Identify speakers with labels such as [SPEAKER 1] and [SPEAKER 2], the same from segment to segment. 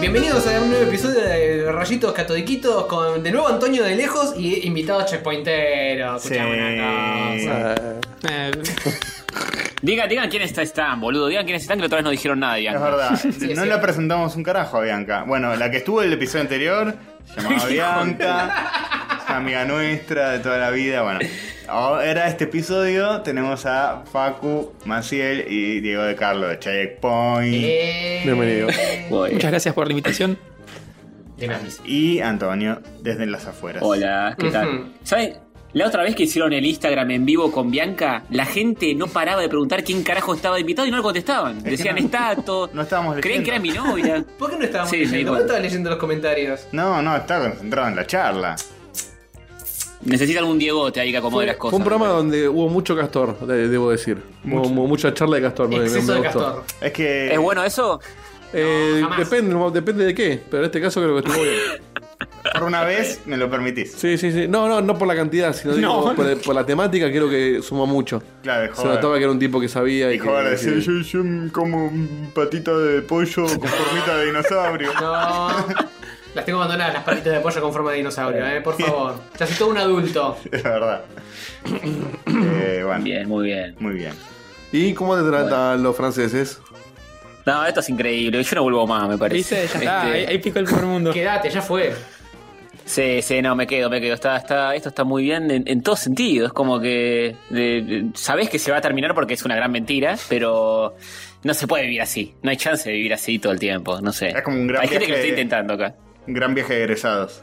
[SPEAKER 1] Bienvenidos a un nuevo episodio de Rayitos Catodiquitos con de nuevo Antonio de Lejos y invitados checkpointeros. Escuchame
[SPEAKER 2] Sí.
[SPEAKER 1] una cosa.
[SPEAKER 3] Eh,
[SPEAKER 4] Ah. Digan, digan quiénes están, boludo. Digan quiénes están, que otra vez no dijeron nada,
[SPEAKER 2] Es
[SPEAKER 4] Bianca.
[SPEAKER 2] verdad,
[SPEAKER 1] sí.
[SPEAKER 2] no la presentamos un carajo a Bianca. Bueno, la que estuvo en el episodio anterior, se llamaba Bianca, es amiga nuestra de toda la vida. Bueno, ahora este episodio tenemos a Facu, Maciel y Diego de Carlos de Checkpoint.
[SPEAKER 1] Eh,
[SPEAKER 5] Bienvenido.
[SPEAKER 4] Voy.
[SPEAKER 3] muchas gracias por la invitación.
[SPEAKER 1] de Mamis.
[SPEAKER 2] Y Antonio, desde las afueras.
[SPEAKER 4] Hola, ¿qué tal?
[SPEAKER 1] Ujú.
[SPEAKER 4] ¿Saben? La otra vez que hicieron el Instagram en vivo con Bianca, la gente no paraba de preguntar quién carajo estaba invitado y no lo contestaban.
[SPEAKER 2] que
[SPEAKER 4] Decían,
[SPEAKER 2] no-
[SPEAKER 4] está todo.
[SPEAKER 2] no estábamos
[SPEAKER 4] Creen que era mi
[SPEAKER 2] leyendo.
[SPEAKER 4] novia.
[SPEAKER 1] ¿Por qué no estábamos
[SPEAKER 4] Sí, sí,
[SPEAKER 1] leyendo? ¿Por
[SPEAKER 4] bueno.
[SPEAKER 1] qué estabas leyendo los comentarios?
[SPEAKER 2] No, no, está concentrado en la charla.
[SPEAKER 4] Necesita algún Diegote ahí que acomode las cosas.
[SPEAKER 5] Fue un programa donde hubo mucho castor, de- debo decir. Hubo mu- mucha charla de castor. me- me-
[SPEAKER 1] Exceso
[SPEAKER 5] me
[SPEAKER 1] de
[SPEAKER 5] gustó.
[SPEAKER 1] castor.
[SPEAKER 2] Es que
[SPEAKER 4] ¿Es bueno eso?
[SPEAKER 5] Eh,
[SPEAKER 1] No, jamás.
[SPEAKER 5] depende, no, depende de qué, pero en este caso creo que estuvo bien.
[SPEAKER 2] por una vez me lo permitís.
[SPEAKER 5] Sí, sí, sí. No, no, no por la cantidad, sino digo, por, por la temática creo que sumó mucho.
[SPEAKER 2] Claro, de
[SPEAKER 5] Se
[SPEAKER 2] joder.
[SPEAKER 5] notaba que era un tipo que sabía y,
[SPEAKER 2] Y
[SPEAKER 5] que-
[SPEAKER 2] joder, decir,
[SPEAKER 5] que-
[SPEAKER 2] yo, yo como un patita de pollo con formita de dinosaurio.
[SPEAKER 1] No. Las tengo abandonadas, las patitas de pollo con forma de dinosaurio, eh, por favor. Ya soy todo un adulto.
[SPEAKER 2] Es verdad. Eh, bueno,
[SPEAKER 4] Bien, muy bien.
[SPEAKER 2] muy bien.
[SPEAKER 5] ¿Y cómo te tratan los franceses?
[SPEAKER 4] No, esto es increíble. Yo no vuelvo más, me parece.
[SPEAKER 3] ¿Viste? Ya está,
[SPEAKER 4] Este,
[SPEAKER 3] ahí, ahí picó el primer mundo.
[SPEAKER 1] Quédate, ya fue.
[SPEAKER 4] Sí, sí, no, me quedo, me quedo. Está, está, esto está muy bien en, en todo sentido. Es como que eh, sabés que se va a terminar porque es una gran mentira, pero no se puede vivir así. No hay chance de vivir así todo el tiempo. No sé.
[SPEAKER 2] Es como un gran
[SPEAKER 4] Hay gente que lo
[SPEAKER 2] viaje-
[SPEAKER 4] está intentando acá.
[SPEAKER 2] Un Gran viaje de egresados.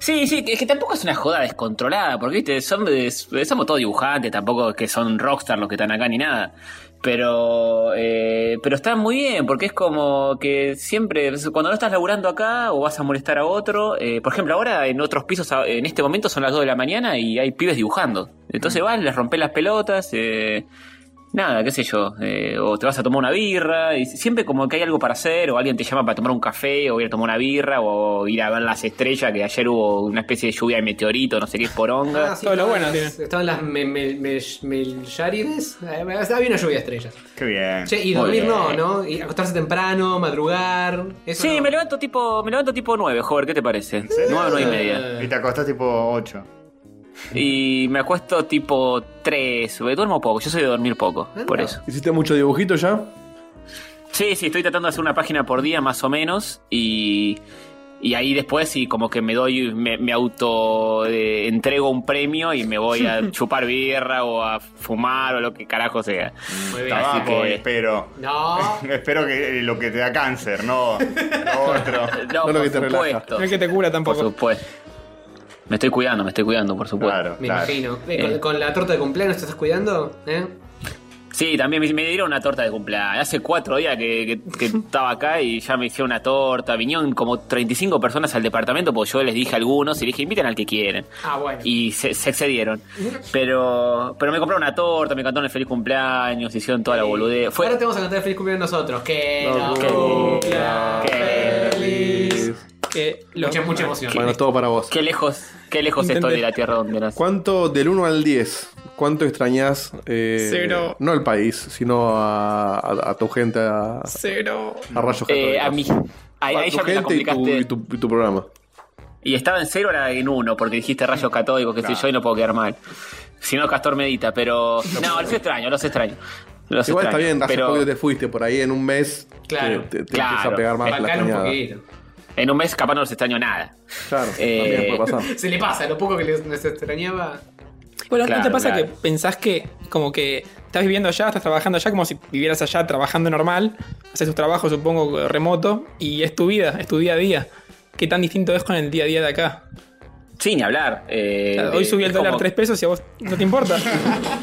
[SPEAKER 4] Sí, sí, es que tampoco es una joda descontrolada, porque viste, son, eh, somos todos dibujantes, tampoco es que son rockstar los que están acá ni nada. Pero, eh, pero está muy bien, porque es como que siempre, cuando no estás laburando acá o vas a molestar a otro, eh, por ejemplo, ahora en otros pisos, a- en este momento son las 2 de la mañana y hay pibes dibujando. Entonces vas, les rompes las pelotas, eh, nada, qué sé yo, eh, o te vas a tomar una birra, y siempre como que hay algo para hacer, o alguien te llama para tomar un café, o ir a tomar una birra, o ir a ver las estrellas, que ayer hubo una especie de lluvia de meteorito, no sé qué es poronga.
[SPEAKER 1] Ah, sí,
[SPEAKER 3] Todo lo
[SPEAKER 1] estaban
[SPEAKER 3] bueno
[SPEAKER 1] las-
[SPEAKER 3] tiene.
[SPEAKER 1] Estaban las me- me- me- Mellárides. Eh, Había una lluvia de estrellas.
[SPEAKER 2] Qué bien.
[SPEAKER 1] Che, y
[SPEAKER 4] Muy
[SPEAKER 1] dormir
[SPEAKER 4] bien.
[SPEAKER 1] no, ¿no? Y acostarse temprano, madrugar. Eso
[SPEAKER 4] Sí,
[SPEAKER 1] no.
[SPEAKER 4] me levanto tipo, me levanto tipo 9, joder, ¿qué te parece? 9,
[SPEAKER 2] serio?
[SPEAKER 4] 9 y
[SPEAKER 1] Eh,
[SPEAKER 4] media.
[SPEAKER 2] Y te acostás tipo 8.
[SPEAKER 4] Y me acuesto tipo 3, duermo poco, yo soy de dormir poco,
[SPEAKER 1] Ah,
[SPEAKER 4] por
[SPEAKER 1] no.
[SPEAKER 4] eso.
[SPEAKER 5] ¿Hiciste mucho dibujito ya?
[SPEAKER 4] Sí, sí, estoy tratando de hacer una página por día más o menos y, y ahí después sí como que me doy, me, me auto eh, entrego un premio y me voy a chupar birra o a fumar o lo que carajo sea.
[SPEAKER 1] Muy bien.
[SPEAKER 4] Estaba-
[SPEAKER 2] Tabaco,
[SPEAKER 4] que-
[SPEAKER 2] espero.
[SPEAKER 1] No.
[SPEAKER 2] espero que eh, lo que te da cáncer, no lo otro.
[SPEAKER 4] No,
[SPEAKER 5] No lo
[SPEAKER 4] por
[SPEAKER 5] que te relaja.
[SPEAKER 4] supuesto,
[SPEAKER 3] No es que te cura
[SPEAKER 4] por
[SPEAKER 3] tampoco.
[SPEAKER 4] supuesto. Me estoy cuidando, me estoy cuidando, por supuesto.
[SPEAKER 2] Claro,
[SPEAKER 1] Me
[SPEAKER 2] claro.
[SPEAKER 1] imagino. Eh,
[SPEAKER 4] Eh.
[SPEAKER 1] Con, con la torta de cumpleaños te estás cuidando, ¿eh?
[SPEAKER 4] Sí, también me, me dieron una torta de cumpleaños. Hace cuatro días que, que- que estaba acá y ya me hicieron una torta. Vinieron como 35 personas al departamento, porque yo les dije a algunos y les dije, inviten al que quieren.
[SPEAKER 1] Ah, bueno.
[SPEAKER 4] Y se, se excedieron. Pero pero me compraron una torta, me cantaron el feliz cumpleaños, hicieron toda la boludez. Fue,
[SPEAKER 1] Ahora te vamos a cantar el feliz cumpleaños nosotros. Que
[SPEAKER 5] No,
[SPEAKER 1] no,
[SPEAKER 5] que-
[SPEAKER 1] cumpla
[SPEAKER 4] que-
[SPEAKER 1] feliz.
[SPEAKER 3] Que lo-
[SPEAKER 1] Mucha, mucha emoción.
[SPEAKER 5] Bueno, todo para vos.
[SPEAKER 4] qué lejos, qué lejos
[SPEAKER 3] Intenté-
[SPEAKER 4] estoy de la tierra donde nací.
[SPEAKER 5] ¿Cuánto, del 1 al 10, cuánto extrañas, eh,
[SPEAKER 3] Cero.
[SPEAKER 5] no al país, sino a, a- a tu gente, a,
[SPEAKER 3] Cero.
[SPEAKER 5] a Rayos
[SPEAKER 4] Eh, a mí.
[SPEAKER 5] Católicos?
[SPEAKER 4] Ahí,
[SPEAKER 5] A
[SPEAKER 4] ahí
[SPEAKER 5] tu
[SPEAKER 4] ya me la
[SPEAKER 5] gente y tu,
[SPEAKER 4] complicaste.
[SPEAKER 5] y tu- y tu programa.
[SPEAKER 4] Y estaba en cero, ahora en uno, porque dijiste rayos catódicos, qué sé yo, y no puedo quedar mal. Si no, Castor medita, pero. No, los extraño, los extraño. Los
[SPEAKER 5] Igual está
[SPEAKER 4] extraño,
[SPEAKER 5] bien, hace
[SPEAKER 4] pero
[SPEAKER 5] poco que te fuiste por ahí en un mes.
[SPEAKER 1] Claro.
[SPEAKER 5] Te, te- te
[SPEAKER 4] Claro.
[SPEAKER 5] empieza a pegar más la
[SPEAKER 1] Bancar un
[SPEAKER 5] extrañada.
[SPEAKER 1] poquito.
[SPEAKER 4] En un mes capaz no los extraño nada.
[SPEAKER 5] Claro,
[SPEAKER 4] Eh,
[SPEAKER 5] también puede pasar.
[SPEAKER 1] Se le pasa, lo poco que les, les extrañaba.
[SPEAKER 3] Bueno, ¿no te
[SPEAKER 4] Claro,
[SPEAKER 3] pasa
[SPEAKER 4] claro.
[SPEAKER 3] que pensás que como que estás viviendo allá, estás trabajando allá, como si vivieras allá trabajando normal, haces tus trabajos supongo remoto y es tu vida, es tu día a día? ¿Qué tan distinto es con el día a día de acá?
[SPEAKER 4] Sí, ni hablar. eh,
[SPEAKER 3] O sea, Hoy
[SPEAKER 4] eh,
[SPEAKER 3] subí el
[SPEAKER 4] es
[SPEAKER 3] dólar
[SPEAKER 4] como-
[SPEAKER 3] 3 pesos y a vos no te importa.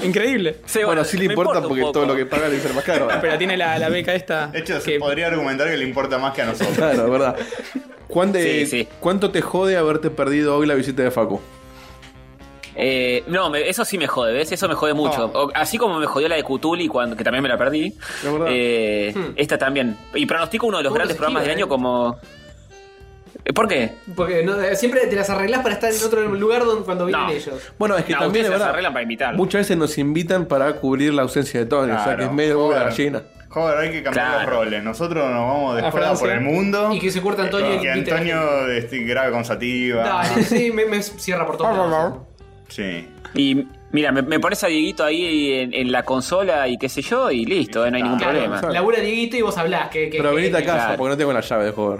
[SPEAKER 3] Increíble.
[SPEAKER 4] Sí,
[SPEAKER 5] bueno, sí le
[SPEAKER 4] me
[SPEAKER 5] importa
[SPEAKER 4] un
[SPEAKER 5] porque
[SPEAKER 4] poco.
[SPEAKER 5] todo lo que paga le dice más caro.
[SPEAKER 3] Pero tiene la, la beca esta.
[SPEAKER 2] De hecho, se
[SPEAKER 3] que-
[SPEAKER 2] podría argumentar que le importa más que a nosotros.
[SPEAKER 5] Claro, es verdad. ¿Cuánto,
[SPEAKER 4] Sí, sí.
[SPEAKER 5] ¿Cuánto te jode haberte perdido hoy la visita de Facu?
[SPEAKER 4] Eh, no, me- eso sí me jode, ¿ves? Eso me jode mucho. O- así como me jodió la de Cutuli, cuando, que también me la perdí.
[SPEAKER 5] Es verdad.
[SPEAKER 4] eh,
[SPEAKER 1] Hmm.
[SPEAKER 4] Esta también. Y pronostico uno de los
[SPEAKER 1] Cómo
[SPEAKER 4] grandes
[SPEAKER 1] nos
[SPEAKER 4] programas del
[SPEAKER 1] esquiva,
[SPEAKER 4] año
[SPEAKER 1] eh.
[SPEAKER 4] como. ¿Por qué?
[SPEAKER 1] Porque no- eh, siempre te las arreglás para estar en otro lugar donde, cuando vienen
[SPEAKER 4] No.
[SPEAKER 1] ellos.
[SPEAKER 5] Bueno, es que
[SPEAKER 4] No,
[SPEAKER 5] también
[SPEAKER 4] ustedes
[SPEAKER 5] es
[SPEAKER 4] se
[SPEAKER 5] verdad.
[SPEAKER 4] arreglan para invitar.
[SPEAKER 5] Muchas veces nos invitan para cubrir la ausencia de Tony, o sea
[SPEAKER 2] Claro,
[SPEAKER 5] que es medio huevo de
[SPEAKER 2] jodan.
[SPEAKER 5] gallina.
[SPEAKER 2] Joder, hay que cambiar
[SPEAKER 4] Claro.
[SPEAKER 2] los roles. Nosotros nos vamos de
[SPEAKER 3] A
[SPEAKER 2] joda por
[SPEAKER 3] Francia.
[SPEAKER 2] el mundo.
[SPEAKER 1] Y que se corta Antonio
[SPEAKER 2] Y
[SPEAKER 1] y
[SPEAKER 2] que
[SPEAKER 1] invite a la
[SPEAKER 2] Antonio este, grabe con sativa.
[SPEAKER 1] Dale, sí, me, me cierra por todos lados.
[SPEAKER 2] Sí.
[SPEAKER 4] Y mira, me, me pones a Dieguito ahí en, en la consola y qué sé yo, y listo, eh, no hay ningún
[SPEAKER 1] Claro,
[SPEAKER 4] problema.
[SPEAKER 1] labura Dieguito y vos hablás. Que, que-
[SPEAKER 5] Pero
[SPEAKER 1] que-
[SPEAKER 5] venite a
[SPEAKER 1] que-
[SPEAKER 5] casa
[SPEAKER 4] claro.
[SPEAKER 5] porque no tengo la llave de jugar.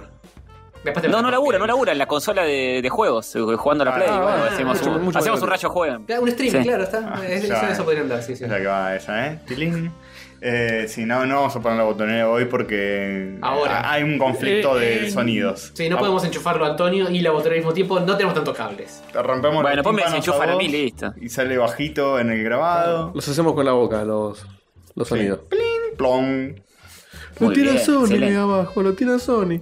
[SPEAKER 1] después te
[SPEAKER 4] No,
[SPEAKER 1] vas
[SPEAKER 4] no
[SPEAKER 1] a-
[SPEAKER 4] labura, no labura, en la consola de, de juegos, eh, jugando a la
[SPEAKER 2] Ah,
[SPEAKER 4] Play.
[SPEAKER 2] ah,
[SPEAKER 4] bueno,
[SPEAKER 5] ah,
[SPEAKER 4] hacemos,
[SPEAKER 5] mucho-
[SPEAKER 4] un,
[SPEAKER 5] mucho
[SPEAKER 4] hacemos un
[SPEAKER 5] mejor.
[SPEAKER 4] rayo juegan.
[SPEAKER 1] Claro, Un stream,
[SPEAKER 4] Sí.
[SPEAKER 1] claro, está.
[SPEAKER 2] Ah,
[SPEAKER 1] es-
[SPEAKER 2] ya.
[SPEAKER 1] eso, eso podría andar, sí, sí.
[SPEAKER 2] Es la que va esa, ¿eh? Tilín. Eh, si no, no vamos a poner la botonera hoy porque
[SPEAKER 1] Ahora.
[SPEAKER 2] ha- hay un conflicto de
[SPEAKER 3] Eh,
[SPEAKER 2] sonidos. Ah,
[SPEAKER 1] Sí, no podemos enchufarlo a Antonio y la botonera al mismo tiempo. No tenemos tantos cables.
[SPEAKER 2] Te rompemos
[SPEAKER 4] Bueno,
[SPEAKER 2] los
[SPEAKER 4] ponme
[SPEAKER 2] tímpanos
[SPEAKER 4] desenchufan a
[SPEAKER 2] vos
[SPEAKER 4] mí, listo.
[SPEAKER 2] Y sale bajito en el grabado.
[SPEAKER 5] Los hacemos con la boca, los, los sonidos.
[SPEAKER 2] Plon.
[SPEAKER 5] Lo
[SPEAKER 4] Muy
[SPEAKER 5] tira
[SPEAKER 4] bien,
[SPEAKER 5] Sony
[SPEAKER 4] excelente.
[SPEAKER 5] ahí abajo, lo tira Sony.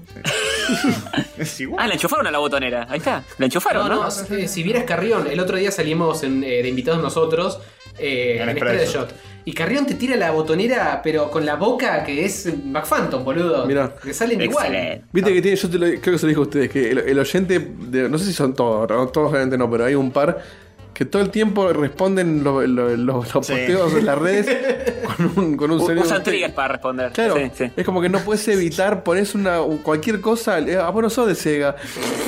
[SPEAKER 2] Es
[SPEAKER 4] Ah,
[SPEAKER 2] igual.
[SPEAKER 4] la enchufaron a la botonera, ahí está, la enchufaron,
[SPEAKER 1] No,
[SPEAKER 4] ¿no?
[SPEAKER 1] no, eh, si, si vieras Carrión, el otro día salimos en, eh, de invitados nosotros eh,
[SPEAKER 2] En
[SPEAKER 1] en
[SPEAKER 2] Expreso.
[SPEAKER 1] Express Shot. Y Carrión te tira la botonera, pero con la boca que es McPhantom, boludo.
[SPEAKER 5] Mirá.
[SPEAKER 1] Que salen igual.
[SPEAKER 4] Excelente.
[SPEAKER 5] Viste que tiene, yo te lo- creo que se lo dije a ustedes, que el, el oyente, de- no sé si son todos, no, todos obviamente no, pero hay un par que todo el tiempo responden lo- lo- lo- los
[SPEAKER 2] Sí.
[SPEAKER 5] posteos en las redes con un, con un
[SPEAKER 4] U-
[SPEAKER 5] serio-
[SPEAKER 4] Usan triggers para responder.
[SPEAKER 5] Claro,
[SPEAKER 4] Sí, sí.
[SPEAKER 5] es como que no puedes evitar, pones una cualquier cosa, eh, ah, vos no sos de Sega.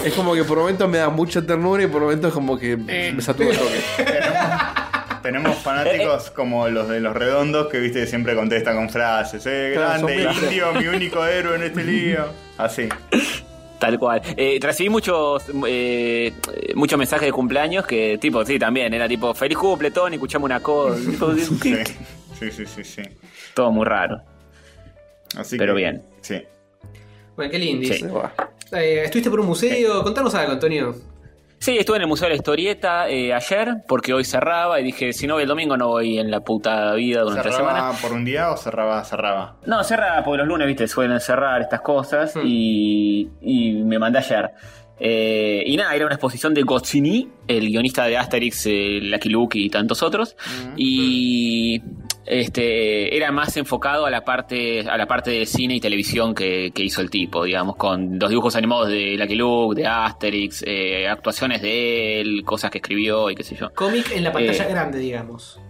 [SPEAKER 5] Es como que por momentos me da mucha ternura y por momentos como que
[SPEAKER 3] Eh.
[SPEAKER 5] me satura el toque.
[SPEAKER 2] Tenemos fanáticos como los de los redondos que viste siempre contestan con frases. Eh,
[SPEAKER 5] Claro, son
[SPEAKER 2] grande,
[SPEAKER 5] frases.
[SPEAKER 2] indio, mi único héroe en este lío. Así.
[SPEAKER 4] Tal cual. Eh, recibí muchos eh, muchos mensajes de cumpleaños que, tipo, sí, también. Era tipo, feliz cumple, Tony, escuchame una cosa. Tipo,
[SPEAKER 2] Sí, sí, sí, sí. sí.
[SPEAKER 4] Todo muy raro.
[SPEAKER 2] Así
[SPEAKER 4] Pero
[SPEAKER 2] que-
[SPEAKER 4] bien.
[SPEAKER 2] Sí.
[SPEAKER 1] Bueno, qué lindo.
[SPEAKER 4] Sí.
[SPEAKER 5] Buah.
[SPEAKER 1] Eh, Estuviste por un museo. Contanos algo, Antonio.
[SPEAKER 4] Sí, estuve en el Museo de la Historieta eh, ayer, porque hoy cerraba y dije, si no voy el domingo, no voy en la puta vida durante la semana.
[SPEAKER 2] ¿Cerraba por un día o cerraba, cerraba?
[SPEAKER 4] No, cerra porque los lunes, viste, suelen cerrar estas cosas
[SPEAKER 1] Hmm.
[SPEAKER 4] y, y me mandé ayer. Eh, y nada, era una exposición de Goscinny, el guionista de Asterix, eh, Lucky Luke y tantos otros. Y este era más enfocado a la parte a la parte de cine y televisión que, que hizo el tipo, digamos, con los dibujos animados de Lucky Luke, de Asterix, eh, actuaciones de él, cosas que escribió y qué sé yo.
[SPEAKER 1] Cómic en la pantalla
[SPEAKER 4] Eh.
[SPEAKER 1] grande, digamos.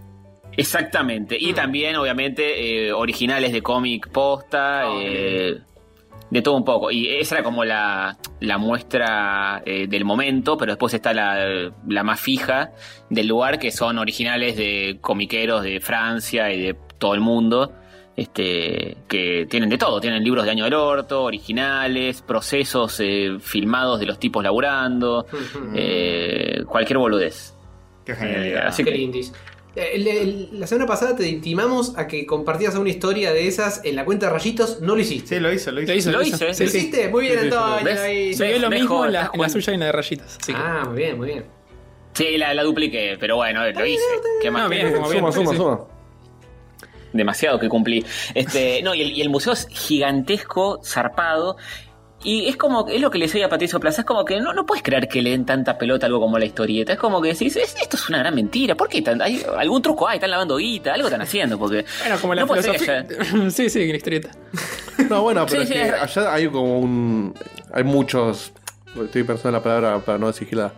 [SPEAKER 4] Exactamente. Y
[SPEAKER 1] Mm.
[SPEAKER 4] también, obviamente, eh, originales de cómic posta.
[SPEAKER 1] Ok.
[SPEAKER 4] eh, de todo un poco. Y esa era como la, la muestra eh, del momento, pero después está la, la más fija del lugar, que son originales de comiqueros de Francia y de todo el mundo. Este, que tienen de todo, tienen libros de año del orto, originales, procesos eh, filmados de los tipos laburando,
[SPEAKER 1] Ujú.
[SPEAKER 4] eh, cualquier boludez.
[SPEAKER 2] Qué
[SPEAKER 4] Eh,
[SPEAKER 2] genialidad.
[SPEAKER 4] así
[SPEAKER 1] Qué
[SPEAKER 4] que-
[SPEAKER 1] lindis. Eh, el- el- La semana pasada te intimamos a que compartías una historia de esas en la cuenta de rayitos. No lo hiciste.
[SPEAKER 2] Sí, lo hizo, lo hizo.
[SPEAKER 3] Lo hizo,
[SPEAKER 4] Lo hice,
[SPEAKER 1] ¿Lo
[SPEAKER 3] Sí,
[SPEAKER 4] lo
[SPEAKER 3] sí.
[SPEAKER 1] hiciste? Muy bien,
[SPEAKER 5] Sí, sí, sí.
[SPEAKER 1] Antonio.
[SPEAKER 4] ¿Ves?
[SPEAKER 1] ahí.
[SPEAKER 4] Sí.
[SPEAKER 3] Se vio lo
[SPEAKER 4] Mejor,
[SPEAKER 3] mismo en la,
[SPEAKER 4] estás
[SPEAKER 3] en la
[SPEAKER 4] jugando.
[SPEAKER 3] suya y en la de rayitas. así que-
[SPEAKER 1] Ah, muy bien, muy bien.
[SPEAKER 4] Sí, la, la dupliqué, pero bueno, lo hice. ¿Qué más
[SPEAKER 3] No,
[SPEAKER 4] querés?
[SPEAKER 3] bien, como bien,
[SPEAKER 5] Suma,
[SPEAKER 3] sí,
[SPEAKER 5] suma,
[SPEAKER 3] sí.
[SPEAKER 5] suma.
[SPEAKER 4] demasiado que cumplí. Este, no, y el, y el museo es gigantesco, zarpado. Y es como, es lo que le decía a Patricio Plaza, es como que no, no puedes creer que le den tanta pelota a algo como la historieta. Es como que decís, "Es- esto es una gran mentira. ¿Por qué? tan- hay, algún truco hay, están lavando guita, algo están haciendo. Porque
[SPEAKER 3] Bueno, como la
[SPEAKER 4] no puede ser que
[SPEAKER 3] filosofía.
[SPEAKER 4] haya-
[SPEAKER 3] sí, sí, la historieta.
[SPEAKER 5] No, bueno, pero
[SPEAKER 4] Sí,
[SPEAKER 5] es
[SPEAKER 4] sí,
[SPEAKER 5] que
[SPEAKER 4] es-
[SPEAKER 5] allá hay como un. Hay muchos. Estoy pensando en la palabra para no decir gilada.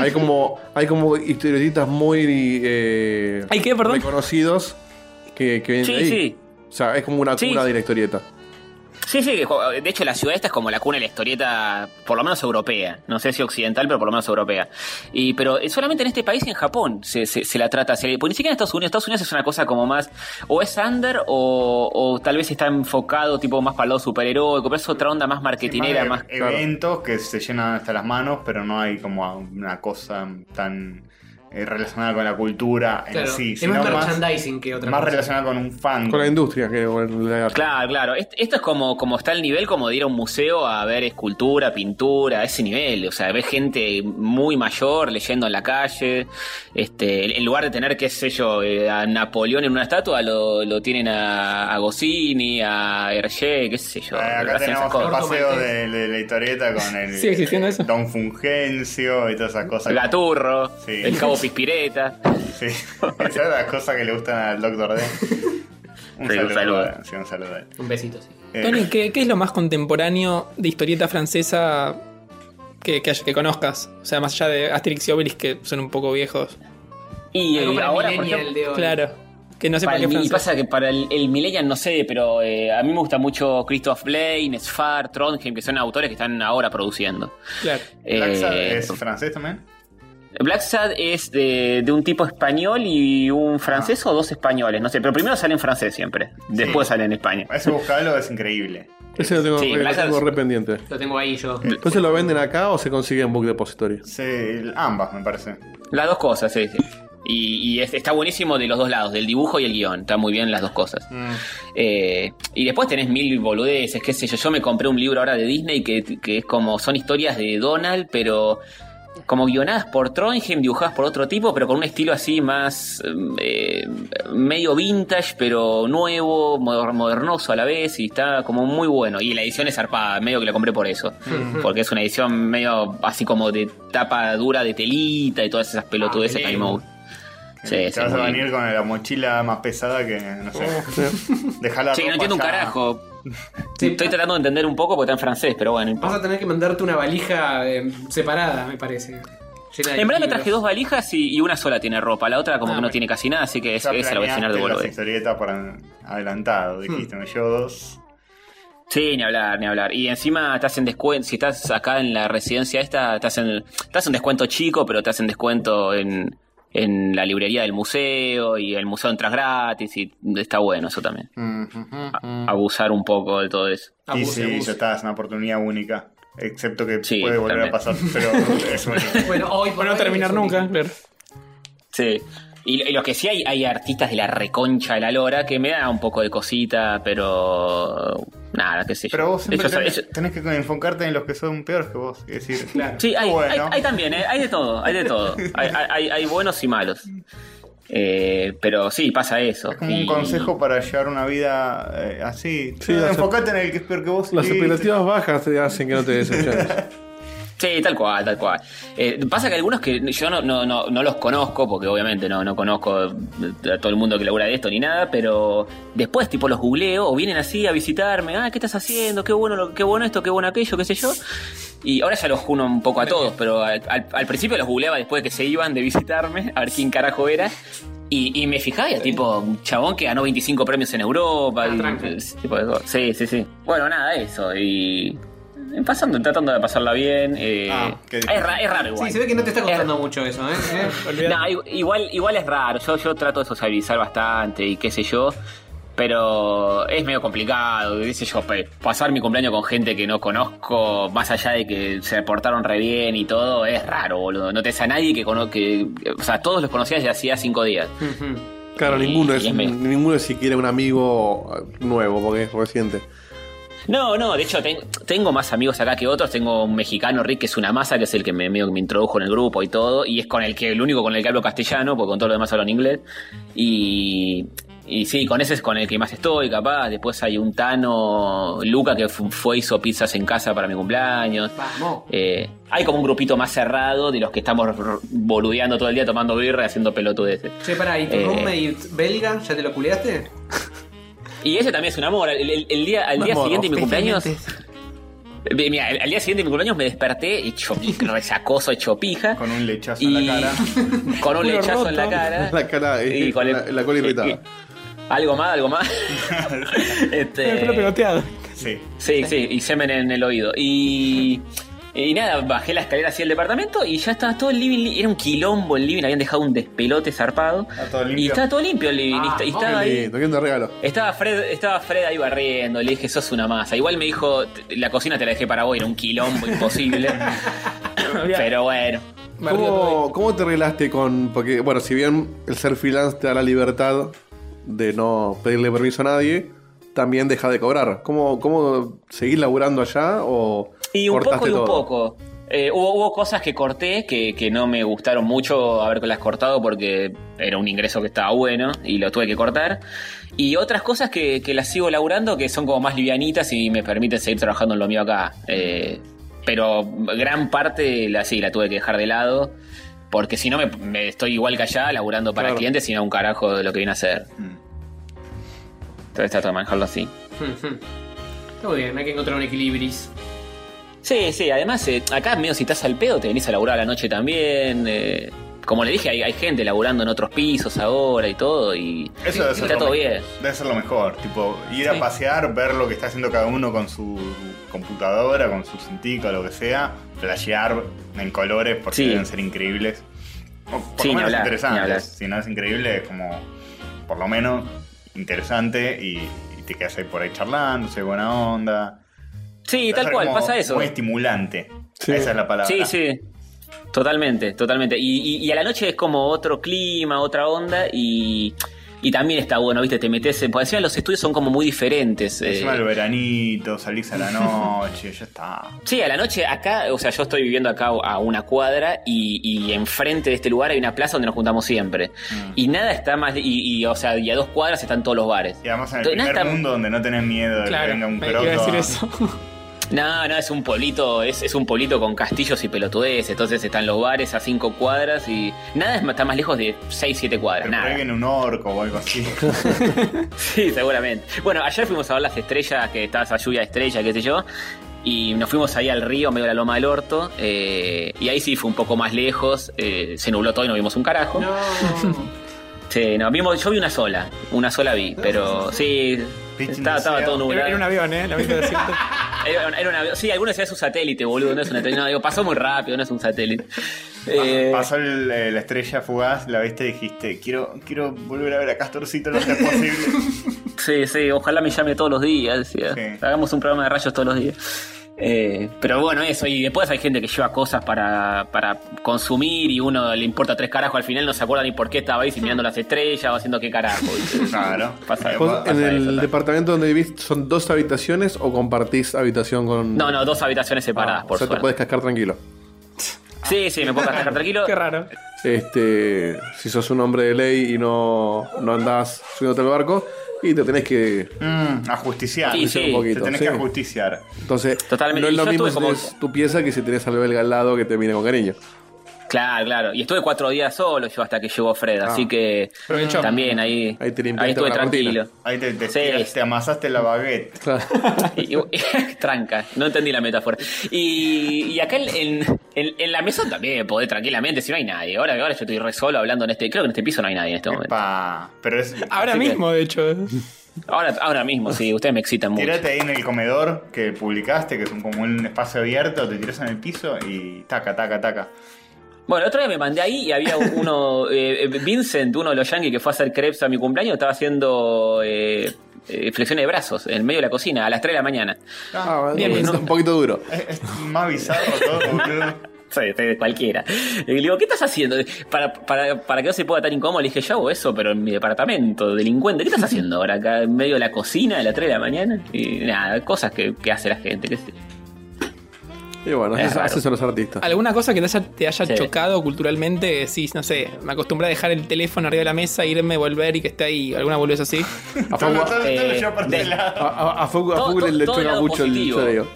[SPEAKER 5] Hay como. Hay como historietistas muy. eh,
[SPEAKER 3] ¿Hay qué, perdón?
[SPEAKER 5] Reconocidos que, que vienen
[SPEAKER 4] Sí,
[SPEAKER 5] de ahí.
[SPEAKER 4] sí.
[SPEAKER 5] O sea, es como una
[SPEAKER 4] Sí.
[SPEAKER 5] cuna de la historieta.
[SPEAKER 4] Sí, sí, que jo- de hecho la ciudad esta es como la cuna de la historieta, por lo menos europea. No sé si occidental, pero por lo menos europea. Y, pero eh, solamente en este país y en Japón se, se, se la trata así. Porque ni siquiera en Estados Unidos. Estados Unidos es una cosa como más, o es under, o, o tal vez está enfocado tipo más para el lado superheroico, pero es otra onda más marketinera,
[SPEAKER 2] Más
[SPEAKER 4] más...
[SPEAKER 2] e- eventos que se llenan hasta las manos, pero no hay como una cosa tan eh, relacionada con la cultura en
[SPEAKER 1] Claro.
[SPEAKER 2] sí,
[SPEAKER 1] es
[SPEAKER 2] sino
[SPEAKER 1] más
[SPEAKER 2] más,
[SPEAKER 1] merchandising que otra
[SPEAKER 2] más
[SPEAKER 1] cosa.
[SPEAKER 2] relacionada con un fan.
[SPEAKER 5] Con la industria que con la-
[SPEAKER 4] Claro, claro. Est- Esto es como, como está el nivel como de ir a un museo a ver escultura, pintura, a ese nivel. O sea, ves gente muy mayor leyendo en la calle. Este, en- en lugar de tener, qué sé yo, eh, a Napoleón en una estatua, lo, lo tienen a, a Goscinny, a Hergé, qué sé yo.
[SPEAKER 2] Eh, acá
[SPEAKER 4] hacen esas
[SPEAKER 2] tenemos el
[SPEAKER 4] cosas.
[SPEAKER 2] paseo
[SPEAKER 1] Corto
[SPEAKER 2] de, de la historieta con el
[SPEAKER 3] ¿Sigue existiendo eso?
[SPEAKER 2] Don Fungencio y todas esas cosas.
[SPEAKER 4] Gaturro,
[SPEAKER 2] Sí.
[SPEAKER 4] el cabo Pispireta.
[SPEAKER 2] Sí, esas son las cosas que le gustan al Doctor D. Un
[SPEAKER 4] Sí, un
[SPEAKER 2] saludo. eh,
[SPEAKER 4] saludo.
[SPEAKER 2] sí, un saludo.
[SPEAKER 1] Un besito, sí.
[SPEAKER 2] Eh,
[SPEAKER 3] Tony, ¿qué, qué es lo más contemporáneo de historieta francesa que, que, haya- que conozcas? O sea, más allá de Asterix y Obelix, que son un poco viejos.
[SPEAKER 4] Y
[SPEAKER 1] Algo
[SPEAKER 4] eh,
[SPEAKER 1] para
[SPEAKER 4] ahora, por
[SPEAKER 1] millennial
[SPEAKER 4] ejemplo,
[SPEAKER 1] de hoy.
[SPEAKER 3] Claro. Que no sé
[SPEAKER 4] Para
[SPEAKER 3] para
[SPEAKER 4] el
[SPEAKER 3] qué
[SPEAKER 4] mi- y
[SPEAKER 3] francés.
[SPEAKER 4] pasa que para el, el millennial no sé, pero eh, a mí me gusta mucho Christoph Blaine, Sfar, Trondheim, que son autores que están ahora produciendo.
[SPEAKER 3] Claro.
[SPEAKER 2] Black Sabbath
[SPEAKER 4] Eh,
[SPEAKER 2] es francés también.
[SPEAKER 4] Black Sad es de, de un tipo español y un francés o dos españoles, no sé, pero primero sale en francés siempre, después sale en España.
[SPEAKER 2] Ese buscalo es increíble.
[SPEAKER 5] Ese lo tengo,
[SPEAKER 4] Sí,
[SPEAKER 5] re- lo
[SPEAKER 4] Black
[SPEAKER 5] tengo
[SPEAKER 4] Sabbath-
[SPEAKER 5] re pendiente.
[SPEAKER 1] Lo tengo ahí yo.
[SPEAKER 5] Entonces lo venden acá o se consigue en Book Depository.
[SPEAKER 2] Se- ambas, me parece.
[SPEAKER 4] Las dos cosas, sí, sí. Y, y es- está buenísimo de los dos lados, del dibujo y el guión, está muy bien las dos cosas.
[SPEAKER 2] Mm.
[SPEAKER 4] Eh, y después tenés mil boludeces, qué sé yo. Yo me compré un libro ahora de Disney que, que es como, son historias de Donald, pero como guionadas por Trondheim, dibujadas por otro tipo, pero con un estilo así más eh, medio vintage, pero nuevo, moder- modernoso a la vez, y está como muy bueno. Y la edición es zarpada, medio que la compré por eso. Porque es una edición medio así como de tapa dura de telita y todas esas pelotudeces que a mí me
[SPEAKER 1] lindo.
[SPEAKER 4] gustan. Sí,
[SPEAKER 2] Ah, Te
[SPEAKER 4] sí,
[SPEAKER 2] vas a
[SPEAKER 4] muy bien.
[SPEAKER 2] venir con la mochila más pesada que, no sé.
[SPEAKER 3] Oh,
[SPEAKER 2] Dejar la
[SPEAKER 4] Sí, no
[SPEAKER 2] ropa
[SPEAKER 4] entiendo un
[SPEAKER 2] ya.
[SPEAKER 4] carajo.
[SPEAKER 1] Sí.
[SPEAKER 4] Estoy tratando de entender un poco porque está en francés, pero bueno. no
[SPEAKER 1] Vas
[SPEAKER 4] importa.
[SPEAKER 1] a tener que mandarte una valija eh, separada, me parece. Llena de
[SPEAKER 4] En verdad le
[SPEAKER 1] libros.
[SPEAKER 4] traje dos valijas y, y una sola tiene ropa, la otra como
[SPEAKER 1] Ah,
[SPEAKER 4] que no
[SPEAKER 1] bueno.
[SPEAKER 4] tiene casi nada, así que es-
[SPEAKER 2] Ya
[SPEAKER 4] esa la voy a llenar
[SPEAKER 2] planeaste
[SPEAKER 4] de
[SPEAKER 2] las
[SPEAKER 4] boludo.
[SPEAKER 2] historietas para adelantado.
[SPEAKER 3] Hmm.
[SPEAKER 2] Dijiste, me llevo dos.
[SPEAKER 4] Sí, ni hablar, ni hablar. Y encima te hacen descuento, si estás acá en la residencia esta, te hacen, te hacen descuento chico, pero te hacen descuento en, en la librería del museo y el museo entras gratis y está bueno eso también. Abusar un poco de todo eso.
[SPEAKER 2] Y
[SPEAKER 1] Abuse,
[SPEAKER 2] sí,
[SPEAKER 1] abuse.
[SPEAKER 2] ya está, es una oportunidad única. Excepto que
[SPEAKER 4] Sí,
[SPEAKER 2] puede volver
[SPEAKER 4] también.
[SPEAKER 2] a pasar, pero es única.
[SPEAKER 1] Bueno, hoy
[SPEAKER 3] Por no terminar nunca, claro.
[SPEAKER 4] Sí. Y, y lo que sí hay, hay artistas de la reconcha de la lora que me da un poco de cosita, pero nada, qué sé yo.
[SPEAKER 2] Pero vos siempre
[SPEAKER 4] Ellos-
[SPEAKER 2] tenés,
[SPEAKER 4] ellos-
[SPEAKER 2] tenés que enfocarte en los que son peores que vos. Es decir,
[SPEAKER 1] Claro.
[SPEAKER 4] Sí, hay,
[SPEAKER 2] Bueno.
[SPEAKER 4] hay, hay también, ¿eh? hay de todo, hay de todo. Hay, hay- hay- hay buenos y malos. Eh, pero sí, pasa eso.
[SPEAKER 2] es como un
[SPEAKER 4] Y-
[SPEAKER 2] consejo para llevar una vida eh, así.
[SPEAKER 5] Sí,
[SPEAKER 2] No,
[SPEAKER 5] las-
[SPEAKER 2] enfocate en el que es peor que vos.
[SPEAKER 5] Las
[SPEAKER 2] y-
[SPEAKER 5] expectativas bajas te hacen que no te decepciones.
[SPEAKER 4] Sí, tal cual, tal cual. Eh, pasa que algunos que yo no, no, no, no los conozco, porque obviamente no, no conozco eh, a todo el mundo que labura de esto ni nada, pero después tipo los googleo o vienen así a visitarme, ah, ¿qué estás haciendo? Qué bueno, lo- qué bueno esto, qué bueno aquello, qué sé yo. Y ahora ya los uno un poco a todos, pero al, al- al principio los googleaba después de que se iban de visitarme, a ver quién carajo era. Y, y me fijaba, y era tipo, un chabón que ganó 25 premios en Europa.
[SPEAKER 1] Ah,
[SPEAKER 4] y-
[SPEAKER 1] tranqui.
[SPEAKER 4] ese tipo de cosas. Sí, sí, sí. Bueno, nada, eso. Y pasando, tratando de pasarla bien. eh,
[SPEAKER 2] Ah, qué
[SPEAKER 4] es,
[SPEAKER 2] difícil.
[SPEAKER 4] ra- es raro igual.
[SPEAKER 1] Sí, se ve que no te está costando mucho eso, ¿eh? ¿eh?
[SPEAKER 4] No, i- igual, igual es raro. Yo, yo trato de socializar bastante y qué sé yo. Pero es medio complicado, qué sé yo, pe- pasar mi cumpleaños con gente que no conozco, más allá de que se portaron re bien y todo, es raro, boludo. No te a nadie que conozca, o sea, todos los conocías desde hacía cinco días.
[SPEAKER 1] Ujú.
[SPEAKER 5] Claro, ninguno es,
[SPEAKER 4] Y es medio-
[SPEAKER 5] ninguno es siquiera un amigo nuevo, porque es reciente.
[SPEAKER 4] No, no, de hecho ten- tengo más amigos acá que otros. Tengo un mexicano, Rick, que es una masa, que es el que me, medio que me introdujo en el grupo y todo. Y es con el que, el único con el que hablo castellano, porque con todo lo demás hablo en inglés. Y, y sí, con ese es con el que más estoy, capaz. Después hay un Tano, Luca, que fu- fue hizo pizzas en casa para mi cumpleaños.
[SPEAKER 1] Vamos.
[SPEAKER 4] Eh, hay como un grupito más cerrado de los que estamos r- boludeando todo el día tomando birra y haciendo pelotudeces.
[SPEAKER 1] Che, pará, ¿y tu
[SPEAKER 4] Eh.
[SPEAKER 1] roommate belga? ¿Ya te lo culeaste?
[SPEAKER 4] Y ese también es un amor. El, el- el día, al
[SPEAKER 5] Un
[SPEAKER 4] día
[SPEAKER 5] amor,
[SPEAKER 4] siguiente de mi cumpleaños. Eh, Mira, al al día siguiente de mi cumpleaños me desperté hecho resacoso, hecho pija.
[SPEAKER 2] Con un lechazo
[SPEAKER 4] y
[SPEAKER 2] en la cara.
[SPEAKER 4] Con un
[SPEAKER 5] Culo
[SPEAKER 4] lechazo en la
[SPEAKER 5] roto.
[SPEAKER 4] cara.
[SPEAKER 5] La cara, eh,
[SPEAKER 4] Y con el-
[SPEAKER 5] la, la cola irritada.
[SPEAKER 4] eh, Algo más, algo más.
[SPEAKER 3] El pelo
[SPEAKER 4] este,
[SPEAKER 3] Eh, pegoteado.
[SPEAKER 2] Sí.
[SPEAKER 4] sí, sí, y semen en el oído. Y. Y nada, bajé la escalera hacia el departamento y ya estaba todo el living. li- Era un quilombo el living, habían dejado un despelote zarpado.
[SPEAKER 2] Está todo limpio.
[SPEAKER 4] Y estaba todo limpio el living. y
[SPEAKER 1] Ah,
[SPEAKER 4] esta- y
[SPEAKER 1] muy
[SPEAKER 4] estaba
[SPEAKER 5] Qué
[SPEAKER 4] ahí.
[SPEAKER 5] lindo, qué lindo regalo.
[SPEAKER 4] Estaba Fred, estaba Fred ahí barriendo, le dije, sos una masa. Igual me dijo, "T- la cocina te la dejé para vos, era un quilombo imposible. pero bueno.
[SPEAKER 5] ¿Cómo, cómo te arreglaste con.? Porque, bueno, si bien el ser freelance te da la libertad de no pedirle permiso a nadie, también deja de cobrar. ¿Cómo, cómo seguís laburando allá o.?
[SPEAKER 4] Y un
[SPEAKER 5] cortaste
[SPEAKER 4] poco y un
[SPEAKER 5] todo?
[SPEAKER 4] poco. Eh, hubo, hubo cosas que corté que, que no me gustaron mucho haber las cortado porque era un ingreso que estaba bueno y lo tuve que cortar. Y otras cosas que, que las sigo laburando que son como más livianitas y me permiten seguir trabajando en lo mío acá. Eh, pero gran parte la, sí, la tuve que dejar de lado porque si no me, me estoy igual que allá laburando para
[SPEAKER 5] Claro.
[SPEAKER 4] clientes y no un carajo de lo que viene a hacer.
[SPEAKER 2] Mm.
[SPEAKER 4] Entonces trato de manejarlo así.
[SPEAKER 1] Ujú. Está muy bien, hay que encontrar un equilibris.
[SPEAKER 4] Sí, sí, además eh, acá medio si estás al pedo te venís a laburar a la noche también. eh, como le dije, hay, hay gente laburando en otros pisos ahora y todo, y,
[SPEAKER 2] Eso
[SPEAKER 4] y
[SPEAKER 2] debe ser,
[SPEAKER 4] está
[SPEAKER 2] lo
[SPEAKER 4] todo
[SPEAKER 2] me-
[SPEAKER 4] bien.
[SPEAKER 2] debe ser lo mejor. Tipo, ir
[SPEAKER 4] Sí.
[SPEAKER 2] a pasear, ver lo que está haciendo cada uno con su computadora, con su cintico, lo que sea. Flashear en colores porque
[SPEAKER 4] Sí.
[SPEAKER 2] deben ser increíbles. O por lo
[SPEAKER 4] Sí, ni
[SPEAKER 2] menos
[SPEAKER 4] hablar, ni hablar.
[SPEAKER 2] interesantes. Si no es increíble, es como, por lo menos, interesante y, y te quedas ahí por ahí charlando, se buena onda.
[SPEAKER 4] Sí,
[SPEAKER 2] Debe
[SPEAKER 4] tal
[SPEAKER 2] ser
[SPEAKER 4] cual,
[SPEAKER 2] como
[SPEAKER 4] pasa eso.
[SPEAKER 2] Muy estimulante.
[SPEAKER 5] Sí.
[SPEAKER 2] Esa es la palabra.
[SPEAKER 4] Sí, sí. Totalmente, totalmente. Y, y- y a la noche es como otro clima, otra onda y, y también está bueno, ¿viste? Te metes en... Porque encima los estudios son como muy diferentes. eh.
[SPEAKER 2] Encima el veranito, salís a la noche, ya está.
[SPEAKER 4] Sí, a la noche acá, o sea, yo estoy viviendo acá a una cuadra y, y enfrente de este lugar hay una plaza donde nos juntamos siempre.
[SPEAKER 2] Mm.
[SPEAKER 4] Y nada está más... Y, y, o sea, y a dos cuadras están todos los bares.
[SPEAKER 2] Y además en el
[SPEAKER 4] Entonces, nada
[SPEAKER 2] primer
[SPEAKER 4] está-
[SPEAKER 2] mundo donde no tenés miedo de que
[SPEAKER 3] Claro,
[SPEAKER 2] venga un
[SPEAKER 3] me
[SPEAKER 2] croto.
[SPEAKER 3] iba a decir eso.
[SPEAKER 4] No, no, es un pueblito, es, es un pueblito con castillos y pelotudeces, entonces están los bares a cinco cuadras y nada es- está más lejos de 6, 7 cuadras,
[SPEAKER 2] Pero por ahí
[SPEAKER 4] nada.
[SPEAKER 2] viene un orco o algo así.
[SPEAKER 4] Sí, seguramente. Bueno, ayer fuimos a ver las estrellas, que estaba esa lluvia de estrellas, qué sé yo, y nos fuimos ahí al río, medio de la loma del orto, eh, y ahí sí fue un poco más lejos, eh, se nubló todo y no vimos un carajo.
[SPEAKER 1] No.
[SPEAKER 4] Sí, no, vimos, yo vi una sola, una sola vi, pero sí,
[SPEAKER 2] Pitching
[SPEAKER 4] estaba, estaba
[SPEAKER 2] deseo.
[SPEAKER 4] todo nublado.
[SPEAKER 3] Era era un avión, ¿eh? La mitad de ciento.
[SPEAKER 4] Era un- era un avión. Sí, algunos es un satélite, boludo. No es un satélite. No, digo, pasó muy rápido, no es un satélite. Eh,
[SPEAKER 2] Pasó el- eh, la estrella fugaz, la viste y dijiste, quiero, quiero volver a ver a Castorcito lo antes posible.
[SPEAKER 4] sí, sí, ojalá me llame todos los días. decía.
[SPEAKER 2] Sí.
[SPEAKER 4] Hagamos un programa de rayos todos los días. Eh, pero bueno, eso. Y después hay gente que lleva cosas para, para consumir y uno le importa tres carajos. Al final no se acuerda ni por qué estaba ahí, si mirando las estrellas o haciendo qué carajo. ¿viste?
[SPEAKER 2] Claro.
[SPEAKER 4] Pasa-
[SPEAKER 2] Eh,
[SPEAKER 5] ¿Vos
[SPEAKER 2] pasa
[SPEAKER 5] en
[SPEAKER 2] eso
[SPEAKER 5] el
[SPEAKER 2] también.
[SPEAKER 5] departamento donde vivís son dos habitaciones o compartís habitación con.
[SPEAKER 4] No, no, dos habitaciones separadas,
[SPEAKER 5] Ah,
[SPEAKER 4] por
[SPEAKER 5] O sea, te
[SPEAKER 4] suerte.
[SPEAKER 5] puedes cascar tranquilo.
[SPEAKER 4] Sí, sí, me puedo cascar tranquilo.
[SPEAKER 3] Qué raro.
[SPEAKER 5] Este, si sos un hombre de ley y no, no andás subiéndote al barco y te tenés que.
[SPEAKER 2] Mm, ajusticiar.
[SPEAKER 4] Sí, sí.
[SPEAKER 5] un
[SPEAKER 2] Te
[SPEAKER 5] poquito.
[SPEAKER 2] tenés
[SPEAKER 5] sí.
[SPEAKER 2] que ajusticiar.
[SPEAKER 5] Entonces,
[SPEAKER 4] Totalmente.
[SPEAKER 5] no
[SPEAKER 4] Y
[SPEAKER 5] es lo
[SPEAKER 4] yo
[SPEAKER 5] mismo si
[SPEAKER 4] estuve como-
[SPEAKER 5] tenés tu pieza que si tenés al belga al lado que te mire con cariño.
[SPEAKER 4] Claro, claro. Y estuve cuatro días solo yo hasta que llegó Fred, así que
[SPEAKER 3] Aprovechó.
[SPEAKER 4] también ahí,
[SPEAKER 5] Ah. Ahí te limpiaste
[SPEAKER 4] ahí estuve
[SPEAKER 5] con la
[SPEAKER 4] tranquilo.
[SPEAKER 2] Ahí te, te,
[SPEAKER 4] Sí.
[SPEAKER 2] estiras, te amasaste la baguette.
[SPEAKER 5] Claro.
[SPEAKER 4] Y- y- tranca, no entendí la metáfora. Y, y acá en, en- en- en la mesa también podés tranquilamente, si no hay nadie. Ahora, ahora yo estoy re solo hablando en este, creo que en este piso no Ah, hay nadie en este momento.
[SPEAKER 2] Epa. Pero es.
[SPEAKER 3] Ahora
[SPEAKER 4] Así que-
[SPEAKER 3] mismo, de hecho.
[SPEAKER 4] Ahora, ahora mismo, sí, ustedes me excitan mucho.
[SPEAKER 2] Tirate ahí en el comedor que publicaste, que es un, como un espacio abierto, te tiras en el piso y taca, taca, taca.
[SPEAKER 4] Bueno, otra vez me mandé ahí y había uno, eh, eh, Vincent, uno de los yankees que fue a hacer crepes a mi cumpleaños, estaba haciendo eh, eh, flexiones de brazos en medio de la cocina a las 3 de la mañana.
[SPEAKER 5] Ah,
[SPEAKER 4] Bien,
[SPEAKER 5] es
[SPEAKER 4] no-
[SPEAKER 5] un poquito duro.
[SPEAKER 2] Es, es más bizarro todo, boludo.
[SPEAKER 4] Soy, soy de cualquiera. Y le digo, ¿qué estás haciendo? Para, para, para que no se pueda tan incómodo, le dije, yo hago eso, pero en mi departamento, delincuente, ¿qué estás haciendo ahora acá en medio de la cocina a las 3 de la mañana? Y nada, cosas que, que hace la gente. qué sé yo.
[SPEAKER 5] Y bueno,
[SPEAKER 4] Es
[SPEAKER 5] haces
[SPEAKER 4] raro.
[SPEAKER 5] haces a los artistas.
[SPEAKER 3] ¿Alguna cosa que te haya, te haya
[SPEAKER 4] Sí.
[SPEAKER 3] chocado culturalmente? Decís, no sé, me acostumbré a dejar el teléfono arriba de la mesa, irme, volver y que esté ahí. ¿Alguna boludez así?
[SPEAKER 5] A
[SPEAKER 2] Todo, todo,
[SPEAKER 5] Fogo-
[SPEAKER 2] todo
[SPEAKER 4] eh,
[SPEAKER 2] lo lleva para este
[SPEAKER 4] de-
[SPEAKER 2] lado.
[SPEAKER 5] a- a- a Fogo- a
[SPEAKER 4] Todo-
[SPEAKER 5] Fogo le-
[SPEAKER 4] todo-
[SPEAKER 5] le
[SPEAKER 4] todo el
[SPEAKER 5] choca
[SPEAKER 4] lado
[SPEAKER 5] mucho el
[SPEAKER 4] positivo.
[SPEAKER 5] choreo.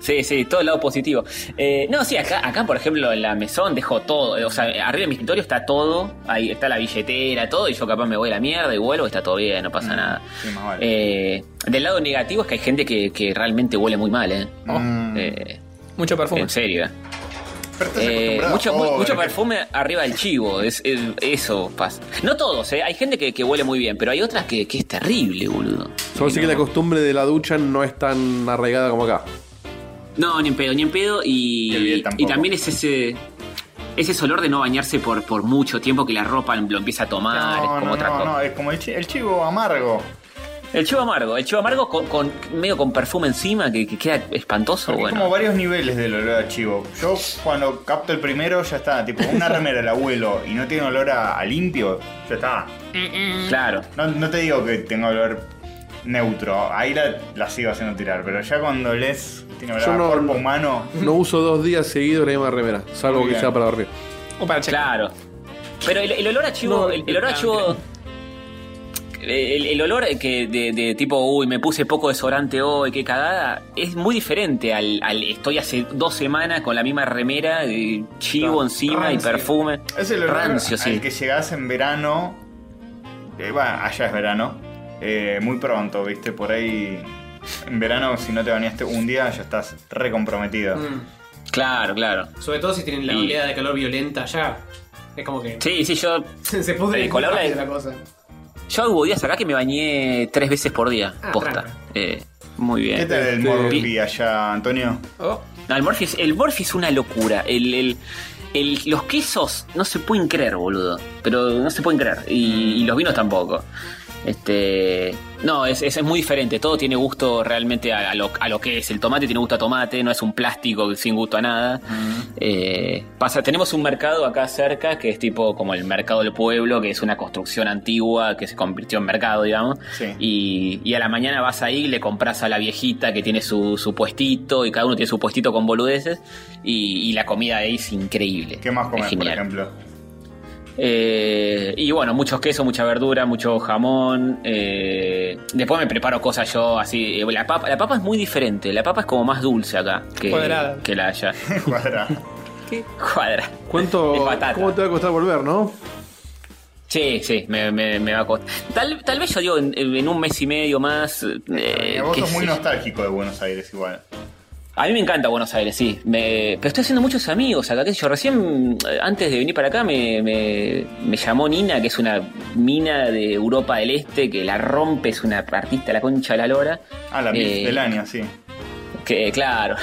[SPEAKER 4] Sí, sí, todo el lado positivo. Eh, no, sí, acá, acá, por ejemplo, en la mesón dejo todo. eh, O sea, arriba de mi escritorio está todo. Ahí está la billetera, todo. Y yo capaz me voy a la mierda y vuelvo. Está todo bien, no pasa nada.
[SPEAKER 2] Sí, más vale.
[SPEAKER 4] Eh, del lado negativo es que hay gente que, que realmente huele muy mal, ¿eh?
[SPEAKER 2] Mm.
[SPEAKER 4] Eh,
[SPEAKER 3] Mucho perfume.
[SPEAKER 4] en serio. eh.
[SPEAKER 2] Pero estás
[SPEAKER 4] Eh,
[SPEAKER 2] acostumbrado a
[SPEAKER 4] mucho, mu-
[SPEAKER 2] joder,
[SPEAKER 4] mucho
[SPEAKER 2] que-
[SPEAKER 4] perfume arriba del chivo, es, es- eso pasa. No todos, ¿eh? hay gente que, que huele muy bien, pero hay otras que, que es terrible, boludo.
[SPEAKER 5] Solo sí que la costumbre de la ducha no es tan arraigada como acá.
[SPEAKER 4] No, ni en pedo, ni en pedo.
[SPEAKER 2] Y el
[SPEAKER 4] Y,
[SPEAKER 2] bidet tampoco.
[SPEAKER 4] y también es ese es ese olor de no bañarse por, por mucho tiempo que la ropa lo empieza a tomar, es
[SPEAKER 2] No,
[SPEAKER 4] como
[SPEAKER 2] no,
[SPEAKER 4] otra
[SPEAKER 2] no,
[SPEAKER 4] cosa. Oh,
[SPEAKER 2] no, es como el, chi- el chivo amargo.
[SPEAKER 4] El chivo amargo, el chivo amargo con, con- medio con perfume encima que, que queda espantoso,
[SPEAKER 2] Porque hay
[SPEAKER 4] bueno.
[SPEAKER 2] como varios niveles del olor a chivo. Yo cuando capto el primero ya está, tipo una remera del abuelo y no tiene olor a, a limpio, ya está.
[SPEAKER 4] Claro.
[SPEAKER 2] No, no te digo que tenga olor neutro, ahí la, la sigo haciendo tirar, pero ya cuando lees tiene olor
[SPEAKER 5] Yo
[SPEAKER 2] a
[SPEAKER 5] no-
[SPEAKER 2] cuerpo humano,
[SPEAKER 5] No uso dos días seguidos la misma remera, salvo
[SPEAKER 2] Muy
[SPEAKER 5] que
[SPEAKER 2] bien.
[SPEAKER 5] sea para dormir.
[SPEAKER 3] O para checar.
[SPEAKER 4] Claro. Pero el, el olor a chivo.
[SPEAKER 3] No,
[SPEAKER 4] el, el olor a
[SPEAKER 3] no,
[SPEAKER 4] chivo. El, el olor que de, de tipo, uy, me puse poco desodorante hoy, qué cagada, es muy diferente al, al estoy hace dos semanas con la misma remera, eh, chivo
[SPEAKER 3] Claro,
[SPEAKER 4] encima y
[SPEAKER 1] rancio.
[SPEAKER 4] perfume.
[SPEAKER 2] es el olor
[SPEAKER 4] rancio,
[SPEAKER 2] al
[SPEAKER 4] sí.
[SPEAKER 2] que llegás en verano, eh, bah, allá es verano, eh, muy pronto, viste, por ahí en verano si no te bañaste un día ya estás recomprometido.
[SPEAKER 1] Mm.
[SPEAKER 4] Claro, claro.
[SPEAKER 1] Sobre todo si tienen la
[SPEAKER 4] Y-
[SPEAKER 1] oleada de calor violenta allá. Es como que
[SPEAKER 4] Sí, sí, yo.
[SPEAKER 1] se pudre
[SPEAKER 4] El color
[SPEAKER 1] rápido
[SPEAKER 4] es-
[SPEAKER 1] la cosa.
[SPEAKER 4] Yo hubo días acá que me bañé tres veces por día.
[SPEAKER 1] Ah,
[SPEAKER 4] posta.
[SPEAKER 1] tranca.
[SPEAKER 4] Eh, muy bien.
[SPEAKER 2] ¿Qué tal el
[SPEAKER 5] Este-
[SPEAKER 2] Morphy allá, Antonio?
[SPEAKER 3] Oh,
[SPEAKER 4] No, el Morphy es, el Morphy es una locura. El, el- el- los quesos no se pueden creer, boludo. Pero no se pueden creer. Y, y los vinos tampoco. Este. No, es, es, es muy diferente. Todo tiene gusto realmente a, a lo, a lo que es. El tomate tiene gusto a tomate, no es un plástico sin gusto a nada. Eh, pasa, tenemos un mercado acá cerca que es tipo como el mercado del pueblo, que es una construcción antigua que se convirtió en mercado, digamos.
[SPEAKER 2] Sí.
[SPEAKER 4] Y, y a la mañana vas ahí, le compras a la viejita que tiene su, su puestito y cada uno tiene su puestito con boludeces. Y, y la comida ahí es increíble.
[SPEAKER 2] ¿Qué más
[SPEAKER 4] Es
[SPEAKER 2] comes, por
[SPEAKER 4] genial.
[SPEAKER 2] ejemplo?
[SPEAKER 4] Eh, y bueno, muchos quesos, mucha verdura, mucho jamón. eh, después me preparo cosas yo así. eh, La papa, la papa es muy diferente. La papa es como más dulce acá que,
[SPEAKER 3] Cuadrada.
[SPEAKER 4] que la allá.
[SPEAKER 2] Cuadra.
[SPEAKER 4] Cuadra.
[SPEAKER 5] ¿Cuánto,
[SPEAKER 4] Es batata.
[SPEAKER 5] ¿Cómo te va a costar volver, no?
[SPEAKER 4] Sí, sí, me, me- me va a costar. Tal, tal vez yo digo en, en un mes y medio más. eh,
[SPEAKER 2] vos
[SPEAKER 4] qué
[SPEAKER 2] sos muy
[SPEAKER 4] sé yo.
[SPEAKER 2] nostálgico de Buenos Aires igual.
[SPEAKER 4] A mí me encanta Buenos Aires, sí. Me- pero estoy haciendo muchos amigos acá. qué sé yo recién, eh, antes de venir para acá, me, me- me llamó Nina, que es una mina de Europa del Este, que la rompe, es una artista, la concha de la lora.
[SPEAKER 2] Ah, la
[SPEAKER 4] Eh,
[SPEAKER 2] Miss del año, sí.
[SPEAKER 4] Que, claro.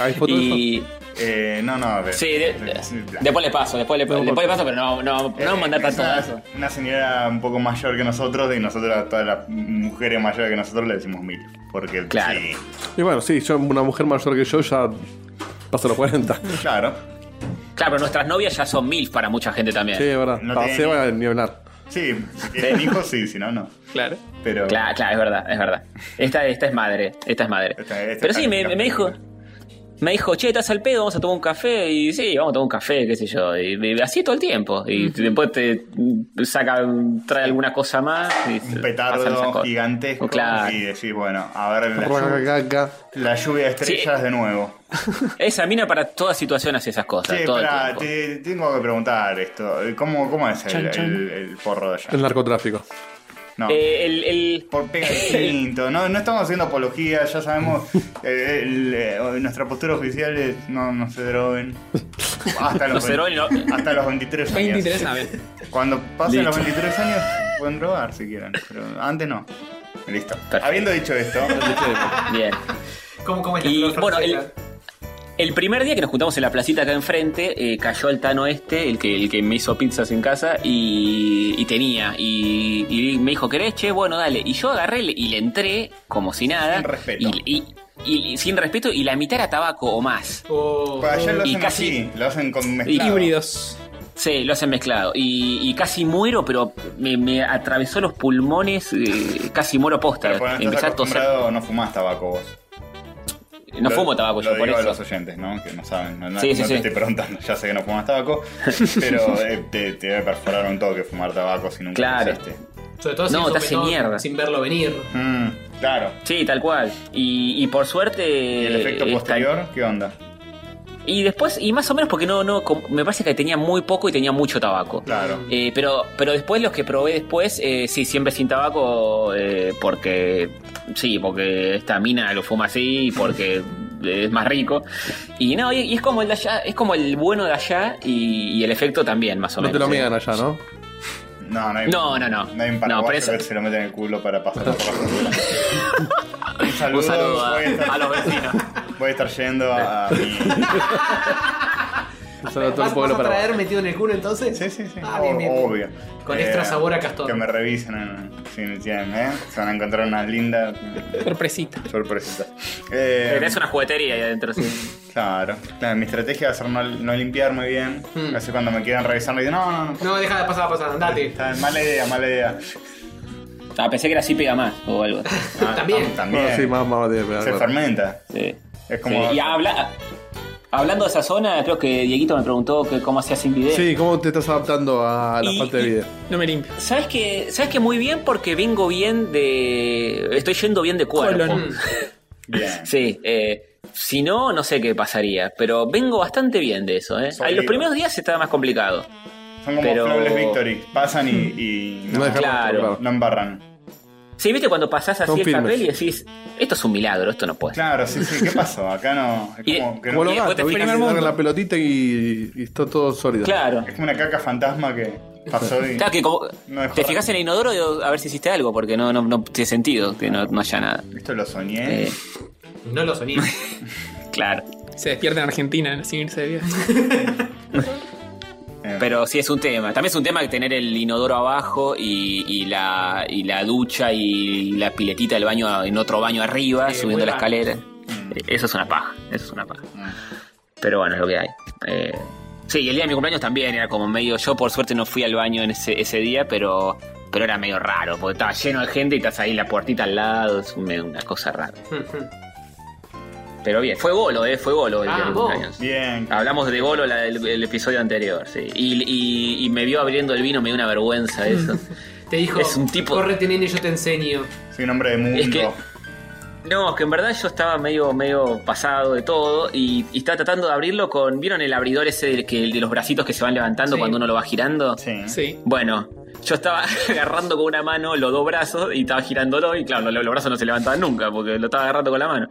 [SPEAKER 5] ¿Hay fotos de
[SPEAKER 4] y,
[SPEAKER 2] Eh, no, no, a ver.
[SPEAKER 4] sí, de-
[SPEAKER 2] Sí, bla.
[SPEAKER 4] después les paso, después les, después les paso, pero no, no, no
[SPEAKER 2] Eh,
[SPEAKER 4] vamos a mandar
[SPEAKER 2] es
[SPEAKER 4] tanto
[SPEAKER 2] una-
[SPEAKER 4] eso.
[SPEAKER 2] Una señora un poco mayor que nosotros y nosotros a todas las mujeres mayores que nosotros le decimos mil. Porque
[SPEAKER 4] Claro.
[SPEAKER 2] sí,
[SPEAKER 5] Y bueno, sí, yo, una mujer mayor que yo ya pasa los 40.
[SPEAKER 2] claro.
[SPEAKER 4] Claro, pero nuestras novias ya son mil para mucha gente también.
[SPEAKER 5] Sí, es verdad.
[SPEAKER 2] No
[SPEAKER 5] Pasé,
[SPEAKER 2] tiene-
[SPEAKER 5] bueno, ni hablar.
[SPEAKER 2] Sí, si tienen hijos sí, si no, no.
[SPEAKER 3] claro.
[SPEAKER 2] Pero
[SPEAKER 4] Claro, claro, es verdad, es verdad. Esta, esta es madre, esta es madre.
[SPEAKER 2] Esta- esta
[SPEAKER 4] Pero
[SPEAKER 2] está
[SPEAKER 4] sí, me,
[SPEAKER 2] bien,
[SPEAKER 4] me dijo.
[SPEAKER 2] también.
[SPEAKER 4] Me dijo, che, estás al pedo, vamos a tomar un café. Y sí, vamos a tomar un café, qué sé yo. Y, y así todo el tiempo. Y después te saca, trae alguna cosa más. Y
[SPEAKER 2] un
[SPEAKER 4] pasan esas
[SPEAKER 2] petardo
[SPEAKER 4] cosas.
[SPEAKER 2] gigantesco
[SPEAKER 4] Claro.
[SPEAKER 2] y decís, bueno, a ver la, llu-
[SPEAKER 5] Racacaca.
[SPEAKER 2] la lluvia de estrellas de nuevo.
[SPEAKER 4] Esa mina para toda situación hace esas cosas.
[SPEAKER 2] Che,
[SPEAKER 4] todo el
[SPEAKER 2] pará,
[SPEAKER 4] tiempo.
[SPEAKER 2] te tengo que preguntar esto. ¿Cómo, cómo es el,
[SPEAKER 3] Chan, chan.
[SPEAKER 2] el- el porro de allá?
[SPEAKER 5] El narcotráfico.
[SPEAKER 2] No.
[SPEAKER 4] Eh, el, el-
[SPEAKER 2] Por pega distinto, no, no estamos haciendo apología, ya sabemos, eh, el, eh, nuestra postura oficial es no, no se droguen. Hasta los,
[SPEAKER 4] No se droguen, no.
[SPEAKER 2] hasta los 23 años.
[SPEAKER 3] 23 naves.
[SPEAKER 2] Cuando pasen los
[SPEAKER 4] Listo.
[SPEAKER 2] 23 años pueden drogar si quieren, pero antes no. Listo.
[SPEAKER 4] Perfecto.
[SPEAKER 2] Habiendo dicho esto,
[SPEAKER 4] Bien.
[SPEAKER 1] ¿Cómo, cómo es la
[SPEAKER 4] Y,
[SPEAKER 1] flor
[SPEAKER 4] bueno, el-
[SPEAKER 1] francesa?
[SPEAKER 4] El primer día que nos juntamos en la placita acá enfrente, eh, cayó el Tano este, el que, el que me hizo pizzas en casa, y, y tenía. Y, y me dijo, ¿querés? Che, bueno, dale. Y yo agarré le- y le entré como si nada.
[SPEAKER 2] Sin respeto.
[SPEAKER 4] Y, y- y sin respeto, y la mitad era tabaco o más.
[SPEAKER 1] Oh,
[SPEAKER 2] para allá lo
[SPEAKER 4] Y
[SPEAKER 2] hacen
[SPEAKER 4] casi-
[SPEAKER 2] así, lo hacen con
[SPEAKER 3] Y
[SPEAKER 2] mezclado.
[SPEAKER 3] Híbridos.
[SPEAKER 4] Sí, lo hacen mezclado. Y, y casi muero, pero me, me atravesó los pulmones, eh, casi muero posta.
[SPEAKER 2] Pero cuando
[SPEAKER 4] Empecé
[SPEAKER 2] estás
[SPEAKER 4] a toser.
[SPEAKER 2] acostumbrado no fumás tabaco vos.
[SPEAKER 4] No
[SPEAKER 2] Lo-
[SPEAKER 4] fumo tabaco
[SPEAKER 2] lo
[SPEAKER 4] yo, por
[SPEAKER 2] digo a
[SPEAKER 4] eso.
[SPEAKER 2] los oyentes, ¿no? Que no saben, no, no-
[SPEAKER 4] Sí,
[SPEAKER 2] no
[SPEAKER 4] sí,
[SPEAKER 2] te
[SPEAKER 4] sí.
[SPEAKER 2] estoy preguntando, ya sé que no fumas tabaco, pero eh, te, te debe perforar un toque fumar tabaco si nunca
[SPEAKER 4] Claro.
[SPEAKER 2] lo hiciste.
[SPEAKER 1] sobre todo si
[SPEAKER 4] no,
[SPEAKER 1] es
[SPEAKER 4] te hace
[SPEAKER 1] sopetón,
[SPEAKER 4] mierda.
[SPEAKER 1] sin verlo venir.
[SPEAKER 2] Mm, claro.
[SPEAKER 4] Sí, tal cual. Y, y por suerte.
[SPEAKER 2] ¿Y el efecto
[SPEAKER 4] eh,
[SPEAKER 2] posterior? ¿Qué onda?
[SPEAKER 4] Y después, y más o menos porque no, no, com- me parece que tenía muy poco y tenía mucho tabaco.
[SPEAKER 2] Claro.
[SPEAKER 4] Eh, pero, pero después los que probé después, eh, sí, siempre sin tabaco, eh, porque sí, porque esta mina lo fuma así, y porque es más rico. Y no, y, y es como el de allá, es como el bueno de allá y, y el efecto también, más o
[SPEAKER 5] No te
[SPEAKER 4] menos.
[SPEAKER 5] lo
[SPEAKER 4] sí.
[SPEAKER 5] miran allá, ¿no?
[SPEAKER 2] No, no hay,
[SPEAKER 4] Mm. No, no, no.
[SPEAKER 2] No hay un
[SPEAKER 4] No,
[SPEAKER 2] paraguayo
[SPEAKER 4] pero eso-
[SPEAKER 2] que se lo mete en el culo para pasar por la- Un saludo.
[SPEAKER 4] Un saludo a,
[SPEAKER 2] voy, a estar,
[SPEAKER 4] a los vecinos.
[SPEAKER 2] voy a estar yendo a, a mi.
[SPEAKER 5] Un saludo a todo el
[SPEAKER 1] ¿Vas,
[SPEAKER 5] pueblo
[SPEAKER 1] vas a traer
[SPEAKER 5] paraguayo.
[SPEAKER 1] metido en el culo entonces?
[SPEAKER 2] Sí, sí, sí.
[SPEAKER 1] Ah,
[SPEAKER 2] o-
[SPEAKER 1] bien, bien.
[SPEAKER 2] Obvio. Eh,
[SPEAKER 1] Con extra sabor a castor.
[SPEAKER 2] Que me revisen. eh, Si me tienen, ¿eh? Se van a encontrar una linda eh,
[SPEAKER 3] Sorpresita.
[SPEAKER 2] sorpresita. Eh,
[SPEAKER 4] Tenés una juguetería ahí adentro. sí.
[SPEAKER 2] Claro, claro, mi estrategia va a ser no, no limpiarme bien.
[SPEAKER 1] Hmm.
[SPEAKER 2] Así cuando me quieran revisar, me dicen, no, no, no.
[SPEAKER 1] No, deja de pasar, pasar, andate.
[SPEAKER 2] Está, mala idea, mala idea.
[SPEAKER 4] Ah, pensé que era así pega más o algo.
[SPEAKER 2] Ah,
[SPEAKER 1] También.
[SPEAKER 2] También.
[SPEAKER 5] Bueno, sí, más, más de
[SPEAKER 2] Se fermenta.
[SPEAKER 4] Sí.
[SPEAKER 2] Es como.
[SPEAKER 4] Sí, Y habla- hablando de esa zona, creo que Dieguito me preguntó que cómo hacía sin video.
[SPEAKER 5] Sí, ¿cómo te estás adaptando a la
[SPEAKER 4] Y-
[SPEAKER 5] falta de
[SPEAKER 4] y-
[SPEAKER 5] vida?
[SPEAKER 3] No me limpio.
[SPEAKER 4] ¿Sabes que ¿Sabes que Muy bien porque vengo bien de... Estoy yendo bien de cuerpo.
[SPEAKER 3] Colon.
[SPEAKER 2] Bien.
[SPEAKER 4] Sí, eh, si no, no sé qué pasaría. Pero vengo bastante bien de eso. ¿eh?
[SPEAKER 2] Sólido.
[SPEAKER 4] Los primeros días estaba más complicado.
[SPEAKER 2] Son como
[SPEAKER 4] pero-
[SPEAKER 2] Flawless Victory. Pasan y. y
[SPEAKER 5] No dejan
[SPEAKER 4] claro.
[SPEAKER 5] controlar.
[SPEAKER 2] no embarran.
[SPEAKER 4] Sí, viste cuando pasás así
[SPEAKER 5] Son
[SPEAKER 4] el
[SPEAKER 5] firmes.
[SPEAKER 4] papel y decís, esto es un milagro, esto no puede. ser".
[SPEAKER 2] Claro, sí, sí. ¿Qué pasó? Acá no. Es
[SPEAKER 4] Y-
[SPEAKER 2] como, que no-
[SPEAKER 5] Como los
[SPEAKER 4] después
[SPEAKER 5] gatos,
[SPEAKER 4] te
[SPEAKER 5] ¿viste?
[SPEAKER 4] fijas
[SPEAKER 5] Le
[SPEAKER 4] en el
[SPEAKER 5] agarran
[SPEAKER 4] mundo.
[SPEAKER 5] la pelotita y, y está todo sólido.
[SPEAKER 4] Claro.
[SPEAKER 2] es como una caca fantasma que pasó y.
[SPEAKER 4] Claro que como
[SPEAKER 2] No es
[SPEAKER 4] te
[SPEAKER 2] joda.
[SPEAKER 4] fijas en el inodoro y digo, a ver si hiciste algo, porque no, no, no tiene sentido que no, no haya nada.
[SPEAKER 2] Esto lo soñé.
[SPEAKER 4] Eh,
[SPEAKER 1] No lo soñé.
[SPEAKER 4] claro.
[SPEAKER 3] Se despierta en Argentina sin irse de viaje.
[SPEAKER 2] Eh,
[SPEAKER 4] Pero sí es un tema. También es un tema que tener el inodoro abajo y, y la, y la ducha y la piletita del baño a- en otro baño arriba,
[SPEAKER 1] Sí, muy
[SPEAKER 4] subiendo
[SPEAKER 1] Mm.
[SPEAKER 4] la
[SPEAKER 1] raro.
[SPEAKER 4] escalera. Eh, Eso es una paja, eso es una paja. Pero bueno, es lo que hay. Eh, sí, y el día de mi cumpleaños también era como medio. Yo por suerte no fui al baño en ese, ese día, pero, pero era medio raro, porque estaba lleno de gente y estás ahí la puertita al lado, es un- una cosa rara. Pero bien, fue golo, eh, fue golo el día de mi
[SPEAKER 1] Vamos.
[SPEAKER 4] cumpleaños.
[SPEAKER 2] Bien.
[SPEAKER 4] Hablamos de Golo la- el, el episodio anterior, sí. Y, y- y me vio abriendo el vino, me dio una vergüenza eso.
[SPEAKER 1] Te dijo,
[SPEAKER 4] Es un tipo-
[SPEAKER 1] correte nene, yo te enseño.
[SPEAKER 2] Soy un hombre de mundo.
[SPEAKER 4] Es que- no, que en verdad yo estaba medio, medio pasado de todo y, y estaba tratando de abrirlo con. ¿Vieron el abridor ese del que- de, los bracitos que se van levantando
[SPEAKER 1] Sí.
[SPEAKER 4] cuando uno lo va girando?
[SPEAKER 2] Sí.
[SPEAKER 3] Sí.
[SPEAKER 4] Bueno, yo estaba agarrando con una mano los dos brazos y estaba girándolo y claro, los, los brazos no se levantaban nunca porque lo estaba agarrando con la mano.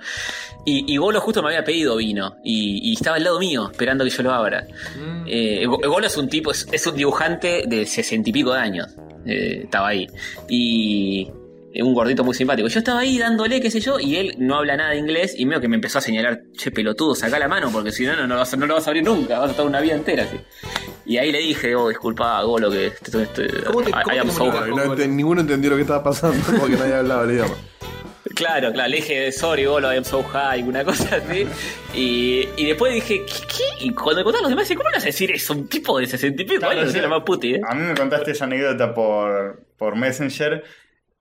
[SPEAKER 4] Y, y Golo justo me había pedido vino y, y estaba al lado mío esperando que yo lo abra.
[SPEAKER 1] Mm.
[SPEAKER 4] Eh, Go- Golo es un tipo, es, es un dibujante de sesenta y pico de años. Eh, estaba ahí. Y eh, un gordito muy simpático. Yo estaba ahí dándole, qué sé yo, y él no habla nada de inglés y medio que me empezó a señalar, che, pelotudo, saca la mano, porque si no, no, no, vas, a- no lo vas a abrir nunca, vas a estar una vida entera. así. Y ahí le dije, oh, disculpa, Golo, que esto- esto-
[SPEAKER 1] ¿Cómo te-
[SPEAKER 4] I- I
[SPEAKER 1] cómo te
[SPEAKER 4] am so-
[SPEAKER 1] comunicas?
[SPEAKER 5] Claro, y no ent- ninguno entendió lo que estaba pasando porque nadie hablaba el idioma.
[SPEAKER 4] Claro, claro, le dije, sorry, Golo, I am so high, una cosa así. Y, y después dije, ¿qué? qué?". Y cuando me contaron los demás, dije, ¿cómo le vas a decir eso? a Un tipo de sesenta y pico
[SPEAKER 2] Claro,
[SPEAKER 4] años,
[SPEAKER 2] sí.
[SPEAKER 4] es la más puti, ¿eh?
[SPEAKER 2] A mí me contaste esa anécdota por, por Messenger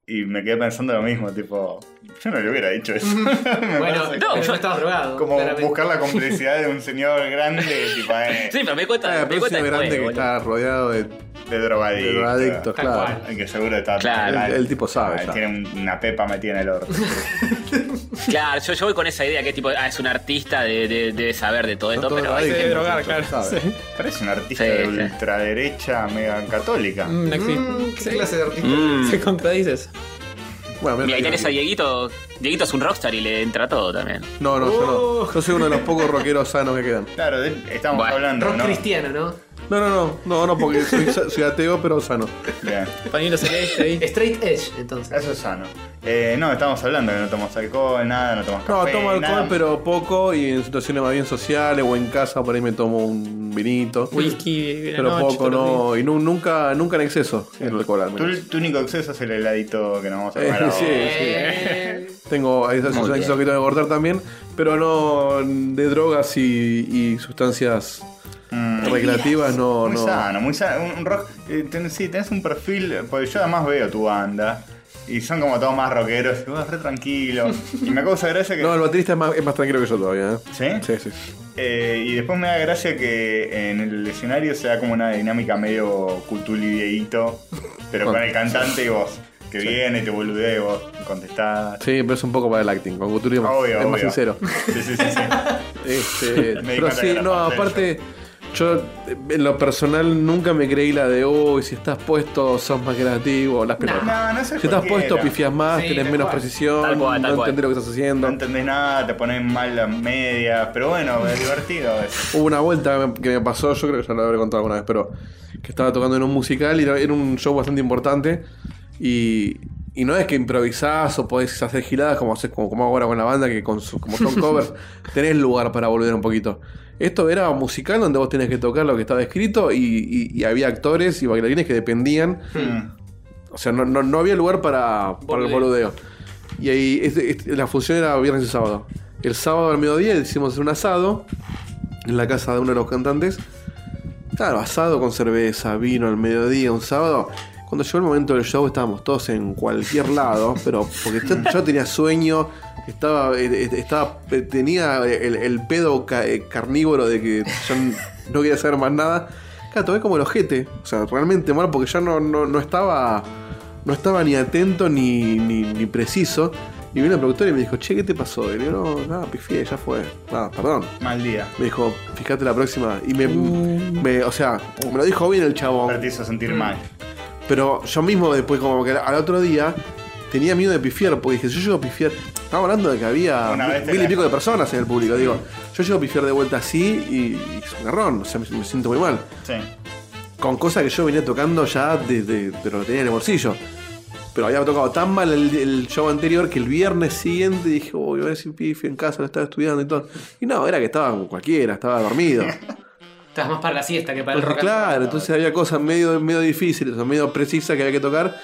[SPEAKER 2] y me quedé pensando lo mismo, tipo, yo no le hubiera dicho eso. Me
[SPEAKER 1] Bueno,
[SPEAKER 2] parece
[SPEAKER 1] no,
[SPEAKER 2] que-
[SPEAKER 1] yo estaba drogado.
[SPEAKER 2] como
[SPEAKER 1] claramente.
[SPEAKER 2] buscar la complicidad de un señor grande, tipo, eh,
[SPEAKER 4] Sí, pero me di cuenta,
[SPEAKER 5] Ah,
[SPEAKER 4] me di
[SPEAKER 5] pero
[SPEAKER 4] cuenta
[SPEAKER 5] ese
[SPEAKER 4] después,
[SPEAKER 5] grande que
[SPEAKER 4] boludo.
[SPEAKER 5] está rodeado de,
[SPEAKER 2] de drogadicto.
[SPEAKER 5] de
[SPEAKER 1] Tal
[SPEAKER 5] drogadictos, claro.
[SPEAKER 1] cual.
[SPEAKER 2] El que seguro está.
[SPEAKER 4] Claro,
[SPEAKER 5] el- el tipo sabe,
[SPEAKER 2] Ah,
[SPEAKER 5] ya.
[SPEAKER 2] Tiene un- una pepa metida en el horno.
[SPEAKER 4] Claro, yo, yo voy con esa idea que tipo, ah, es un artista, de- de- debe saber de todo
[SPEAKER 5] Son
[SPEAKER 4] esto,
[SPEAKER 5] todos
[SPEAKER 4] pero...
[SPEAKER 3] Se
[SPEAKER 5] drogadictos,
[SPEAKER 3] debe drogar,
[SPEAKER 5] muchachos,
[SPEAKER 3] claro.
[SPEAKER 5] ¿sabes?
[SPEAKER 3] Sí.
[SPEAKER 2] Parece un artista
[SPEAKER 4] Sí,
[SPEAKER 2] de
[SPEAKER 4] sí.
[SPEAKER 2] ultraderecha mega católica.
[SPEAKER 3] Mm, no existe.
[SPEAKER 1] Mm, ¿Qué
[SPEAKER 3] Sí.
[SPEAKER 1] clase de artista?
[SPEAKER 4] Mm.
[SPEAKER 3] Se contradices.
[SPEAKER 5] Bueno,
[SPEAKER 4] Mira, ahí
[SPEAKER 5] mira,
[SPEAKER 4] tenés a Dieguito. Dieguito es un rockstar y le entra todo también.
[SPEAKER 5] No, no,
[SPEAKER 4] Uh.
[SPEAKER 5] yo no. Yo soy uno de los pocos rockeros sanos que quedan.
[SPEAKER 2] Claro, de- estamos
[SPEAKER 4] Bueno,
[SPEAKER 2] hablando,
[SPEAKER 1] Rock
[SPEAKER 2] ¿no?
[SPEAKER 1] cristiano, ¿no?
[SPEAKER 5] No, no, no, no, no, porque soy, soy ateo, pero sano.
[SPEAKER 2] Bien,
[SPEAKER 3] Pañuelo celeste ahí.
[SPEAKER 1] Straight edge, entonces.
[SPEAKER 2] Eso es sano. Eh, no, estamos hablando que no tomas alcohol, nada, no tomas
[SPEAKER 5] No,
[SPEAKER 2] café.
[SPEAKER 5] tomo alcohol,
[SPEAKER 2] nada.
[SPEAKER 5] pero poco y en situaciones más bien sociales o en casa, por ahí me tomo un vinito.
[SPEAKER 3] Whisky de la
[SPEAKER 5] Pero
[SPEAKER 3] noche,
[SPEAKER 5] poco,
[SPEAKER 3] todos los días.
[SPEAKER 5] no. Y nu- nunca, nunca en exceso el alcohol, al menos.
[SPEAKER 2] Tu, tu único exceso es el heladito que nos vamos a
[SPEAKER 5] Eh,
[SPEAKER 2] comer ahora.
[SPEAKER 5] sí.
[SPEAKER 1] Eh,
[SPEAKER 5] Tengo
[SPEAKER 4] Muy
[SPEAKER 5] esos esos
[SPEAKER 4] bien.
[SPEAKER 5] excesos que tengo que cortar también, pero no de drogas y, y sustancias
[SPEAKER 2] Mm,
[SPEAKER 5] recreativas, no,
[SPEAKER 2] muy
[SPEAKER 5] no.
[SPEAKER 2] sano, muy sano. Un, un rock. eh, ten- sí, tenés un perfil. eh, Porque yo además veo tu banda. Y son como todos más rockeros. Y vos re tranquilo. y me causa gracia que.
[SPEAKER 5] No, el baterista es más, es más tranquilo que yo todavía. ¿eh?
[SPEAKER 2] ¿Sí?
[SPEAKER 5] Sí, sí.
[SPEAKER 2] Eh, y después me da gracia que en el escenario sea como una dinámica medio cultulidieito, pero con el cantante y vos, que viene, te boludea y vos contestás.
[SPEAKER 5] Sí, pero es un poco para el acting. Con Couture es más,
[SPEAKER 2] Obvio,
[SPEAKER 5] es más
[SPEAKER 2] obvio.
[SPEAKER 5] sincero.
[SPEAKER 2] Sí, sí, sí. sí.
[SPEAKER 5] Este,
[SPEAKER 2] Me di
[SPEAKER 5] pero
[SPEAKER 2] cuenta que
[SPEAKER 5] sí,
[SPEAKER 2] era
[SPEAKER 5] no,
[SPEAKER 2] parte de
[SPEAKER 5] aparte, yo eh, en lo personal nunca me creí la de, uy, si estás puesto sos más creativo, las pelotas.
[SPEAKER 2] No, no sé
[SPEAKER 5] Si estás
[SPEAKER 2] cualquiera.
[SPEAKER 5] puesto, pifias más,
[SPEAKER 1] Sí,
[SPEAKER 5] tenés
[SPEAKER 1] tal
[SPEAKER 5] menos
[SPEAKER 1] cual.
[SPEAKER 5] precisión,
[SPEAKER 4] Tal cual, tal
[SPEAKER 5] no
[SPEAKER 4] cual.
[SPEAKER 5] entendés lo que estás haciendo.
[SPEAKER 2] No entendés nada, te ponen mal las medias, pero bueno, es divertido a veces.
[SPEAKER 5] Hubo una vuelta que me- que me pasó, yo creo que ya lo habré contado alguna vez, pero que estaba tocando en un musical y era era un show bastante importante. Y, y no es que improvisás o podés hacer giladas como, haces- como, como hago ahora con la banda, que con su- como son covers, tenés lugar para volver un poquito. Esto era un musical donde vos tenés que tocar lo que estaba escrito y, y- y había actores y bailarines que dependían. O sea, no, no- no había lugar para, para el
[SPEAKER 1] Boludeo.
[SPEAKER 5] boludeo. Y ahí este- este- la función era viernes y sábado. El sábado al mediodía hicimos hacer un asado en la casa de uno de los cantantes. Claro, asado con cerveza, vino al mediodía, un sábado. Cuando llegó el momento del show estábamos todos en cualquier lado, pero porque yo, yo tenía sueño, estaba, eh, eh, estaba eh, tenía el, el pedo ca- eh, carnívoro de que yo n- no quería hacer más nada. Claro, tomé como el ojete, o sea, realmente mal, porque ya no, no, no estaba no estaba ni atento ni, ni, ni preciso. Y vino el productor y me dijo, che, ¿qué te pasó? Y le digo, no, nada, pifié, ya fue. Nada, perdón.
[SPEAKER 2] Mal día.
[SPEAKER 5] Me dijo, fíjate la próxima. Y me, me- o sea, me lo Oh. dijo bien el chabón.
[SPEAKER 2] Pero te hizo sentir mal.
[SPEAKER 5] Pero yo mismo después, como que al otro día, tenía miedo de pifiar, porque dije, si yo llego a pifiar. Estaba hablando de que había
[SPEAKER 2] Una vez te
[SPEAKER 5] mil y
[SPEAKER 2] la-
[SPEAKER 5] pico de personas en el público. Digo, yo llego a pifiar de vuelta así y, y es un garrón, o sea, me, me siento muy mal.
[SPEAKER 2] Sí.
[SPEAKER 5] Con cosas que yo venía tocando ya desde pero lo tenía en el bolsillo. Pero había tocado tan mal el, el show anterior que el viernes siguiente dije, oh, voy a ver si pifio en casa, lo estaba estudiando y todo. Y no, era que estaba con cualquiera, estaba dormido.
[SPEAKER 1] Estás más para la siesta que para el
[SPEAKER 5] Porque
[SPEAKER 1] rock. and roll.
[SPEAKER 5] claro, entonces había cosas medio, medio difíciles, o medio precisas que había que tocar.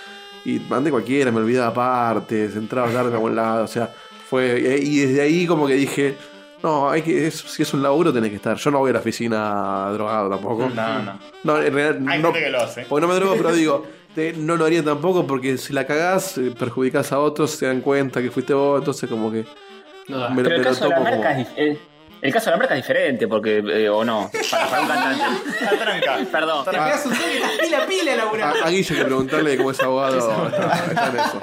[SPEAKER 5] Y mandé cualquiera, me olvidaba partes, entraba tarde en algún lado. O sea, fue. eh, Y desde ahí como que dije. No, hay que, es- si es un laburo tenés que estar. Yo no voy a la oficina drogado tampoco.
[SPEAKER 2] No, no.
[SPEAKER 5] No, en realidad
[SPEAKER 2] Hay
[SPEAKER 5] no,
[SPEAKER 2] gente que lo hace.
[SPEAKER 5] Porque no me drogo, pero digo, te- no lo haría tampoco porque si la cagás, eh, perjudicás a otros, se dan cuenta que fuiste vos, entonces como que
[SPEAKER 1] No da.
[SPEAKER 5] me,
[SPEAKER 4] Ah. Pero
[SPEAKER 5] me
[SPEAKER 4] el
[SPEAKER 5] lo
[SPEAKER 4] caso de la
[SPEAKER 5] tomo
[SPEAKER 4] marca
[SPEAKER 5] como...
[SPEAKER 4] es dif- eh, el caso de la marca es diferente, porque. eh, o no. Para, para un cantante.
[SPEAKER 2] La tranca.
[SPEAKER 4] Perdón.
[SPEAKER 1] Te pegas un toque y estás pila a pila
[SPEAKER 5] A,
[SPEAKER 1] laburando.
[SPEAKER 5] a Guille que preguntarle cómo es abogado. está- está en eso.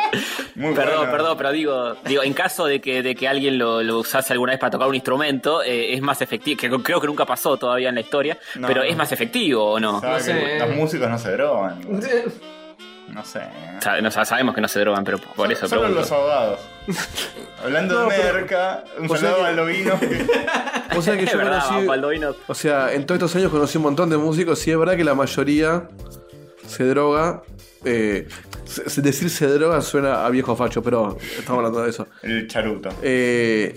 [SPEAKER 2] Muy
[SPEAKER 4] Perdón,
[SPEAKER 2] bueno.
[SPEAKER 4] perdón, pero digo, digo, en caso de que, de que alguien lo, lo usase alguna vez para tocar un instrumento, eh, es más efectivo, que creo que nunca pasó todavía en la historia,
[SPEAKER 2] No,
[SPEAKER 4] pero
[SPEAKER 2] no.
[SPEAKER 4] es más efectivo o no.
[SPEAKER 2] Sabe
[SPEAKER 1] No sé.
[SPEAKER 2] que Los músicos no se drogan. güey.
[SPEAKER 5] Ah.
[SPEAKER 2] No sé.
[SPEAKER 4] Sa- no, sa- sabemos que no se drogan, pero por eso
[SPEAKER 2] Solo
[SPEAKER 4] pregunto.
[SPEAKER 2] los abogados. Hablando
[SPEAKER 5] No,
[SPEAKER 2] de
[SPEAKER 5] pero-
[SPEAKER 2] merca, un
[SPEAKER 5] o sea
[SPEAKER 2] saludo
[SPEAKER 5] que-
[SPEAKER 2] al Lobino.
[SPEAKER 5] O sea que
[SPEAKER 4] Es
[SPEAKER 5] yo
[SPEAKER 4] verdad,
[SPEAKER 5] conocí.
[SPEAKER 4] Balduino.
[SPEAKER 5] O sea, en todos estos años conocí un montón de músicos y es verdad que la mayoría se droga. eh, se- se- decir se droga suena a viejo facho, pero estamos hablando de eso.
[SPEAKER 2] El charuto.
[SPEAKER 5] Eh,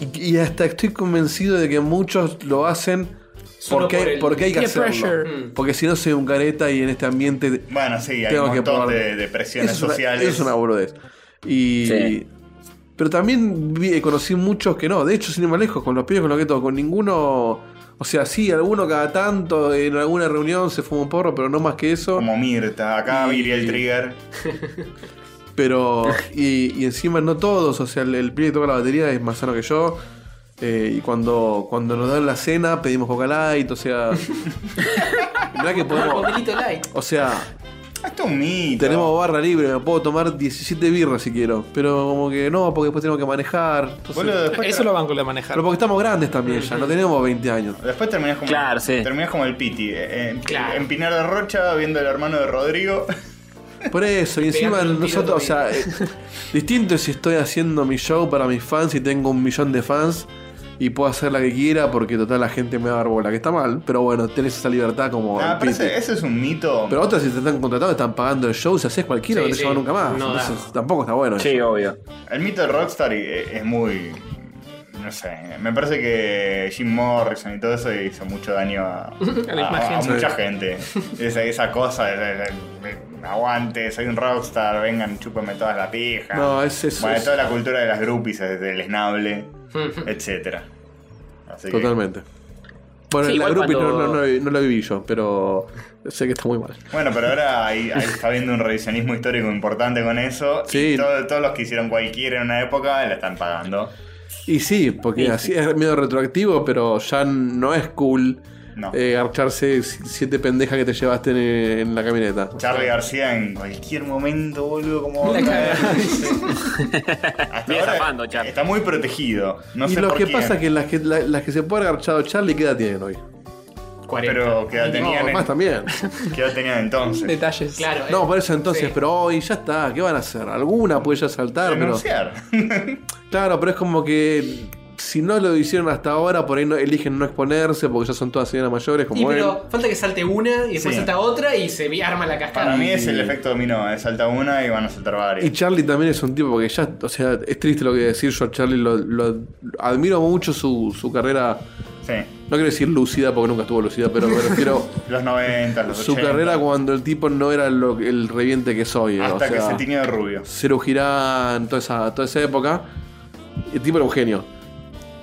[SPEAKER 5] y, y hasta estoy convencido de que muchos lo hacen
[SPEAKER 1] Solo
[SPEAKER 5] porque,
[SPEAKER 1] por
[SPEAKER 5] hay-
[SPEAKER 1] el
[SPEAKER 5] porque hay que
[SPEAKER 3] peer
[SPEAKER 5] hacerlo.
[SPEAKER 3] pressure.
[SPEAKER 5] Porque si no soy un careta y en este ambiente
[SPEAKER 2] Bueno, sí, hay
[SPEAKER 5] tengo
[SPEAKER 2] un
[SPEAKER 5] que
[SPEAKER 2] montón
[SPEAKER 5] probar.
[SPEAKER 2] de, de presiones
[SPEAKER 5] Eso es una-
[SPEAKER 2] sociales.
[SPEAKER 5] eso Es una boludez. Y.
[SPEAKER 4] Sí.
[SPEAKER 5] Pero también vi- eh, conocí muchos que no. De hecho, sin ir más lejos, con los pibes con los que toco, con ninguno. O sea, sí, alguno cada tanto en alguna reunión se fuma un porro, pero no más que eso.
[SPEAKER 2] Como Mirta, acá
[SPEAKER 5] Y-
[SPEAKER 2] Viriel Trigger.
[SPEAKER 5] Pero. Y, y encima no todos. O sea, el, el pibe que toca la batería es más sano que yo. eh, y cuando, cuando nos dan la cena, pedimos coca light. O sea. ¿Verdad que
[SPEAKER 1] Un
[SPEAKER 5] podemos.?
[SPEAKER 1] papelito light.
[SPEAKER 5] O sea,
[SPEAKER 2] Esto es un mito.
[SPEAKER 5] Tenemos barra libre, me puedo tomar 17 birras si quiero. Pero como que no, porque después tengo que manejar. entonces-
[SPEAKER 2] Boludo, después,
[SPEAKER 3] Eso
[SPEAKER 2] tra-
[SPEAKER 3] lo banco lo de manejar.
[SPEAKER 5] Pero porque estamos grandes también ya, no tenemos 20 años.
[SPEAKER 2] después terminás como.
[SPEAKER 4] Claro, sí.
[SPEAKER 2] Terminás como el Piti. eh, en,
[SPEAKER 1] Claro.
[SPEAKER 2] en Pinar de Rocha, viendo al hermano de Rodrigo.
[SPEAKER 5] Por eso, y encima
[SPEAKER 1] Pegando un tiro
[SPEAKER 5] nosotros, o sea, eh, distinto es si estoy haciendo mi show para mis fans y tengo un millón de fans y puedo hacer la que quiera porque total la gente me va a dar bola, que está mal, pero bueno, tenés esa libertad como...
[SPEAKER 2] Ah,
[SPEAKER 5] el
[SPEAKER 2] pero
[SPEAKER 5] Piti.
[SPEAKER 2] ese, ese es un mito.
[SPEAKER 5] Pero otras si te están contratando, te están pagando el show, si haces cualquiera,
[SPEAKER 1] Sí,
[SPEAKER 5] no te
[SPEAKER 1] sí.
[SPEAKER 5] llevan nunca más.
[SPEAKER 1] No da.
[SPEAKER 5] Entonces, tampoco está bueno.
[SPEAKER 4] Sí, obvio.
[SPEAKER 2] El mito del Rockstar es es muy. No sé. Me parece que Jim Morrison y todo eso hizo mucho daño a,
[SPEAKER 3] la
[SPEAKER 2] a-
[SPEAKER 3] imagen.
[SPEAKER 2] a mucha
[SPEAKER 5] Sí.
[SPEAKER 2] gente. Esa, esa cosa de, de- de- aguante, soy un rockstar, vengan, chúpame todas la pija.
[SPEAKER 5] No, es- es-
[SPEAKER 2] Bueno,
[SPEAKER 5] es-
[SPEAKER 2] toda la cultura de las groupies, del esnable, etcétera. Así que-
[SPEAKER 5] Totalmente. Bueno,
[SPEAKER 4] Sí,
[SPEAKER 5] la
[SPEAKER 4] igual
[SPEAKER 5] groupie
[SPEAKER 4] cuando-
[SPEAKER 5] no, no- no la- no la viví yo, pero sé que está muy mal.
[SPEAKER 2] Bueno, pero ahora ahí, ahí está habiendo un revisionismo histórico importante con eso.
[SPEAKER 5] Sí.
[SPEAKER 2] Y todo- todos los que hicieron cualquiera en una época la están pagando.
[SPEAKER 5] Y sí, porque
[SPEAKER 4] Sí.
[SPEAKER 5] así es medio retroactivo, pero ya no es cool
[SPEAKER 2] No.
[SPEAKER 5] eh, garcharse si- siete pendejas que te llevaste en, en la camioneta.
[SPEAKER 2] Charlie García en cualquier momento, boludo, como. Hasta
[SPEAKER 4] Viene
[SPEAKER 2] ahora
[SPEAKER 4] zafando, Charlie.
[SPEAKER 2] Está muy protegido. No
[SPEAKER 5] y
[SPEAKER 2] sé
[SPEAKER 5] lo
[SPEAKER 2] por
[SPEAKER 5] que
[SPEAKER 2] quién,
[SPEAKER 5] pasa es que las que, la- las que se puede haber garchado Charlie, ¿qué edad tienen hoy?
[SPEAKER 1] 40.
[SPEAKER 2] Pero que edad tenían, eh.
[SPEAKER 5] No,
[SPEAKER 2] en-
[SPEAKER 5] más también.
[SPEAKER 2] ¿qué edad tenían entonces.
[SPEAKER 3] Detalles.
[SPEAKER 1] Claro.
[SPEAKER 5] No,
[SPEAKER 1] eh,
[SPEAKER 5] por eso entonces,
[SPEAKER 1] sí.
[SPEAKER 5] pero hoy ya está, ¿qué van a hacer? Alguna puede ya saltar, pero.
[SPEAKER 2] Renunciar.
[SPEAKER 5] Claro, pero es como que si no lo hicieron hasta ahora, por ahí no, eligen no exponerse porque ya son todas señoras mayores como
[SPEAKER 1] Y
[SPEAKER 5] él.
[SPEAKER 1] pero falta que salte una y después
[SPEAKER 2] Sí.
[SPEAKER 1] salta otra y se vi- arma la cascada.
[SPEAKER 2] Para mí es el efecto dominó. eh, Salta una y van a saltar
[SPEAKER 5] Y
[SPEAKER 2] varias.
[SPEAKER 5] Charlie también es un tipo que ya, o sea, es triste lo que voy a decir, yo a Charlie lo, lo- admiro mucho su, su carrera,
[SPEAKER 2] Sí.
[SPEAKER 5] no quiero decir lúcida porque nunca estuvo lúcida, pero me refiero
[SPEAKER 2] Los 90, los 80.
[SPEAKER 5] su carrera cuando el tipo no era lo, que- el reviente que soy, eh,
[SPEAKER 2] Hasta
[SPEAKER 5] o sea,
[SPEAKER 2] que se tiñó de rubio.
[SPEAKER 5] Cero Girán, toda esa, toda esa época, el tipo era un genio,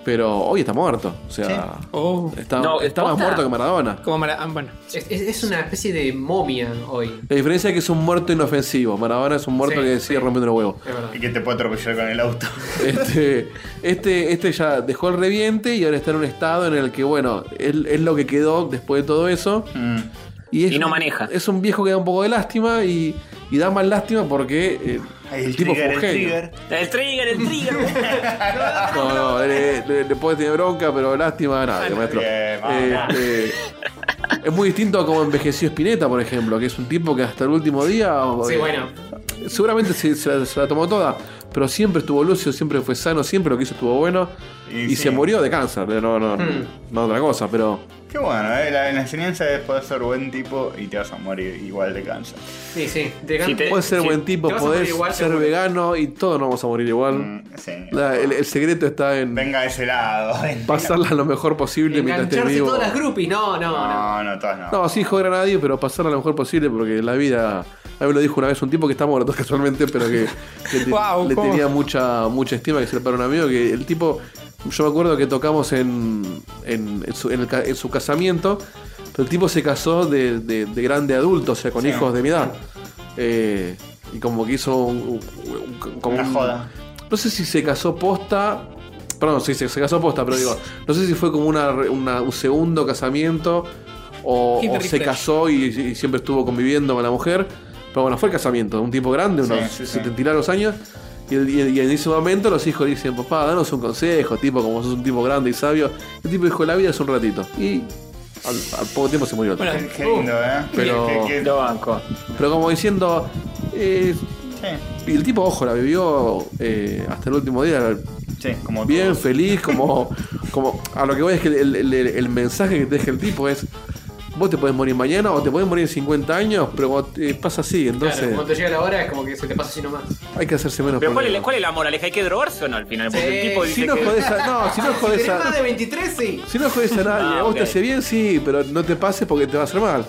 [SPEAKER 5] pero hoy está muerto, o sea,
[SPEAKER 3] Oh.
[SPEAKER 5] está,
[SPEAKER 4] No,
[SPEAKER 5] está más
[SPEAKER 4] posta.
[SPEAKER 5] muerto que Maradona.
[SPEAKER 3] Como Mara- ah, bueno.
[SPEAKER 1] Es, es- es una especie de momia hoy.
[SPEAKER 5] La diferencia es que es un muerto inofensivo, Maradona es un muerto
[SPEAKER 1] Sí,
[SPEAKER 5] que sigue
[SPEAKER 1] sí.
[SPEAKER 5] rompiendo los huevos.
[SPEAKER 1] Es verdad.
[SPEAKER 2] Y que te puede atropellar con el auto.
[SPEAKER 5] Este, este, este ya dejó el reviente y ahora está en un estado en el que, bueno, es, es lo que quedó después de todo eso.
[SPEAKER 2] Mm.
[SPEAKER 5] Y, es
[SPEAKER 4] Y no
[SPEAKER 5] un-
[SPEAKER 4] maneja.
[SPEAKER 5] Es un viejo que da un poco de lástima y, y da más lástima porque eh,
[SPEAKER 2] Ay,
[SPEAKER 5] el tipo fue
[SPEAKER 2] trigger,
[SPEAKER 5] un
[SPEAKER 2] el
[SPEAKER 5] genio.
[SPEAKER 2] trigger.
[SPEAKER 4] El trigger, el trigger.
[SPEAKER 5] No, no, le, le, le podés tener bronca, pero lástima a nadie, maestro.
[SPEAKER 2] Bien, vamos.
[SPEAKER 5] Este, es muy distinto a como envejeció Spinetta, por ejemplo, que es un tipo que hasta el último día.
[SPEAKER 1] Sí,
[SPEAKER 5] eh,
[SPEAKER 1] bueno.
[SPEAKER 5] seguramente se, se la, se la tomó toda, pero siempre estuvo lúcido, siempre fue sano, siempre lo que hizo estuvo bueno.
[SPEAKER 2] Y
[SPEAKER 5] Y,
[SPEAKER 2] sí.
[SPEAKER 5] se murió de cáncer, eh, no, no,
[SPEAKER 1] Hmm.
[SPEAKER 5] no otra cosa, pero
[SPEAKER 2] Qué bueno, eh, la, la enseñanza es poder ser buen tipo y te vas a morir igual de cáncer.
[SPEAKER 1] Sí, sí. De
[SPEAKER 4] Si te-
[SPEAKER 5] puedes ser
[SPEAKER 4] sí,
[SPEAKER 5] buen tipo,
[SPEAKER 1] te vas a
[SPEAKER 5] podés
[SPEAKER 1] morir igual,
[SPEAKER 5] ser
[SPEAKER 1] seguro. Hmm.
[SPEAKER 5] vegano y todos nos vamos a morir igual.
[SPEAKER 2] Mm, sí.
[SPEAKER 5] La- el, el secreto está en
[SPEAKER 2] Venga de ese lado. venga.
[SPEAKER 5] pasarla lo mejor posible mientras estés
[SPEAKER 1] Engancharse
[SPEAKER 5] vivo. Ah,
[SPEAKER 1] todas las groupies. No, no, no.
[SPEAKER 2] No, no, todas no.
[SPEAKER 5] No, sin joder a nadie, pero pasarla lo mejor posible porque la vida. A mí me lo dijo una vez un tipo que está muerto casualmente, pero que le, te-
[SPEAKER 3] Guau,
[SPEAKER 5] le
[SPEAKER 3] ¿cómo?
[SPEAKER 5] tenía mucha mucha estima que se le paró un amigo. Que el tipo, yo me acuerdo que tocamos en, en, en su, en el ca- en su casamiento, pero el tipo se casó de, de- de grande adulto, o sea, con
[SPEAKER 2] Sí.
[SPEAKER 5] hijos de mi edad. Eh, y como que hizo un- un- un- como
[SPEAKER 2] Una
[SPEAKER 5] un-
[SPEAKER 2] joda.
[SPEAKER 5] no sé si se casó posta. Perdón, sí, se, se casó posta, pero digo, no sé si fue como una, re- una- un segundo casamiento o,
[SPEAKER 3] Hit
[SPEAKER 5] o
[SPEAKER 3] refresh.
[SPEAKER 5] se casó y, y siempre estuvo conviviendo con la mujer. Pero bueno, fue el casamiento, un tipo grande,
[SPEAKER 2] Sí,
[SPEAKER 5] unos
[SPEAKER 2] sí, sí.
[SPEAKER 5] 70 y largos años. Y, el- y el- y en ese momento los hijos le dicen, papá, danos un consejo, tipo, como sos un tipo grande y sabio. El tipo dijo, la vida es un ratito. Y al, al poco tiempo se murió.
[SPEAKER 3] Bueno,
[SPEAKER 2] Qué- Qué lindo, ¿eh?
[SPEAKER 5] Pero-
[SPEAKER 2] Qué- qué-
[SPEAKER 4] Lo banco.
[SPEAKER 5] Pero como diciendo, eh,
[SPEAKER 2] sí,
[SPEAKER 5] y el tipo, ojo, la vivió eh, hasta el último día,
[SPEAKER 2] sí, como
[SPEAKER 5] bien
[SPEAKER 2] todos.
[SPEAKER 5] feliz, como, como a lo que voy es que el, el- el- el mensaje que te deja el tipo es vos te podés morir mañana o te podés morir en 50 años, pero cuando te pasa así, entonces
[SPEAKER 1] Claro, cuando llega la hora es como que se te pasa así nomás.
[SPEAKER 5] hay que hacerse menos
[SPEAKER 4] Pero ¿cuál es,
[SPEAKER 5] problemas.
[SPEAKER 4] la- ¿cuál es la moraleja? ¿Hay que drogarse o no al final? Porque el
[SPEAKER 1] Sí,
[SPEAKER 4] tipo dice
[SPEAKER 5] Si no
[SPEAKER 4] que...
[SPEAKER 5] jodés a, no,
[SPEAKER 3] Ah,
[SPEAKER 5] si no
[SPEAKER 1] Ah, Si
[SPEAKER 5] jodés
[SPEAKER 1] tenés más de
[SPEAKER 5] a,
[SPEAKER 1] 23, sí.
[SPEAKER 5] si no jodés a nadie,
[SPEAKER 4] Ah,
[SPEAKER 5] a vos
[SPEAKER 4] ok.
[SPEAKER 5] te hace bien, sí, pero no te pases porque te va a hacer mal.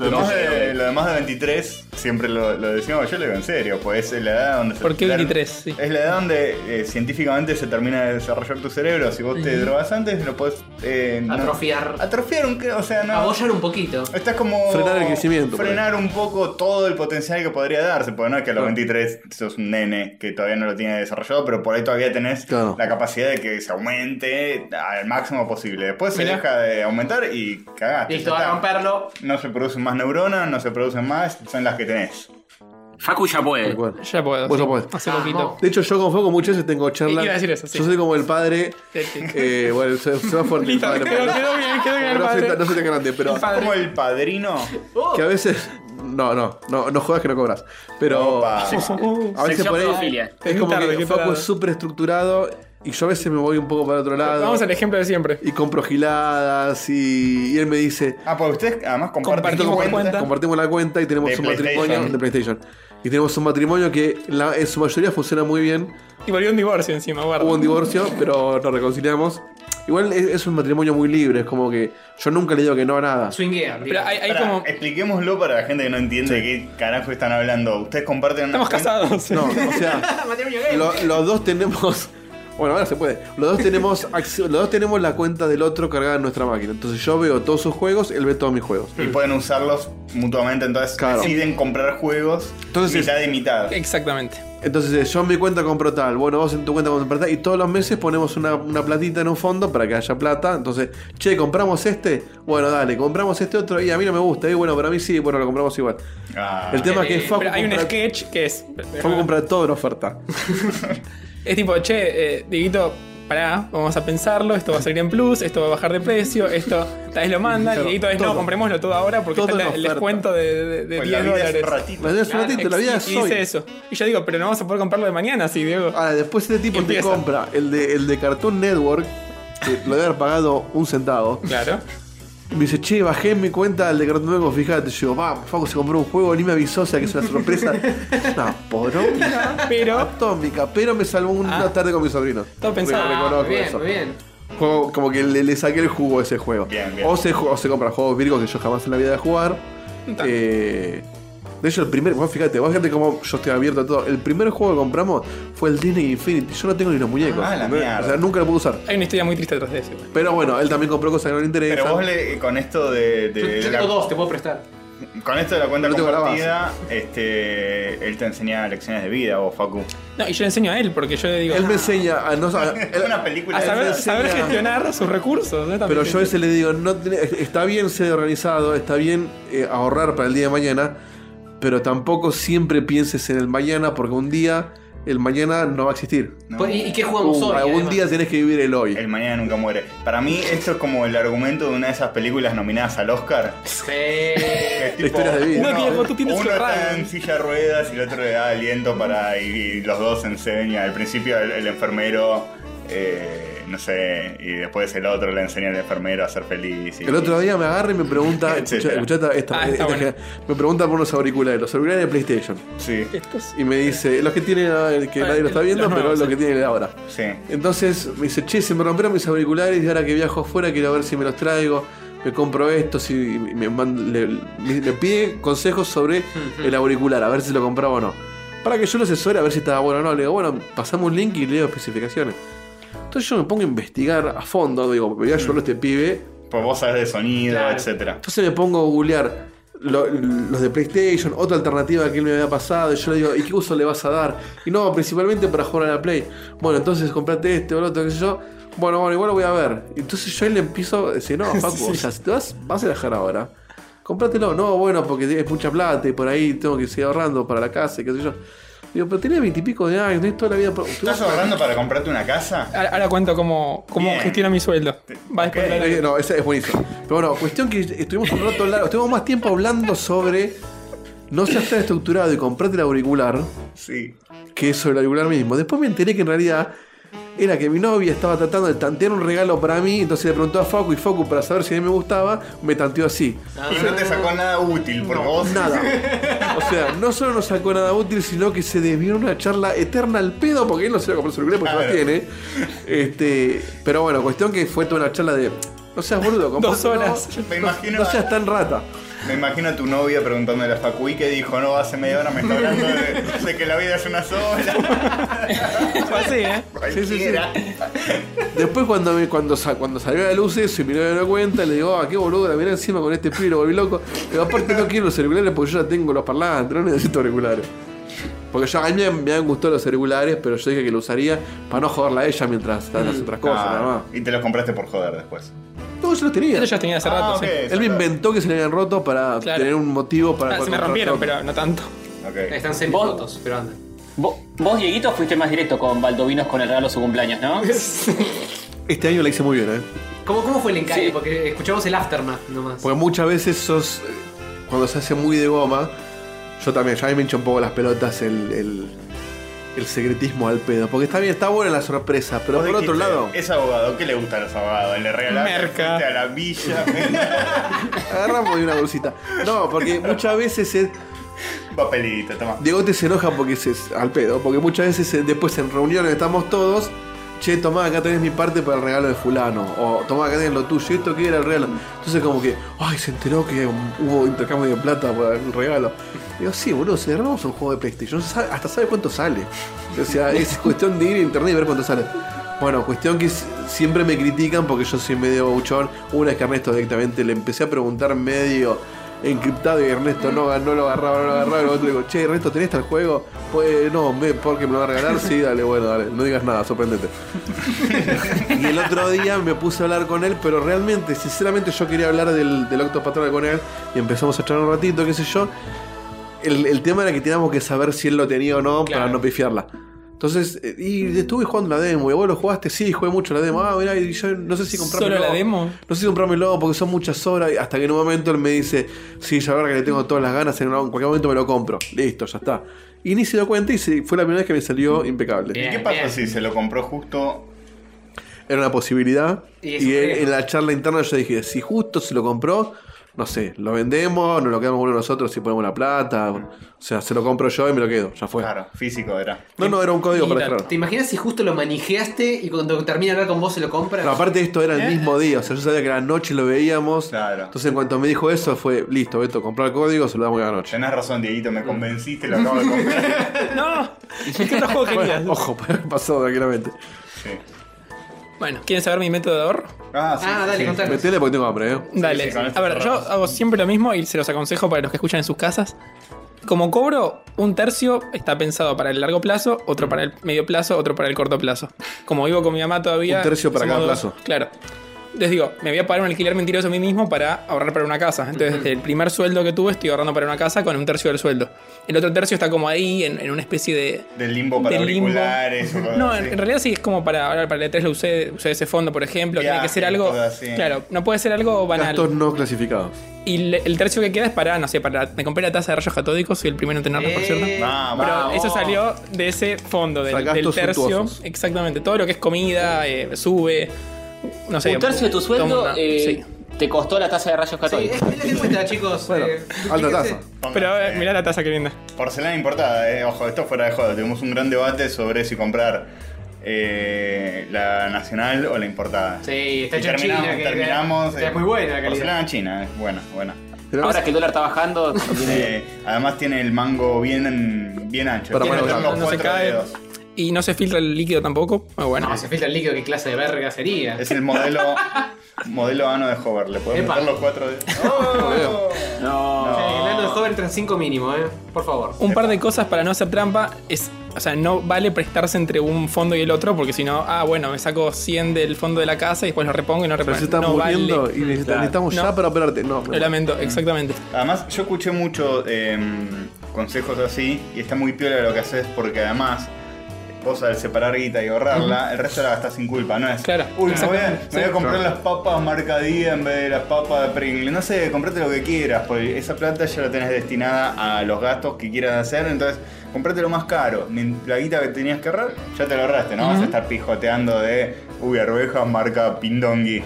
[SPEAKER 2] Lo demás, de, lo demás de 23, siempre lo, lo decimos, yo lo digo en serio, pues es la edad donde se-
[SPEAKER 3] ¿Por qué
[SPEAKER 2] la-
[SPEAKER 3] 23? Sí.
[SPEAKER 2] Es la edad donde eh, científicamente se termina de desarrollar tu cerebro. Si vos te drogas antes, lo podés. eh, no-
[SPEAKER 1] Atrofiar.
[SPEAKER 2] atrofiar un. cre- O sea, no.
[SPEAKER 1] Abollar un poquito.
[SPEAKER 2] Estás como.
[SPEAKER 5] Frenar el crecimiento, por ahí.
[SPEAKER 2] Frenar un poco todo el potencial que podría darse. Porque no es que a los
[SPEAKER 5] Claro.
[SPEAKER 2] 23 sos un nene que todavía no lo tiene desarrollado, pero por ahí todavía tenés
[SPEAKER 5] Claro.
[SPEAKER 2] la capacidad de que se aumente al máximo posible. Después se
[SPEAKER 3] Mirá.
[SPEAKER 2] deja de aumentar y cagaste.
[SPEAKER 1] Listo,
[SPEAKER 2] ya
[SPEAKER 1] a
[SPEAKER 2] está.
[SPEAKER 1] romperlo.
[SPEAKER 2] No se producen más neuronas, no se producen más, son las que tenés.
[SPEAKER 4] Facu ya puede.
[SPEAKER 5] Tal cual.
[SPEAKER 3] Ya puedo.
[SPEAKER 5] Vos
[SPEAKER 3] sí.
[SPEAKER 5] ya podés. Ah,
[SPEAKER 3] Hace
[SPEAKER 1] Vamos.
[SPEAKER 3] poquito.
[SPEAKER 5] De hecho, yo con Foco muchas veces tengo charlas.
[SPEAKER 3] Iba a decir eso, sí.
[SPEAKER 5] Yo soy como el padre.
[SPEAKER 3] Sí, sí.
[SPEAKER 5] eh, bueno, se, se va fuerte. el
[SPEAKER 3] Listo,
[SPEAKER 5] padre,
[SPEAKER 3] quedó,
[SPEAKER 5] pero-
[SPEAKER 3] quedó bien, quedó bien el
[SPEAKER 5] no soy
[SPEAKER 3] padre.
[SPEAKER 5] tan- no soy tan grande, pero.
[SPEAKER 3] El padre.
[SPEAKER 2] Como el padrino.
[SPEAKER 1] Oh,
[SPEAKER 5] Que a veces. No, no, no, no jodas que no cobras. Pero.
[SPEAKER 2] Opa.
[SPEAKER 3] Uh.
[SPEAKER 5] A veces
[SPEAKER 4] Sección
[SPEAKER 5] por ahí.
[SPEAKER 4] pedofilia.
[SPEAKER 5] Es
[SPEAKER 3] Qué
[SPEAKER 5] como
[SPEAKER 3] tarde,
[SPEAKER 5] que
[SPEAKER 3] qué
[SPEAKER 5] Facu
[SPEAKER 3] tarde.
[SPEAKER 5] es súper estructurado y yo a veces me voy un poco para otro lado.
[SPEAKER 3] Vamos al ejemplo de siempre.
[SPEAKER 5] Y compro giladas y, y él me dice.
[SPEAKER 2] Ah, pues ustedes además comparten
[SPEAKER 3] Compartimos
[SPEAKER 2] cuenta.
[SPEAKER 3] cuenta.
[SPEAKER 5] Compartimos la cuenta y tenemos
[SPEAKER 2] De
[SPEAKER 5] un matrimonio
[SPEAKER 2] PlayStation.
[SPEAKER 5] de PlayStation. Y tenemos un matrimonio que la- en su mayoría funciona muy bien.
[SPEAKER 3] Y volvió un divorcio encima, guarda.
[SPEAKER 5] Hubo un divorcio, pero nos reconciliamos. Igual es, es un matrimonio muy libre, es como que yo nunca le digo que no a nada.
[SPEAKER 1] swinguean.
[SPEAKER 3] Pero hay, hay
[SPEAKER 2] Pará,
[SPEAKER 3] como.
[SPEAKER 2] Expliquémoslo para la gente que no entiende qué carajo están hablando. Ustedes comparten una
[SPEAKER 3] Estamos
[SPEAKER 2] cuenta-
[SPEAKER 3] casados.
[SPEAKER 5] No, o sea.
[SPEAKER 2] Ah,
[SPEAKER 5] Lo- los dos tenemos. Bueno, ahora se puede. Los dos tenemos acce- los dos tenemos la cuenta del otro cargada en nuestra máquina. Entonces yo veo todos sus juegos, él ve todos mis juegos.
[SPEAKER 2] y pueden usarlos mutuamente, entonces
[SPEAKER 5] Claro.
[SPEAKER 2] deciden comprar juegos
[SPEAKER 5] Entonces-
[SPEAKER 2] mitad y mitad.
[SPEAKER 1] Eh,
[SPEAKER 3] Exactamente.
[SPEAKER 5] Entonces eh, yo en mi cuenta compro tal, bueno, vos en tu cuenta compro tal, y todos los meses ponemos una, una platita en un fondo para que haya plata. Entonces, che, compramos este, bueno, dale, compramos este otro, y a mí no me gusta, y bueno, para mí sí, bueno, lo compramos igual.
[SPEAKER 2] Ah,
[SPEAKER 5] El tema es que
[SPEAKER 3] Eh,
[SPEAKER 5] Facu
[SPEAKER 3] pero hay un
[SPEAKER 5] compra-
[SPEAKER 3] sketch que es.
[SPEAKER 5] Fue comprar todo en oferta.
[SPEAKER 3] Es tipo, che, eh, Dieguito, pará, vamos a pensarlo, esto va a salir en plus, esto va a bajar de precio, esto tal vez lo mandan,
[SPEAKER 5] Claro,
[SPEAKER 3] y Dieguito es no,
[SPEAKER 5] todo.
[SPEAKER 3] comprémoslo todo ahora porque
[SPEAKER 5] Todo
[SPEAKER 3] está
[SPEAKER 5] en
[SPEAKER 3] la- el
[SPEAKER 5] oferta.
[SPEAKER 3] descuento de, de- de
[SPEAKER 2] pues
[SPEAKER 3] 10
[SPEAKER 2] la vida
[SPEAKER 3] dólares.
[SPEAKER 2] es ratito.
[SPEAKER 5] La vida es un ratito, la vida
[SPEAKER 3] Y-
[SPEAKER 5] es
[SPEAKER 3] y,
[SPEAKER 5] hoy.
[SPEAKER 3] dice eso. Y yo digo, pero no vamos a poder comprarlo de mañana, sí, Diego.
[SPEAKER 5] Ahora, después este tipo te
[SPEAKER 3] Empieza.
[SPEAKER 5] compra el de, el de Cartoon Network, que lo debe haber pagado un centavo.
[SPEAKER 3] Claro.
[SPEAKER 5] Y Me dice, che, bajé en mi cuenta el de Cartoon Network, fíjate. Yo digo, vamos, Facu se compró un juego, ni me avisó, o sea que es una sorpresa. una poronga
[SPEAKER 3] Pero
[SPEAKER 5] atómica, pero me salvó una
[SPEAKER 3] Ah.
[SPEAKER 5] tarde con mis sobrinos.
[SPEAKER 3] Todo pensado.
[SPEAKER 5] Porque
[SPEAKER 1] Ah,
[SPEAKER 5] reconozco
[SPEAKER 1] muy bien,
[SPEAKER 5] eso.
[SPEAKER 1] muy bien.
[SPEAKER 5] Juego- como que le, le saqué el jugo a ese juego.
[SPEAKER 2] Bien, bien.
[SPEAKER 5] O, se, ju- o se compra juegos Virgo que yo jamás en la vida voy a jugar.
[SPEAKER 3] Está.
[SPEAKER 5] Eh, de hecho, el primer. Vos fíjate, vos fíjate cómo yo estoy abierto a todo. El primer juego que compramos fue el Disney Infinity. Yo no tengo ni los muñecos.
[SPEAKER 2] Ah, la
[SPEAKER 5] ¿entendés?
[SPEAKER 2] mierda.
[SPEAKER 5] o sea, nunca lo pude usar.
[SPEAKER 3] hay una historia muy triste detrás de eso.
[SPEAKER 5] Pero bueno, él también compró cosas que no le
[SPEAKER 2] Pero
[SPEAKER 5] interesan.
[SPEAKER 2] vos le- con esto de, de-
[SPEAKER 1] Yo,
[SPEAKER 2] de
[SPEAKER 1] yo
[SPEAKER 2] la,
[SPEAKER 1] tengo dos, te puedo prestar.
[SPEAKER 2] con esto de la cuenta
[SPEAKER 5] No tengo la
[SPEAKER 2] compartida, este, él te enseñaba lecciones de vida, vos Facu.
[SPEAKER 3] No, y yo le enseño a él porque yo le digo. "Ah,
[SPEAKER 5] Él me enseña a no a-
[SPEAKER 2] ah. Es una película.
[SPEAKER 3] a
[SPEAKER 2] de
[SPEAKER 3] saber,
[SPEAKER 2] esas.
[SPEAKER 3] saber
[SPEAKER 5] enseña-
[SPEAKER 3] gestionar sus recursos. ¿no? También
[SPEAKER 5] Pero
[SPEAKER 3] te
[SPEAKER 5] yo a
[SPEAKER 3] enseña.
[SPEAKER 5] veces le digo, no tiene- está bien ser organizado, está bien eh, ahorrar para el día de mañana, pero tampoco siempre pienses en el mañana porque un día el mañana no va a existir.
[SPEAKER 2] No.
[SPEAKER 1] Pues, ¿Y, y qué jugamos
[SPEAKER 5] Uh,
[SPEAKER 1] hoy?
[SPEAKER 5] algún
[SPEAKER 1] además?
[SPEAKER 5] día tenés que vivir el hoy.
[SPEAKER 2] El mañana nunca muere. Para mí, esto es como el argumento de una de esas películas nominadas al Oscar.
[SPEAKER 1] Sí.
[SPEAKER 2] Es tipo,
[SPEAKER 5] historia de vida.
[SPEAKER 2] Uno,
[SPEAKER 3] No, que vos tú tienes
[SPEAKER 2] uno está
[SPEAKER 3] cerrado.
[SPEAKER 2] en silla de ruedas y el otro le da aliento para. Y, y los dos enseña. Al principio el, el enfermero. eh, no sé. Y después el otro le enseña al enfermero a ser feliz. y-
[SPEAKER 5] El otro día me agarra y me pregunta, escucha,
[SPEAKER 2] Etcétera.
[SPEAKER 5] escucha esta, esta-
[SPEAKER 3] Ah, está
[SPEAKER 5] esta-
[SPEAKER 3] bueno.
[SPEAKER 5] me pregunta por unos auriculares, los auriculares de PlayStation.
[SPEAKER 2] Sí,
[SPEAKER 3] Estos-
[SPEAKER 5] Y me dice, los que tiene eh, que
[SPEAKER 3] Ah,
[SPEAKER 5] nadie lo está
[SPEAKER 3] los
[SPEAKER 5] viendo,
[SPEAKER 3] nuevos,
[SPEAKER 5] pero los
[SPEAKER 3] sí.
[SPEAKER 5] que tiene ahora.
[SPEAKER 2] sí.
[SPEAKER 5] Entonces me dice, che, se me rompieron mis auriculares y ahora que viajo afuera quiero ver si me los traigo, me compro estos y me, man- le- me- me pide consejos sobre el auricular, a ver si lo compraba o no. Para que yo lo asesore a ver si estaba bueno o no. Le digo, bueno, pasamos un link y leo especificaciones. Entonces yo me pongo a investigar a fondo, digo, me voy a ayudar a este pibe.
[SPEAKER 2] Pues vos sabes de sonido,
[SPEAKER 1] Claro.
[SPEAKER 2] etcétera.
[SPEAKER 5] Entonces me pongo a googlear lo- los de PlayStation, otra alternativa que él me había pasado. Y yo le digo, ¿y qué uso le vas a dar? Y no, principalmente para jugar a la Play. Bueno, entonces comprate este o el otro, qué sé yo. Bueno, bueno, igual lo voy a ver. Entonces yo ahí le empiezo a decir, no, Paco, o sea, si te vas, vas a dejar ahora. Cómpratelo, no, bueno, porque es mucha plata y por ahí tengo que seguir ahorrando para la casa y qué sé yo. Digo, pero tenés veintipico de años, tenés toda la vida. por-
[SPEAKER 2] ¿Estás ahorrando para comprarte una casa?
[SPEAKER 3] Ahora ahora cuento cómo, cómo
[SPEAKER 2] Bien.
[SPEAKER 3] gestiono mi sueldo. Va después
[SPEAKER 2] Ok.
[SPEAKER 3] de hablar.
[SPEAKER 5] Eh, No, esa es buenísimo. Pero bueno, cuestión que estuvimos un rato largo, estuvimos más tiempo hablando sobre no seas tan estructurado y comprarte el auricular
[SPEAKER 2] Sí.
[SPEAKER 5] que sobre el auricular mismo. Después me enteré que en realidad era que mi novia estaba tratando de tantear un regalo para mí, entonces le preguntó a Facu y Facu para saber si a mí me gustaba, me tanteó así.
[SPEAKER 3] Ah.
[SPEAKER 2] Y no te sacó nada útil, porque vos.
[SPEAKER 5] Nada. O sea, no solo no sacó nada útil, sino que se desvió en una charla eterna al pedo, porque él no se va a comprar su celular porque
[SPEAKER 2] Claro.
[SPEAKER 5] ya tiene. Este, pero bueno, cuestión que fue toda una charla de. No seas boludo,
[SPEAKER 3] Dos
[SPEAKER 5] comprátelo".
[SPEAKER 3] horas.
[SPEAKER 2] Me imagino,
[SPEAKER 5] No seas tan rata.
[SPEAKER 2] me imagino a tu novia preguntándole a Facu y que dijo, no, hace media hora me está hablando de, de que la vida es una sola.
[SPEAKER 3] Fue así, ¿eh?
[SPEAKER 2] Cualquiera.
[SPEAKER 5] Después cuando, me- cuando, sa- cuando salió a la luz eso y mi novia me dio cuenta, le digo, ah, qué boludo, la miré encima con este pibe, lo volví loco. Pero aparte no quiero los auriculares porque yo ya tengo los parlantes, no necesito auriculares. Porque yo a mí me- me han gustado los auriculares, pero yo dije que lo usaría para no joderla a ella mientras están las otras cosas, nada más.
[SPEAKER 2] Ah, y te los compraste por joder después.
[SPEAKER 5] No, yo los tenía.
[SPEAKER 3] Eso ya tenía hace
[SPEAKER 2] Ah,
[SPEAKER 3] rato,
[SPEAKER 2] ok.
[SPEAKER 3] sí.
[SPEAKER 5] Él me inventó que se le habían roto para
[SPEAKER 3] Claro.
[SPEAKER 5] tener un motivo para...
[SPEAKER 3] Ah, se me
[SPEAKER 5] comprar
[SPEAKER 3] rompieron,
[SPEAKER 5] otro.
[SPEAKER 3] pero no tanto.
[SPEAKER 2] Ok.
[SPEAKER 1] Están semi rotos, pero andan.
[SPEAKER 4] Vos, vos, Dieguito, fuiste más directo con Baldovinos con el regalo de su cumpleaños, ¿no?
[SPEAKER 5] Este año la hice muy bien, ¿eh?
[SPEAKER 1] ¿Cómo, ¿Cómo fue el encaje?
[SPEAKER 4] Sí.
[SPEAKER 1] Porque escuchamos el aftermath nomás.
[SPEAKER 5] Porque muchas veces sos. eh, Cuando se hace muy de goma. Yo también, ya me hincha un poco las pelotas el, el, el secretismo al pedo. Porque está bien, está buena la sorpresa, pero
[SPEAKER 2] Vos
[SPEAKER 5] por otro
[SPEAKER 2] dijiste,
[SPEAKER 5] lado.
[SPEAKER 3] eh.
[SPEAKER 2] Es abogado, ¿qué le gusta a los abogados? Le regalaste
[SPEAKER 3] Merca.
[SPEAKER 2] a la villa.
[SPEAKER 5] Agarramos de una bolsita. No, porque muchas veces es.
[SPEAKER 2] Papelito, toma.
[SPEAKER 5] Diego te se enoja porque se, al pedo. Porque muchas veces eh, después en reuniones estamos todos. Che, tomá, acá tenés mi parte para el regalo de fulano. O tomá, acá tenés lo tuyo. Esto que era el regalo. Entonces como que, ay, se enteró que hubo intercambio de plata para el regalo. Digo, sí, boludo, si agarramos un juego de PlayStation, sa- hasta sabe cuánto sale. O sea, es cuestión de ir a internet y ver cuánto sale. Bueno, cuestión que s- siempre me critican porque yo soy medio buchón. Una es que Ernesto directamente le empecé a preguntar medio encriptado y Ernesto no, no lo agarraba, no lo agarraba. Y el otro le digo, che, Ernesto, ¿tenés tal juego? Pues no, me, porque me lo va a regalar. Sí, dale, bueno, dale, no digas nada, sorprendete. y el otro día me puse a hablar con él, pero realmente, sinceramente, yo quería hablar del, del Octopath Traveler con él y empezamos a charlar un ratito, qué sé yo. El, el tema era que teníamos que saber si él lo tenía o no para
[SPEAKER 1] Claro.
[SPEAKER 5] no pifiarla. Entonces, eh, y estuve jugando la demo, y vos lo jugaste, sí, jugué mucho la demo. Ah, mirá, y yo no sé si comprarme
[SPEAKER 3] ¿Solo la demo?
[SPEAKER 5] no sé si comprármelo porque son muchas horas. y Hasta que en un momento él me dice, sí, ya la verdad que le tengo todas las ganas, en, una- en cualquier momento me lo compro. Listo, ya está. Y ni se dio cuenta y se- fue la primera vez que me salió impecable.
[SPEAKER 1] Mm. Bien.
[SPEAKER 2] ¿Qué pasa
[SPEAKER 1] bien.
[SPEAKER 2] si se lo compró justo?
[SPEAKER 5] Era una posibilidad.
[SPEAKER 1] Y
[SPEAKER 5] Y,
[SPEAKER 1] es un
[SPEAKER 5] en,
[SPEAKER 1] riesgo.
[SPEAKER 5] en la charla interna yo dije, si justo se lo compró, no sé, lo vendemos, nos lo quedamos uno nosotros si ponemos la plata.
[SPEAKER 1] Mm.
[SPEAKER 5] O sea, se lo compro yo y me lo quedo. Ya fue.
[SPEAKER 2] Claro, físico era.
[SPEAKER 5] No, no, era un código
[SPEAKER 3] Y
[SPEAKER 5] para
[SPEAKER 3] tanto.
[SPEAKER 5] claro.
[SPEAKER 1] ¿Te imaginas si justo lo manijeaste y cuando termina de hablar con vos se lo compras?
[SPEAKER 5] No, aparte esto era el mismo día, o sea, yo sabía que la noche lo veíamos.
[SPEAKER 2] Claro.
[SPEAKER 5] Entonces, en cuanto me dijo eso, fue listo, Beto, comprar el código, se lo damos a la noche.
[SPEAKER 2] Tenés razón, Dieguito, me convenciste, lo acabo de comprar.
[SPEAKER 3] ¡No! ¿Qué otro juego querías?
[SPEAKER 5] Bueno, ojo, puede haber pasado tranquilamente.
[SPEAKER 2] Sí.
[SPEAKER 3] Bueno, ¿quieren saber mi método de ahorro?
[SPEAKER 2] Ah,
[SPEAKER 1] Ah, dale, contá.
[SPEAKER 5] Metele porque tengo hambre, ¿eh?
[SPEAKER 3] Dale.
[SPEAKER 2] sí, con esto
[SPEAKER 3] a ver, yo
[SPEAKER 2] cerramos.
[SPEAKER 3] hago siempre lo mismo y se los aconsejo para los que escuchan en sus casas. Como cobro, un tercio está pensado para el largo plazo, otro para el medio plazo, otro para el corto plazo. Como vivo con mi mamá todavía.
[SPEAKER 5] Un tercio para
[SPEAKER 3] somos
[SPEAKER 5] cada
[SPEAKER 3] dos.
[SPEAKER 5] plazo.
[SPEAKER 3] Claro. Entonces digo, me voy a pagar un alquiler mentiroso a mí mismo para ahorrar para una casa. Entonces, desde el primer sueldo que tuve, estoy ahorrando para una casa con un tercio del sueldo. El otro tercio está como ahí, en, en una especie de.
[SPEAKER 2] Del limbo para
[SPEAKER 3] de limbo.
[SPEAKER 2] auriculares. o cosas
[SPEAKER 3] No, en,
[SPEAKER 2] así.
[SPEAKER 3] en realidad sí es como para. Ahora para el E3 lo usé, usé ese fondo, por ejemplo. tiene que ser
[SPEAKER 2] Viajes,
[SPEAKER 3] algo.
[SPEAKER 2] cosas así.
[SPEAKER 3] Claro, no puede ser algo banal.
[SPEAKER 5] Gastos no clasificados.
[SPEAKER 3] Y le- el tercio que queda es para, no sé, para. Me compré la taza de rayos catódicos, soy el primero en tenerlos, por cierto.
[SPEAKER 1] Eh,
[SPEAKER 2] Vamos.
[SPEAKER 3] Pero eso salió de ese fondo, del,
[SPEAKER 5] Sacás
[SPEAKER 3] del
[SPEAKER 5] tus
[SPEAKER 3] tercio.
[SPEAKER 5] suntuosos.
[SPEAKER 3] Exactamente. Todo lo que es comida, eh, sube. No sé.
[SPEAKER 4] Un tercio de tu sueldo
[SPEAKER 3] toma-
[SPEAKER 4] eh,
[SPEAKER 3] sí.
[SPEAKER 4] te costó la tasa de rayos
[SPEAKER 1] Sí,
[SPEAKER 4] católicos.
[SPEAKER 1] es es lo que cuenta, chicos.
[SPEAKER 5] Bueno,
[SPEAKER 1] Eh,
[SPEAKER 5] alta
[SPEAKER 1] fíjense.
[SPEAKER 5] tasa.
[SPEAKER 2] Pónganse.
[SPEAKER 3] Pero eh, mirá la taza que linda.
[SPEAKER 2] Porcelana importada, eh. ojo, esto fuera de joda. Tuvimos un gran debate sobre si comprar eh, la nacional o la importada.
[SPEAKER 1] Sí, está
[SPEAKER 2] Y
[SPEAKER 1] hecho en China,
[SPEAKER 2] terminamos,
[SPEAKER 1] que-
[SPEAKER 2] terminamos,
[SPEAKER 1] que es
[SPEAKER 2] eh,
[SPEAKER 1] muy buena la calidad.
[SPEAKER 2] Porcelana china, es buena, buena.
[SPEAKER 5] Pero-
[SPEAKER 4] Ahora que el dólar está bajando,
[SPEAKER 2] Eh, además tiene el mango bien, bien ancho.
[SPEAKER 5] Para
[SPEAKER 2] Tiene
[SPEAKER 5] mano
[SPEAKER 2] los
[SPEAKER 5] blanda.
[SPEAKER 3] No se
[SPEAKER 2] cuatro
[SPEAKER 3] cae.
[SPEAKER 2] dedos.
[SPEAKER 3] Y no se filtra el líquido tampoco. Muy bueno.
[SPEAKER 1] No, se filtra el líquido, qué clase de verga sería.
[SPEAKER 2] Es el modelo modelo ano de Hover. Le podés
[SPEAKER 1] Epa. Oh.
[SPEAKER 2] meter los cuatro dedos. Oh.
[SPEAKER 1] Sí,
[SPEAKER 4] no.
[SPEAKER 1] el ano de joven tras 5 mínimo, eh. Por favor.
[SPEAKER 3] Un par de cosas para no hacer trampa es. O sea, no vale prestarse entre un fondo y el otro, porque si no, ah, bueno, me saco 100 del fondo de la casa y después lo repongo y no
[SPEAKER 5] Pero
[SPEAKER 3] repongo.
[SPEAKER 5] se está
[SPEAKER 3] no vale.
[SPEAKER 5] muriendo y necesita-
[SPEAKER 2] Claro.
[SPEAKER 5] necesitamos
[SPEAKER 3] No.
[SPEAKER 5] ya para operarte. No,
[SPEAKER 3] Lo lamento, exactamente.
[SPEAKER 2] Además, yo escuché muchos consejos así y está muy piola lo que haces porque además, vos al separar guita y ahorrarla, el resto la gastás sin culpa, ¿no es?
[SPEAKER 3] Claro,
[SPEAKER 2] Uy, me voy a,
[SPEAKER 3] exactamente,
[SPEAKER 2] me voy a
[SPEAKER 3] sí.
[SPEAKER 2] comprar las papas marcadía en vez de las papas de Pringle. No sé, comprate lo que quieras, porque esa plata ya la tenés destinada a los gastos que quieras hacer, entonces comprate lo más caro. Ni- La guita que tenías que ahorrar, ya te la ahorraste, no vas a estar pijoteando de, uy, arvejas marca Pindongui.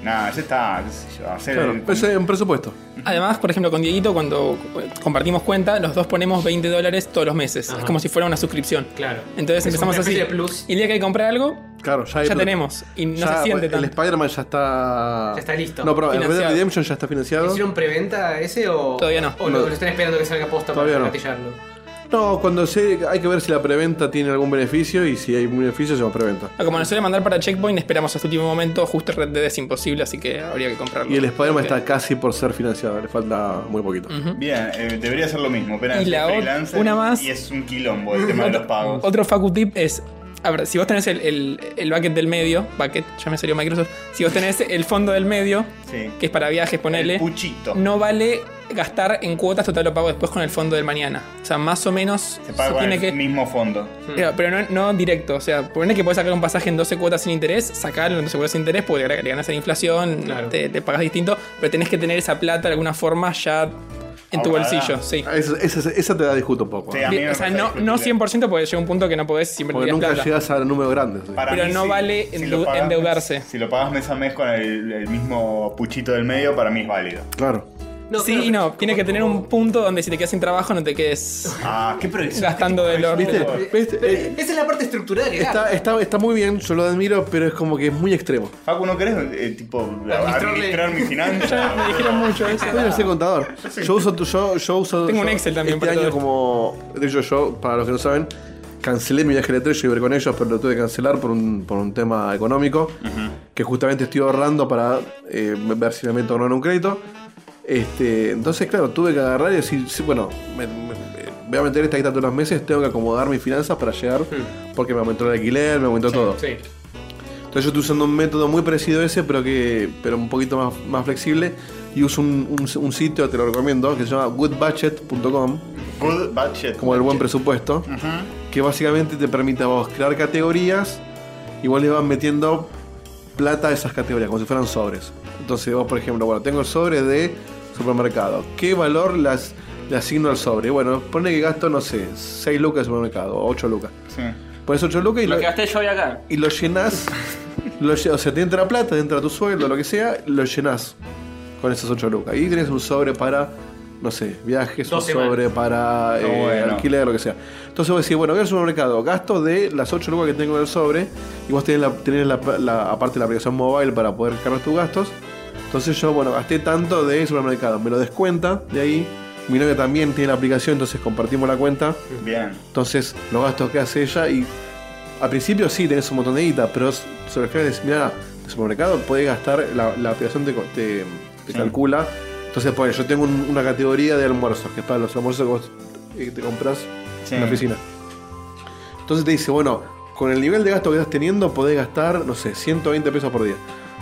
[SPEAKER 2] Nada, ya está, qué sé yo, hacer
[SPEAKER 5] Claro,
[SPEAKER 2] el-
[SPEAKER 5] es eh, un presupuesto.
[SPEAKER 3] Además, por ejemplo, con Dieguito, cuando eh, compartimos cuenta, los dos ponemos 20 dólares todos los meses.
[SPEAKER 1] Ajá.
[SPEAKER 3] Es como si fuera una suscripción.
[SPEAKER 1] Claro. Es
[SPEAKER 3] Entonces empezamos
[SPEAKER 1] una
[SPEAKER 3] así.
[SPEAKER 1] especie de plus.
[SPEAKER 3] Y el día que hay que comprar algo,
[SPEAKER 5] Claro, ya, hay-
[SPEAKER 3] ya tenemos. Y no
[SPEAKER 5] ya, pues,
[SPEAKER 3] se siente
[SPEAKER 5] El
[SPEAKER 3] tanto.
[SPEAKER 5] Spider-Man ya está.
[SPEAKER 1] Ya está listo.
[SPEAKER 5] No, pero el Red Dead
[SPEAKER 3] Financiado.
[SPEAKER 5] Redemption ya está financiado.
[SPEAKER 1] ¿Hicieron preventa ese o.?
[SPEAKER 3] Todavía no.
[SPEAKER 1] ¿O lo,
[SPEAKER 5] No.
[SPEAKER 1] lo están esperando que salga posta
[SPEAKER 5] Todavía
[SPEAKER 1] para
[SPEAKER 5] no.
[SPEAKER 1] gatillarlo?
[SPEAKER 5] No, cuando se, hay que ver si la preventa tiene algún beneficio y si hay un beneficio, se llama preventa.
[SPEAKER 3] Ah, Como nos suele mandar para Checkpoint, esperamos hasta el último momento. Justo Red Dead es imposible, así que habría que comprarlo.
[SPEAKER 5] Y el Spider-Man
[SPEAKER 3] Ok.
[SPEAKER 5] está casi por ser financiado, le falta muy poquito.
[SPEAKER 2] Bien, eh, debería ser lo mismo, pero
[SPEAKER 3] Y
[SPEAKER 2] es
[SPEAKER 3] la ot-
[SPEAKER 2] freelancer
[SPEAKER 3] una más.
[SPEAKER 2] y es un quilombo el tema de los pagos.
[SPEAKER 3] Otro facu tip es. A ver, si vos tenés el, el, el bucket del medio, bucket, ya me salió Microsoft. Si vos tenés el fondo del medio,
[SPEAKER 2] Sí.
[SPEAKER 3] que es para viajes, ponele.
[SPEAKER 2] El puchito.
[SPEAKER 3] No vale gastar en cuotas, total lo pago después con el fondo del mañana. O sea, más o menos
[SPEAKER 2] Se paga
[SPEAKER 3] se
[SPEAKER 2] con
[SPEAKER 3] tiene
[SPEAKER 2] el
[SPEAKER 3] que.
[SPEAKER 2] mismo fondo.
[SPEAKER 3] Claro, pero no, no directo. O sea, poner que puedes sacar un pasaje en 12 cuotas sin interés, sacarlo en 12 cuotas sin interés, porque le ganas a la inflación,
[SPEAKER 1] Claro.
[SPEAKER 3] te, te pagas distinto, pero tenés que tener esa plata de alguna forma ya en tu
[SPEAKER 2] Ahorrada.
[SPEAKER 3] bolsillo. Sí.
[SPEAKER 5] Ah, Esa, esa- esa te la discuto un poco.
[SPEAKER 2] Sí,
[SPEAKER 5] ¿eh?
[SPEAKER 2] a mí me
[SPEAKER 3] o sea,
[SPEAKER 2] parece
[SPEAKER 3] no, no
[SPEAKER 2] discutible.
[SPEAKER 3] 100% porque llega un punto que no podés siempre
[SPEAKER 5] Porque
[SPEAKER 3] tirar
[SPEAKER 5] nunca
[SPEAKER 3] plata.
[SPEAKER 5] llegas a números grandes. ¿sí?
[SPEAKER 2] Para
[SPEAKER 3] Pero
[SPEAKER 2] mí
[SPEAKER 3] no
[SPEAKER 2] sí.
[SPEAKER 3] vale endeu- endeudarse.
[SPEAKER 2] Si lo pagas mes a mes con el, el mismo puchito del medio, para mí es válido.
[SPEAKER 5] Claro.
[SPEAKER 3] sí
[SPEAKER 1] claro,
[SPEAKER 3] y no,
[SPEAKER 1] pero-
[SPEAKER 3] tienes que tener un punto donde si te quedas sin trabajo no te quedes
[SPEAKER 2] Ah, qué previsión.
[SPEAKER 3] gastando de lo
[SPEAKER 5] ¿Viste? ¿Viste? Eh,
[SPEAKER 1] Esa es la parte estructural, que
[SPEAKER 5] Está, está, está muy bien, yo lo admiro, pero es como que es muy extremo.
[SPEAKER 2] Facu, ¿no querés, eh, tipo,
[SPEAKER 1] Administrarle-
[SPEAKER 2] administrar mi finanza?
[SPEAKER 3] Ya me dijeron mucho eso.
[SPEAKER 5] Yo no soy contador. Yo uso. tu- Yo, yo uso
[SPEAKER 3] Tengo un
[SPEAKER 5] yo-
[SPEAKER 3] Excel también
[SPEAKER 5] Este
[SPEAKER 3] para todo
[SPEAKER 5] año,
[SPEAKER 3] esto.
[SPEAKER 5] como. De hecho, yo, para los que no saben, cancelé mi viaje de tres. Yo iba a ir con ellos, pero lo tuve que cancelar por un, por un tema económico. Que justamente estoy ahorrando para eh, ver si me meto o no en un crédito. Este, entonces, claro, tuve que agarrar y decir, sí, bueno, me, me- me- voy a meter esta guita todos los meses, tengo que acomodar mis finanzas para llegar, porque me aumentó el alquiler, me aumentó todo.
[SPEAKER 1] Sí.
[SPEAKER 5] Entonces yo estoy usando un método muy parecido a ese, pero que pero un poquito más, más flexible. Y uso un, un- un sitio, te lo recomiendo, que se llama goodbudget.com,
[SPEAKER 2] Good budget.
[SPEAKER 5] como el buen presupuesto, que básicamente te permite a vos crear categorías y vos le vas metiendo plata a esas categorías, como si fueran sobres. Entonces vos, por ejemplo, bueno, tengo el sobre de supermercado. ¿Qué valor las, le asigno al sobre? Bueno, pone que gasto, no sé, 6 lucas de supermercado, o 8 lucas.
[SPEAKER 2] Sí.
[SPEAKER 5] Pones 8 lucas y
[SPEAKER 4] Lo
[SPEAKER 5] lo-
[SPEAKER 4] que gasté yo hoy acá.
[SPEAKER 5] y lo llenas. o sea, te entra plata, te entra tu sueldo, lo que sea, lo llenas con esas 8 lucas. Y tienes un sobre para, no sé, viajes, un
[SPEAKER 1] Dos semanas.
[SPEAKER 5] sobre para eh,
[SPEAKER 2] bueno.
[SPEAKER 5] alquiler, lo que sea. Entonces vos decís, bueno, voy al supermercado, gasto de las 8 lucas que tengo en el sobre, y vos tenés, la, tenés la, la- aparte la aplicación mobile para poder cargar tus gastos. Entonces yo, bueno, gasté tanto de supermercado, me lo descuenta de ahí. Mi novia también tiene la aplicación, entonces compartimos la cuenta.
[SPEAKER 2] Bien.
[SPEAKER 5] Entonces, los gastos que hace ella y al principio sí tenés un montón de guita, pero sobre el final decís, mira, el supermercado puede gastar, la, la aplicación te, co- te- te
[SPEAKER 2] Sí.
[SPEAKER 5] calcula. Entonces, pues yo tengo un- una categoría de almuerzos, que es para los almuerzos que vos eh, te compras
[SPEAKER 2] Sí.
[SPEAKER 5] en la oficina. Entonces te dice, bueno, con el nivel de gasto que estás teniendo podés gastar, no sé, 120 pesos por día.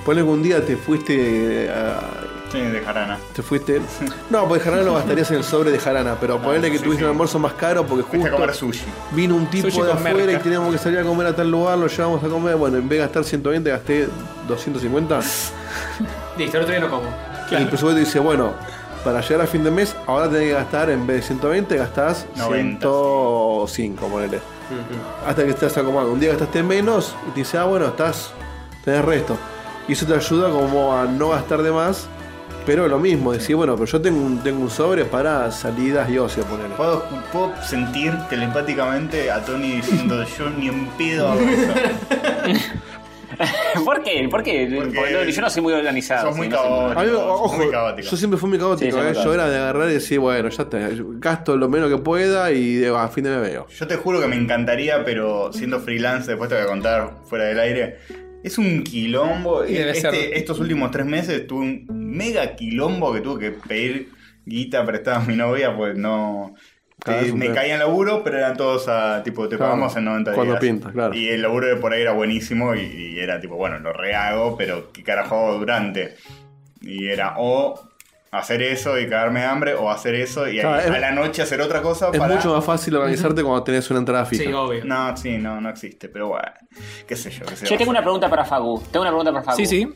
[SPEAKER 5] Ponle que un día te fuiste eh, a-
[SPEAKER 2] Sí, de jarana.
[SPEAKER 5] Te fuiste. No, pues jarana no gastarías en el sobre de jarana, pero ponerle que
[SPEAKER 2] sí,
[SPEAKER 5] tuviste
[SPEAKER 2] sí.
[SPEAKER 5] un almuerzo más caro porque
[SPEAKER 2] Fuiste a
[SPEAKER 5] justo
[SPEAKER 2] comer sushi.
[SPEAKER 5] vino un tipo
[SPEAKER 3] Sushi
[SPEAKER 5] de
[SPEAKER 3] con
[SPEAKER 5] afuera
[SPEAKER 3] merca.
[SPEAKER 5] y teníamos que salir a comer a tal lugar, lo llevamos a comer. Bueno, en vez de gastar 120, gasté 250.
[SPEAKER 1] Listo, el otro día no como.
[SPEAKER 5] El presupuesto dice, bueno, para llegar a fin de mes, ahora tenés que gastar, en vez de 120, gastás
[SPEAKER 2] 90,
[SPEAKER 5] 105, ponele. Hasta que estás acomodado. Un día gastaste menos y te dice, ah, bueno, estás, tenés resto. Y eso te ayuda como a no gastar de más, pero lo mismo, decir, bueno, pero yo tengo un, tengo un sobre para salidas y ocio, ponele.
[SPEAKER 2] Puedo, puedo sentir telepáticamente a Tony diciendo yo ni en pedo hago eso.
[SPEAKER 4] ¿Por qué? ¿Por qué?
[SPEAKER 2] Porque
[SPEAKER 4] Porque no, yo no soy muy organizado.
[SPEAKER 2] sos muy
[SPEAKER 4] sí, no soy
[SPEAKER 2] caótico.
[SPEAKER 5] A mí,
[SPEAKER 2] Caótico,
[SPEAKER 5] ojo,
[SPEAKER 2] muy caótico.
[SPEAKER 5] yo siempre fui muy caótico,
[SPEAKER 4] Sí, soy
[SPEAKER 5] ¿eh?
[SPEAKER 4] muy
[SPEAKER 5] yo
[SPEAKER 4] caótico.
[SPEAKER 5] era de agarrar y decir, bueno, ya está, gasto lo menos que pueda y de- a fin de mes me veo.
[SPEAKER 2] Yo te juro que me encantaría, pero siendo freelance, después te voy a contar fuera del aire. Es un quilombo.
[SPEAKER 3] Y debe
[SPEAKER 2] Este-
[SPEAKER 3] ser.
[SPEAKER 2] Estos últimos tres meses tuve un mega quilombo que tuve que pedir guita prestada a mi novia, pues no.
[SPEAKER 5] Cada
[SPEAKER 2] te-
[SPEAKER 5] vez un
[SPEAKER 2] me
[SPEAKER 5] peor.
[SPEAKER 2] caía en laburo, pero eran todos a tipo, te
[SPEAKER 5] Claro,
[SPEAKER 2] pagamos en 90
[SPEAKER 5] cuando
[SPEAKER 2] días.
[SPEAKER 5] pinta, claro.
[SPEAKER 2] Y el laburo de por ahí era buenísimo y, y era tipo, bueno, lo rehago, pero qué carajo hago durante. Y era o hacer eso y cagarme de hambre, o hacer eso y
[SPEAKER 5] Claro,
[SPEAKER 2] a,
[SPEAKER 5] es-
[SPEAKER 2] a la noche hacer otra cosa
[SPEAKER 5] Es
[SPEAKER 2] para.
[SPEAKER 5] mucho más fácil organizarte cuando tenés una entrada fija.
[SPEAKER 1] Sí, obvio.
[SPEAKER 2] No, sí, no, no existe, pero bueno. Qué sé yo, qué sé
[SPEAKER 4] Yo tengo una pregunta para Fagu. Tengo una pregunta para Fagu.
[SPEAKER 3] Sí, sí.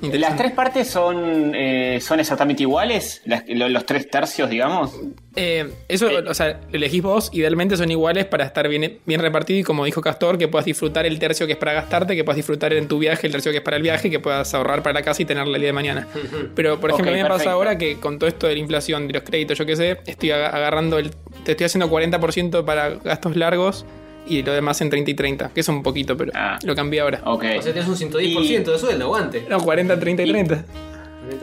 [SPEAKER 4] ¿Las
[SPEAKER 3] Interesante.
[SPEAKER 4] tres partes son, eh, son exactamente iguales? Las- lo- ¿Los tres tercios, digamos?
[SPEAKER 3] Eh, eso, o sea, lo elegís vos, idealmente son iguales para estar bien, bien repartido y como dijo Castor, que puedas disfrutar el tercio que es para gastarte, que puedas disfrutar en tu viaje el tercio que es para el viaje, que puedas ahorrar para la casa y tenerla el día de mañana. Pero, por
[SPEAKER 4] Ok,
[SPEAKER 3] ejemplo, a mí me pasa
[SPEAKER 4] perfecto.
[SPEAKER 3] ahora que con todo esto de la inflación, de los créditos, yo qué sé, estoy aga- agarrando el... Te estoy haciendo 40% para gastos largos y lo demás en 30 y 30, que es un poquito, pero
[SPEAKER 4] Ah.
[SPEAKER 3] lo cambié ahora.
[SPEAKER 4] Ok.
[SPEAKER 1] O sea, tienes un 110% de sueldo, aguante.
[SPEAKER 3] No, 40, 30 y
[SPEAKER 4] Y-
[SPEAKER 3] 30.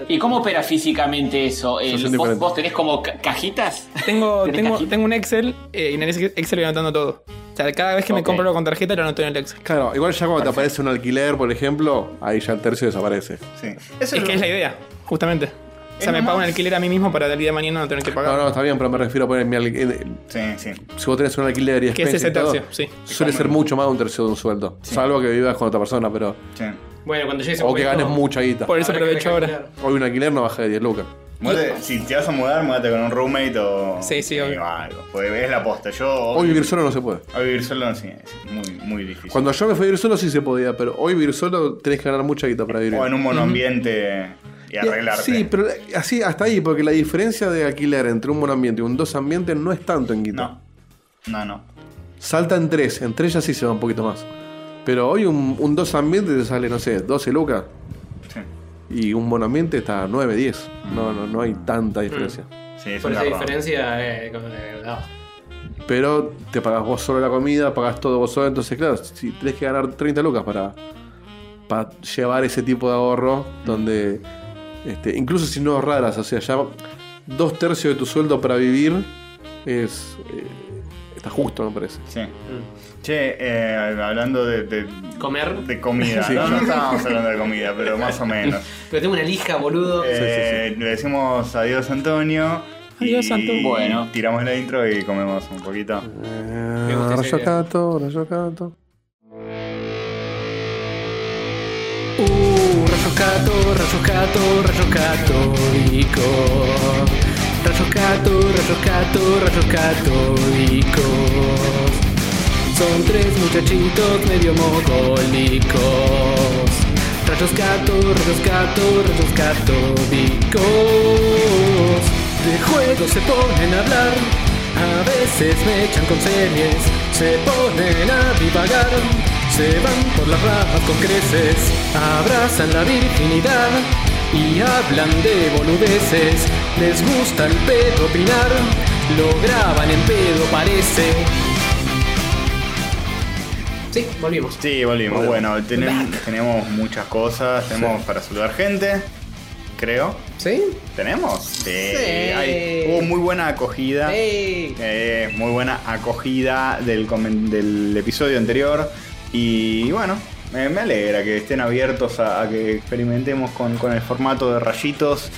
[SPEAKER 4] ¿Y cómo opera físicamente eso? El-
[SPEAKER 5] Son
[SPEAKER 4] ¿vos,
[SPEAKER 5] diferentes.
[SPEAKER 4] vos tenés como ca- cajitas?
[SPEAKER 3] Tengo,
[SPEAKER 4] ¿Tenés
[SPEAKER 3] tengo,
[SPEAKER 4] cajita?
[SPEAKER 3] tengo un Excel eh, y en el Excel voy anotando todo. O sea, cada vez que me
[SPEAKER 4] Ok.
[SPEAKER 3] compro algo con tarjeta lo anoto en el Excel.
[SPEAKER 5] Claro, igual ya cuando te aparece un alquiler, por ejemplo, ahí ya el tercio desaparece.
[SPEAKER 2] Sí. Eso
[SPEAKER 3] Es que es la idea, justamente. O sea,
[SPEAKER 2] Es
[SPEAKER 3] me pago un
[SPEAKER 2] más-
[SPEAKER 3] alquiler a mí mismo para el día de mañana no tener que
[SPEAKER 5] No,
[SPEAKER 3] pagar.
[SPEAKER 5] no, está bien, pero me refiero a poner mi alqui- en-
[SPEAKER 2] Sí, sí.
[SPEAKER 5] Si vos tenés un alquiler y
[SPEAKER 3] Que es
[SPEAKER 5] especies
[SPEAKER 3] ese
[SPEAKER 5] y todo,
[SPEAKER 3] tercio, sí.
[SPEAKER 5] Suele ser mucho más de un tercio de un sueldo. Salvo que vivas con otra persona, pero.
[SPEAKER 2] sí.
[SPEAKER 1] Bueno, cuando llegues a
[SPEAKER 5] O que ganes mucha guita.
[SPEAKER 3] Por eso
[SPEAKER 1] Habrá que
[SPEAKER 3] aprovecho
[SPEAKER 1] recalcular.
[SPEAKER 3] ahora.
[SPEAKER 5] Hoy un alquiler no baja de 10 lucas.
[SPEAKER 2] Mudate- si te vas a mudar, mudate con un roommate o.
[SPEAKER 3] Sí, sí,
[SPEAKER 2] o
[SPEAKER 3] obvio.
[SPEAKER 2] algo. Porque es la posta. Yo.
[SPEAKER 5] Hoy vivir solo no se puede.
[SPEAKER 2] hoy vivir solo sí, es muy, muy difícil.
[SPEAKER 5] Cuando yo me fui a vivir solo sí se podía, pero hoy vivir solo tenés que ganar mucha guita para vivir.
[SPEAKER 2] O en un monoambiente y arreglarte.
[SPEAKER 5] Sí, pero así hasta ahí, porque la diferencia de alquiler entre un buen ambiente y un dos ambiente no es tanto en guita.
[SPEAKER 2] No. No, no.
[SPEAKER 5] Salta en tres, en tres ya sí se va un poquito más. Pero hoy un, un dos ambiente te sale, no sé, 12 lucas.
[SPEAKER 2] Sí.
[SPEAKER 5] Y un monoambiente está 9, 10. No, no, no hay tanta diferencia.
[SPEAKER 2] Sí, es
[SPEAKER 1] Por
[SPEAKER 2] un
[SPEAKER 1] esa
[SPEAKER 2] garrón.
[SPEAKER 1] diferencia, eh, como, eh, no.
[SPEAKER 5] Pero te pagas vos solo la comida, pagas todo vos solo. Entonces, claro, si tenés que ganar 30 lucas para, para llevar ese tipo de ahorro, donde este, incluso si no ahorraras, o sea, ya dos tercios de tu sueldo para vivir es. eh, está justo, me parece.
[SPEAKER 2] Sí.
[SPEAKER 3] Mm.
[SPEAKER 2] Che, eh, hablando de, de-
[SPEAKER 1] ¿Comer?
[SPEAKER 2] De comida.
[SPEAKER 5] Sí.
[SPEAKER 2] No, no estábamos hablando de comida, pero más o menos.
[SPEAKER 1] Pero tengo una lija, boludo.
[SPEAKER 2] Eh, Le decimos adiós Antonio.
[SPEAKER 3] Adiós,
[SPEAKER 2] y
[SPEAKER 3] Antonio.
[SPEAKER 4] Bueno.
[SPEAKER 2] Tiramos la intro y comemos un poquito.
[SPEAKER 1] Me gusta
[SPEAKER 5] Eh,
[SPEAKER 1] esa
[SPEAKER 5] rayo
[SPEAKER 1] idea.
[SPEAKER 5] cato, rayo cato.
[SPEAKER 6] Uh, rayo cato, rayo cato, rayo católico. Rayo cato, rayo cato, rayo católicos. Son tres muchachitos medio mogólicos. Rayos gato, rayos gato, rayos católicos. De juego se ponen a hablar. A veces me echan con series. Se ponen a divagar. Se van por las ramas con creces, abrazan la virginidad y hablan de boludeces. Les gusta el pedo opinar, lo graban en pedo parece.
[SPEAKER 1] Sí, volvimos.
[SPEAKER 2] Sí, volvimos. Bueno, tenem- tenemos muchas cosas. Tenemos para saludar gente, creo.
[SPEAKER 1] ¿Sí?
[SPEAKER 2] ¿Tenemos? Sí.
[SPEAKER 1] Sí.
[SPEAKER 2] Hay- hubo muy buena
[SPEAKER 1] Ah.
[SPEAKER 2] acogida.
[SPEAKER 1] ¡Ey!
[SPEAKER 2] Eh, muy buena acogida del, comen- del episodio anterior. Y bueno, me, me alegra que estén abiertos a, a que experimentemos con, con el formato de rayitos.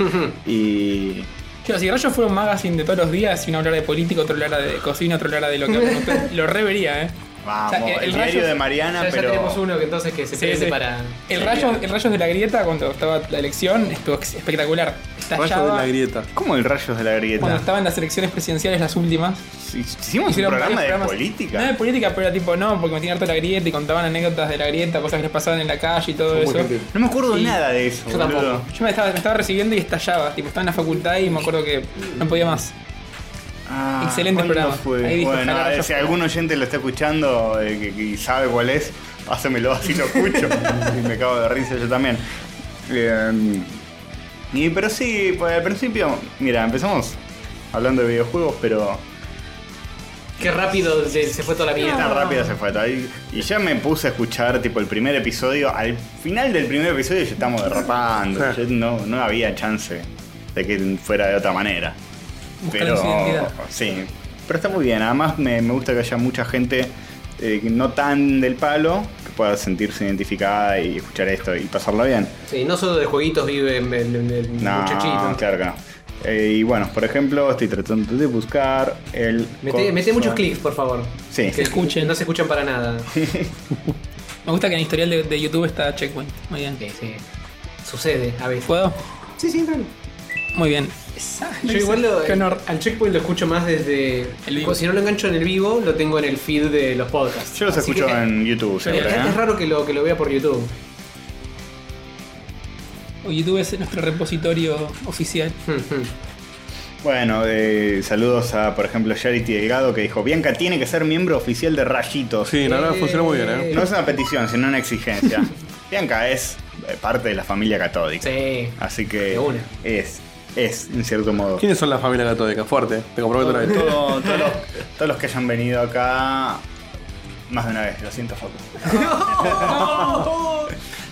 [SPEAKER 2] y
[SPEAKER 3] Claro, si Rayo fuera un magazine de todos los días y uno hablara de político, otro hablara de cocina, otro hablara de lo que hablan ustedes, lo revería, ¿eh?
[SPEAKER 2] Vamos,
[SPEAKER 3] O sea, el
[SPEAKER 2] el, diario
[SPEAKER 3] rayo-
[SPEAKER 2] de Mariana,
[SPEAKER 1] Ya, ya
[SPEAKER 2] pero.
[SPEAKER 1] tenemos uno que entonces que se
[SPEAKER 3] Sí,
[SPEAKER 1] prende
[SPEAKER 3] sí.
[SPEAKER 1] para.
[SPEAKER 3] El rayo, el rayo de la grieta cuando estaba la elección, estuvo ex- espectacular.
[SPEAKER 5] Rayo de
[SPEAKER 3] Estallaba
[SPEAKER 5] la grieta.
[SPEAKER 2] ¿Cómo el rayos de la
[SPEAKER 3] cuando
[SPEAKER 2] grieta?
[SPEAKER 3] estaban las elecciones presidenciales las últimas.
[SPEAKER 2] Hicimos un
[SPEAKER 3] Hicieron
[SPEAKER 2] programa
[SPEAKER 3] varios
[SPEAKER 2] de
[SPEAKER 3] programas-
[SPEAKER 2] política.
[SPEAKER 3] No de política, pero era tipo no, porque me tenían harto la grieta y contaban anécdotas de la grieta, cosas que les pasaban en la calle y todo
[SPEAKER 5] Muy
[SPEAKER 3] eso.
[SPEAKER 5] gente.
[SPEAKER 2] No me acuerdo
[SPEAKER 3] Sí.
[SPEAKER 2] nada de eso,
[SPEAKER 1] Yo tampoco.
[SPEAKER 2] boludo.
[SPEAKER 3] Yo me estaba, me estaba recibiendo y estallaba. Tipo, estaba en la facultad y me acuerdo que no podía más.
[SPEAKER 2] Ah,
[SPEAKER 3] Excelente
[SPEAKER 2] ¿cuándo
[SPEAKER 3] programa.
[SPEAKER 2] fue?
[SPEAKER 3] Ahí dije,
[SPEAKER 2] bueno,
[SPEAKER 3] ojalá
[SPEAKER 2] a ver,
[SPEAKER 3] yo
[SPEAKER 2] si
[SPEAKER 3] fuera.
[SPEAKER 2] algún oyente lo está escuchando eh, que- que- y sabe cuál es, pásamelo así lo escucho. y me cago de risa yo también. Eh, y, pero sí, pues, al principio, mira, empezamos hablando de videojuegos, pero
[SPEAKER 1] Qué rápido se, se fue toda la
[SPEAKER 2] Y
[SPEAKER 1] mierda.
[SPEAKER 2] tan rápida se fue. tal. Y- Y ya me puse a escuchar tipo el primer episodio. Al final del primer episodio ya estamos derrapando.
[SPEAKER 5] Sí.
[SPEAKER 2] Yo no, no había chance de que fuera de otra manera.
[SPEAKER 3] Buscaron
[SPEAKER 2] Pero
[SPEAKER 3] su identidad.
[SPEAKER 2] sí. Pero está muy bien. Además me, me gusta que haya mucha gente eh, no tan del palo que pueda sentirse identificada y escuchar esto y pasarla bien.
[SPEAKER 1] Sí, no solo de jueguitos vive el, el- el
[SPEAKER 2] No,
[SPEAKER 1] muchachito.
[SPEAKER 2] claro que no. Eh, y bueno, por ejemplo, estoy tratando de buscar el.
[SPEAKER 1] Mete, mete
[SPEAKER 2] coso-
[SPEAKER 1] muchos clics, por favor.
[SPEAKER 2] Sí.
[SPEAKER 1] Que escuchen, no se escuchan para nada. Sí,
[SPEAKER 3] Me gusta que en el historial de, de YouTube está Checkpoint. Muy bien.
[SPEAKER 1] sí. Sucede a veces.
[SPEAKER 3] ¿Puedo?
[SPEAKER 1] Sí, sí, claro.
[SPEAKER 3] Muy bien.
[SPEAKER 1] Yo igual lo- eh,
[SPEAKER 3] Qué honor.
[SPEAKER 1] al checkpoint lo escucho más desde.
[SPEAKER 3] El vivo.
[SPEAKER 1] Si no lo engancho en el vivo, lo tengo en el feed de los podcasts.
[SPEAKER 2] Yo los
[SPEAKER 1] Así
[SPEAKER 2] escucho
[SPEAKER 1] que-
[SPEAKER 2] en YouTube,
[SPEAKER 1] Eh,
[SPEAKER 2] seguro. ¿eh?
[SPEAKER 1] Es raro que lo, que lo vea por YouTube.
[SPEAKER 3] YouTube es nuestro repositorio oficial.
[SPEAKER 2] Bueno, eh, saludos a, por ejemplo, Charity Delgado que dijo, Bianca tiene que ser miembro oficial de Rayitos.
[SPEAKER 5] Sí, la verdad funcionó muy bien, ¿eh?
[SPEAKER 2] No es una petición, sino una exigencia. Bianca es eh, parte de la familia católica.
[SPEAKER 1] Sí.
[SPEAKER 2] Así que
[SPEAKER 1] De una.
[SPEAKER 2] es, es, en cierto modo.
[SPEAKER 5] ¿Quiénes son la familia católica? Fuerte, te comprometo una
[SPEAKER 3] Eh,
[SPEAKER 5] vez.
[SPEAKER 2] Todo- todos, los, todos los que hayan venido acá más de una vez, lo siento, Facu.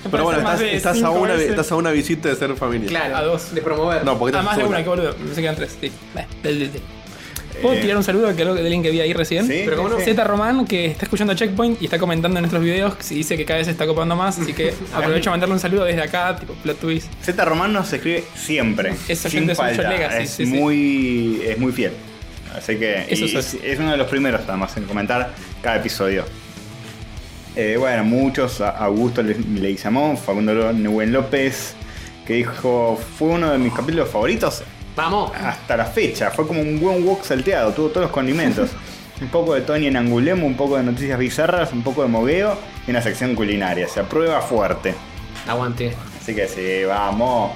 [SPEAKER 5] Pero bueno,
[SPEAKER 3] Pasan más
[SPEAKER 5] estás,
[SPEAKER 3] de
[SPEAKER 5] estás a
[SPEAKER 3] cinco
[SPEAKER 5] una, vi-
[SPEAKER 3] veces.
[SPEAKER 5] estás a una visita de ser familia.
[SPEAKER 1] Claro.
[SPEAKER 3] A dos.
[SPEAKER 1] De promover.
[SPEAKER 5] No, porque
[SPEAKER 3] Ah,
[SPEAKER 5] estás
[SPEAKER 3] más de
[SPEAKER 5] sola.
[SPEAKER 3] una, que boludo. Me quedan tres. Sí. Bah, del- del- del. ¿Puedo
[SPEAKER 2] Eh,
[SPEAKER 3] tirar un saludo a que- de alguien que vi ahí recién?
[SPEAKER 2] Sí,
[SPEAKER 1] Pero cómo no.
[SPEAKER 2] sí.
[SPEAKER 3] Z Román, que está escuchando Checkpoint y está comentando en nuestros videos, y dice que cada vez se está copando más, así que aprovecho a mandarle un saludo desde acá, tipo plot twist.
[SPEAKER 2] Z Román nos escribe siempre.
[SPEAKER 3] Esa
[SPEAKER 2] sin
[SPEAKER 3] gente es un
[SPEAKER 2] falta.
[SPEAKER 3] Legacy,
[SPEAKER 2] es
[SPEAKER 3] sí, sí.
[SPEAKER 2] muy. es muy fiel. Así que. y
[SPEAKER 3] Eso
[SPEAKER 2] es,
[SPEAKER 3] es así.
[SPEAKER 2] es uno de los primeros además en comentar cada episodio. Eh, bueno, muchos, a- Augusto Le- Leguizamón, Facundo Lo- Nehuen López, que dijo, fue uno de mis capítulos favoritos
[SPEAKER 1] Vamos.
[SPEAKER 2] hasta la fecha. Fue como un buen wok salteado, tuvo todos los condimentos. un poco de Tony en Angulemo, un poco de noticias bizarras, un poco de mogueo y una sección culinaria. Se aprueba fuerte.
[SPEAKER 1] Aguante.
[SPEAKER 2] Así que sí, vamos.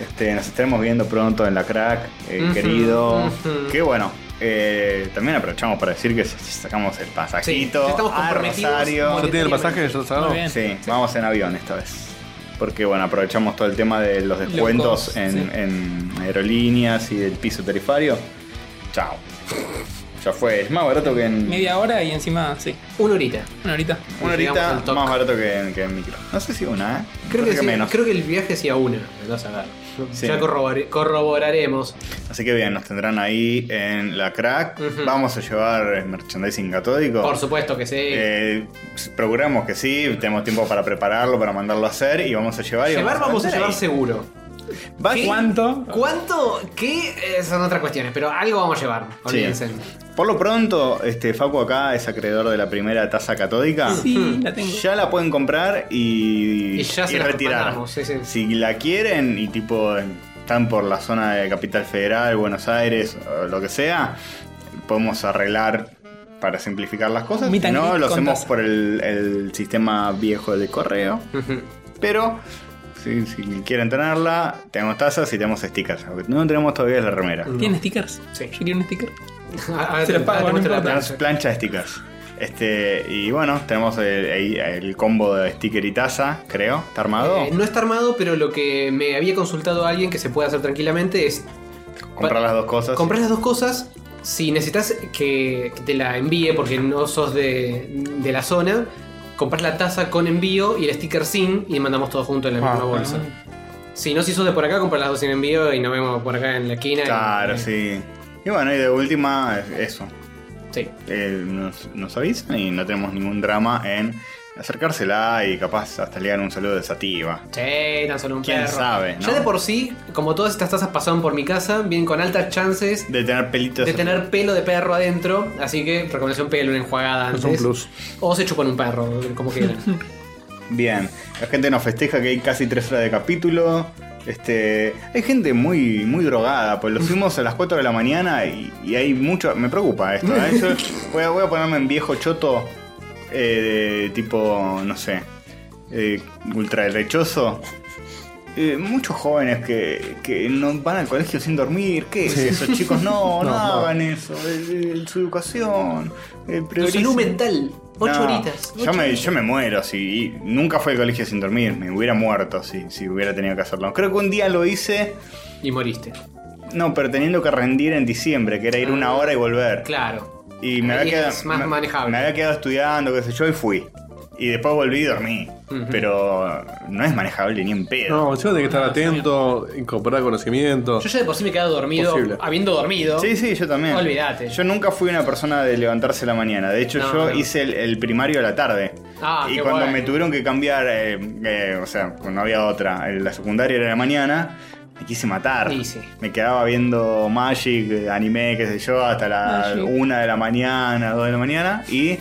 [SPEAKER 2] Este, nos estaremos viendo pronto en la crack, eh,
[SPEAKER 1] Ujú,
[SPEAKER 2] querido.
[SPEAKER 1] ujú.
[SPEAKER 2] Qué bueno. eh, también aprovechamos para decir que sacamos el
[SPEAKER 1] Sí, ya
[SPEAKER 2] pasajito
[SPEAKER 1] estamos
[SPEAKER 2] a
[SPEAKER 1] comprometidos.
[SPEAKER 2] Rosario.
[SPEAKER 5] ¿Ya tiene el pasaje? ¿Ya lo sacaron?
[SPEAKER 3] Muy bien.
[SPEAKER 2] Sí, vamos en avión esta vez. Porque bueno, aprovechamos todo el tema de los descuentos
[SPEAKER 3] cost,
[SPEAKER 2] en,
[SPEAKER 3] sí.
[SPEAKER 2] en aerolíneas y del piso tarifario. Chao. Ya fue, es más barato que en.
[SPEAKER 3] Media hora y encima, sí,
[SPEAKER 1] Una horita.
[SPEAKER 3] una horita.
[SPEAKER 2] Una
[SPEAKER 1] Llegamos
[SPEAKER 2] horita
[SPEAKER 1] al toque.
[SPEAKER 2] más barato que en, que en micro. No sé si una, ¿eh?
[SPEAKER 1] Creo
[SPEAKER 2] Parece
[SPEAKER 1] que, sí,
[SPEAKER 2] menos.
[SPEAKER 1] creo que el viaje sí a una. Andás a ver.
[SPEAKER 2] Sí.
[SPEAKER 1] Ya corrobore- corroboraremos.
[SPEAKER 2] Así que bien, nos tendrán ahí en la crack.
[SPEAKER 1] Ujú.
[SPEAKER 2] Vamos a llevar eh, merchandising catódico.
[SPEAKER 1] Por supuesto que sí.
[SPEAKER 2] Eh, procuramos que sí, tenemos tiempo para prepararlo, para mandarlo a hacer y vamos a llevar. y
[SPEAKER 1] llevar vamos a llevar
[SPEAKER 2] vender
[SPEAKER 1] seguro.
[SPEAKER 2] ahí. Vas-
[SPEAKER 3] ¿Cuánto?
[SPEAKER 1] ¿Cuánto? ¿Qué? Eh, son otras cuestiones, pero algo vamos a llevar.
[SPEAKER 2] Sí.
[SPEAKER 1] Olvídense.
[SPEAKER 2] Por lo pronto, este Facu acá es acreedor de la primera taza catódica.
[SPEAKER 3] Sí, la tengo.
[SPEAKER 2] Ah. Ya la pueden comprar y,
[SPEAKER 1] Y ya se la
[SPEAKER 2] retirar.
[SPEAKER 1] mandamos, sí, sí.
[SPEAKER 2] Si la quieren y tipo están por la zona de Capital Federal, Buenos Aires, o lo que sea, podemos arreglar para simplificar las cosas.
[SPEAKER 3] Meet
[SPEAKER 2] Si
[SPEAKER 3] and
[SPEAKER 2] no,
[SPEAKER 3] greet
[SPEAKER 2] lo
[SPEAKER 3] con
[SPEAKER 2] hacemos
[SPEAKER 3] taza.
[SPEAKER 2] por el, el sistema viejo de correo.
[SPEAKER 1] Ujú.
[SPEAKER 2] Pero si, si quieren tenerla, tenemos tazas y tenemos stickers. Lo que no tenemos todavía es la remera.
[SPEAKER 3] ¿Tienen stickers?
[SPEAKER 1] Sí.
[SPEAKER 3] Yo quería un sticker.
[SPEAKER 1] Ahora
[SPEAKER 3] Se
[SPEAKER 1] te-
[SPEAKER 3] lo pago,
[SPEAKER 1] ahora te muestro
[SPEAKER 3] no
[SPEAKER 1] la
[SPEAKER 3] importa.
[SPEAKER 1] tarjeta.
[SPEAKER 2] Tenemos plancha de stickers. Este, y bueno, tenemos el, ahí el combo de sticker y taza, creo. ¿Está armado?
[SPEAKER 1] Eh, no está armado, pero lo que me había consultado a alguien que se puede hacer tranquilamente es
[SPEAKER 2] Comprar las dos cosas.
[SPEAKER 1] comprar las dos cosas. Si necesitas que que te la envíe porque no sos de, de la zona, compras la taza con envío y el sticker sin y mandamos todo junto
[SPEAKER 2] Ah,
[SPEAKER 1] en la misma bolsa. Si no, si sos de por acá, compras las dos sin envío y nos vemos por acá en la esquina.
[SPEAKER 2] Claro,
[SPEAKER 1] Eh,
[SPEAKER 2] sí. Y bueno, y de última, eso.
[SPEAKER 1] sí.
[SPEAKER 2] Eh, nos, nos avisan y no tenemos ningún drama en acercársela y capaz hasta le dan un saludo de sativa.
[SPEAKER 1] Che, tan solo un
[SPEAKER 2] ¿Quién
[SPEAKER 1] perro.
[SPEAKER 2] sabe,
[SPEAKER 1] Ya
[SPEAKER 2] no?
[SPEAKER 1] de por sí, como todas estas tazas pasaron por mi casa, vienen con altas chances
[SPEAKER 2] De tener pelitos.
[SPEAKER 1] de tener pelo de perro adentro. Así que recomendación pelo, una enjuagada antes.
[SPEAKER 5] Es Pues un plus.
[SPEAKER 1] O se chupan un perro, como quieran.
[SPEAKER 2] Bien, la gente nos festeja que hay casi tres horas de capítulo. Este, hay gente muy, muy drogada, pues lo subimos a las 4 de la mañana y, y hay mucho. Me preocupa esto, ¿eh? Yo voy, a, voy a ponerme en viejo choto, eh, tipo, no sé, eh, ultra derechoso. Eh, muchos jóvenes que, que no van al colegio sin dormir, ¿qué es eso? Chicos, no, no,
[SPEAKER 5] No, no.
[SPEAKER 2] hagan eso. eh, eh, su educación, eh,
[SPEAKER 1] Tu salud
[SPEAKER 2] prioricen.
[SPEAKER 1] mental, 8
[SPEAKER 2] No,
[SPEAKER 1] horitas.
[SPEAKER 2] Yo me, yo me muero, si nunca fui al colegio sin dormir, me hubiera muerto si, si hubiera tenido que hacerlo. Creo que un día lo hice,
[SPEAKER 1] Y moriste.
[SPEAKER 2] no, pero teniendo que rendir en diciembre, que era ir una hora y volver.
[SPEAKER 1] Claro.
[SPEAKER 2] Y me
[SPEAKER 1] Ahí
[SPEAKER 2] había, quedado,
[SPEAKER 1] es más
[SPEAKER 2] me-
[SPEAKER 1] manejable.
[SPEAKER 2] me había quedado estudiando, qué sé yo, y fui. Y después volví y dormí. Pero no es manejable ni en pedo.
[SPEAKER 5] No, yo tengo que estar atento, incorporar conocimiento.
[SPEAKER 1] Yo ya de por sí me he quedado dormido,
[SPEAKER 5] Posible.
[SPEAKER 1] habiendo dormido.
[SPEAKER 2] Ah, Sí, sí, yo también.
[SPEAKER 1] Olvídate.
[SPEAKER 2] Yo nunca fui una persona de levantarse a la mañana. De hecho,
[SPEAKER 1] No,
[SPEAKER 2] yo
[SPEAKER 1] no.
[SPEAKER 2] hice el, el primario a la tarde.
[SPEAKER 1] Ah,
[SPEAKER 2] y
[SPEAKER 1] qué
[SPEAKER 2] cuando
[SPEAKER 1] guay.
[SPEAKER 2] me tuvieron que cambiar, eh, eh, o sea, no había otra. el- La secundaria era a la mañana. Me quise matar.
[SPEAKER 1] Y sí.
[SPEAKER 2] Me quedaba viendo Magic, eh, anime, qué sé yo, hasta la
[SPEAKER 3] Magic.
[SPEAKER 2] una de la mañana, dos de la mañana. Y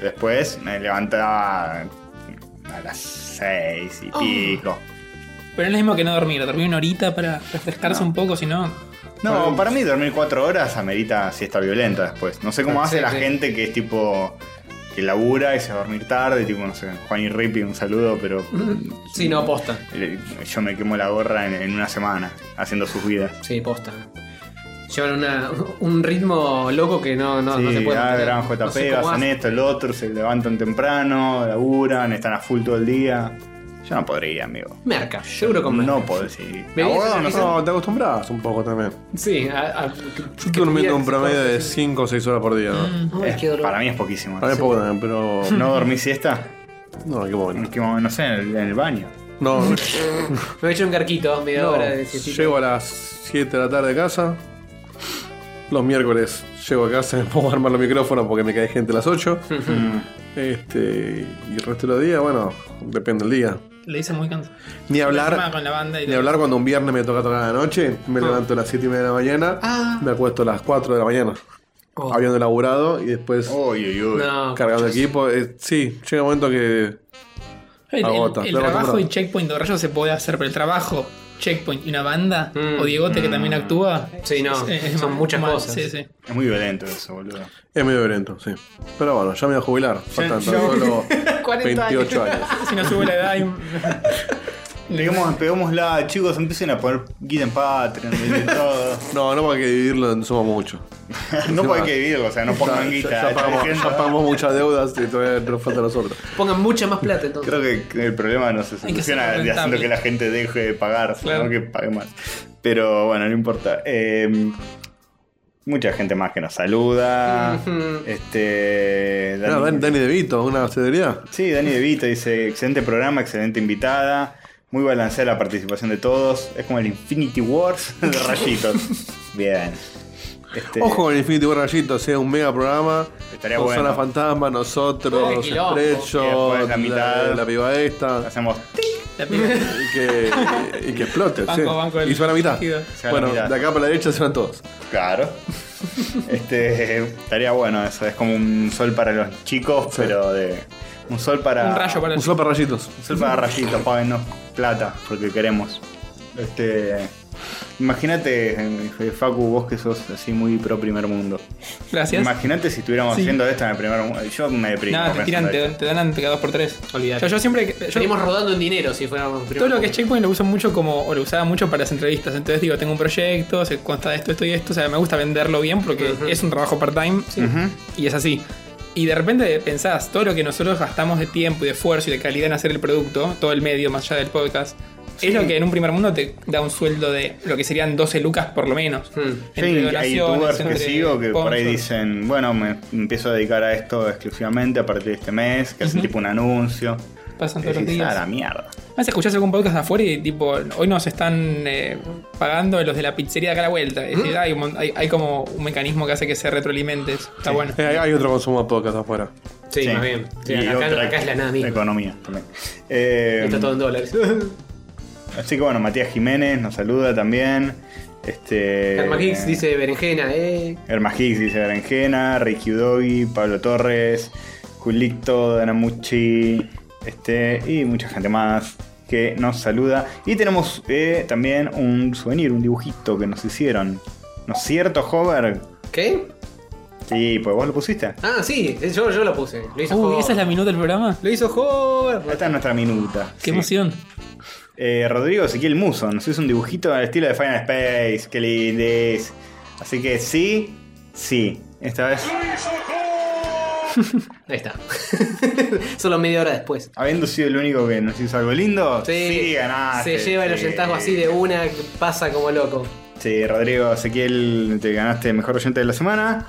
[SPEAKER 2] después me levantaba a las seis
[SPEAKER 1] Oh.
[SPEAKER 2] y pico.
[SPEAKER 3] Pero es lo mismo que no dormir, dormir una horita para refrescarse un poco, si no.
[SPEAKER 2] No, para mí dormir cuatro horas amerita siesta violenta después. No sé cómo hace
[SPEAKER 1] Sí,
[SPEAKER 2] la
[SPEAKER 1] sí.
[SPEAKER 2] gente que es tipo. que labura y se va a dormir tarde, tipo, no sé, Juan y Rippy, un saludo, pero.
[SPEAKER 1] Sí, no, posta.
[SPEAKER 2] eh, Yo me quemo la gorra en, en una semana haciendo sus vidas.
[SPEAKER 1] Sí, posta. Llevan una- un ritmo loco que no, no, no
[SPEAKER 2] sí,
[SPEAKER 1] se puede.
[SPEAKER 2] ah,
[SPEAKER 1] mantener.
[SPEAKER 2] gran JP,
[SPEAKER 1] No sé cómo
[SPEAKER 2] hacen
[SPEAKER 1] hacen.
[SPEAKER 2] esto, el otro, se levantan temprano, laburan, están a full todo el día. Yo no podría, amigo.
[SPEAKER 1] Merca, seguro con merca.
[SPEAKER 2] No puedo, sí.
[SPEAKER 1] Venís
[SPEAKER 2] Abogado,
[SPEAKER 1] a
[SPEAKER 2] no
[SPEAKER 1] la
[SPEAKER 2] somos.
[SPEAKER 5] No, te acostumbras un poco también.
[SPEAKER 1] Sí, a, a-
[SPEAKER 5] Yo
[SPEAKER 1] que- que
[SPEAKER 5] estoy durmiendo un
[SPEAKER 1] tuvieras-
[SPEAKER 5] promedio de 5 o 6 horas por día. ¿no?
[SPEAKER 1] Ay, qué dolor.
[SPEAKER 2] Para mí es poquísimo.
[SPEAKER 5] Para mí poco también, pero.
[SPEAKER 2] ¿No dormí siesta?
[SPEAKER 5] No, en qué
[SPEAKER 2] En
[SPEAKER 5] momento.
[SPEAKER 2] qué momento, No sé, en el- en el baño.
[SPEAKER 5] No, no,
[SPEAKER 1] Me he hecho un garquito, media hora de siestita.
[SPEAKER 5] llego a las 7 de la tarde a casa. Los miércoles llego a casa, me pongo a armar los micrófonos porque me cae gente a las 8.
[SPEAKER 2] Mm.
[SPEAKER 5] este, y el resto de los días, bueno, depende del día.
[SPEAKER 3] Le dice muy cansado.
[SPEAKER 5] Ni
[SPEAKER 3] Encima
[SPEAKER 5] hablar,
[SPEAKER 3] Con la banda y
[SPEAKER 5] ni
[SPEAKER 3] todo.
[SPEAKER 5] hablar cuando un viernes me toca tocar a la noche, me levanto a las 7 y media de la mañana,
[SPEAKER 1] Ah.
[SPEAKER 5] me acuesto a las 4 de la mañana,
[SPEAKER 1] Oh. Ah,
[SPEAKER 5] habiendo laburado y después
[SPEAKER 2] Uy, uy, uy.
[SPEAKER 1] No,
[SPEAKER 5] cargando equipo. Eh, sí, llega un momento que
[SPEAKER 3] El, el-
[SPEAKER 5] Agota,
[SPEAKER 3] el
[SPEAKER 5] lo agota
[SPEAKER 3] trabajo
[SPEAKER 5] pronto.
[SPEAKER 3] y checkpoint de rayos se puede hacer, pero el trabajo, checkpoint y una banda,
[SPEAKER 1] Mm.
[SPEAKER 3] o Diegote que también actúa.
[SPEAKER 1] Sí, no, son
[SPEAKER 3] más-
[SPEAKER 1] muchas
[SPEAKER 3] más-
[SPEAKER 1] cosas.
[SPEAKER 3] Sí, sí.
[SPEAKER 2] Es muy violento eso, boludo.
[SPEAKER 5] es medio violento, sí. Pero bueno, ya me voy a jubilar, faltan
[SPEAKER 2] ya-
[SPEAKER 5] tan solo 28 años.
[SPEAKER 3] Si no sube la edad, y-
[SPEAKER 2] Peguemos, peguémosla, chicos, empiecen a poner guita en Patreon, de todo.
[SPEAKER 5] No, no porque hay que dividirlo, no somos mucho.
[SPEAKER 2] No
[SPEAKER 5] Sí,
[SPEAKER 2] puede
[SPEAKER 5] va.
[SPEAKER 2] que vivirlo, o sea, no
[SPEAKER 5] Ya,
[SPEAKER 2] pongan guita.
[SPEAKER 5] ya- ya
[SPEAKER 2] está
[SPEAKER 5] pagamos,
[SPEAKER 2] diciendo.
[SPEAKER 5] ya pagamos muchas deudas y todavía nos falta nosotros.
[SPEAKER 1] pongan mucha más plata entonces.
[SPEAKER 2] Creo que que el problema no se
[SPEAKER 3] Hay que
[SPEAKER 2] soluciona
[SPEAKER 3] ser
[SPEAKER 2] de haciendo
[SPEAKER 3] rentable.
[SPEAKER 2] que la gente deje de pagar,
[SPEAKER 3] Claro.
[SPEAKER 2] sino que pague más. Pero bueno, no importa. Eh, mucha gente más que nos saluda.
[SPEAKER 1] Ujú.
[SPEAKER 2] Este.
[SPEAKER 5] No,
[SPEAKER 2] Dani-
[SPEAKER 5] Dani, Dani De Vito, una cedería.
[SPEAKER 2] Sí, Dani De Vito dice, excelente programa, excelente invitada, muy balanceada la participación de todos, es como el Infinity Wars de rayitos. Bien. Este,
[SPEAKER 5] Ojo con el Infinity War Rayito, sea un mega programa.
[SPEAKER 2] Estaría
[SPEAKER 5] con
[SPEAKER 2] bueno.
[SPEAKER 5] Zona Fantasma,
[SPEAKER 1] Ay,
[SPEAKER 5] nosotros,
[SPEAKER 1] quilombo.
[SPEAKER 2] Y
[SPEAKER 5] Estrecho,
[SPEAKER 2] después la
[SPEAKER 5] la,
[SPEAKER 2] mitad.
[SPEAKER 5] la piba esta.
[SPEAKER 2] Hacemos... tic,
[SPEAKER 3] la piba.
[SPEAKER 5] Y que, y que explote.
[SPEAKER 3] Banco,
[SPEAKER 5] sí.
[SPEAKER 3] banco del
[SPEAKER 5] y se van a mitad.
[SPEAKER 3] tejido.
[SPEAKER 2] Se van a
[SPEAKER 5] Bueno,
[SPEAKER 2] mitad.
[SPEAKER 5] de acá para la derecha se van todos.
[SPEAKER 2] Claro. Este, estaría bueno eso, es como un sol para los chicos, pero de... Un sol para...
[SPEAKER 3] un rayo para el
[SPEAKER 5] Un solo para rayitos.
[SPEAKER 2] Un sol para rayitos, páguenos plata, porque queremos. Este... Imagínate, eh, Facu, vos que sos así muy pro primer mundo.
[SPEAKER 3] Gracias.
[SPEAKER 2] Imagínate si estuviéramos
[SPEAKER 3] Sí.
[SPEAKER 2] haciendo esto en el primer mundo. Yo me deprimo.
[SPEAKER 3] Nada, te
[SPEAKER 2] pensando
[SPEAKER 3] tiran, te,
[SPEAKER 2] esto.
[SPEAKER 3] te dan cada dos por tres.
[SPEAKER 1] Olvídate.
[SPEAKER 3] Yo, yo siempre. yo-
[SPEAKER 1] Estaríamos rodando en dinero si fuéramos
[SPEAKER 3] todo lo que es checkpoint lo uso mucho como. O lo usaba mucho para las entrevistas. Entonces digo, tengo un proyecto, se consta de esto, esto y esto. O sea, me gusta venderlo bien porque
[SPEAKER 1] Ujú.
[SPEAKER 3] es un trabajo part-time.
[SPEAKER 2] Ujú.
[SPEAKER 3] Y es así. Y de repente pensás, todo lo que nosotros gastamos de tiempo y de esfuerzo y de calidad en hacer el producto, todo el medio más allá del podcast, es lo que en un primer mundo te da un sueldo de lo que serían 12 lucas por lo menos.
[SPEAKER 1] Hmm.
[SPEAKER 2] Yo hay- hay youtubers que
[SPEAKER 3] entre
[SPEAKER 2] sigo que por ahí
[SPEAKER 3] sponsors.
[SPEAKER 2] dicen, bueno, me empiezo a dedicar a esto exclusivamente a partir de este mes, que hacen tipo un anuncio. Y
[SPEAKER 3] Pasan todos los
[SPEAKER 2] decís,
[SPEAKER 3] días.
[SPEAKER 2] "Ah, la mierda.
[SPEAKER 3] Más escuchás algún podcast de afuera y tipo, hoy nos están eh, pagando los de la pizzería de acá a la vuelta. Es decir, hay, un mon- hay- hay como un mecanismo que hace que se retroalimentes. Está bueno.
[SPEAKER 5] Eh, hay, hay otro consumo de podcast afuera.
[SPEAKER 1] Sí,
[SPEAKER 2] Sí.
[SPEAKER 1] más bien. Sí,
[SPEAKER 2] Y
[SPEAKER 1] acá,
[SPEAKER 2] otra
[SPEAKER 1] acá es la nada misma.
[SPEAKER 2] Economía también. Eh,
[SPEAKER 1] Está todo en dólares.
[SPEAKER 2] Así que bueno, Matías Jiménez nos saluda también. Este.
[SPEAKER 5] Eh,
[SPEAKER 1] Karma Hicks dice berenjena, eh.
[SPEAKER 2] Herma Hicks dice Berenjena, Ricky Udogi, Pablo Torres, Julito, Danamuchi, este, y mucha gente más que nos saluda. Y tenemos eh, también un souvenir, un dibujito que nos hicieron. ¿No es cierto, Hover?
[SPEAKER 1] ¿Qué?
[SPEAKER 2] Sí, pues vos lo pusiste.
[SPEAKER 1] Ah, sí, es- yo, yo lo puse. Lo hizo
[SPEAKER 3] Uy,
[SPEAKER 1] Hover.
[SPEAKER 3] esa es la minuta del programa.
[SPEAKER 1] Lo hizo Hover.
[SPEAKER 2] Esta es nuestra minuta.
[SPEAKER 3] Qué
[SPEAKER 2] sí.
[SPEAKER 3] emoción.
[SPEAKER 2] Eh, Rodrigo Ezequiel Muso nos hizo un dibujito al estilo de Final Space. Qué lindis. Así que sí, sí. Esta vez.
[SPEAKER 1] Ahí está. Solo media hora después.
[SPEAKER 2] Habiendo sido el único que nos hizo algo lindo, sí, ganaste.
[SPEAKER 1] Se lleva el
[SPEAKER 2] sí.
[SPEAKER 1] oyentazgo así de una, pasa como loco.
[SPEAKER 2] Sí, Rodrigo Ezequiel, te ganaste el mejor oyente de la semana.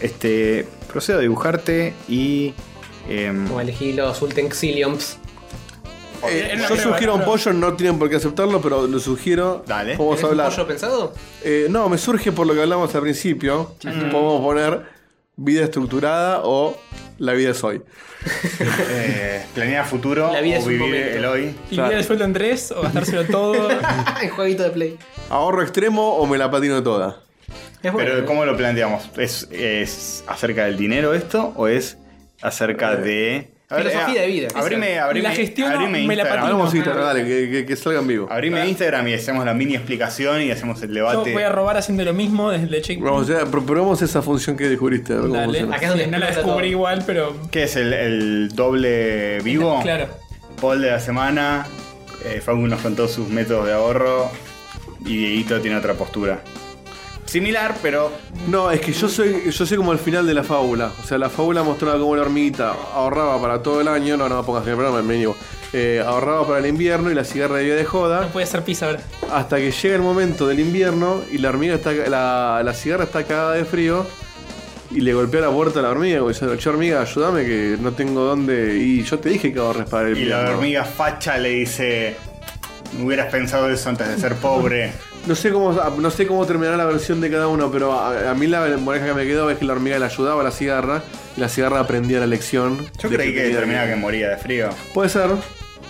[SPEAKER 2] Este, procedo a dibujarte y. em,
[SPEAKER 1] Como elegí los Ulten Xiliums.
[SPEAKER 5] Eh, yo sugiero un pollo, no tienen por qué aceptarlo, pero lo sugiero.
[SPEAKER 2] Dale.
[SPEAKER 5] Vamos a
[SPEAKER 1] ¿Tenés un
[SPEAKER 5] hablar.
[SPEAKER 1] pollo pensado?
[SPEAKER 5] Eh, no, me surge por lo que hablamos al principio. Podemos poner vida estructurada o la vida es hoy.
[SPEAKER 2] eh, planear futuro
[SPEAKER 1] La vida
[SPEAKER 2] o
[SPEAKER 1] es un
[SPEAKER 2] vivir
[SPEAKER 1] momento.
[SPEAKER 2] el hoy.
[SPEAKER 3] ¿Y
[SPEAKER 5] Claro.
[SPEAKER 3] vida del sueldo en tres o gastárselo todo?
[SPEAKER 1] El jueguito de Play.
[SPEAKER 5] ¿Ahorro extremo o me la patino toda?
[SPEAKER 1] Es bueno.
[SPEAKER 2] Pero, ¿cómo lo planteamos? ¿Es, ¿Es acerca del dinero esto o es acerca de. A
[SPEAKER 1] Filosofía de
[SPEAKER 2] eh,
[SPEAKER 1] vida,
[SPEAKER 2] Abrime,
[SPEAKER 1] quizás.
[SPEAKER 2] abrime,
[SPEAKER 3] La gestiono,
[SPEAKER 2] abrime
[SPEAKER 3] me la
[SPEAKER 2] Instagram.
[SPEAKER 3] patino.
[SPEAKER 5] Hablamos Instagram, dale, que, que- que salgan vivo.
[SPEAKER 2] Abrime Instagram y hacemos la mini explicación y hacemos el
[SPEAKER 3] Yo
[SPEAKER 2] debate.
[SPEAKER 3] voy a robar haciendo lo mismo desde Checkpoint.
[SPEAKER 5] Vamos, ya, pro- probemos esa función que descubriste. a ver cómo
[SPEAKER 3] Dale.
[SPEAKER 5] funciona.
[SPEAKER 1] Acá es donde
[SPEAKER 3] Sí, no la
[SPEAKER 1] explota
[SPEAKER 3] descubrí
[SPEAKER 1] todo.
[SPEAKER 3] igual, pero.
[SPEAKER 2] ¿Qué es el, el doble vivo?
[SPEAKER 3] Claro.
[SPEAKER 2] Poll de la semana. Eh, Facu nos contó sus métodos de ahorro. Y Dieguito tiene otra postura. Similar, pero.
[SPEAKER 5] No, es que yo soy, yo soy como el final de la fábula. O sea, la fábula mostraba cómo la hormiguita ahorraba para todo el año. No, no, pongas el programa, me niego. Eh, ahorraba para el invierno y la cigarra vivía de joda.
[SPEAKER 3] No puede ser pizza ahora.
[SPEAKER 5] Hasta que llega el momento del invierno y la hormiga está. La, la cigarra está cagada de frío. Y le golpea la puerta a la hormiga, como diciendo, che hormiga, ayúdame que no tengo dónde. Y yo te dije que ahorres para el
[SPEAKER 2] Y la
[SPEAKER 5] invierno".
[SPEAKER 2] hormiga facha le dice. "No Hubieras pensado eso antes de ser pobre.
[SPEAKER 5] No sé cómo ah, no sé cómo terminará la versión de cada uno, pero a, a mí la moraleja que me quedó es que la hormiga le ayudaba a la cigarra y la cigarra aprendía la lección.
[SPEAKER 2] Yo
[SPEAKER 5] de
[SPEAKER 2] creí que
[SPEAKER 5] tenía
[SPEAKER 2] terminaba que moría de frío.
[SPEAKER 5] Puede ser.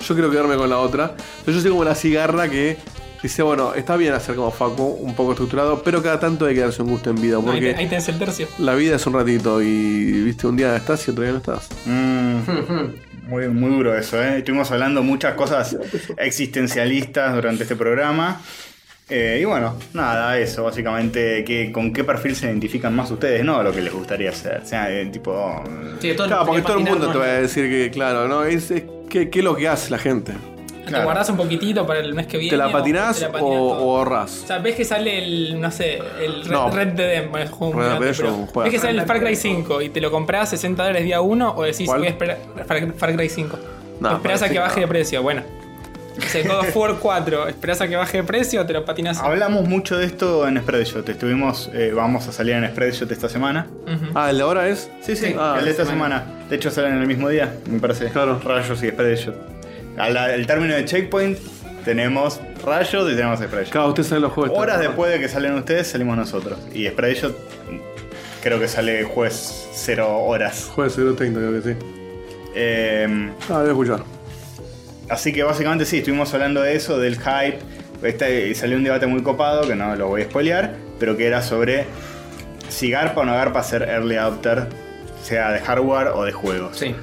[SPEAKER 5] Yo quiero quedarme con la otra. Pero yo soy como la cigarra que dice, bueno, está bien hacer como Facu, un poco estructurado, pero cada tanto hay que darse un gusto en vida,
[SPEAKER 3] No, ahí,
[SPEAKER 5] porque
[SPEAKER 3] te- ahí tenés el tercio.
[SPEAKER 5] la vida es un ratito y, viste, un día estás y otro día no estás.
[SPEAKER 2] Mm,
[SPEAKER 1] Ujú.
[SPEAKER 2] muy, muy duro eso, ¿eh? Estuvimos hablando muchas cosas existencialistas durante este programa. Eh, y bueno, nada, eso, básicamente, que, ¿con qué perfil se identifican más ustedes? No, lo que les gustaría hacer. O sea, eh, tipo. mm,
[SPEAKER 1] Sí, todo
[SPEAKER 5] Claro, porque todo el mundo te va a
[SPEAKER 1] patinar,
[SPEAKER 5] decir que, claro, ¿no? Es, es que, ¿Qué es lo que hace la gente?
[SPEAKER 3] Te
[SPEAKER 2] Claro.
[SPEAKER 3] guardás un poquitito para el mes que viene.
[SPEAKER 5] ¿Te la
[SPEAKER 3] o
[SPEAKER 5] patinás
[SPEAKER 3] te la
[SPEAKER 5] o,
[SPEAKER 3] patinas todo?
[SPEAKER 5] o ahorrás?
[SPEAKER 3] O sea, ves que sale el, no sé, el Red,
[SPEAKER 5] No.
[SPEAKER 3] Red Dead, bueno, es un juego
[SPEAKER 5] Red
[SPEAKER 3] grande,
[SPEAKER 5] Dead es
[SPEAKER 3] pero
[SPEAKER 5] un juego.
[SPEAKER 3] Ves que sale el Far Cry 5 y te lo compras 60 dólares día 1 o decís,
[SPEAKER 5] ¿Cuál?
[SPEAKER 3] voy a esperar Far, Far Cry 5.
[SPEAKER 5] No,
[SPEAKER 3] O esperás a
[SPEAKER 5] parece
[SPEAKER 3] que
[SPEAKER 5] que
[SPEAKER 3] baje
[SPEAKER 5] no.
[SPEAKER 3] de precio, bueno. O sea, God of War 4, esperás a que baje de precio, te lo patinas.
[SPEAKER 2] Hablamos mucho de esto en Spreadshot. Estuvimos, eh, vamos a salir en Spreadshot esta semana.
[SPEAKER 3] Ujú.
[SPEAKER 5] Ah, ¿el de ahora es?
[SPEAKER 2] Sí, sí,
[SPEAKER 5] Ah,
[SPEAKER 2] el de esta semana. De hecho, salen el mismo día, me parece.
[SPEAKER 5] Claro.
[SPEAKER 2] Rayos y Spreadshot. Al, al término de Checkpoint, tenemos Rayos y tenemos Spreadshot.
[SPEAKER 5] Claro, ustedes saben los juegos.
[SPEAKER 2] Horas
[SPEAKER 5] Está-
[SPEAKER 2] después de que salen ustedes, salimos nosotros. Y Spreadshot, creo que sale juez cero horas.
[SPEAKER 5] Jueves 030, creo que sí.
[SPEAKER 2] Eh,
[SPEAKER 5] Ah, voy a escuchar.
[SPEAKER 2] Así que básicamente sí, estuvimos hablando de eso, del hype. Este, y salió un debate muy copado, que no lo voy a spoilear, pero que era sobre si garpa o no garpa ser early adopter, sea de hardware o de juegos.
[SPEAKER 1] Sí.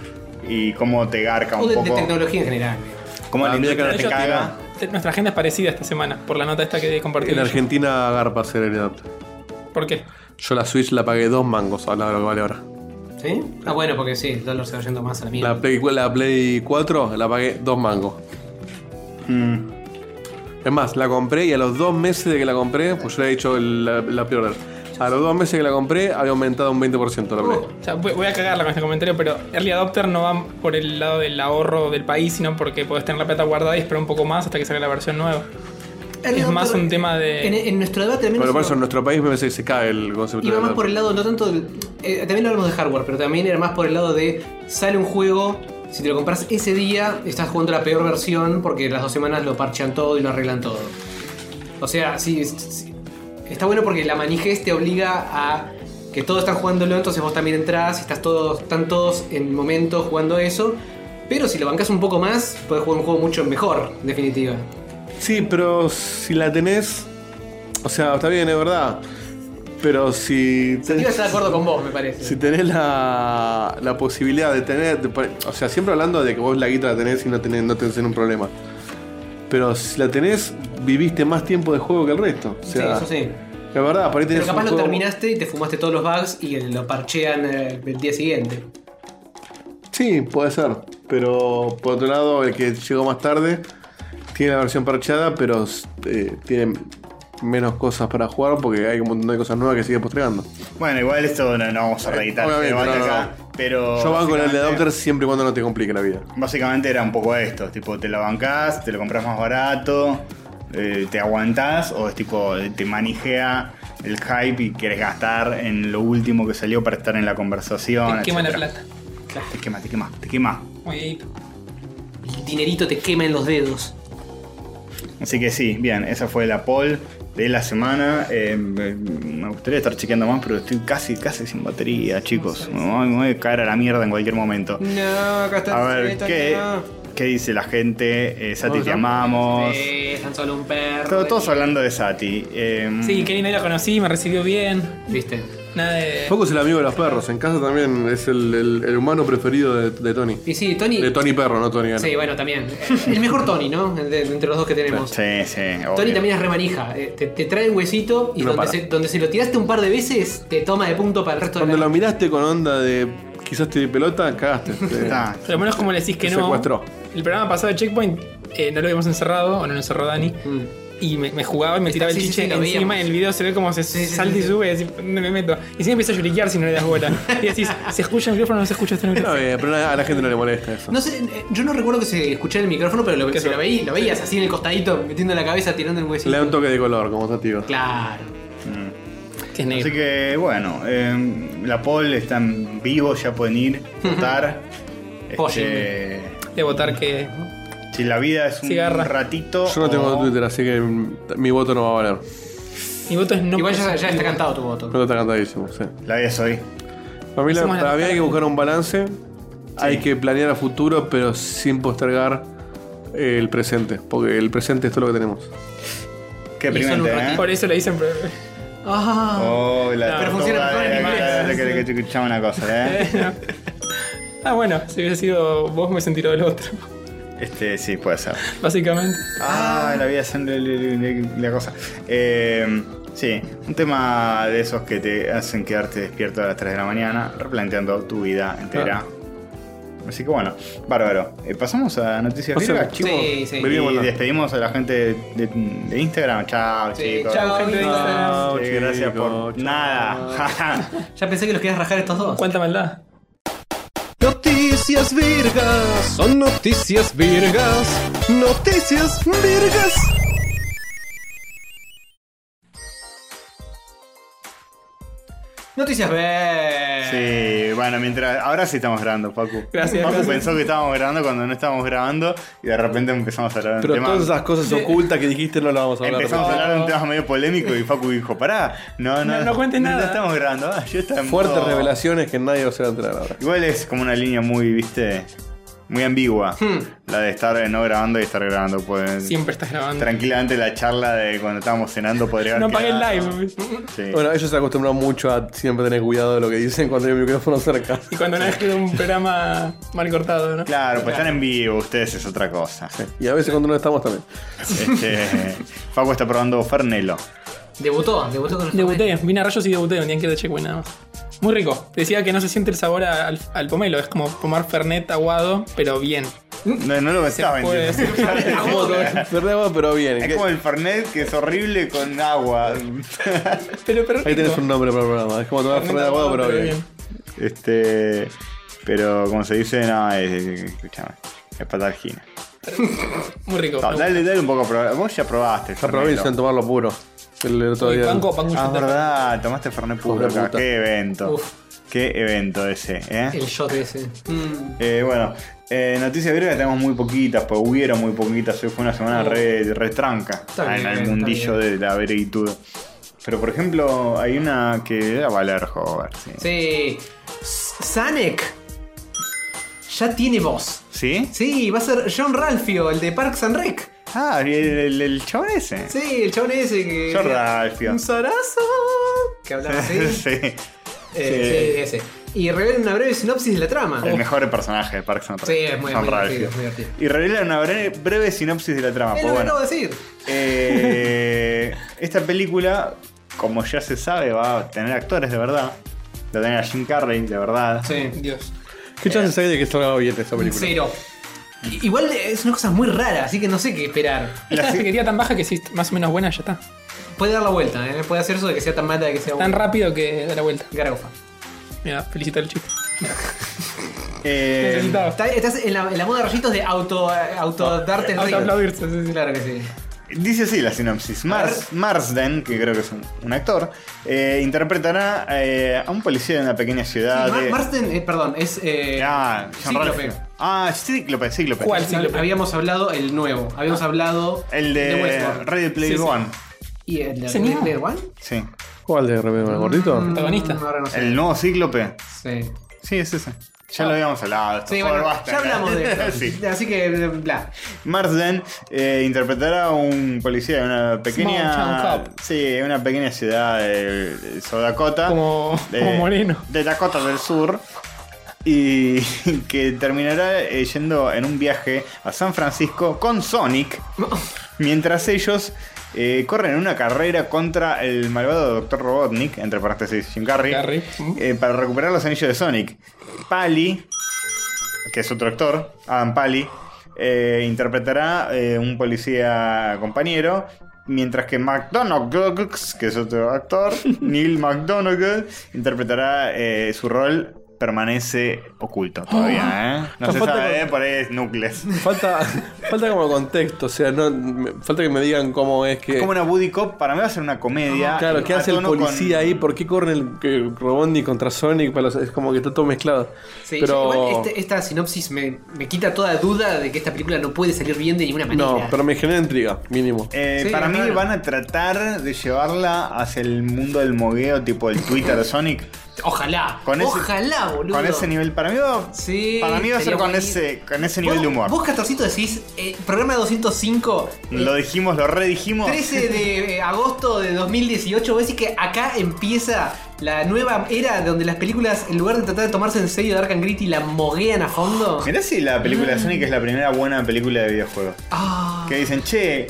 [SPEAKER 2] Y cómo te garca
[SPEAKER 1] O
[SPEAKER 2] un
[SPEAKER 1] de, de
[SPEAKER 2] poco.
[SPEAKER 1] tecnología en general.
[SPEAKER 2] cómo la
[SPEAKER 5] Ah, mira que
[SPEAKER 2] industria
[SPEAKER 5] la
[SPEAKER 2] te
[SPEAKER 3] Yo-
[SPEAKER 2] caga.
[SPEAKER 3] Te- Nuestra agenda es parecida esta semana, por la nota esta que compartí.
[SPEAKER 5] En Argentina garpa ser el adapter.
[SPEAKER 3] ¿Por qué?
[SPEAKER 5] Yo la Switch la pagué dos mangos, ahora lo que vale ahora.
[SPEAKER 1] ¿Sí? Ah, bueno, porque sí, el dólar se va yendo más a la mierda.
[SPEAKER 5] La Play, la Play 4 la pagué dos mangos.
[SPEAKER 2] Mm.
[SPEAKER 5] Es más, la compré y a los dos meses de que la compré, pues yo le he dicho el- la, la pre-order. A los dos meses que la compré había aumentado un 20% la Play.
[SPEAKER 3] O sea, voy, voy a cagarla con este comentario, pero Early Adopter no va por el lado del ahorro del país, sino porque podés tener la plata guardada y esperar un poco más hasta que salga la versión nueva. es más un tema de-
[SPEAKER 1] En, en nuestro debate también.
[SPEAKER 5] Bueno, por
[SPEAKER 1] eso-
[SPEAKER 5] eso en nuestro país me parece que se cae el concepto
[SPEAKER 1] Iba
[SPEAKER 5] de
[SPEAKER 1] más por el lado, no tanto. del- eh, también hablamos de hardware, pero también era más por el lado de. Sale un juego, si te lo compras ese día, estás jugando la peor versión porque las dos semanas lo parchean todo y lo arreglan todo. O sea, sí. sí- sí. está bueno porque la manijez te obliga a que todos están jugándolo, entonces vos también entrás, estás todos, están todos en el momento jugando eso. Pero si lo bancas un poco más, puedes jugar un juego mucho mejor, en definitiva.
[SPEAKER 5] Sí, pero si la tenés. O sea, está bien, es verdad. Pero si.
[SPEAKER 1] Yo
[SPEAKER 5] tenés-
[SPEAKER 1] estoy de acuerdo con vos, me parece.
[SPEAKER 5] Si tenés la, la posibilidad de tener. de poner- o sea, siempre hablando de que vos la guita la tenés y no tenés, no tenés un problema. Pero si la tenés, viviste más tiempo de juego que el resto. O
[SPEAKER 1] sí,
[SPEAKER 5] sea,
[SPEAKER 1] eso sí.
[SPEAKER 5] Es verdad, por ahí tenés
[SPEAKER 1] Pero capaz
[SPEAKER 5] un
[SPEAKER 1] lo
[SPEAKER 5] juego-
[SPEAKER 1] terminaste y te fumaste todos los bugs y lo parchean eh, el día siguiente.
[SPEAKER 5] Sí, puede ser. Pero por otro lado, el que llegó más tarde tiene la versión parchada, pero eh, tiene menos cosas para jugar porque hay un montón de cosas nuevas que sigue postergando.
[SPEAKER 2] Bueno, igual esto no, no vamos a reeditar.
[SPEAKER 5] Eh, Obviamente,
[SPEAKER 2] pero,
[SPEAKER 5] no, no,
[SPEAKER 2] acá, pero
[SPEAKER 5] Yo van con el
[SPEAKER 2] básicamente-
[SPEAKER 5] de Adopter siempre y cuando no te complique la vida.
[SPEAKER 2] Básicamente era un poco esto, tipo te la bancás, te lo compras más barato, eh, te aguantás o es tipo te manijea el hype y quieres gastar en lo último que salió para estar en la conversación.
[SPEAKER 3] Te quema la
[SPEAKER 2] etcétera.
[SPEAKER 3] plata.
[SPEAKER 2] Te quema, te quema, te quema.
[SPEAKER 3] Muy
[SPEAKER 1] El dinerito te quema en los dedos.
[SPEAKER 2] Así que sí, bien, esa fue la poll de la semana. Eh, me me gustaría estar chequeando más, pero estoy casi, casi sin batería, chicos. Me voy- me voy a caer a la mierda en cualquier momento.
[SPEAKER 1] No, acá está.
[SPEAKER 2] A ver, ¿qué, qué dice la gente? Eh, Sati, te amamos.
[SPEAKER 1] Sí, tan solo un perro.
[SPEAKER 2] Todo- todos hablando de Sati. eh,
[SPEAKER 3] Sí, qué lindo ahí lo conocí, me recibió bien.
[SPEAKER 1] Viste.
[SPEAKER 3] Nada de.
[SPEAKER 5] Poco es el amigo de los perros, en casa también es el, el- el humano preferido de, de Tony.
[SPEAKER 1] Y sí, Tony.
[SPEAKER 5] De Tony Perro, no Tony Gano.
[SPEAKER 1] Sí, bueno, también. El mejor Tony, ¿no? De- de entre los dos que tenemos.
[SPEAKER 2] Sí, sí.
[SPEAKER 1] Tony
[SPEAKER 2] obvio.
[SPEAKER 1] también es remanija. eh, Te, te trae el huesito y
[SPEAKER 5] No
[SPEAKER 1] donde,
[SPEAKER 5] para.
[SPEAKER 1] se, donde se lo tiraste un par de veces, te toma de punto para el resto
[SPEAKER 5] Cuando
[SPEAKER 1] de la
[SPEAKER 5] lo miraste con onda de quizás te di pelota, cagaste. Te-
[SPEAKER 2] Está.
[SPEAKER 3] Por lo menos como le decís que
[SPEAKER 5] Te
[SPEAKER 3] no.
[SPEAKER 5] secuestró.
[SPEAKER 3] El programa pasado de Checkpoint eh, no lo habíamos encerrado, o no lo encerró Dani.
[SPEAKER 1] Mm.
[SPEAKER 3] Y me, me jugaba y me tiraba el
[SPEAKER 1] sí, sí,
[SPEAKER 3] chiche
[SPEAKER 1] sí, lo
[SPEAKER 3] encima.
[SPEAKER 1] veíamos.
[SPEAKER 3] En el video se ve como se
[SPEAKER 1] Sí, sí,
[SPEAKER 3] salta
[SPEAKER 1] sí,
[SPEAKER 3] y
[SPEAKER 1] sí.
[SPEAKER 3] sube. así, me, me meto. Y siempre empieza a lloriquear si no le das bola. Y decís, ¿se escucha el micrófono o no se escucha este
[SPEAKER 5] Está
[SPEAKER 3] micrófono?
[SPEAKER 5] bien, pero a la gente no le molesta eso.
[SPEAKER 1] No sé, eh, yo no recuerdo que se escuchara el micrófono, pero lo,
[SPEAKER 3] Que
[SPEAKER 1] se
[SPEAKER 3] se-
[SPEAKER 1] lo, veí- lo veías así en el costadito, metiendo la cabeza, tirando el
[SPEAKER 5] Le
[SPEAKER 1] huesito.
[SPEAKER 5] da un toque de color, como testigo.
[SPEAKER 1] Claro.
[SPEAKER 3] Que es
[SPEAKER 2] Así
[SPEAKER 3] negro.
[SPEAKER 2] que bueno, eh, la poll está en vivo, ya pueden ir, votar. Este,
[SPEAKER 3] De votar que.
[SPEAKER 2] si la vida es un
[SPEAKER 3] Cigarra.
[SPEAKER 2] ratito.
[SPEAKER 5] Yo no tengo
[SPEAKER 2] o-
[SPEAKER 5] Twitter, así que mm, mi voto no va a valer.
[SPEAKER 3] Mi voto es no.
[SPEAKER 1] Igual ya, ya
[SPEAKER 3] positivo.
[SPEAKER 1] está cantado tu voto.
[SPEAKER 5] No está cantadísimo, sí.
[SPEAKER 2] La vida es hoy.
[SPEAKER 5] Para mí, la-
[SPEAKER 3] Hacemos la
[SPEAKER 5] para mí hay
[SPEAKER 3] cara.
[SPEAKER 5] que buscar un balance. Hay que planear a futuro, pero sin postergar eh, el presente. Porque el presente es todo lo que tenemos.
[SPEAKER 2] Qué
[SPEAKER 1] Y son un
[SPEAKER 2] deprimente, ¿eh?
[SPEAKER 3] Por eso le dicen. pero-
[SPEAKER 1] Ah,
[SPEAKER 2] Oh, la
[SPEAKER 1] Pero funciona
[SPEAKER 2] toda
[SPEAKER 1] mejor en
[SPEAKER 2] de-
[SPEAKER 1] inglés.
[SPEAKER 2] de- de- de- de- de- de- de- escuchamos una cosa, ¿eh?
[SPEAKER 3] Ah, bueno, si hubiese sido vos, me sentiré del otro.
[SPEAKER 2] Este, sí, puede ser.
[SPEAKER 3] Básicamente.
[SPEAKER 2] Ah, la vida es un- la- la la cosa. Eh, sí, un tema de esos que te hacen quedarte despierto a las 3 de la mañana, replanteando tu vida entera.
[SPEAKER 5] Ah.
[SPEAKER 2] Así que bueno, bárbaro. Eh, Pasamos a noticias
[SPEAKER 5] O sea,
[SPEAKER 2] griegas, chicos.
[SPEAKER 1] sí, sí.
[SPEAKER 2] Y
[SPEAKER 5] Vivímosla.
[SPEAKER 2] despedimos a la gente de, de Instagram. Chao,
[SPEAKER 1] Sí,
[SPEAKER 2] chicos.
[SPEAKER 1] chao,
[SPEAKER 3] Gente de
[SPEAKER 1] chao.
[SPEAKER 3] Instagram.
[SPEAKER 5] Chao,
[SPEAKER 2] Sí, gracias
[SPEAKER 5] chicos,
[SPEAKER 2] por
[SPEAKER 5] chao.
[SPEAKER 2] nada.
[SPEAKER 1] Ya pensé que los querías rajar estos dos.
[SPEAKER 3] ¿Cuánta maldad?
[SPEAKER 6] Noticias virgas, son noticias virgas, noticias virgas.
[SPEAKER 1] Noticias B.
[SPEAKER 2] Sí, bueno, mientras. Ahora sí estamos grabando, Facu.
[SPEAKER 3] Gracias,
[SPEAKER 2] Facu
[SPEAKER 3] gracias.
[SPEAKER 2] pensó que estábamos grabando cuando no estábamos grabando y de repente empezamos a hablar de un
[SPEAKER 5] Pero
[SPEAKER 2] tema.
[SPEAKER 5] todas esas cosas ocultas que dijiste no las vamos a hablar.
[SPEAKER 2] Empezamos a hablar de un tema medio polémico y Facu dijo, pará, no, no,
[SPEAKER 3] No, no cuentes nada.
[SPEAKER 2] estamos grabando, ah, yo estaba en
[SPEAKER 5] Fuertes
[SPEAKER 2] todo.
[SPEAKER 5] revelaciones que nadie se va a enterar ahora.
[SPEAKER 2] Igual es como una línea muy, viste, muy ambigua. La de estar eh, no grabando y estar grabando. Pues,
[SPEAKER 3] Hmm. Siempre estás grabando.
[SPEAKER 2] Tranquilamente la charla de cuando estábamos cenando podría haber
[SPEAKER 3] No pagué el
[SPEAKER 2] quedado.
[SPEAKER 3] live.
[SPEAKER 2] Sí.
[SPEAKER 5] Bueno, ellos se acostumbran mucho a siempre tener cuidado de lo que dicen cuando hay un micrófono cerca.
[SPEAKER 3] Y cuando no es que un programa mal cortado, ¿no?
[SPEAKER 2] Claro, pues están en vivo, ustedes es otra cosa.
[SPEAKER 5] Y a veces cuando no estamos también.
[SPEAKER 2] Este, Facu está probando Fernelo.
[SPEAKER 1] Debutó, debutó con el
[SPEAKER 3] Debuté, vine a rayos y debuté, tenían que de check nada más. Muy rico. Decía que no se siente el sabor a- al, al pomelo, es como tomar fernet aguado, pero bien.
[SPEAKER 2] No, no lo estaba
[SPEAKER 3] Mm. Puede
[SPEAKER 2] vendiendo.
[SPEAKER 3] decir.
[SPEAKER 1] Ah,
[SPEAKER 5] Perdemos, pero bien.
[SPEAKER 2] Es como el Fernet que es horrible con agua.
[SPEAKER 3] pero, pero
[SPEAKER 5] Ahí tenés
[SPEAKER 3] rico.
[SPEAKER 5] un nombre para el programa. Es como tomar
[SPEAKER 3] Fernet
[SPEAKER 5] Fernet de agua, pero bien.
[SPEAKER 2] Este. Pero como se dice, no, es. es- Escuchame. Es patargina.
[SPEAKER 3] Muy rico.
[SPEAKER 2] No, dale, dale un poco a probar. Vos ya probaste. el
[SPEAKER 5] Ya probé y
[SPEAKER 2] Fernet,
[SPEAKER 5] se van a tomarlo puro. El otro
[SPEAKER 3] Uy,
[SPEAKER 5] día.
[SPEAKER 3] panco, panco,
[SPEAKER 2] Ah,
[SPEAKER 3] yo
[SPEAKER 2] es
[SPEAKER 3] te-
[SPEAKER 2] verdad, tomaste Fernet puro
[SPEAKER 5] Hijo de
[SPEAKER 2] acá.
[SPEAKER 5] puta.
[SPEAKER 2] Qué evento.
[SPEAKER 1] Uf.
[SPEAKER 2] Qué evento ese, ¿eh?
[SPEAKER 1] El shot ese. Mm.
[SPEAKER 2] Eh, bueno, eh, noticias griegas tenemos muy poquitas, pues hubieron muy poquitas. Hoy fue una semana re, re tranca
[SPEAKER 1] Está
[SPEAKER 2] en
[SPEAKER 1] bien,
[SPEAKER 2] el
[SPEAKER 1] está
[SPEAKER 2] mundillo
[SPEAKER 1] bien.
[SPEAKER 2] de la veredictud. Pero por ejemplo, hay una que era valer Hover. Sí.
[SPEAKER 1] Sí. Sanek ya tiene voz.
[SPEAKER 2] ¿Sí?
[SPEAKER 1] Sí, va a ser John Ralphio, el de Parks and Rec.
[SPEAKER 2] Ah, el, el, el chabón ese.
[SPEAKER 1] Sí, el chabón ese que.
[SPEAKER 2] John Ralphio.
[SPEAKER 1] Un zarazo. Que hablaba así.
[SPEAKER 2] Sí.
[SPEAKER 1] Eh, sí, ese. Y revela una breve sinopsis de la trama.
[SPEAKER 2] El mejor personaje de Parks and Rec.
[SPEAKER 1] Sí, es muy,
[SPEAKER 2] John
[SPEAKER 1] muy divertido,
[SPEAKER 2] Ralphio.
[SPEAKER 1] muy divertido.
[SPEAKER 2] Y revela una breve, breve sinopsis de la trama.
[SPEAKER 1] Es
[SPEAKER 2] pues
[SPEAKER 1] lo que
[SPEAKER 2] bueno.
[SPEAKER 1] acabo de decir.
[SPEAKER 2] Eh, esta película, como ya se sabe, va a tener actores de verdad. Va a tener a Jim Carrey de verdad.
[SPEAKER 1] Sí.
[SPEAKER 3] Dios.
[SPEAKER 5] ¿Qué chances hay de que salga bien esta película?
[SPEAKER 1] Cero. I- Igual es una cosa muy rara, así que no sé qué esperar.
[SPEAKER 2] La
[SPEAKER 3] Esta
[SPEAKER 2] si-
[SPEAKER 3] seguiría tan baja que si es más o menos buena ya está.
[SPEAKER 1] Puede dar la vuelta, ¿eh? puede hacer eso de que sea tan mala que sea
[SPEAKER 3] Tan
[SPEAKER 1] buena.
[SPEAKER 3] rápido que da la vuelta.
[SPEAKER 1] Garufa.
[SPEAKER 3] Mira, felicita el chiste.
[SPEAKER 2] eh,
[SPEAKER 3] Felicitado.
[SPEAKER 1] Está- Estás en la, en la moda de rayitos de auto, auto darte el
[SPEAKER 3] Auto
[SPEAKER 1] río.
[SPEAKER 3] aplaudirse. sí, sí.
[SPEAKER 1] Claro que sí.
[SPEAKER 2] Dice así la sinopsis. Mars, Marsden, que creo que es un, un actor, eh, interpretará eh, a un policía de una pequeña ciudad.
[SPEAKER 1] Sí, Mar-
[SPEAKER 2] de-
[SPEAKER 1] Marsden, eh, perdón, es. eh,
[SPEAKER 2] Ah, John
[SPEAKER 1] Cíclope.
[SPEAKER 2] Ralphio. Ah, Cíclope, Cíclope.
[SPEAKER 3] ¿Cuál?
[SPEAKER 1] no,
[SPEAKER 3] Cíclope.
[SPEAKER 1] habíamos hablado el nuevo. Habíamos hablado.
[SPEAKER 2] Ah. El de
[SPEAKER 1] Westworld.
[SPEAKER 2] Ready Player
[SPEAKER 3] Sí, sí.
[SPEAKER 2] One.
[SPEAKER 1] ¿Y el de
[SPEAKER 3] Señor.
[SPEAKER 1] Red One?
[SPEAKER 2] Sí.
[SPEAKER 5] ¿Cuál de Rebe Gordito?
[SPEAKER 3] Protagonista.
[SPEAKER 1] Mm, ahora no sé.
[SPEAKER 2] El nuevo Cíclope.
[SPEAKER 1] Sí.
[SPEAKER 2] Sí, es ese. Ya
[SPEAKER 3] Oh.
[SPEAKER 2] lo habíamos hablado. esto,
[SPEAKER 1] Sí,
[SPEAKER 2] joder,
[SPEAKER 1] bueno,
[SPEAKER 2] basta,
[SPEAKER 1] ya
[SPEAKER 2] ¿no?
[SPEAKER 1] hablamos de esto.
[SPEAKER 2] sí.
[SPEAKER 1] Así que, bla.
[SPEAKER 2] Marsden eh, interpretará a un policía de una
[SPEAKER 3] Small
[SPEAKER 2] pequeña.
[SPEAKER 3] town cop.
[SPEAKER 2] Sí, una pequeña ciudad de, de South Dakota.
[SPEAKER 3] Como,
[SPEAKER 2] de,
[SPEAKER 3] como Moreno.
[SPEAKER 2] De Dakota del Sur. Y que terminará eh, yendo en un viaje a San Francisco con Sonic. Mientras ellos eh, corren una carrera contra el malvado Dr. Robotnik, entre paréntesis, Jim Carrey.
[SPEAKER 3] Carrey. Mm.
[SPEAKER 2] eh, para recuperar los anillos de Sonic. Pali, que es otro actor, Adam Pali, eh, interpretará eh, un policía compañero. Mientras que McDonagh, que es otro actor, Neil McDonagh, interpretará eh, su rol, permanece oculto todavía, ¿eh? No se
[SPEAKER 5] Tampoco-
[SPEAKER 2] sabe, por ahí es núcleos.
[SPEAKER 5] Falta, falta como contexto, o sea, no, me- falta que me digan cómo es que.
[SPEAKER 2] Es como una buddy cop, para mí va a ser una comedia.
[SPEAKER 5] Ah, Claro, ¿qué
[SPEAKER 2] a
[SPEAKER 5] hace el
[SPEAKER 2] tono con-
[SPEAKER 5] policía ahí? ¿Por qué corre el, que- Robotnik contra Sonic? Para los- es como que está todo mezclado.
[SPEAKER 1] Sí,
[SPEAKER 5] pero
[SPEAKER 1] igual este- esta sinopsis me, me quita toda duda de que esta película no puede salir bien de ninguna manera.
[SPEAKER 5] no, pero me genera intriga, mínimo.
[SPEAKER 2] Eh,
[SPEAKER 1] Sí,
[SPEAKER 2] para mí
[SPEAKER 1] claro.
[SPEAKER 2] van a tratar de llevarla hacia el mundo del mogueo, tipo el Twitter de Sonic.
[SPEAKER 1] Ojalá.
[SPEAKER 2] Con ese-
[SPEAKER 1] ojalá, boludo.
[SPEAKER 2] Con ese nivel. Para mí va,
[SPEAKER 1] Sí,
[SPEAKER 2] para mí va a ser
[SPEAKER 1] sería
[SPEAKER 2] con
[SPEAKER 1] buenísimo.
[SPEAKER 2] ese, con ese nivel de humor.
[SPEAKER 1] Vos, Castorcito, decís, eh, programa 205, el
[SPEAKER 2] Lo dijimos, lo redijimos.
[SPEAKER 1] 13 de eh, agosto de 2018, vos decís que acá empieza la nueva era donde las películas, en lugar de tratar de tomarse en serio Dark and Gritty, la moguean a fondo.
[SPEAKER 2] Mirá si la película de Sonic es la primera buena película de videojuegos.
[SPEAKER 1] Mm. Ah.
[SPEAKER 2] Que dicen, che,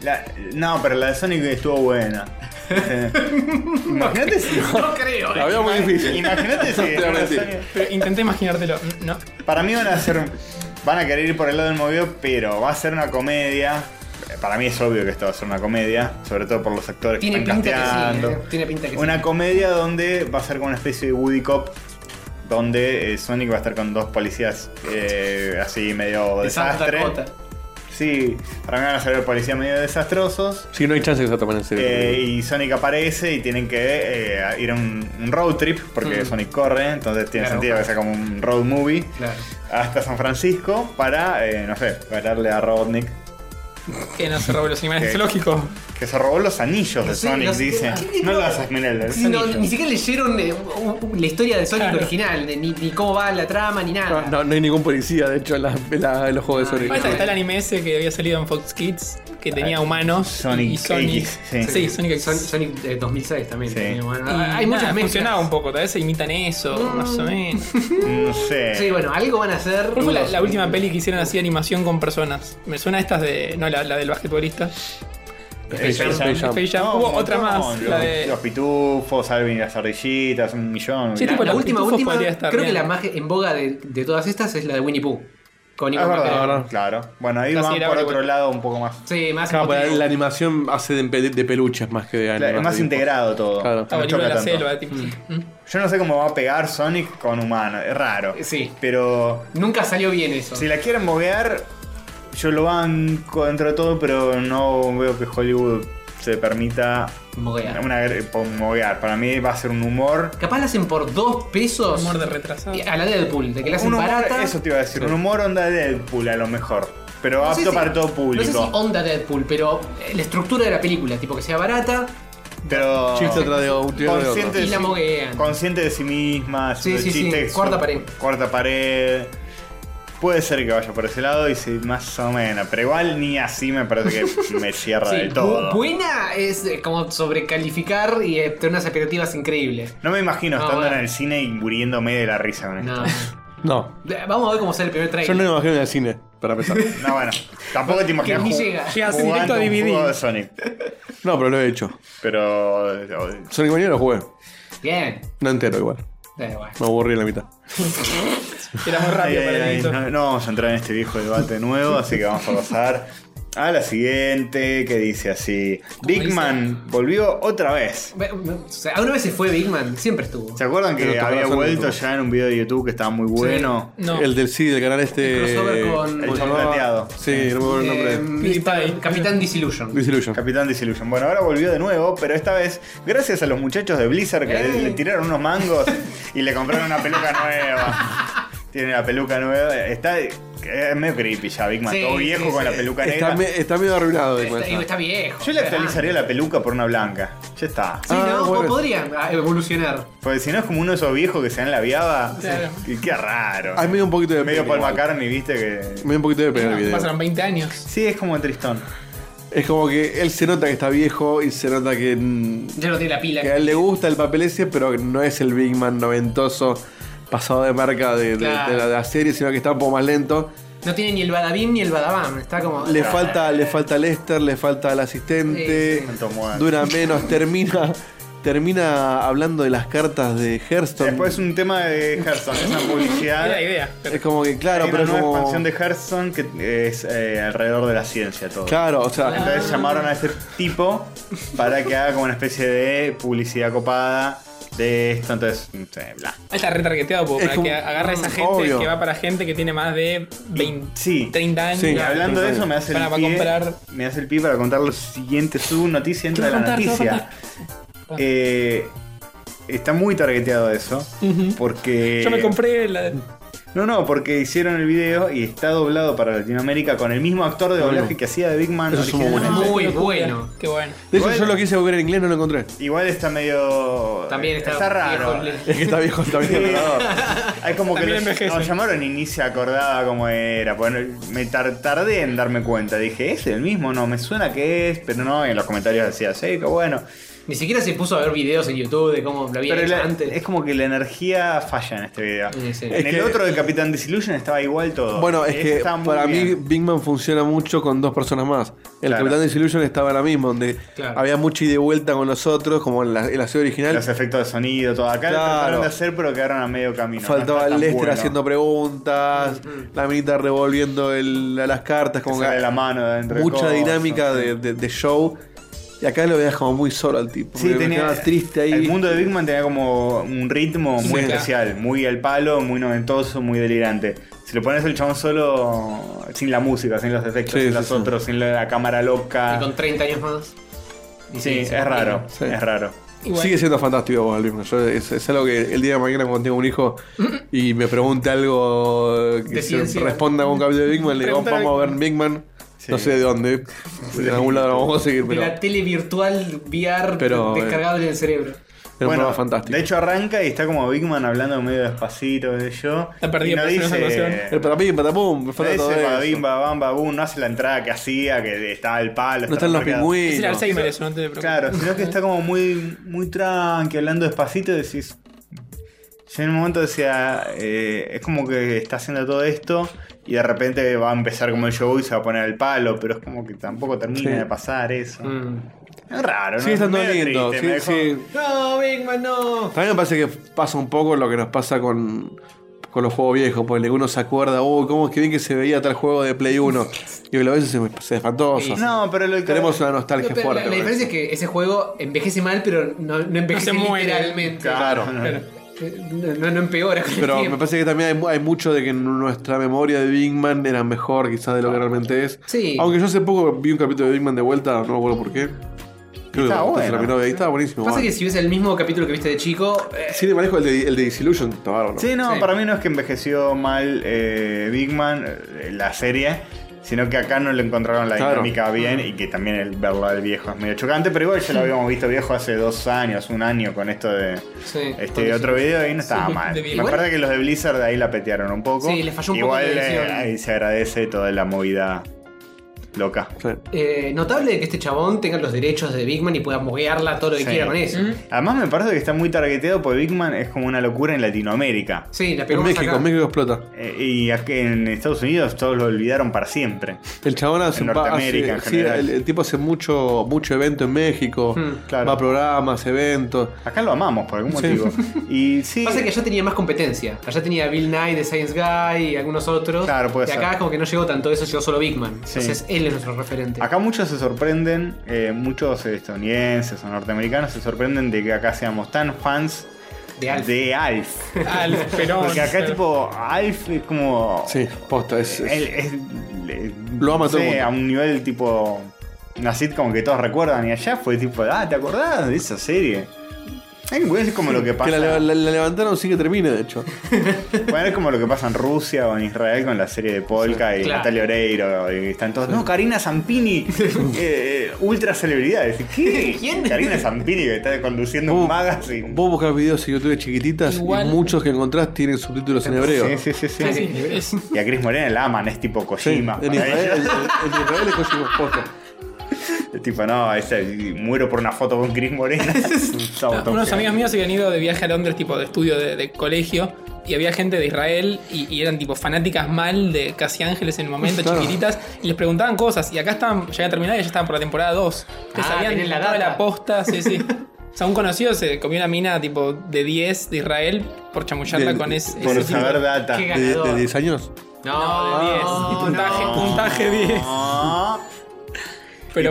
[SPEAKER 2] la- no, pero la de Sonic estuvo buena. Eh, Imagínate si.
[SPEAKER 1] No creo, eh.
[SPEAKER 5] La veo muy difícil.
[SPEAKER 2] Imagínate si.
[SPEAKER 5] Te voy a mentir.
[SPEAKER 2] Sonic-
[SPEAKER 3] Pero intenté imaginártelo. Mm, No.
[SPEAKER 2] Para mí van a ser. Van a querer ir por el lado del movido, pero va a ser una comedia. Para mí es obvio que esto va a ser una comedia, sobre todo por los actores
[SPEAKER 1] Tiene
[SPEAKER 2] que están
[SPEAKER 1] pinta que sí,
[SPEAKER 2] casteando.
[SPEAKER 1] eh, tiene pinta que sí.
[SPEAKER 2] Una comedia donde va a ser como una especie de Woody Cop, donde eh, Sonic va a estar con dos policías eh, así medio
[SPEAKER 1] De Santa
[SPEAKER 2] desastre.
[SPEAKER 1] Dakota.
[SPEAKER 2] Sí, para mí van a ser policías medio desastrosos.
[SPEAKER 5] Sí, no hay chance que se tomen en serio.
[SPEAKER 2] Eh, y Sonic aparece y tienen que eh, ir a un, un road trip porque Sonic corre, entonces tiene
[SPEAKER 1] Mm. Claro.
[SPEAKER 2] sentido que sea como un road movie
[SPEAKER 1] Claro.
[SPEAKER 2] hasta San Francisco para, eh, no sé, ganarle a Robotnik
[SPEAKER 3] Que no se robó los animales
[SPEAKER 2] Ok.
[SPEAKER 3] es lógico.
[SPEAKER 2] que se robó los anillos de
[SPEAKER 1] Sí,
[SPEAKER 2] Sonic,
[SPEAKER 1] los-
[SPEAKER 2] dice.
[SPEAKER 1] ¿qué-
[SPEAKER 2] No lo haces, Minel, los
[SPEAKER 1] Sí, no,
[SPEAKER 2] anillos.
[SPEAKER 1] ni siquiera leyeron eh, u- u- la historia de Sonic
[SPEAKER 3] Claro.
[SPEAKER 1] original, de ni, ni cómo va la trama, ni nada.
[SPEAKER 5] Ah, no, no hay ningún policía, de hecho, en, la- en la- en los juegos de
[SPEAKER 2] Ah,
[SPEAKER 5] Sonic.
[SPEAKER 3] Pasa que está el anime ese que había salido en Fox Kids, que tenía humanos.
[SPEAKER 2] Sonic
[SPEAKER 3] y Sonic.
[SPEAKER 2] X, sí.
[SPEAKER 3] Sonic X.
[SPEAKER 1] Son- Sonic eh, 2006 también.
[SPEAKER 2] Sí.
[SPEAKER 1] tenía, bueno,
[SPEAKER 3] Y
[SPEAKER 1] hay
[SPEAKER 3] nada,
[SPEAKER 1] muchas mezclas.
[SPEAKER 3] Funcionaba un poco, tal vez se imitan eso, más o menos.
[SPEAKER 2] No sé.
[SPEAKER 1] Sí, bueno, algo van a hacer.
[SPEAKER 3] ¿Cuál fue la,
[SPEAKER 1] los-
[SPEAKER 3] la última peli que hicieron así animación con personas? Me suena a estas de. No, la, la del basquetbolista.
[SPEAKER 2] Ah, Space Jam.
[SPEAKER 5] Space Jam.
[SPEAKER 3] Space Jam.
[SPEAKER 2] No,
[SPEAKER 3] Hubo
[SPEAKER 2] un
[SPEAKER 3] otra
[SPEAKER 2] montón,
[SPEAKER 3] más.
[SPEAKER 2] Los,
[SPEAKER 3] La de.
[SPEAKER 2] los pitufos, Alvin y las ardillitas, un millón.
[SPEAKER 3] Sí,
[SPEAKER 2] Ah,
[SPEAKER 3] tipo
[SPEAKER 1] La
[SPEAKER 3] Los
[SPEAKER 1] última,
[SPEAKER 3] pitufos
[SPEAKER 1] última.
[SPEAKER 3] podría estar
[SPEAKER 1] Creo que
[SPEAKER 3] bien.
[SPEAKER 1] la más en boga de, de todas estas es la de Winnie Pooh. Con
[SPEAKER 2] es
[SPEAKER 1] Iwan
[SPEAKER 2] verdad,
[SPEAKER 1] McGregor.
[SPEAKER 5] verdad.
[SPEAKER 2] claro. Bueno, ahí
[SPEAKER 3] Casi
[SPEAKER 2] van
[SPEAKER 3] era
[SPEAKER 2] por
[SPEAKER 3] ahora,
[SPEAKER 2] otro
[SPEAKER 3] bueno.
[SPEAKER 2] lado un poco más.
[SPEAKER 1] Sí, más.
[SPEAKER 5] Claro, pero
[SPEAKER 1] emotivo.
[SPEAKER 5] Ah, la animación hace de, pe- de peluches más que de
[SPEAKER 2] Claro,
[SPEAKER 5] animación.
[SPEAKER 2] es más integrado todo.
[SPEAKER 5] Claro.
[SPEAKER 2] No
[SPEAKER 3] Ah, Olivo
[SPEAKER 2] choca
[SPEAKER 3] de la
[SPEAKER 2] tanto.
[SPEAKER 3] selva, tipo. Mm.
[SPEAKER 2] Yo no sé cómo va a pegar Sonic con humano, es raro.
[SPEAKER 1] Sí.
[SPEAKER 2] Pero
[SPEAKER 1] Nunca salió bien eso.
[SPEAKER 2] Si la quieren moguear, yo lo banco dentro de todo, pero no veo que Hollywood se permita
[SPEAKER 1] Moguear.
[SPEAKER 2] una gre- po- moguear. Para mí va a ser un humor.
[SPEAKER 1] Capaz la hacen por dos pesos
[SPEAKER 3] Humor de retrasado.
[SPEAKER 1] a la Deadpool, de que la hacen
[SPEAKER 2] un humor-
[SPEAKER 1] barata.
[SPEAKER 2] Eso te iba a decir, un humor onda Deadpool a lo mejor. Pero
[SPEAKER 1] No
[SPEAKER 2] apto
[SPEAKER 1] sé si-
[SPEAKER 2] para todo
[SPEAKER 1] No sé si
[SPEAKER 2] público.
[SPEAKER 1] onda Deadpool, pero eh, la estructura de la película, tipo que sea barata,
[SPEAKER 2] Pero.
[SPEAKER 5] Chiste atrás de un tío de otro.
[SPEAKER 2] Consciente de,
[SPEAKER 1] Y la
[SPEAKER 2] sí-
[SPEAKER 1] moguean.
[SPEAKER 2] consciente de sí misma,
[SPEAKER 1] Sí,
[SPEAKER 2] haciendo
[SPEAKER 1] sí, sí.
[SPEAKER 2] chistes,
[SPEAKER 1] Cuarta
[SPEAKER 2] su-
[SPEAKER 1] pared.
[SPEAKER 2] Cuarta pared. Puede ser que vaya por ese lado y sí, más o menos. Pero igual ni así me parece que me cierra
[SPEAKER 1] Sí,
[SPEAKER 2] del
[SPEAKER 1] bu-
[SPEAKER 2] todo.
[SPEAKER 1] buena es eh, como sobrecalificar y eh, tener unas expectativas increíbles.
[SPEAKER 2] No me imagino
[SPEAKER 1] No,
[SPEAKER 2] estando
[SPEAKER 1] Ah, bueno.
[SPEAKER 2] en el cine y muriéndome de la risa con esto.
[SPEAKER 1] No.
[SPEAKER 5] No.
[SPEAKER 1] Eh, Vamos a ver cómo sale el primer
[SPEAKER 5] Yo
[SPEAKER 1] trailer.
[SPEAKER 5] no me imagino en el cine, para empezar.
[SPEAKER 2] No, bueno. Tampoco te imaginas.
[SPEAKER 1] ni
[SPEAKER 2] ju-
[SPEAKER 1] llega.
[SPEAKER 3] Llegas en
[SPEAKER 2] jugando
[SPEAKER 3] directo a
[SPEAKER 2] un
[SPEAKER 3] DVD.
[SPEAKER 2] juego de Sonic.
[SPEAKER 5] No, pero lo he hecho.
[SPEAKER 2] Pero. o-
[SPEAKER 5] Sonic Mania lo jugué.
[SPEAKER 1] Bien.
[SPEAKER 5] No entero igual.
[SPEAKER 1] Da igual.
[SPEAKER 5] Me aburrí en la mitad.
[SPEAKER 3] Era muy rápido
[SPEAKER 2] Ay,
[SPEAKER 3] para
[SPEAKER 2] ay,
[SPEAKER 3] el grito.
[SPEAKER 2] ay, Eh, no, no vamos a entrar en este viejo debate de nuevo, así que vamos a pasar a la siguiente, que dice así: Big
[SPEAKER 1] dice?
[SPEAKER 2] Man volvió otra vez.
[SPEAKER 1] Ve- ve- O sea, alguna vez se fue Big Man, siempre estuvo.
[SPEAKER 2] ¿Se acuerdan
[SPEAKER 5] Pero
[SPEAKER 2] que
[SPEAKER 5] tocó
[SPEAKER 2] había
[SPEAKER 5] la zona
[SPEAKER 2] vuelto
[SPEAKER 5] de
[SPEAKER 2] ya en un video de YouTube que estaba muy bueno?
[SPEAKER 3] No.
[SPEAKER 5] El del sí, del canal este.
[SPEAKER 1] El crossover con-
[SPEAKER 2] El
[SPEAKER 5] ¿cómo se
[SPEAKER 2] chabón
[SPEAKER 5] llamaba?
[SPEAKER 2] plateado. Em,
[SPEAKER 5] Sí, no me acuerdo el nombre.
[SPEAKER 1] Eh, Capitán- Capitán Disillusion.
[SPEAKER 5] Disillusion.
[SPEAKER 2] Capitán Disillusion. Bueno, ahora volvió de nuevo, pero esta vez gracias a los muchachos de Blizzard que le, le tiraron unos mangos y le compraron una peluca nueva. Tiene la peluca nueva. Está es medio creepy ya, Big Man.
[SPEAKER 1] Sí,
[SPEAKER 2] todo viejo
[SPEAKER 1] sí,
[SPEAKER 2] con
[SPEAKER 1] sí.
[SPEAKER 2] la peluca
[SPEAKER 5] Está,
[SPEAKER 2] negra.
[SPEAKER 5] me- está medio arruinado de
[SPEAKER 1] Está,
[SPEAKER 5] cuenta.
[SPEAKER 1] está viejo.
[SPEAKER 2] Yo le
[SPEAKER 1] está
[SPEAKER 2] actualizaría la peluca por una blanca. Ya está.
[SPEAKER 1] grande. Sí,
[SPEAKER 5] Ah,
[SPEAKER 1] no,
[SPEAKER 5] bueno.
[SPEAKER 1] podrían ah, evolucionar.
[SPEAKER 2] Porque si no es como uno de esos viejos que se han labiado.
[SPEAKER 3] Claro.
[SPEAKER 2] Y qué raro.
[SPEAKER 5] Hay medio un poquito de
[SPEAKER 2] Medio
[SPEAKER 5] pena
[SPEAKER 2] Paul
[SPEAKER 5] igual.
[SPEAKER 2] McCartney, viste que.
[SPEAKER 5] Me da un poquito de pena el video.
[SPEAKER 3] Pasaron 20 años.
[SPEAKER 2] Sí, es como tristón.
[SPEAKER 5] Es como que él se nota que está viejo y se nota que, mm,
[SPEAKER 1] Ya no tiene la pila.
[SPEAKER 5] que a él le gusta el papel ese, pero que no es el Big Man noventoso pasado de marca de, de-
[SPEAKER 1] Claro.
[SPEAKER 5] de la, de la serie, sino que está un poco más lento.
[SPEAKER 1] No tiene ni el Badabim ni el Badabam. Está como.
[SPEAKER 5] Le falta, le falta Lester, le falta el asistente,
[SPEAKER 1] Sí,
[SPEAKER 2] sí. Tanto muerto.
[SPEAKER 5] dura menos, termina, termina hablando de las cartas de Hearthstone.
[SPEAKER 2] Después un tema de Hearthstone, esa publicidad.
[SPEAKER 3] Era la idea. pero-
[SPEAKER 5] es como que, claro,
[SPEAKER 2] Hay
[SPEAKER 5] pero
[SPEAKER 2] una nueva
[SPEAKER 5] como-
[SPEAKER 2] expansión de Hearthstone que es eh, alrededor de la ciencia todo.
[SPEAKER 5] Claro, o sea,
[SPEAKER 2] Entonces llamaron a este tipo para que haga como una especie de publicidad copada de esto. Entonces, no sé, bla.
[SPEAKER 3] Ahí Está retargeteado porque
[SPEAKER 5] Es
[SPEAKER 3] para
[SPEAKER 5] como-
[SPEAKER 3] que agarre a esa
[SPEAKER 5] mm,
[SPEAKER 3] gente
[SPEAKER 5] obvio.
[SPEAKER 3] que va para gente que tiene más de 20,
[SPEAKER 2] Sí.
[SPEAKER 3] 30 años.
[SPEAKER 5] Sí,
[SPEAKER 2] Y hablando de eso, me hace, el
[SPEAKER 3] Para
[SPEAKER 2] pie,
[SPEAKER 3] comprar-
[SPEAKER 2] me hace el pie para contar lo siguiente. Su noticia entra
[SPEAKER 3] ¿Qué
[SPEAKER 2] de la
[SPEAKER 3] va a contar? ¿Qué va a
[SPEAKER 2] noticia. Eh, está muy targeteado eso. Porque.
[SPEAKER 3] Yo me compré la.
[SPEAKER 2] No, no, porque hicieron el video y está doblado para Latinoamérica con el mismo actor de doblaje
[SPEAKER 5] Bueno.
[SPEAKER 2] que hacía de Big Man
[SPEAKER 5] Eso es un
[SPEAKER 2] originalmente.
[SPEAKER 1] momento. Muy
[SPEAKER 3] Ah, Qué locura,
[SPEAKER 1] bueno.
[SPEAKER 3] Qué bueno.
[SPEAKER 5] de hecho
[SPEAKER 2] Igual-
[SPEAKER 5] yo lo quise buscar en inglés, no lo encontré.
[SPEAKER 2] Igual está medio.
[SPEAKER 1] También está,
[SPEAKER 2] raro.
[SPEAKER 1] viejo.
[SPEAKER 5] Es que está viejo, está
[SPEAKER 2] Sí.
[SPEAKER 5] viejo.
[SPEAKER 2] Hay como que
[SPEAKER 3] También
[SPEAKER 2] nos,
[SPEAKER 3] envejece.
[SPEAKER 2] nos llamaron y ni se acordaba cómo era. Bueno, me tar- tardé en darme cuenta. Dije, ¿es el mismo? No, me suena que es, pero no. Y en los comentarios decía, sí, que bueno.
[SPEAKER 1] Ni siquiera se puso a ver videos en YouTube de cómo lo había
[SPEAKER 2] Pero
[SPEAKER 1] hecho
[SPEAKER 2] la-
[SPEAKER 1] antes.
[SPEAKER 2] es como que la energía falla en este video.
[SPEAKER 1] Sí, sí.
[SPEAKER 2] En
[SPEAKER 5] Es
[SPEAKER 2] el
[SPEAKER 5] que-
[SPEAKER 2] otro de Capitán Disillusion estaba igual todo.
[SPEAKER 5] Bueno, es
[SPEAKER 2] Este
[SPEAKER 5] que
[SPEAKER 2] estaba muy
[SPEAKER 5] para mí
[SPEAKER 2] bien.
[SPEAKER 5] Big Man funciona mucho con dos personas más. El
[SPEAKER 2] Claro.
[SPEAKER 5] Capitán Disillusion estaba la misma, donde
[SPEAKER 1] Claro.
[SPEAKER 5] había mucha ida y vuelta con los otros, como en la, en la serie original.
[SPEAKER 2] Los efectos de sonido, todo. Acá
[SPEAKER 5] Claro.
[SPEAKER 2] lo trataron de hacer, pero quedaron a medio camino.
[SPEAKER 5] Faltaba
[SPEAKER 2] el
[SPEAKER 5] Lester haciendo preguntas, la minita revolviendo el- a las cartas, como que
[SPEAKER 2] Sale la mano de adentro del
[SPEAKER 5] mucha
[SPEAKER 2] coso.
[SPEAKER 5] dinámica de, de- de show. Y acá lo veías como muy solo al tipo.
[SPEAKER 2] Sí,
[SPEAKER 5] me
[SPEAKER 2] tenía
[SPEAKER 5] imaginaba triste ahí.
[SPEAKER 2] El mundo de Big Man tenía como un ritmo muy
[SPEAKER 5] Sí.
[SPEAKER 2] especial, muy al palo, muy noventoso, muy delirante. Si lo pones el chabón solo, sin la música, sin los efectos,
[SPEAKER 5] Sí,
[SPEAKER 2] sin
[SPEAKER 5] sí,
[SPEAKER 2] los
[SPEAKER 5] sí.
[SPEAKER 2] otros, sin la cámara
[SPEAKER 1] Y
[SPEAKER 2] loca.
[SPEAKER 1] con 30 años más.
[SPEAKER 2] Sí,
[SPEAKER 1] sí, sí,
[SPEAKER 2] es raro,
[SPEAKER 5] sí.
[SPEAKER 2] es raro.
[SPEAKER 3] Igual.
[SPEAKER 5] Sigue siendo fantástico vos, Luis. Yo- es, es algo que el día de mañana cuando tenga un hijo y me pregunte algo eh, que
[SPEAKER 1] De
[SPEAKER 5] se
[SPEAKER 1] ciencia.
[SPEAKER 5] responda a un capítulo de Big Man, le digo,
[SPEAKER 3] Preguntale-
[SPEAKER 5] vamos a ver Big Man.
[SPEAKER 2] Sí.
[SPEAKER 5] No sé de dónde. De algún lado lo vamos a seguir,
[SPEAKER 1] De
[SPEAKER 5] pero
[SPEAKER 1] la tele virtual VR
[SPEAKER 5] Pero, eh,
[SPEAKER 1] descargable en el cerebro.
[SPEAKER 5] era un programa fantástico.
[SPEAKER 2] de hecho arranca y está como Big Man hablando medio despacito de yo.
[SPEAKER 3] Está
[SPEAKER 2] y
[SPEAKER 3] perdido,
[SPEAKER 2] no
[SPEAKER 3] pero es una
[SPEAKER 2] dice...
[SPEAKER 3] salvación.
[SPEAKER 5] el patapim, patapum, me
[SPEAKER 2] No
[SPEAKER 5] falta todo
[SPEAKER 2] dice
[SPEAKER 5] eso.
[SPEAKER 2] babimba, bamba, boom, no hace la entrada que hacía, que estaba al palo.
[SPEAKER 5] No están los
[SPEAKER 2] marcado.
[SPEAKER 3] Es el
[SPEAKER 5] pingüinos.
[SPEAKER 3] Alzheimer, eso, no te preocupes.
[SPEAKER 2] Claro, sino que está como muy, muy tranqui, hablando despacito, decís. Yo en un momento decía, eh, es como que está haciendo todo esto y de repente va a empezar como el show y se va a poner al palo, pero es como que tampoco termina
[SPEAKER 5] Sí.
[SPEAKER 2] de pasar eso.
[SPEAKER 1] Mm.
[SPEAKER 2] Es raro, ¿no?
[SPEAKER 5] Sigue estando
[SPEAKER 2] Medio
[SPEAKER 5] lindo,
[SPEAKER 2] triste, me
[SPEAKER 5] sí,
[SPEAKER 2] dejó-
[SPEAKER 5] sí.
[SPEAKER 1] No, Big Man, no.
[SPEAKER 5] También me parece que pasa un poco lo que nos pasa con, con los juegos viejos, porque uno se acuerda, oh, cómo es que bien que se veía tal juego de Play 1. Y lo veces se, se espantoso.
[SPEAKER 2] No, pero lo que.
[SPEAKER 5] Tenemos una nostalgia
[SPEAKER 1] No, pero
[SPEAKER 5] fuerte.
[SPEAKER 1] la, la
[SPEAKER 5] con
[SPEAKER 1] diferencia es
[SPEAKER 5] eso.
[SPEAKER 1] que ese juego envejece mal, pero no, no envejece
[SPEAKER 3] No se muere.
[SPEAKER 1] literalmente.
[SPEAKER 2] Claro.
[SPEAKER 1] Claro. No, no- no empeora con el
[SPEAKER 5] Pero me
[SPEAKER 1] tiempo.
[SPEAKER 5] parece que también hay, hay mucho de que en nuestra memoria de Big Man era mejor quizás de lo que realmente es.
[SPEAKER 1] Sí.
[SPEAKER 5] Aunque yo hace poco vi un capítulo de Big Man de vuelta, no me acuerdo por qué. Creo
[SPEAKER 2] Estaba
[SPEAKER 5] que se
[SPEAKER 2] bueno.
[SPEAKER 5] lo miró ahí, estaba buenísimo.
[SPEAKER 1] Pasa
[SPEAKER 5] bueno.
[SPEAKER 1] que si ves el mismo capítulo que viste de chico, eh,
[SPEAKER 5] Sí, te manejo el de, el de Disillusion, está bárbaro.
[SPEAKER 2] Sí, no,
[SPEAKER 1] Sí.
[SPEAKER 2] para mí no es que envejeció mal eh, Big Man, eh, la serie. Sino que acá no le encontraron la
[SPEAKER 5] Claro.
[SPEAKER 2] dinámica bien y que también el verlo al viejo es medio chocante, pero igual ya lo habíamos visto viejo hace dos años, un año con esto de
[SPEAKER 1] Sí.
[SPEAKER 2] este otro video y no estaba
[SPEAKER 3] Sí,
[SPEAKER 2] mal.
[SPEAKER 3] de
[SPEAKER 2] Me
[SPEAKER 3] Igual-
[SPEAKER 2] parece que los de Blizzard ahí la petearon un poco.
[SPEAKER 1] Sí, les falló un poco
[SPEAKER 2] igual,
[SPEAKER 1] de
[SPEAKER 2] eh,
[SPEAKER 1] edición.
[SPEAKER 2] ahí se agradece toda la movida loca.
[SPEAKER 5] Sí.
[SPEAKER 1] Eh, notable que este chabón tenga los derechos de Bigman y pueda moguearla todo lo que
[SPEAKER 2] Sí.
[SPEAKER 1] quiera con eso.
[SPEAKER 2] Además me parece que está muy targeteado porque Big Man es como una locura en Latinoamérica.
[SPEAKER 1] Sí, la
[SPEAKER 5] En
[SPEAKER 1] pegamos
[SPEAKER 5] México,
[SPEAKER 1] acá.
[SPEAKER 5] en México explota.
[SPEAKER 2] Eh, Y aquí en Estados Unidos todos lo olvidaron para siempre.
[SPEAKER 5] El chabón hace,
[SPEAKER 2] En
[SPEAKER 5] va-
[SPEAKER 2] Norteamérica,
[SPEAKER 5] hace-
[SPEAKER 2] en
[SPEAKER 5] sí,
[SPEAKER 2] general.
[SPEAKER 5] el, el tipo hace mucho, mucho evento en México,
[SPEAKER 1] Mm,
[SPEAKER 2] claro.
[SPEAKER 5] va a programas, eventos.
[SPEAKER 2] Acá lo amamos por algún
[SPEAKER 5] Sí.
[SPEAKER 2] motivo. Y sí.
[SPEAKER 1] Pasa que allá tenía más competencia. Allá tenía Bill Nye de Science Guy y algunos otros.
[SPEAKER 2] Claro, puede
[SPEAKER 1] y acá
[SPEAKER 2] ser.
[SPEAKER 1] como que no llegó tanto eso, llegó solo Bigman.
[SPEAKER 2] Sí.
[SPEAKER 1] Entonces él es nuestro referente.
[SPEAKER 2] Acá muchos se sorprenden, eh, muchos estadounidenses o norteamericanos se sorprenden de que acá seamos tan fans
[SPEAKER 1] de Alf.
[SPEAKER 2] de Alf.
[SPEAKER 3] Al Perón.
[SPEAKER 2] Porque acá tipo Alf es como...
[SPEAKER 5] Sí, posta, es, es-
[SPEAKER 2] él es- le-
[SPEAKER 5] Lo ama
[SPEAKER 2] no
[SPEAKER 5] todo el
[SPEAKER 2] sé,
[SPEAKER 5] mundo.
[SPEAKER 2] A un nivel tipo... Una sitcom que todos recuerdan y allá fue tipo, ah, ¿te acordás de esa serie? Ay, güey, Es como lo que
[SPEAKER 5] que
[SPEAKER 2] pasa.
[SPEAKER 5] la, la- la levantaron sin que termine, de hecho.
[SPEAKER 2] Bueno, es como lo que pasa en Rusia o en Israel con la serie de Polka y
[SPEAKER 1] claro.
[SPEAKER 2] Natalia Oreiro. Y están todos. No, Karina Zampini, eh, eh, ultra celebridad. Decís, ¿Qué?
[SPEAKER 1] ¿Quién?
[SPEAKER 2] Karina Zampini que está conduciendo
[SPEAKER 3] Uh,
[SPEAKER 2] un magazine.
[SPEAKER 5] Vos buscas videos en YouTube de chiquititas
[SPEAKER 3] Igual-
[SPEAKER 5] y muchos que encontrás tienen subtítulos en hebreo.
[SPEAKER 2] Sí, sí, sí, sí.
[SPEAKER 3] Sí, es-
[SPEAKER 2] Y a Cris Morena la aman, es tipo
[SPEAKER 5] Sí, en
[SPEAKER 2] Kojima.
[SPEAKER 5] Israel, en,
[SPEAKER 2] para ella.
[SPEAKER 5] en- en Israel es Kojima, posta.
[SPEAKER 2] Es tipo, no, ese, muero por una foto con Cris Morena.
[SPEAKER 3] Ah, Unos amigos míos se habían ido de viaje a Londres, tipo de estudio de, de colegio, y había gente de Israel y, y eran tipo fanáticas mal de Casi Ángeles en el momento,
[SPEAKER 5] Claro.
[SPEAKER 3] chiquititas, y les preguntaban cosas. Y acá estaban, ya había terminado y ya estaban por la temporada 2. Te
[SPEAKER 1] Ah,
[SPEAKER 3] sabían
[SPEAKER 1] tenés la
[SPEAKER 3] toda
[SPEAKER 1] data.
[SPEAKER 3] la posta, sí, sí. O sea, un conocido se comió una mina tipo de 10 de Israel por chamullarla
[SPEAKER 5] Del-
[SPEAKER 3] con ese.
[SPEAKER 2] Por
[SPEAKER 3] ese tipo.
[SPEAKER 2] saber data.
[SPEAKER 1] Qué
[SPEAKER 5] De,
[SPEAKER 1] ganador.
[SPEAKER 5] de 10 años.
[SPEAKER 1] No,
[SPEAKER 3] No,
[SPEAKER 1] de
[SPEAKER 3] de
[SPEAKER 1] 10.
[SPEAKER 3] 10. Y puntaje, puntaje 10.
[SPEAKER 2] No.
[SPEAKER 3] Pero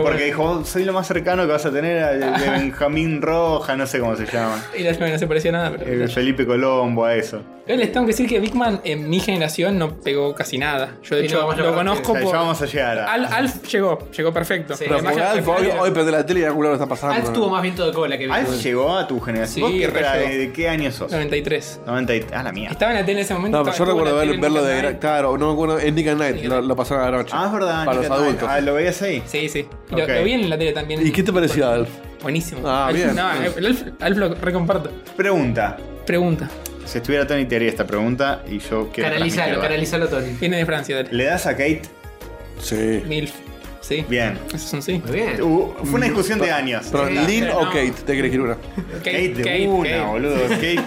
[SPEAKER 2] Ah. y porque
[SPEAKER 3] bueno.
[SPEAKER 2] dijo, soy lo más cercano que vas a tener al de Benjamín Roja, no sé cómo se llama.
[SPEAKER 3] Y lástima que no se parecía nada, pero.
[SPEAKER 2] El Felipe Colombo, a eso.
[SPEAKER 3] Yo les tengo que decir que Bigman en mi generación no pegó casi nada. Yo de
[SPEAKER 1] Y no,
[SPEAKER 3] hecho
[SPEAKER 1] vos lo
[SPEAKER 3] lo
[SPEAKER 1] conocés.
[SPEAKER 2] O
[SPEAKER 3] conozco
[SPEAKER 2] sea, ya
[SPEAKER 3] por.
[SPEAKER 2] vamos a llegar a.
[SPEAKER 3] Al- Alf llegó, llegó perfecto.
[SPEAKER 1] Sí.
[SPEAKER 5] Pero
[SPEAKER 1] Además,
[SPEAKER 5] porque
[SPEAKER 3] ya-
[SPEAKER 5] Alf, hoy, hoy prendés la tele y alguna lo está pasando.
[SPEAKER 3] Ah,
[SPEAKER 1] Alf tuvo más viento de cola que Bigman.
[SPEAKER 2] Alf llegó a tu generación.
[SPEAKER 3] Sí,
[SPEAKER 2] ¿Vos qué
[SPEAKER 3] re
[SPEAKER 2] era?
[SPEAKER 3] llegó.
[SPEAKER 2] ¿De, de qué año sos?
[SPEAKER 3] 93.
[SPEAKER 2] 90. Ah, la mía.
[SPEAKER 3] Estaba en la tele en ese momento.
[SPEAKER 5] No, pero yo
[SPEAKER 3] estaba- estuvo
[SPEAKER 5] recuerdo
[SPEAKER 3] en la
[SPEAKER 5] ver-
[SPEAKER 3] tele
[SPEAKER 5] verlo
[SPEAKER 3] en
[SPEAKER 5] de.
[SPEAKER 3] Nick at Night.
[SPEAKER 5] Claro, no me acuerdo. En Nick at Night,
[SPEAKER 3] Nick at
[SPEAKER 5] lo,
[SPEAKER 3] Night.
[SPEAKER 5] lo pasaron a la noche.
[SPEAKER 2] Ah, es verdad.
[SPEAKER 5] Para
[SPEAKER 2] Nick at
[SPEAKER 5] los
[SPEAKER 2] Night.
[SPEAKER 5] adultos.
[SPEAKER 2] Ah, lo veías ahí.
[SPEAKER 3] Sí, sí. Lo,
[SPEAKER 2] Ok.
[SPEAKER 3] lo vi en la tele también.
[SPEAKER 5] ¿Y qué te parecía Alf?
[SPEAKER 3] Buenísimo.
[SPEAKER 5] Ah,
[SPEAKER 3] Alf-
[SPEAKER 5] bien.
[SPEAKER 3] No, Alf, Alf- Alf lo recomparto.
[SPEAKER 2] Pregunta.
[SPEAKER 3] Pregunta.
[SPEAKER 2] Si estuviera Tony te haría esta pregunta y yo quiero.
[SPEAKER 1] Canalizalo,
[SPEAKER 2] transmitirla.
[SPEAKER 1] canalizalo, Tony.
[SPEAKER 3] Viene de Francia, dale.
[SPEAKER 2] ¿Le das a Kate?
[SPEAKER 5] Sí.
[SPEAKER 3] Milf. Sí.
[SPEAKER 2] Bien.
[SPEAKER 3] Eso es un sí.
[SPEAKER 1] Muy bien.
[SPEAKER 2] Uh, fue una discusión
[SPEAKER 5] Mm,
[SPEAKER 2] de años.
[SPEAKER 5] Pero
[SPEAKER 1] Sí,
[SPEAKER 5] Lynn
[SPEAKER 3] pero
[SPEAKER 5] o
[SPEAKER 3] no.
[SPEAKER 5] Kate, te querés que ir una.
[SPEAKER 2] Kate de una, boludo. Kate.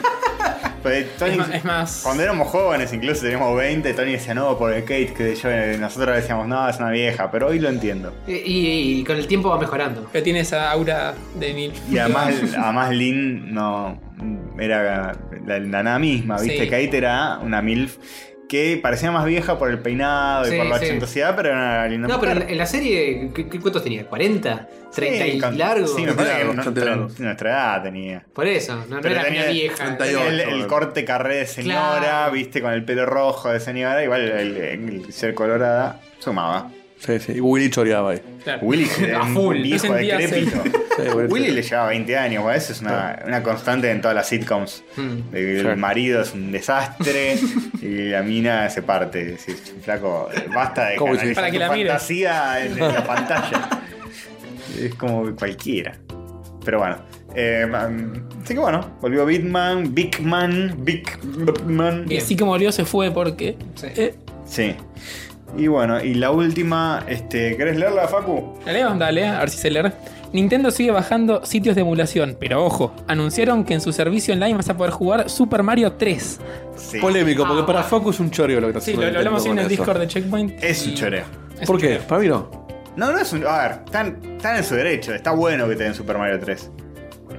[SPEAKER 2] Pero Tony-
[SPEAKER 3] Es ma- es más-
[SPEAKER 2] Cuando éramos jóvenes, incluso teníamos 20, Tony decía no, porque Kate, que yo, nosotros decíamos no, es una vieja, pero hoy lo entiendo.
[SPEAKER 1] Y, y- y con el tiempo va mejorando.
[SPEAKER 3] Pero tiene esa aura de Milf.
[SPEAKER 2] Y además, además Lynn no era la, la nada misma, ¿viste?
[SPEAKER 3] Sí.
[SPEAKER 2] Kate era una MILF que parecía más vieja por el peinado
[SPEAKER 1] Sí,
[SPEAKER 2] y por la
[SPEAKER 1] sí.
[SPEAKER 2] ochentosidad, pero era una linda
[SPEAKER 1] No, pero en,
[SPEAKER 2] mujer.
[SPEAKER 1] en la serie, ¿qué, qué- cuántos tenía? ¿40? ¿30 y
[SPEAKER 2] con-
[SPEAKER 1] largo?
[SPEAKER 2] Sí, me parece que
[SPEAKER 5] Largo,
[SPEAKER 2] no-
[SPEAKER 5] bastante largo.
[SPEAKER 2] nuestra edad tenía.
[SPEAKER 1] Por eso, no, no
[SPEAKER 2] Pero
[SPEAKER 1] era
[SPEAKER 2] tenía
[SPEAKER 1] una vieja.
[SPEAKER 5] 38.
[SPEAKER 2] Tenía el, el corte carré de señora,
[SPEAKER 1] Claro.
[SPEAKER 2] viste, con el pelo rojo de señora, igual el, el ser colorada sumaba.
[SPEAKER 5] Sí, sí. Y Willy choreaba ahí.
[SPEAKER 3] Claro.
[SPEAKER 2] Willy era
[SPEAKER 1] A
[SPEAKER 2] un
[SPEAKER 1] full, no
[SPEAKER 2] viejo
[SPEAKER 3] sentías el-
[SPEAKER 2] decrépito.
[SPEAKER 5] Sí, Willy
[SPEAKER 2] Willy
[SPEAKER 5] choreaba.
[SPEAKER 2] le llevaba 20 años, güey, eso es una, una constante en todas las sitcoms.
[SPEAKER 1] Mm.
[SPEAKER 2] El
[SPEAKER 5] Claro.
[SPEAKER 2] marido es un desastre y la mina se parte. Decís, flaco, basta de
[SPEAKER 5] ¿Cómo
[SPEAKER 2] canalizar
[SPEAKER 5] decís?
[SPEAKER 3] Para que
[SPEAKER 2] tu
[SPEAKER 3] la mires.
[SPEAKER 2] fantasía en, en la pantalla. Es como cualquiera. Pero bueno. Eh, man- así que bueno, volvió Bitman, Bigman, Bigman.
[SPEAKER 3] Y así como volvió se fue porque.
[SPEAKER 1] Sí.
[SPEAKER 3] Eh,
[SPEAKER 2] Sí. Y bueno, y la última, este, ¿querés leerla, Facu?
[SPEAKER 3] ¿La leo? Dale, a ver si se lee. Nintendo sigue bajando sitios de emulación, pero ojo, anunciaron que en su servicio online vas a poder jugar Super Mario 3.
[SPEAKER 2] Sí.
[SPEAKER 5] Polémico, porque para Focus es un choreo lo que está
[SPEAKER 3] Ah, Sí,
[SPEAKER 5] haciendo
[SPEAKER 3] lo, lo
[SPEAKER 5] Nintendo
[SPEAKER 3] hablamos en
[SPEAKER 5] con
[SPEAKER 3] el
[SPEAKER 5] eso. Eh,
[SPEAKER 3] Discord de Checkpoint.
[SPEAKER 2] Es un choreo.
[SPEAKER 3] Es
[SPEAKER 5] ¿Por
[SPEAKER 3] un
[SPEAKER 5] qué?
[SPEAKER 3] choreo.
[SPEAKER 5] Para mí no.
[SPEAKER 2] No, no es un. A ver, están, están en su derecho. Está bueno que te den Super Mario 3.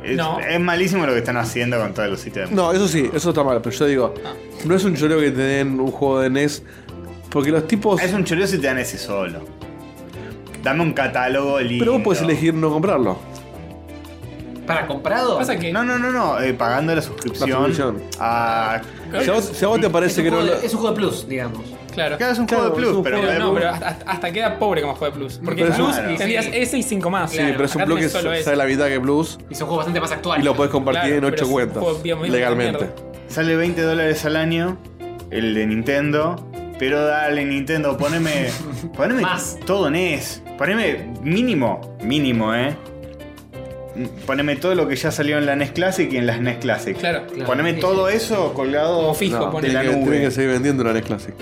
[SPEAKER 2] Es,
[SPEAKER 3] No.
[SPEAKER 2] es malísimo lo que están haciendo con todos los sitios de
[SPEAKER 5] No, eso sí, eso está mal, pero yo digo,
[SPEAKER 2] Ah.
[SPEAKER 5] no es un choreo que te den un juego de NES, porque los tipos...
[SPEAKER 2] Es un choreo si te dan ese solo. Dame un catálogo lindo.
[SPEAKER 5] Pero vos podés elegir no comprarlo.
[SPEAKER 1] ¿Para comprado?
[SPEAKER 3] Pasa que
[SPEAKER 2] No, no, no, no. eh, pagando la suscripción.
[SPEAKER 5] La suscripción.
[SPEAKER 2] A...
[SPEAKER 5] Si a vos, si a vos te
[SPEAKER 1] es,
[SPEAKER 5] parece
[SPEAKER 1] un
[SPEAKER 5] que no
[SPEAKER 1] juego
[SPEAKER 5] lo...
[SPEAKER 1] de, es un juego de plus, digamos.
[SPEAKER 3] claro.
[SPEAKER 2] Claro, es un
[SPEAKER 5] Claro,
[SPEAKER 2] juego de
[SPEAKER 5] es
[SPEAKER 2] plus,
[SPEAKER 5] un
[SPEAKER 2] pero,
[SPEAKER 3] Pero
[SPEAKER 2] el
[SPEAKER 3] no,
[SPEAKER 2] plus-
[SPEAKER 3] pero hasta, hasta queda pobre como juego de Plus. Porque
[SPEAKER 5] Pero
[SPEAKER 3] el
[SPEAKER 5] es
[SPEAKER 3] Plus
[SPEAKER 2] claro.
[SPEAKER 3] tendrías
[SPEAKER 1] Sí.
[SPEAKER 3] ese y 5 más.
[SPEAKER 5] Sí, pero es un
[SPEAKER 3] Acá
[SPEAKER 5] bloque que
[SPEAKER 3] tenés solo ese.
[SPEAKER 5] sale la mitad que Plus
[SPEAKER 1] Y son juegos bastante más
[SPEAKER 5] y
[SPEAKER 1] actuales.
[SPEAKER 5] lo podés compartir
[SPEAKER 3] Claro,
[SPEAKER 5] en
[SPEAKER 3] pero es
[SPEAKER 5] 8
[SPEAKER 3] un
[SPEAKER 5] cuentas,
[SPEAKER 3] juego bien- bien
[SPEAKER 5] legalmente.
[SPEAKER 3] mierda.
[SPEAKER 2] Sale 20 dólares al año el de Nintendo Pero dale, Nintendo, poneme. Poneme
[SPEAKER 1] Más.
[SPEAKER 2] todo NES. Poneme mínimo. Mínimo, eh. Poneme todo lo que ya salió en la NES Classic y en las NES Classic.
[SPEAKER 3] Claro, claro.
[SPEAKER 2] Poneme
[SPEAKER 1] Sí,
[SPEAKER 2] todo eso colgado.
[SPEAKER 3] Como fijo,
[SPEAKER 5] No,
[SPEAKER 2] de
[SPEAKER 3] pone.
[SPEAKER 5] tiene
[SPEAKER 2] la
[SPEAKER 5] que,
[SPEAKER 2] nube.
[SPEAKER 5] tiene que seguir vendiendo la NES Classic.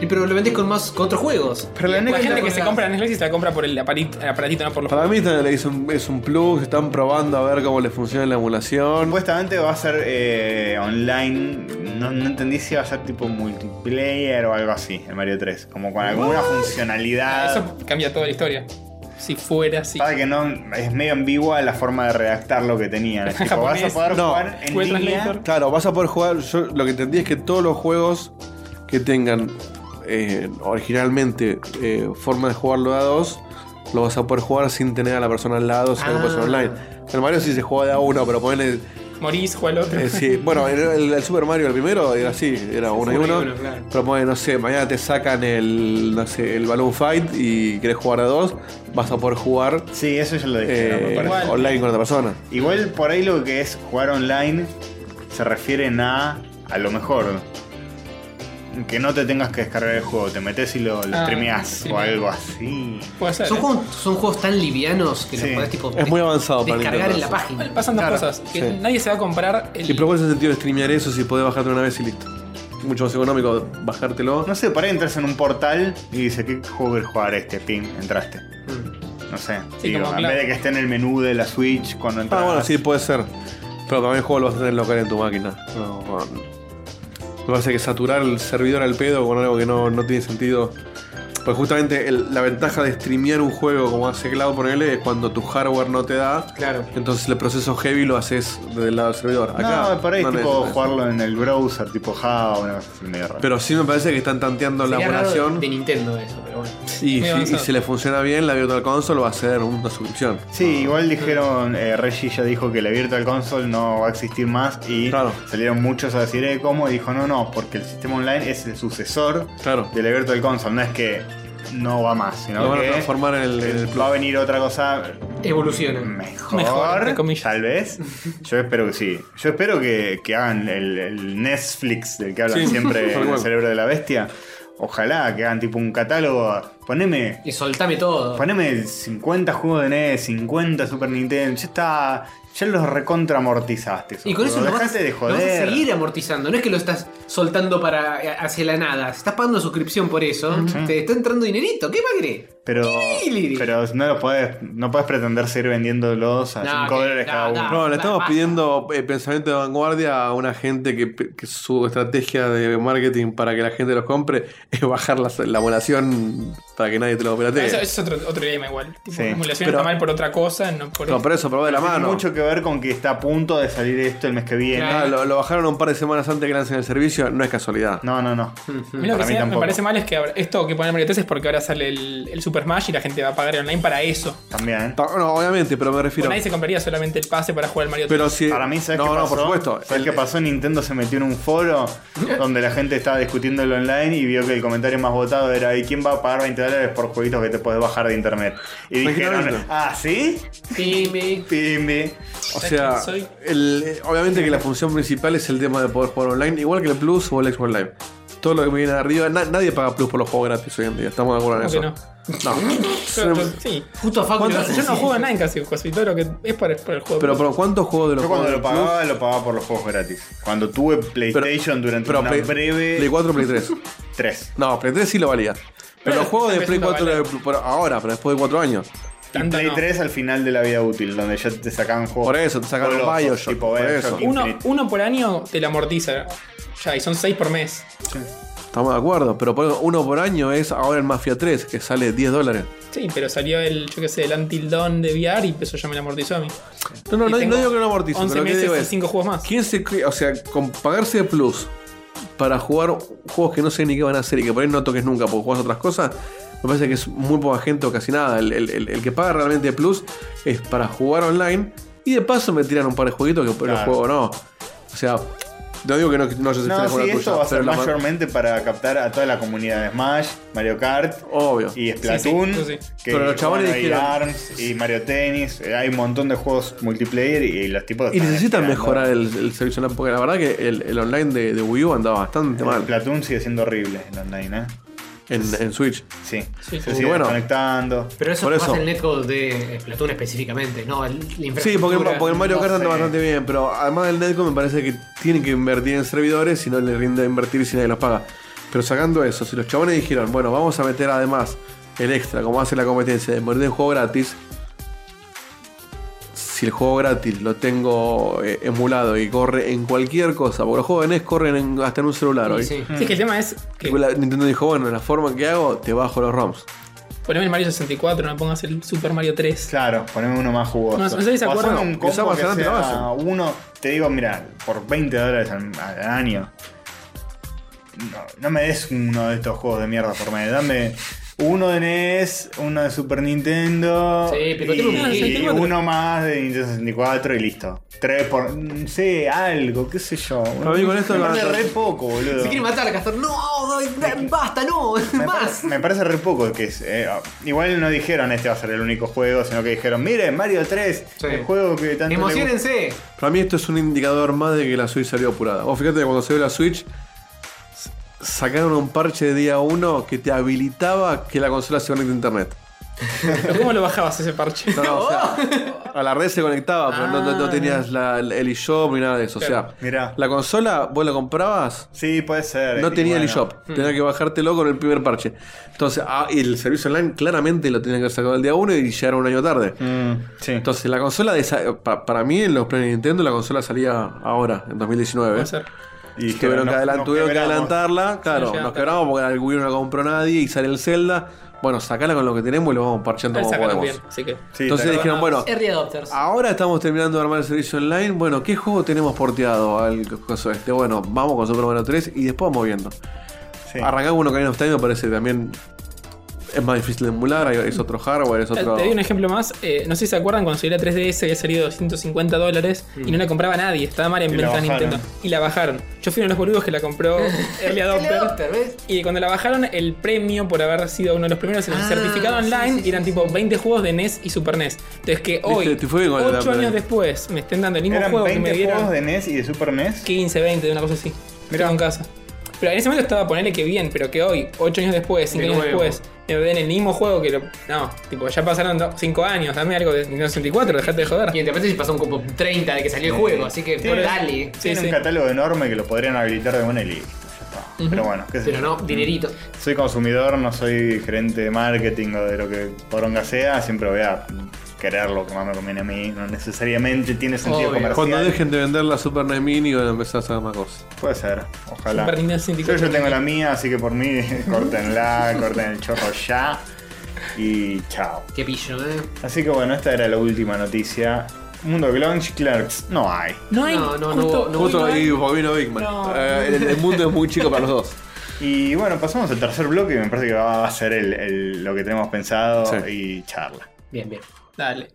[SPEAKER 1] Y pero lo vendés con más con otros juegos.
[SPEAKER 2] Pero la
[SPEAKER 3] La
[SPEAKER 2] NES
[SPEAKER 3] gente
[SPEAKER 1] Claro,
[SPEAKER 3] que se
[SPEAKER 1] claro.
[SPEAKER 3] compra la Netflix se la compra por el aparatito, el aparatito, no por los
[SPEAKER 5] Para mí esta le hizo un- es un plus, están probando a ver cómo les funciona la emulación.
[SPEAKER 2] Supuestamente va a ser eh, online. No, no entendí si va a ser tipo multiplayer o algo así, el Mario 3. Como con alguna funcionalidad.
[SPEAKER 3] Uh, Eso cambia toda la historia. Si fuera así.
[SPEAKER 2] Sabe que no es medio ambigua la forma de redactar lo que tenían. Es tipo, vas a
[SPEAKER 3] Japonés.
[SPEAKER 2] poder
[SPEAKER 5] No.
[SPEAKER 2] jugar en
[SPEAKER 3] Google
[SPEAKER 2] línea.
[SPEAKER 3] Translator.
[SPEAKER 5] Claro, vas a poder jugar. Yo lo que entendí es que todos los juegos que tengan eh, originalmente eh, forma de jugarlo a dos, lo vas a poder jugar sin tener a la persona al lado, sino
[SPEAKER 1] Ah.
[SPEAKER 5] que puede ser online. El Mario sí se juega de a uno, pero ponele.
[SPEAKER 3] Morís, juega el otro.
[SPEAKER 5] eh, sí, Bueno, el, el- el Super Mario, el primero, era así, era uno y
[SPEAKER 1] uno y
[SPEAKER 5] uno.
[SPEAKER 1] uno, claro.
[SPEAKER 5] Pero ponele, no sé, mañana te sacan el, no sé, el Balloon Fight y querés jugar a dos, vas a poder jugar
[SPEAKER 2] Sí, eso yo lo dije.
[SPEAKER 5] eh,
[SPEAKER 2] me parece.
[SPEAKER 3] Igual.
[SPEAKER 5] online con otra persona.
[SPEAKER 2] Igual por ahí lo que es jugar online se refieren a a lo mejor que no te tengas que descargar el juego, te metes y lo, lo
[SPEAKER 3] Ah,
[SPEAKER 2] streameás
[SPEAKER 3] sí.
[SPEAKER 2] o algo así.
[SPEAKER 3] Puede ser.
[SPEAKER 1] Son
[SPEAKER 3] ¿eh?
[SPEAKER 1] juegos, son juegos tan livianos que
[SPEAKER 2] Sí.
[SPEAKER 1] los podés tipo.
[SPEAKER 5] Es muy avanzado para
[SPEAKER 1] Descargar en la
[SPEAKER 5] Nintendo.
[SPEAKER 1] página.
[SPEAKER 3] Pasan dos
[SPEAKER 2] Claro,
[SPEAKER 3] cosas. Que
[SPEAKER 5] sí.
[SPEAKER 3] nadie se va a comprar el.
[SPEAKER 5] Y pero ¿cuál es el sentido de streamear eso si podés bajarte una vez y listo? Mucho más económico bajártelo.
[SPEAKER 2] No sé, por ahí entras en un portal y dice, ¿qué juego querés jugar este? Ping, entraste. No sé.
[SPEAKER 3] Mm. Sí,
[SPEAKER 2] digo,
[SPEAKER 3] como,
[SPEAKER 2] en
[SPEAKER 3] claro.
[SPEAKER 2] vez de que esté en el menú de la Switch cuando entras.
[SPEAKER 5] ah, bueno, sí, puede ser. Pero también el juego lo vas a tener local en tu máquina. No, no. Me parece que saturar el servidor al pedo con algo que no, no tiene sentido. Pues justamente el- la ventaja de streamear un juego como hace Cloud, ponele, es cuando tu hardware no te da.
[SPEAKER 1] Claro.
[SPEAKER 5] Entonces el proceso heavy lo haces desde el lado del servidor. Acá,
[SPEAKER 2] no, por ahí tipo
[SPEAKER 5] necesitas.
[SPEAKER 2] jugarlo en el browser, tipo Java, una cosa así medio rara.
[SPEAKER 5] Pero sí me parece que están tanteando la
[SPEAKER 1] Sería raro
[SPEAKER 5] emulación.
[SPEAKER 1] de Nintendo eso, pero bueno.
[SPEAKER 5] Y,
[SPEAKER 3] Muy
[SPEAKER 5] si- y
[SPEAKER 3] avanzado.
[SPEAKER 5] si le funciona bien, la Virtual Console va a ser una suscripción.
[SPEAKER 2] Sí, igual dijeron, eh, Reggie ya dijo que la Virtual Console no va a existir más y
[SPEAKER 5] Claro.
[SPEAKER 2] salieron muchos a decir, eh, ¿cómo? Y dijo, no, no, porque el sistema online es el sucesor
[SPEAKER 5] Claro.
[SPEAKER 2] de la Virtual Console, no es que no va más, sino
[SPEAKER 5] Lo van a
[SPEAKER 2] que
[SPEAKER 5] transformar en el- en el
[SPEAKER 2] va a venir otra cosa
[SPEAKER 1] Evolucionan.
[SPEAKER 2] mejor,
[SPEAKER 3] Mejor, entre comillas.
[SPEAKER 2] tal vez. Yo espero que sí. Yo espero que, que hagan el, el Netflix del que hablan
[SPEAKER 5] Sí,
[SPEAKER 2] siempre
[SPEAKER 5] tal
[SPEAKER 2] en el
[SPEAKER 5] cual.
[SPEAKER 2] cerebro de la bestia. Ojalá que hagan tipo un catálogo. Poneme
[SPEAKER 1] Y soltame todo.
[SPEAKER 2] Poneme 50 juegos de NES, 50 Super Nintendo, ya está. Ya los recontramortizaste. esos
[SPEAKER 1] Y con eso
[SPEAKER 2] juegos.
[SPEAKER 1] lo vas,
[SPEAKER 2] Dejate de
[SPEAKER 1] lo vas a
[SPEAKER 2] joder.
[SPEAKER 1] seguir amortizando. No es que lo estás soltando para eh, hacia la nada. Si estás pagando suscripción por eso, te está entrando dinerito. ¿Qué magre?
[SPEAKER 2] Pero,
[SPEAKER 1] Liri.
[SPEAKER 2] pero no lo podés, no podés pretender seguir vendiéndolos a
[SPEAKER 1] No,
[SPEAKER 2] 5
[SPEAKER 1] que-
[SPEAKER 2] dólares
[SPEAKER 1] no,
[SPEAKER 2] cada
[SPEAKER 1] no.
[SPEAKER 2] uno.
[SPEAKER 5] No,
[SPEAKER 1] va,
[SPEAKER 5] le estamos
[SPEAKER 1] va.
[SPEAKER 5] pidiendo eh, pensamiento de vanguardia a una gente que, que su estrategia de marketing para que la gente los compre es bajar la, la emulación para que nadie te lo
[SPEAKER 3] Ah, Eso, eso
[SPEAKER 5] piratee.
[SPEAKER 3] es otro, otro tema igual. Tipo,
[SPEAKER 2] Sí.
[SPEAKER 3] la emulación
[SPEAKER 5] Pero-
[SPEAKER 3] está mal por otra cosa, no por
[SPEAKER 5] No, pero eso, probé la
[SPEAKER 2] Tiene
[SPEAKER 5] mano.
[SPEAKER 2] mucho que ver con que está a punto de salir esto el mes que viene.
[SPEAKER 5] Ah, lo, lo bajaron un par de semanas antes que lancen el servicio, no es casualidad.
[SPEAKER 2] No, no, no.
[SPEAKER 3] A mí lo que
[SPEAKER 2] Para mí
[SPEAKER 3] sí me
[SPEAKER 2] tampoco.
[SPEAKER 3] parece mal es que ahora- esto que ponen Mario 3 es porque ahora sale el, el Super Smash y la gente va a pagar el online para eso.
[SPEAKER 2] También. ¿eh?
[SPEAKER 5] Pa- No, obviamente, pero me
[SPEAKER 3] Pues
[SPEAKER 5] refiero.
[SPEAKER 3] nadie se compraría solamente el pase para jugar al Mario 3.
[SPEAKER 5] Pero si.
[SPEAKER 2] Para mí, ¿sabes
[SPEAKER 5] no,
[SPEAKER 2] qué
[SPEAKER 5] no,
[SPEAKER 2] pasó?
[SPEAKER 5] por supuesto.
[SPEAKER 2] ¿Sabes
[SPEAKER 5] El-
[SPEAKER 2] qué pasó? Nintendo se metió en un foro donde la gente estaba discutiendo el online y vio que el comentario más votado era ¿y quién va a pagar 20 dólares por jueguitos que te podés bajar de internet? Y dijeron,
[SPEAKER 5] Imagínate.
[SPEAKER 2] ah, ¿sí?
[SPEAKER 1] Pime.
[SPEAKER 2] Pimbe.
[SPEAKER 5] O
[SPEAKER 3] ¿Sabes
[SPEAKER 5] sea,
[SPEAKER 3] quién soy?
[SPEAKER 5] el- eh, obviamente que la función principal es el tema de poder jugar online, igual que el Plus o el Xbox Live. Todo lo que viene arriba, na- nadie paga Plus por los juegos gratis hoy en día, estamos de acuerdo en eso.
[SPEAKER 3] ¿Cómo
[SPEAKER 5] No.
[SPEAKER 3] sí.
[SPEAKER 1] Justo a Facu le
[SPEAKER 3] Yo
[SPEAKER 1] vas a
[SPEAKER 3] no
[SPEAKER 1] decir.
[SPEAKER 3] juego online casi, casi todo lo que es por, por el juego.
[SPEAKER 5] pero, pero ¿cuántos juegos de los
[SPEAKER 2] Yo cuando lo
[SPEAKER 5] juegos del
[SPEAKER 2] pagaba, lo pagaba por los juegos gratis. Cuando tuve PlayStation
[SPEAKER 5] Plus?
[SPEAKER 2] durante
[SPEAKER 5] Pero
[SPEAKER 2] una
[SPEAKER 5] Play,
[SPEAKER 2] breve...
[SPEAKER 5] Play 4 o Play 3.
[SPEAKER 2] 3.
[SPEAKER 5] No, Play 3 sí lo valía. Pero los juegos de
[SPEAKER 3] Play
[SPEAKER 5] Play
[SPEAKER 3] no
[SPEAKER 5] 4
[SPEAKER 3] vale.
[SPEAKER 5] de Plus- por ahora, pero después de 4 años.
[SPEAKER 3] Tanto
[SPEAKER 2] Play
[SPEAKER 3] no.
[SPEAKER 2] 3 al final de la vida útil, donde ya te sacaban juegos.
[SPEAKER 5] Por eso, te sacaron
[SPEAKER 2] golosos,
[SPEAKER 5] Bioshock,
[SPEAKER 2] tipo
[SPEAKER 5] por
[SPEAKER 2] Bioshock
[SPEAKER 5] eso.
[SPEAKER 2] Infinite.
[SPEAKER 3] Uno, uno por año te la amortiza. Ya, y son 6 por mes.
[SPEAKER 5] Estamos de acuerdo, pero por ejemplo, uno por año es ahora el Mafia 3, que sale 10 dólares.
[SPEAKER 3] Sí, pero salió el, yo qué sé, el Until Dawn de VR y eso ya me la amortizó a mí.
[SPEAKER 5] No, no,
[SPEAKER 3] Y
[SPEAKER 5] no,
[SPEAKER 3] tengo
[SPEAKER 5] no digo que no amortice,
[SPEAKER 3] 11
[SPEAKER 5] pero lo que digo
[SPEAKER 3] meses y
[SPEAKER 5] es.
[SPEAKER 3] 5 juegos más.
[SPEAKER 5] ¿Quién se cree- o sea, con pagarse Plus para jugar juegos que no sé ni qué van a hacer y que por ahí no toques nunca porque juegas otras cosas, me parece que es muy poca gente o casi nada. El, el- el- el que paga realmente Plus es para jugar online y de paso me tiran un par de jueguitos que por el
[SPEAKER 2] Claro.
[SPEAKER 5] juego no. O sea, No digo que no, no hayas
[SPEAKER 2] No,
[SPEAKER 5] extrañado
[SPEAKER 2] sí,
[SPEAKER 5] la
[SPEAKER 2] esto va a ser
[SPEAKER 5] pero la ma-
[SPEAKER 2] mayormente para captar a toda la comunidad de Smash, Mario Kart
[SPEAKER 5] Obvio.
[SPEAKER 2] y Splatoon.
[SPEAKER 3] Sí, sí, eso
[SPEAKER 2] que-
[SPEAKER 5] Pero los chabones
[SPEAKER 2] bueno, y
[SPEAKER 5] dijeron-
[SPEAKER 2] ARMS y Mario Tennis. eh, Hay un montón de juegos multiplayer y, los tipos.
[SPEAKER 5] Y
[SPEAKER 2] están
[SPEAKER 5] necesitan
[SPEAKER 2] esperando.
[SPEAKER 5] mejorar el, el servicio online, porque la verdad que el, el online de, de Wii U andaba bastante
[SPEAKER 2] El
[SPEAKER 5] mal
[SPEAKER 2] Splatoon sigue siendo horrible el online, ¿eh?
[SPEAKER 5] en, en Switch.
[SPEAKER 2] Sí.
[SPEAKER 1] Sí,
[SPEAKER 2] Se
[SPEAKER 5] sí.
[SPEAKER 2] sigue
[SPEAKER 5] Bueno.
[SPEAKER 2] desconectando.
[SPEAKER 1] Pero eso
[SPEAKER 5] Por
[SPEAKER 1] pasa
[SPEAKER 5] eso.
[SPEAKER 1] en el netcode de Splatoon específicamente, no, el- la
[SPEAKER 5] Sí, porque,
[SPEAKER 1] infraestructura.
[SPEAKER 5] porque el Mario
[SPEAKER 2] no
[SPEAKER 5] Kart anda
[SPEAKER 2] sé.
[SPEAKER 5] bastante bien, pero además del Netcode me parece que tienen que invertir en servidores si no les rinde invertir si nadie los paga. Pero sacando eso, si los chabones dijeron, bueno, vamos a meter además el extra, como hace la competencia, de morir de juego gratis. Si el juego gratis lo tengo eh, emulado y corre en cualquier cosa, porque los jóvenes E corren en- hasta en un celular hoy.
[SPEAKER 1] Sí, sí.
[SPEAKER 3] Sí, es que el tema es que
[SPEAKER 5] La- Nintendo dijo, bueno, la forma que hago, te bajo los ROMs.
[SPEAKER 3] poneme el Mario 64, no pongas el Super Mario 3.
[SPEAKER 2] Claro, poneme uno más jugoso.
[SPEAKER 3] No, no sé si se
[SPEAKER 2] O
[SPEAKER 3] acuerdan.
[SPEAKER 2] haceme un combo
[SPEAKER 5] Quizá más
[SPEAKER 2] que
[SPEAKER 5] adelante lo
[SPEAKER 2] sea uno, te digo, mira, por 20 dólares al, al año. No, no me des uno de estos juegos de mierda por medio. Dame uno de NES, uno de Super Nintendo.
[SPEAKER 1] Sí,
[SPEAKER 2] y,
[SPEAKER 1] picoteo un
[SPEAKER 2] y
[SPEAKER 3] poquito.
[SPEAKER 2] uno más de Nintendo 64 y listo. Tres por. mm, Sí, algo, qué sé yo.
[SPEAKER 5] A mí con esto
[SPEAKER 2] me
[SPEAKER 5] lo-
[SPEAKER 2] parece re poco, boludo.
[SPEAKER 1] Se quiere matar a Castor. No, no, basta, no,
[SPEAKER 2] Me,
[SPEAKER 1] más.
[SPEAKER 2] parece, me parece re poco que es. eh, igual no dijeron este va a ser el único juego, sino que dijeron, miren, Mario 3,
[SPEAKER 1] Sí.
[SPEAKER 2] el juego que tanto. le gusta".
[SPEAKER 1] Emocionense.
[SPEAKER 5] Para mí esto es un indicador más de que la Switch salió apurada. Vos fíjate que cuando salió la Switch s- sacaron un parche de día 1 que te habilitaba que la consola se conecte a internet.
[SPEAKER 3] Pero ¿Cómo lo bajabas ese parche?
[SPEAKER 5] No, ¿eh? no, o sea, a la red se conectaba, pero no, no- no tenías la- el eShop ni nada de eso. O sea,
[SPEAKER 2] Ah, Mirá.
[SPEAKER 5] la consola vos la comprabas,
[SPEAKER 2] Sí, puede ser.
[SPEAKER 5] no
[SPEAKER 2] y
[SPEAKER 5] tenía el
[SPEAKER 2] bueno. Hmm.
[SPEAKER 5] eShop. Tenía que bajártelo con el primer parche. Entonces, ah, y el servicio online claramente lo tenía que haber sacado el día 1 y llegaron un año tarde.
[SPEAKER 2] Mm, sí.
[SPEAKER 5] Entonces, la consola de esa- pa- para mí en los planes de Nintendo la consola salía ahora, en 2019.
[SPEAKER 3] Puede ser.
[SPEAKER 2] y
[SPEAKER 5] Y tuvieron
[SPEAKER 2] nos-
[SPEAKER 5] que, adelan-
[SPEAKER 2] nos
[SPEAKER 5] tuvieron que
[SPEAKER 2] quebramos.
[SPEAKER 5] adelantarla, claro,
[SPEAKER 3] Sí, ya.
[SPEAKER 5] nos quebramos porque al Wii no la compró nadie y sale el Zelda. Bueno, sacala con lo que tenemos y lo vamos parcheando
[SPEAKER 3] Él
[SPEAKER 5] como
[SPEAKER 3] sacaron
[SPEAKER 5] podemos.
[SPEAKER 3] bien, así que.
[SPEAKER 2] Sí,
[SPEAKER 5] Entonces
[SPEAKER 2] tal-
[SPEAKER 5] dijeron, bueno,
[SPEAKER 1] Early Adopters.
[SPEAKER 5] ahora estamos terminando de armar el servicio online. Bueno, ¿qué juego tenemos porteado al coso este? Bueno, vamos con Super Mario 3 y después vamos viendo.
[SPEAKER 2] sí.
[SPEAKER 5] Arrancar uno que of Time me parece que también es más difícil de emular, hay- es otro hardware, es
[SPEAKER 3] Te
[SPEAKER 5] otro.
[SPEAKER 3] doy un ejemplo más. eh, no sé si se acuerdan cuando salió la 3DS había salido 250 dólares y no la compraba nadie. Estaba mal en
[SPEAKER 2] Y la
[SPEAKER 3] venta
[SPEAKER 2] bajaron.
[SPEAKER 3] Nintendo. Y la bajaron. Yo fui uno de los boludos que la compró Early
[SPEAKER 1] Early
[SPEAKER 3] Adopter.
[SPEAKER 1] Adopter, ¿ves?
[SPEAKER 3] Y cuando la bajaron, el premio por haber sido uno de los primeros en el
[SPEAKER 1] Ah,
[SPEAKER 3] certificado
[SPEAKER 1] sí,
[SPEAKER 3] online
[SPEAKER 1] sí, sí,
[SPEAKER 3] eran tipo 20 juegos de NES y Super NES. Entonces que hoy,
[SPEAKER 5] te fue bien con el
[SPEAKER 3] 8
[SPEAKER 5] Adopter.
[SPEAKER 3] años después, me estén dando el mismo
[SPEAKER 2] Eran
[SPEAKER 3] juego que me
[SPEAKER 2] 20
[SPEAKER 3] dieron
[SPEAKER 2] juegos de NES y de Super E NES.
[SPEAKER 3] 15, 20, de una cosa así. Mira. en casa. Pero en ese momento estaba ponerle que bien, pero que hoy, 8 años después, 5
[SPEAKER 1] De
[SPEAKER 3] años
[SPEAKER 1] nuevo.
[SPEAKER 3] después, me den el mismo juego que lo. No, tipo, ya pasaron 5 años, dame algo de Nintendo 64, dejate de joder.
[SPEAKER 1] Y de si pasó un como 30 de que salió el juego, así que
[SPEAKER 2] Sí.
[SPEAKER 1] por dale.
[SPEAKER 3] Sí,
[SPEAKER 2] Tiene
[SPEAKER 3] sí.
[SPEAKER 2] un catálogo enorme que lo podrían habilitar de buena y listo. ya está. Pero bueno, qué sé
[SPEAKER 1] Pero
[SPEAKER 2] yo.
[SPEAKER 1] no, dinerito.
[SPEAKER 2] Soy consumidor, no soy gerente de marketing o de lo que poronga sea. Siempre voy a querer lo que más me conviene a mí. No necesariamente tiene sentido
[SPEAKER 1] Obvio.
[SPEAKER 2] comercial.
[SPEAKER 5] Cuando dejen de vender la Super NES Mini, van a empezar a hacer más cosas.
[SPEAKER 2] Puede ser, ojalá.
[SPEAKER 3] Super Nintendo
[SPEAKER 2] Yo,
[SPEAKER 3] 64.
[SPEAKER 2] yo tengo la mía, así que por mí, cortenla, corten el chorro ya. Y chao.
[SPEAKER 1] Qué pillo, eh.
[SPEAKER 2] Así que bueno, esta era la última noticia. Mundo Glunch Clerks, no hay.
[SPEAKER 3] No hay.
[SPEAKER 1] No, no, no
[SPEAKER 3] justo-
[SPEAKER 1] hubo- no
[SPEAKER 5] Justo
[SPEAKER 1] hubo-
[SPEAKER 3] hoy
[SPEAKER 5] ahí vino Big Man.
[SPEAKER 3] No.
[SPEAKER 5] Eh, el, el mundo es muy chico para los dos.
[SPEAKER 2] Y bueno, pasamos al tercer bloque, me parece que va a ser el, el- lo que tenemos pensado
[SPEAKER 5] Sí.
[SPEAKER 2] y charla.
[SPEAKER 1] Bien, bien.
[SPEAKER 3] Dale.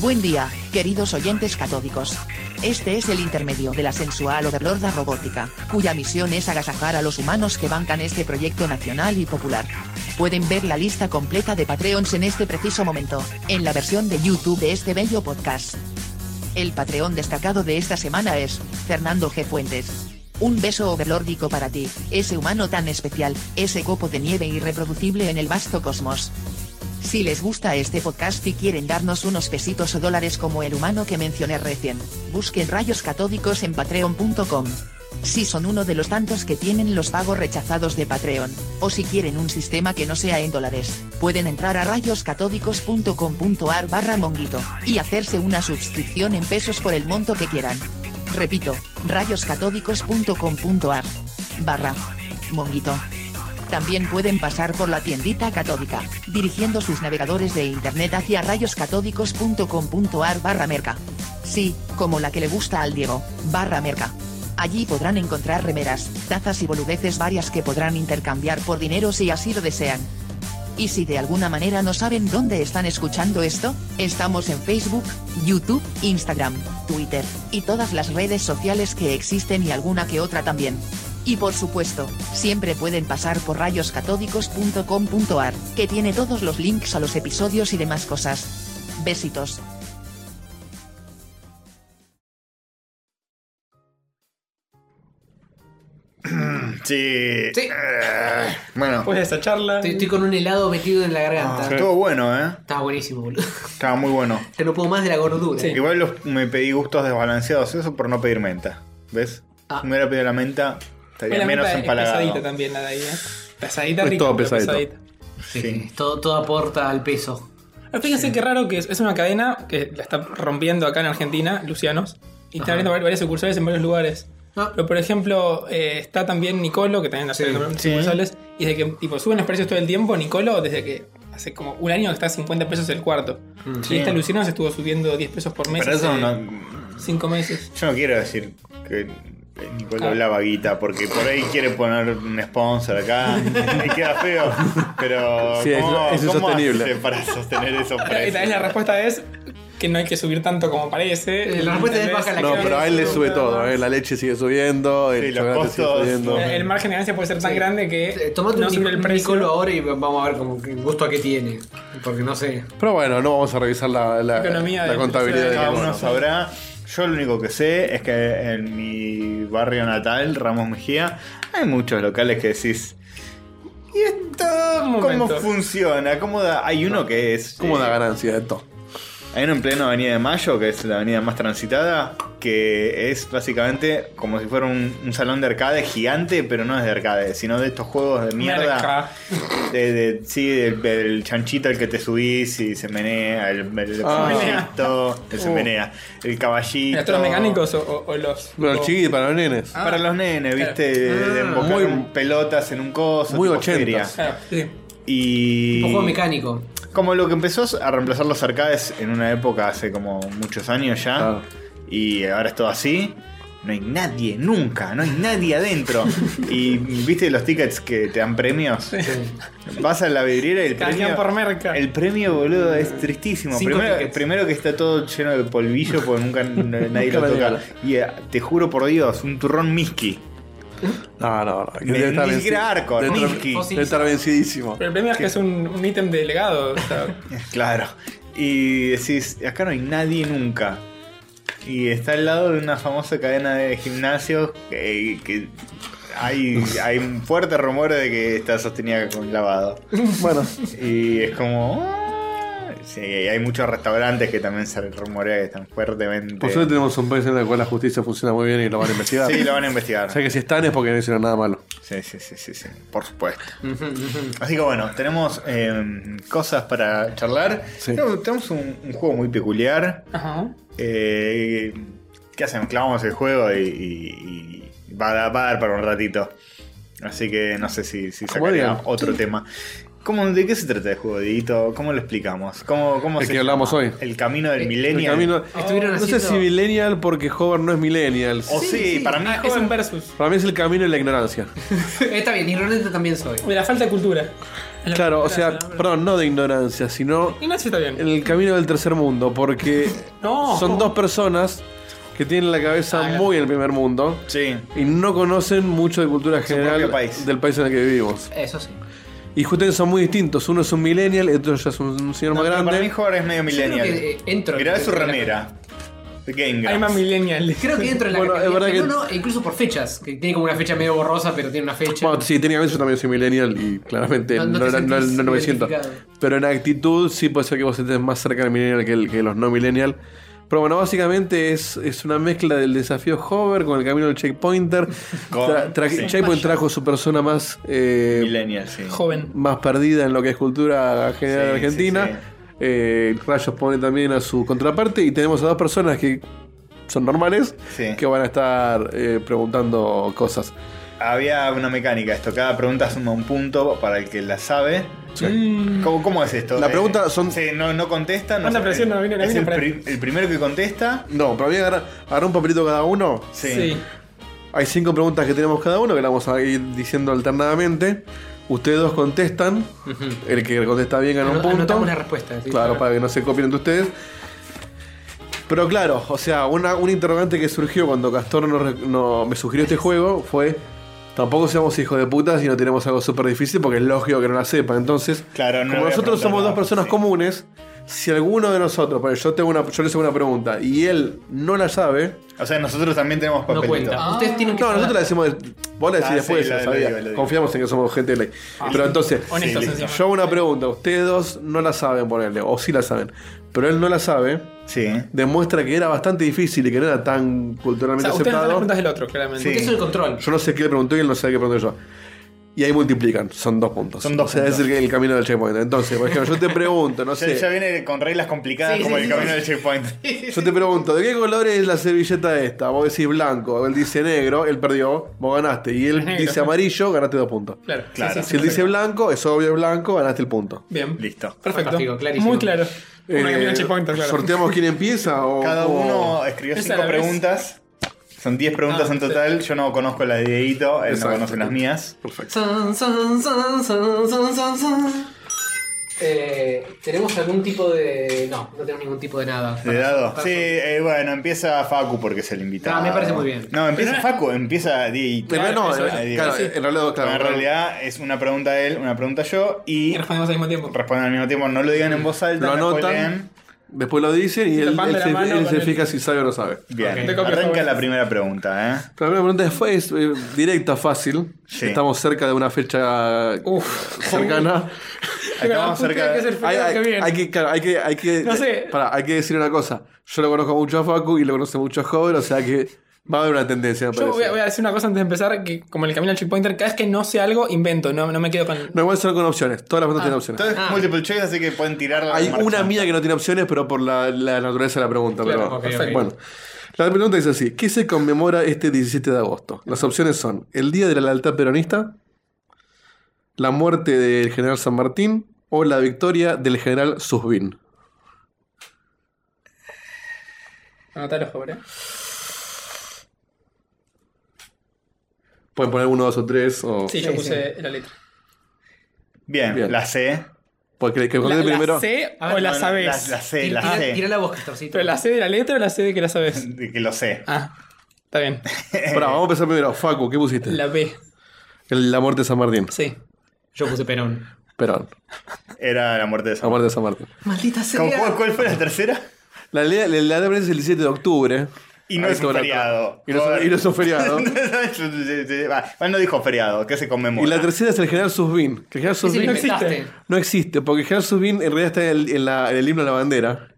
[SPEAKER 7] Buen día, queridos oyentes catódicos. Este es el intermedio de la sensual overlorda robótica, cuya misión es agasajar a los humanos que bancan este proyecto nacional y popular. Pueden ver la lista completa de Patreons en este preciso momento, en la versión de YouTube de este bello podcast. El Patreon destacado de esta semana es, Fernando G. Fuentes. Un beso overlórdico para ti, ese humano tan especial, ese copo de nieve irreproducible en el vasto cosmos. Si les gusta este podcast y quieren darnos unos pesitos o dólares como el humano que mencioné recién, busquen rayos catódicos en patreon.com. Si son uno de los tantos que tienen los pagos rechazados de Patreon, o si quieren un sistema que no sea en dólares, pueden entrar a rayoscatódicos.com.ar barra monguito, y hacerse una suscripción en pesos por el monto que quieran. Repito, rayoscatódicos.com.ar barra monguito. También pueden pasar por la tiendita catódica, dirigiendo sus navegadores de internet hacia rayoscatódicos.com.ar barra merca. Sí, como la que le gusta al Diego, barra merca. Allí podrán encontrar remeras, tazas y boludeces varias que podrán intercambiar por dinero si así lo desean. Y si de alguna manera no saben dónde están escuchando esto, estamos en Facebook, YouTube, Instagram, Twitter, y todas las redes sociales que existen y alguna que otra también. Y por supuesto, siempre pueden pasar por rayoscatódicos.com.ar, que tiene todos los links a los episodios y demás cosas. Besitos.
[SPEAKER 2] Sí.
[SPEAKER 1] Sí.
[SPEAKER 2] Eh, bueno, ah,
[SPEAKER 3] Después de esa charla.
[SPEAKER 1] Estoy, estoy con un helado metido en la garganta.
[SPEAKER 2] estuvo bueno, ¿eh?
[SPEAKER 1] Estaba buenísimo, boludo.
[SPEAKER 2] Estaba muy bueno.
[SPEAKER 1] Ya no puedo más de la gordura.
[SPEAKER 2] Igual los- me pedí gustos desbalanceados, eso por no pedir menta. ¿Ves?
[SPEAKER 1] Ah.
[SPEAKER 2] Si me hubiera pedido la menta, estaría
[SPEAKER 3] Bueno, la
[SPEAKER 2] menos
[SPEAKER 3] mitad es
[SPEAKER 2] empalagado.
[SPEAKER 3] pesadita también la de ahí, ¿eh? Pesadita
[SPEAKER 5] Es
[SPEAKER 3] rica,
[SPEAKER 5] todo
[SPEAKER 3] pero
[SPEAKER 5] pesadito.
[SPEAKER 3] pesadita.
[SPEAKER 1] Sí,
[SPEAKER 2] Sí.
[SPEAKER 1] Todo, todo aporta al peso.
[SPEAKER 3] Ah, Fíjense qué raro que es, es una cadena que la está rompiendo acá en Argentina, Lucianos, y está
[SPEAKER 1] Ajá.
[SPEAKER 3] abriendo varias sucursales en varios lugares.
[SPEAKER 1] Ah.
[SPEAKER 3] Pero por ejemplo, eh, está también Nicolo, que también hace
[SPEAKER 1] Sí,
[SPEAKER 2] sí.
[SPEAKER 3] sucursales, y desde que tipo, suben los precios todo el tiempo, Nicolo, desde que hace como un año que está a 50 pesos el cuarto.
[SPEAKER 2] Sí.
[SPEAKER 3] Y esta Lucianos estuvo subiendo 10 pesos por mes.
[SPEAKER 2] Pero eso
[SPEAKER 3] hace
[SPEAKER 2] no.
[SPEAKER 3] Cinco meses.
[SPEAKER 2] Yo no quiero decir que Nicole
[SPEAKER 3] Ah.
[SPEAKER 2] hablaba guita, porque por ahí quiere poner un sponsor acá y queda feo. Pero
[SPEAKER 5] Sí, es-
[SPEAKER 2] ¿cómo,
[SPEAKER 5] es
[SPEAKER 2] cómo
[SPEAKER 5] insostenible.
[SPEAKER 2] hace para sostener esos
[SPEAKER 3] Y
[SPEAKER 2] precios?
[SPEAKER 3] también la respuesta es que no hay que subir tanto como parece.
[SPEAKER 1] Eh, la respuesta es
[SPEAKER 3] ¿Entendés?
[SPEAKER 1] baja la
[SPEAKER 5] No,
[SPEAKER 1] que
[SPEAKER 5] pero a él le sube todo, ¿eh? La leche sigue subiendo, el
[SPEAKER 2] Sí, los
[SPEAKER 5] chocolate sigue
[SPEAKER 2] costos
[SPEAKER 5] subiendo.
[SPEAKER 2] son-
[SPEAKER 3] El, el margen de ganancia puede ser tan
[SPEAKER 1] Sí.
[SPEAKER 3] grande que
[SPEAKER 1] Eh, Tomate
[SPEAKER 3] no
[SPEAKER 1] un
[SPEAKER 3] sube
[SPEAKER 1] Nic-
[SPEAKER 3] el
[SPEAKER 1] Nicolo
[SPEAKER 3] precio.
[SPEAKER 1] ahora y vamos a ver como que gusto a qué tiene. Porque no sé.
[SPEAKER 5] Pero bueno, no vamos a revisar la, la,
[SPEAKER 3] Economía
[SPEAKER 5] la
[SPEAKER 3] de-
[SPEAKER 5] contabilidad de
[SPEAKER 2] Cada
[SPEAKER 5] cada
[SPEAKER 2] uno sabrá. Yo lo único que sé es que en mi barrio natal, Ramos Mejía, hay muchos locales que decís. ¿Y esto cómo
[SPEAKER 3] Un momento.
[SPEAKER 2] funciona? ¿Cómo da? Hay uno que es.
[SPEAKER 5] ¿Cómo da
[SPEAKER 2] eh,
[SPEAKER 5] ganancia de todo?
[SPEAKER 2] Hay uno en pleno Avenida de Mayo, que es la avenida más transitada, que es básicamente como si fuera un, un salón de arcade gigante, pero no es de arcade, sino de estos juegos de mierda.
[SPEAKER 3] Merca.
[SPEAKER 2] De, de- sí, del, del chanchito el que te subís y se menea, el, el, el
[SPEAKER 5] Ah.
[SPEAKER 2] caballito, el se
[SPEAKER 5] Uh.
[SPEAKER 2] menea, el caballito.
[SPEAKER 3] ¿Los mecánicos o, o- o los.?
[SPEAKER 5] Bueno, el
[SPEAKER 3] o-
[SPEAKER 5] chiqui para los
[SPEAKER 3] Ah.
[SPEAKER 5] nenes.
[SPEAKER 2] Para los nenes,
[SPEAKER 3] Claro.
[SPEAKER 2] viste, de, de embocar
[SPEAKER 5] Muy-
[SPEAKER 2] un- pelotas en un coso.
[SPEAKER 5] muy
[SPEAKER 2] tipo
[SPEAKER 5] ochentas.
[SPEAKER 2] feria.
[SPEAKER 3] Claro, sí.
[SPEAKER 2] Y.
[SPEAKER 1] Un juego mecánico.
[SPEAKER 2] Como lo que empezó a reemplazar los arcades en una época hace como muchos años ya.
[SPEAKER 5] Claro.
[SPEAKER 2] Y ahora es todo así. No hay nadie, nunca, no hay nadie adentro. y viste los tickets que te dan premios. Vas a la vidriera y el
[SPEAKER 3] Canjean
[SPEAKER 2] premio.
[SPEAKER 3] por merca.
[SPEAKER 2] El premio, boludo, es tristísimo.
[SPEAKER 1] Cinco
[SPEAKER 2] Primero,
[SPEAKER 1] tickets.
[SPEAKER 2] primero que está todo lleno de polvillo porque nunca n- nadie lo
[SPEAKER 5] Nunca
[SPEAKER 2] toca.
[SPEAKER 5] nadie
[SPEAKER 2] Y eh, te juro por Dios, un turrón miski.
[SPEAKER 5] No, no, no.
[SPEAKER 2] Ni-
[SPEAKER 5] Debe estar
[SPEAKER 2] ni
[SPEAKER 5] venci-
[SPEAKER 2] siquiera arco,
[SPEAKER 5] debe estar-
[SPEAKER 2] Miski.
[SPEAKER 5] debe estar vencidísimo.
[SPEAKER 3] Pero el premio es que es un un ítem de legado. o sea,
[SPEAKER 2] Claro. Y decís, acá no hay nadie nunca. Y está al lado de una famosa cadena de gimnasios que, que hay, hay un fuerte rumor de que está sostenida con lavado.
[SPEAKER 5] Bueno,
[SPEAKER 2] Y es como... "Ah". Sí, hay muchos restaurantes que también se rumorea que están fuertemente...
[SPEAKER 5] por suerte tenemos un país en el cual la justicia funciona muy bien y lo van a investigar.
[SPEAKER 2] Sí, lo van a
[SPEAKER 5] O
[SPEAKER 2] investigar.
[SPEAKER 5] sea que si están es porque no hicieron nada malo.
[SPEAKER 2] Sí, sí, sí, sí, sí, por supuesto.
[SPEAKER 1] Ujú, ujú.
[SPEAKER 2] Así que bueno, tenemos eh, cosas para charlar.
[SPEAKER 5] Sí.
[SPEAKER 2] Tenemos, tenemos un- un juego muy peculiar.
[SPEAKER 3] Ajá.
[SPEAKER 2] Eh, ¿Qué hacemos? Clavamos el juego y, y- y va, a dar, va a dar para un ratito. Así que no sé si, si
[SPEAKER 5] Como
[SPEAKER 2] sacaría
[SPEAKER 5] digan.
[SPEAKER 2] otro tema. ¿Cómo, ¿De qué se trata el juego, Dieguito? ¿Cómo lo explicamos? ¿Cómo, cómo
[SPEAKER 5] El
[SPEAKER 2] se
[SPEAKER 5] que hablamos
[SPEAKER 2] llama?
[SPEAKER 5] hoy.
[SPEAKER 2] El camino
[SPEAKER 1] El
[SPEAKER 2] del
[SPEAKER 5] El
[SPEAKER 2] milenio.
[SPEAKER 5] camino-
[SPEAKER 3] Oh,
[SPEAKER 1] Estuvieron
[SPEAKER 5] no sé
[SPEAKER 1] haciendo-
[SPEAKER 5] si millennial porque Hover no es millennial.
[SPEAKER 2] O sí, para mí
[SPEAKER 3] Ah, es
[SPEAKER 2] joven,
[SPEAKER 3] un versus.
[SPEAKER 5] Para mí es el camino de la ignorancia.
[SPEAKER 1] Está bien, ignorante también soy.
[SPEAKER 3] De la falta de cultura. La
[SPEAKER 5] Claro, o sea,
[SPEAKER 3] cultura, ¿no?
[SPEAKER 5] perdón, no de ignorancia, sino
[SPEAKER 3] Y no sí está bien.
[SPEAKER 5] el camino del tercer mundo, porque
[SPEAKER 3] No.
[SPEAKER 5] son dos personas que tienen la cabeza
[SPEAKER 2] Ah,
[SPEAKER 5] muy en el primer mundo
[SPEAKER 2] Sí.
[SPEAKER 5] y no conocen mucho de cultura general
[SPEAKER 2] propio país.
[SPEAKER 5] del país en el que vivimos.
[SPEAKER 1] Eso sí.
[SPEAKER 5] Y justamente son muy distintos. Uno es un millennial, el otro ya es un señor
[SPEAKER 2] No,
[SPEAKER 5] más
[SPEAKER 2] pero
[SPEAKER 5] grande.
[SPEAKER 2] Para mí Hover es medio millennial.
[SPEAKER 1] creo que, eh, entro-
[SPEAKER 2] Mirá su
[SPEAKER 1] en la-
[SPEAKER 2] remera. The Game
[SPEAKER 3] Hay más
[SPEAKER 2] Grumps.
[SPEAKER 3] millennial.
[SPEAKER 1] Creo que dentro de la
[SPEAKER 5] Bueno, es
[SPEAKER 1] categoría-
[SPEAKER 5] verdad
[SPEAKER 1] no, no, incluso por fechas. Que tiene como una fecha medio borrosa, pero tiene una fecha.
[SPEAKER 5] Bueno, sí, técnicamente yo también soy millennial y claramente
[SPEAKER 1] No-
[SPEAKER 5] no,
[SPEAKER 1] no te
[SPEAKER 5] no, no-
[SPEAKER 1] sentís
[SPEAKER 5] no me siento.
[SPEAKER 1] identificado.
[SPEAKER 5] Pero en actitud sí puede ser que vos estés más cerca del millennial que, el- que los no millennial. Pero bueno, básicamente es, es una mezcla del desafío hover con el camino del checkpointer.
[SPEAKER 2] Con-
[SPEAKER 5] Tra- tra-
[SPEAKER 2] sí.
[SPEAKER 5] Checkpoint trajo su persona más, eh,
[SPEAKER 2] Millennial, sí.
[SPEAKER 3] Joven.
[SPEAKER 5] más perdida en lo que es cultura general
[SPEAKER 2] Sí,
[SPEAKER 5] argentina.
[SPEAKER 2] sí, sí.
[SPEAKER 5] Eh, Rayos pone también a su contraparte y tenemos a dos personas que son normales
[SPEAKER 2] Sí.
[SPEAKER 5] que van a estar eh, preguntando cosas.
[SPEAKER 2] Había una mecánica esto. Cada pregunta suma un punto para el que la sabe. ¿Cómo, cómo es esto?
[SPEAKER 5] Mm. La
[SPEAKER 2] Eh,
[SPEAKER 5] pregunta son-
[SPEAKER 2] sí, no, no contesta. No
[SPEAKER 3] ¿Cuánta
[SPEAKER 2] sé,
[SPEAKER 3] presión?
[SPEAKER 2] el-
[SPEAKER 3] No viene, no
[SPEAKER 2] es
[SPEAKER 3] viene
[SPEAKER 2] el,
[SPEAKER 3] para-
[SPEAKER 2] pri- el primero que contesta.
[SPEAKER 5] No, para mí agarrar, agarrar un papelito cada uno.
[SPEAKER 2] Sí.
[SPEAKER 3] Sí.
[SPEAKER 5] Hay cinco preguntas que tenemos cada uno que las vamos a ir diciendo alternadamente. Ustedes dos contestan. El que contesta bien gana un
[SPEAKER 1] Ano-
[SPEAKER 5] punto.
[SPEAKER 1] anotamos la respuesta, sí,
[SPEAKER 5] claro,
[SPEAKER 1] claro.
[SPEAKER 5] para que no se copien entre ustedes. Pero claro, o sea, una, un interrogante que surgió cuando Castor nos re- no- me sugirió este juego fue: tampoco seamos hijos de puta si no tenemos algo súper difícil, porque es lógico que no la sepa. Entonces,
[SPEAKER 2] Claro, no le
[SPEAKER 5] como
[SPEAKER 2] voy a
[SPEAKER 5] nosotros
[SPEAKER 2] preguntar
[SPEAKER 5] somos dos
[SPEAKER 2] nada,
[SPEAKER 5] personas
[SPEAKER 2] sí.
[SPEAKER 5] comunes, si alguno de nosotros, bueno, yo, tengo una, yo le hago una pregunta y él no la sabe,
[SPEAKER 2] O sea, nosotros también tenemos
[SPEAKER 1] No
[SPEAKER 2] papelito.
[SPEAKER 1] cuenta. Ustedes tienen que.
[SPEAKER 5] no, nosotros la decimos. Vos la decís
[SPEAKER 2] Ah,
[SPEAKER 5] después,
[SPEAKER 2] sí, la- la
[SPEAKER 5] ya sabía.
[SPEAKER 2] digo, la digo.
[SPEAKER 5] Confiamos en que somos gente de ley.
[SPEAKER 3] Ah.
[SPEAKER 5] Pero entonces,
[SPEAKER 3] Honestos
[SPEAKER 2] Sí,
[SPEAKER 3] encima.
[SPEAKER 5] yo hago una pregunta. Ustedes dos no la saben ponerle, o sí la saben. Pero él no la sabe.
[SPEAKER 2] Sí.
[SPEAKER 5] Demuestra que era bastante difícil y que no era tan
[SPEAKER 3] O
[SPEAKER 5] culturalmente
[SPEAKER 3] sea, ustedes no están las
[SPEAKER 5] aceptado.
[SPEAKER 3] preguntas del otro, claramente.
[SPEAKER 2] Sí.
[SPEAKER 1] Ustedes son el control.
[SPEAKER 5] Yo no sé qué le pregunté y él no sabe qué pregunté yo. Y ahí multiplican, son dos puntos.
[SPEAKER 2] Son dos
[SPEAKER 5] o sea,
[SPEAKER 2] puntos.
[SPEAKER 5] es el, el camino del checkpoint. Entonces, por ejemplo, yo te pregunto, no
[SPEAKER 2] Ya,
[SPEAKER 5] sé.
[SPEAKER 2] ya viene con reglas complicadas
[SPEAKER 1] Sí,
[SPEAKER 2] como
[SPEAKER 1] sí,
[SPEAKER 2] el
[SPEAKER 1] sí,
[SPEAKER 2] camino
[SPEAKER 1] sí.
[SPEAKER 2] del checkpoint.
[SPEAKER 5] Yo te pregunto, ¿de qué color es la servilleta esta? Vos decís blanco, él dice negro, él perdió, vos ganaste. Y él
[SPEAKER 3] Negro.
[SPEAKER 5] dice amarillo, ganaste dos puntos.
[SPEAKER 3] Claro.
[SPEAKER 2] Claro.
[SPEAKER 5] Si él dice blanco, es obvio es blanco, ganaste el punto.
[SPEAKER 3] Bien.
[SPEAKER 2] Listo.
[SPEAKER 1] Fantástico,
[SPEAKER 3] Perfecto.
[SPEAKER 1] clarísimo.
[SPEAKER 3] Muy claro. Una
[SPEAKER 5] Eh,
[SPEAKER 3] camino al checkpoint, claro.
[SPEAKER 5] ¿Sorteamos quién empieza? O,
[SPEAKER 2] Cada
[SPEAKER 5] o-
[SPEAKER 2] uno escribió
[SPEAKER 3] Esa
[SPEAKER 2] cinco
[SPEAKER 3] la ves.
[SPEAKER 2] preguntas. Son 10 preguntas
[SPEAKER 3] Ah,
[SPEAKER 2] en total. Yo no conozco la de Dieguito, él
[SPEAKER 5] Exacto.
[SPEAKER 2] no conoce las mías.
[SPEAKER 5] Perfecto.
[SPEAKER 1] San, san, san, san, san, san, san. Eh, ¿Tenemos algún tipo de.? No, no tenemos ningún tipo de nada.
[SPEAKER 2] ¿De dado?
[SPEAKER 1] Para-
[SPEAKER 2] Sí, eh, bueno, empieza Facu porque es el invitado.
[SPEAKER 1] Ah, me parece muy bien.
[SPEAKER 2] No, empieza Facu, empieza Dieguito.
[SPEAKER 5] Pero no,
[SPEAKER 2] Empieza
[SPEAKER 5] eh,
[SPEAKER 2] Dieguito.
[SPEAKER 5] claro, en realidad,
[SPEAKER 2] Pero
[SPEAKER 5] claro,
[SPEAKER 2] en realidad es una pregunta él, una pregunta yo y
[SPEAKER 3] Y respondemos al mismo tiempo.
[SPEAKER 2] responden al mismo tiempo. No lo digan en voz alta,
[SPEAKER 5] lo
[SPEAKER 2] no
[SPEAKER 5] anotan,
[SPEAKER 2] spoileen.
[SPEAKER 5] después lo dicen y
[SPEAKER 3] Lo
[SPEAKER 5] él,
[SPEAKER 3] pan
[SPEAKER 5] él
[SPEAKER 3] de la
[SPEAKER 5] se,
[SPEAKER 3] mano
[SPEAKER 5] él
[SPEAKER 3] con
[SPEAKER 5] se
[SPEAKER 3] el-
[SPEAKER 5] fija si sabe o no sabe.
[SPEAKER 2] Bien,
[SPEAKER 1] Ok.
[SPEAKER 3] Te copio,
[SPEAKER 2] arranca
[SPEAKER 3] Facu.
[SPEAKER 2] la primera pregunta, ¿eh?
[SPEAKER 5] La primera pregunta fue, es eh, directa, fácil.
[SPEAKER 2] Sí.
[SPEAKER 5] Estamos cerca de una fecha
[SPEAKER 3] Uh, Uf.
[SPEAKER 5] cercana.
[SPEAKER 2] Acabamos
[SPEAKER 3] La puta
[SPEAKER 2] cerca-
[SPEAKER 3] que es el
[SPEAKER 5] Hay,
[SPEAKER 3] feriado
[SPEAKER 5] hay-
[SPEAKER 3] uh, que viene.
[SPEAKER 5] hay que, claro, hay que, hay que,
[SPEAKER 3] No sé.
[SPEAKER 5] pará, hay que decir una cosa. Yo lo conozco mucho a Facu y lo conoce mucho a Joven, o sea que va a haber una tendencia, me
[SPEAKER 3] Yo voy
[SPEAKER 5] parece.
[SPEAKER 3] a, voy a decir una cosa antes de empezar, que como en el camino al checkpointer, cada vez que no sé algo, invento, no, no me quedo con...
[SPEAKER 5] No, igual son con opciones. Todas las
[SPEAKER 3] Ah.
[SPEAKER 5] preguntas tienen opciones.
[SPEAKER 1] Ah.
[SPEAKER 2] Entonces, multiple choice, así que pueden tirar la
[SPEAKER 5] Hay
[SPEAKER 2] marcha.
[SPEAKER 5] una mía que no tiene opciones, pero por la, la naturaleza de la pregunta.
[SPEAKER 1] Claro,
[SPEAKER 5] pero-
[SPEAKER 1] ok,
[SPEAKER 5] perfecto.
[SPEAKER 1] ok.
[SPEAKER 5] Bueno, la pregunta es así: ¿Qué se conmemora este 17 de agosto? Las opciones son el Día de la Lealtad Peronista, la muerte del general San Martín o la victoria del general Susbin.
[SPEAKER 3] Anotalo, pobre.
[SPEAKER 5] Pueden poner uno, dos o tres, o.
[SPEAKER 3] Sí, yo puse la letra.
[SPEAKER 2] Bien,
[SPEAKER 5] Bien.
[SPEAKER 2] la C.
[SPEAKER 5] Porque el que
[SPEAKER 3] ¿La,
[SPEAKER 5] conteste
[SPEAKER 3] la
[SPEAKER 5] primero.
[SPEAKER 3] C
[SPEAKER 1] A ver,
[SPEAKER 3] o la
[SPEAKER 2] no, no,
[SPEAKER 3] sabes?
[SPEAKER 2] la- la C, la
[SPEAKER 1] Tira,
[SPEAKER 2] C.
[SPEAKER 1] tira la voz, Castorcito.
[SPEAKER 3] ¿Pero la C de la letra o la C de que la sabes?
[SPEAKER 2] De que lo sé.
[SPEAKER 3] Ah, está bien.
[SPEAKER 5] Pará, vamos a empezar primero. Facu, ¿qué pusiste?
[SPEAKER 3] La B,
[SPEAKER 5] El- La muerte de San Martín.
[SPEAKER 3] sí.
[SPEAKER 1] Yo puse Perón.
[SPEAKER 5] Perón.
[SPEAKER 2] Era la muerte de
[SPEAKER 5] La
[SPEAKER 2] Samuel.
[SPEAKER 5] muerte de San Martín.
[SPEAKER 1] Maldita
[SPEAKER 5] Ah,
[SPEAKER 2] ¿Cuál,
[SPEAKER 1] sea.
[SPEAKER 2] cuál fue la tercera?
[SPEAKER 5] La lea- la lealtad peronista es el 17 de octubre.
[SPEAKER 2] Y no
[SPEAKER 5] Ahí
[SPEAKER 2] es un
[SPEAKER 5] está la-
[SPEAKER 2] feriado.
[SPEAKER 5] Y no es un- y no es un feriado.
[SPEAKER 2] Va, Él no dijo feriado, que se conmemora.
[SPEAKER 5] Y la tercera es el general Susbin. Que el general
[SPEAKER 1] Ese
[SPEAKER 5] Susbin
[SPEAKER 1] lo
[SPEAKER 5] no existe.
[SPEAKER 1] inventaste.
[SPEAKER 5] No existe, porque el general Susbin en realidad está en el, en la- en el himno de la bandera.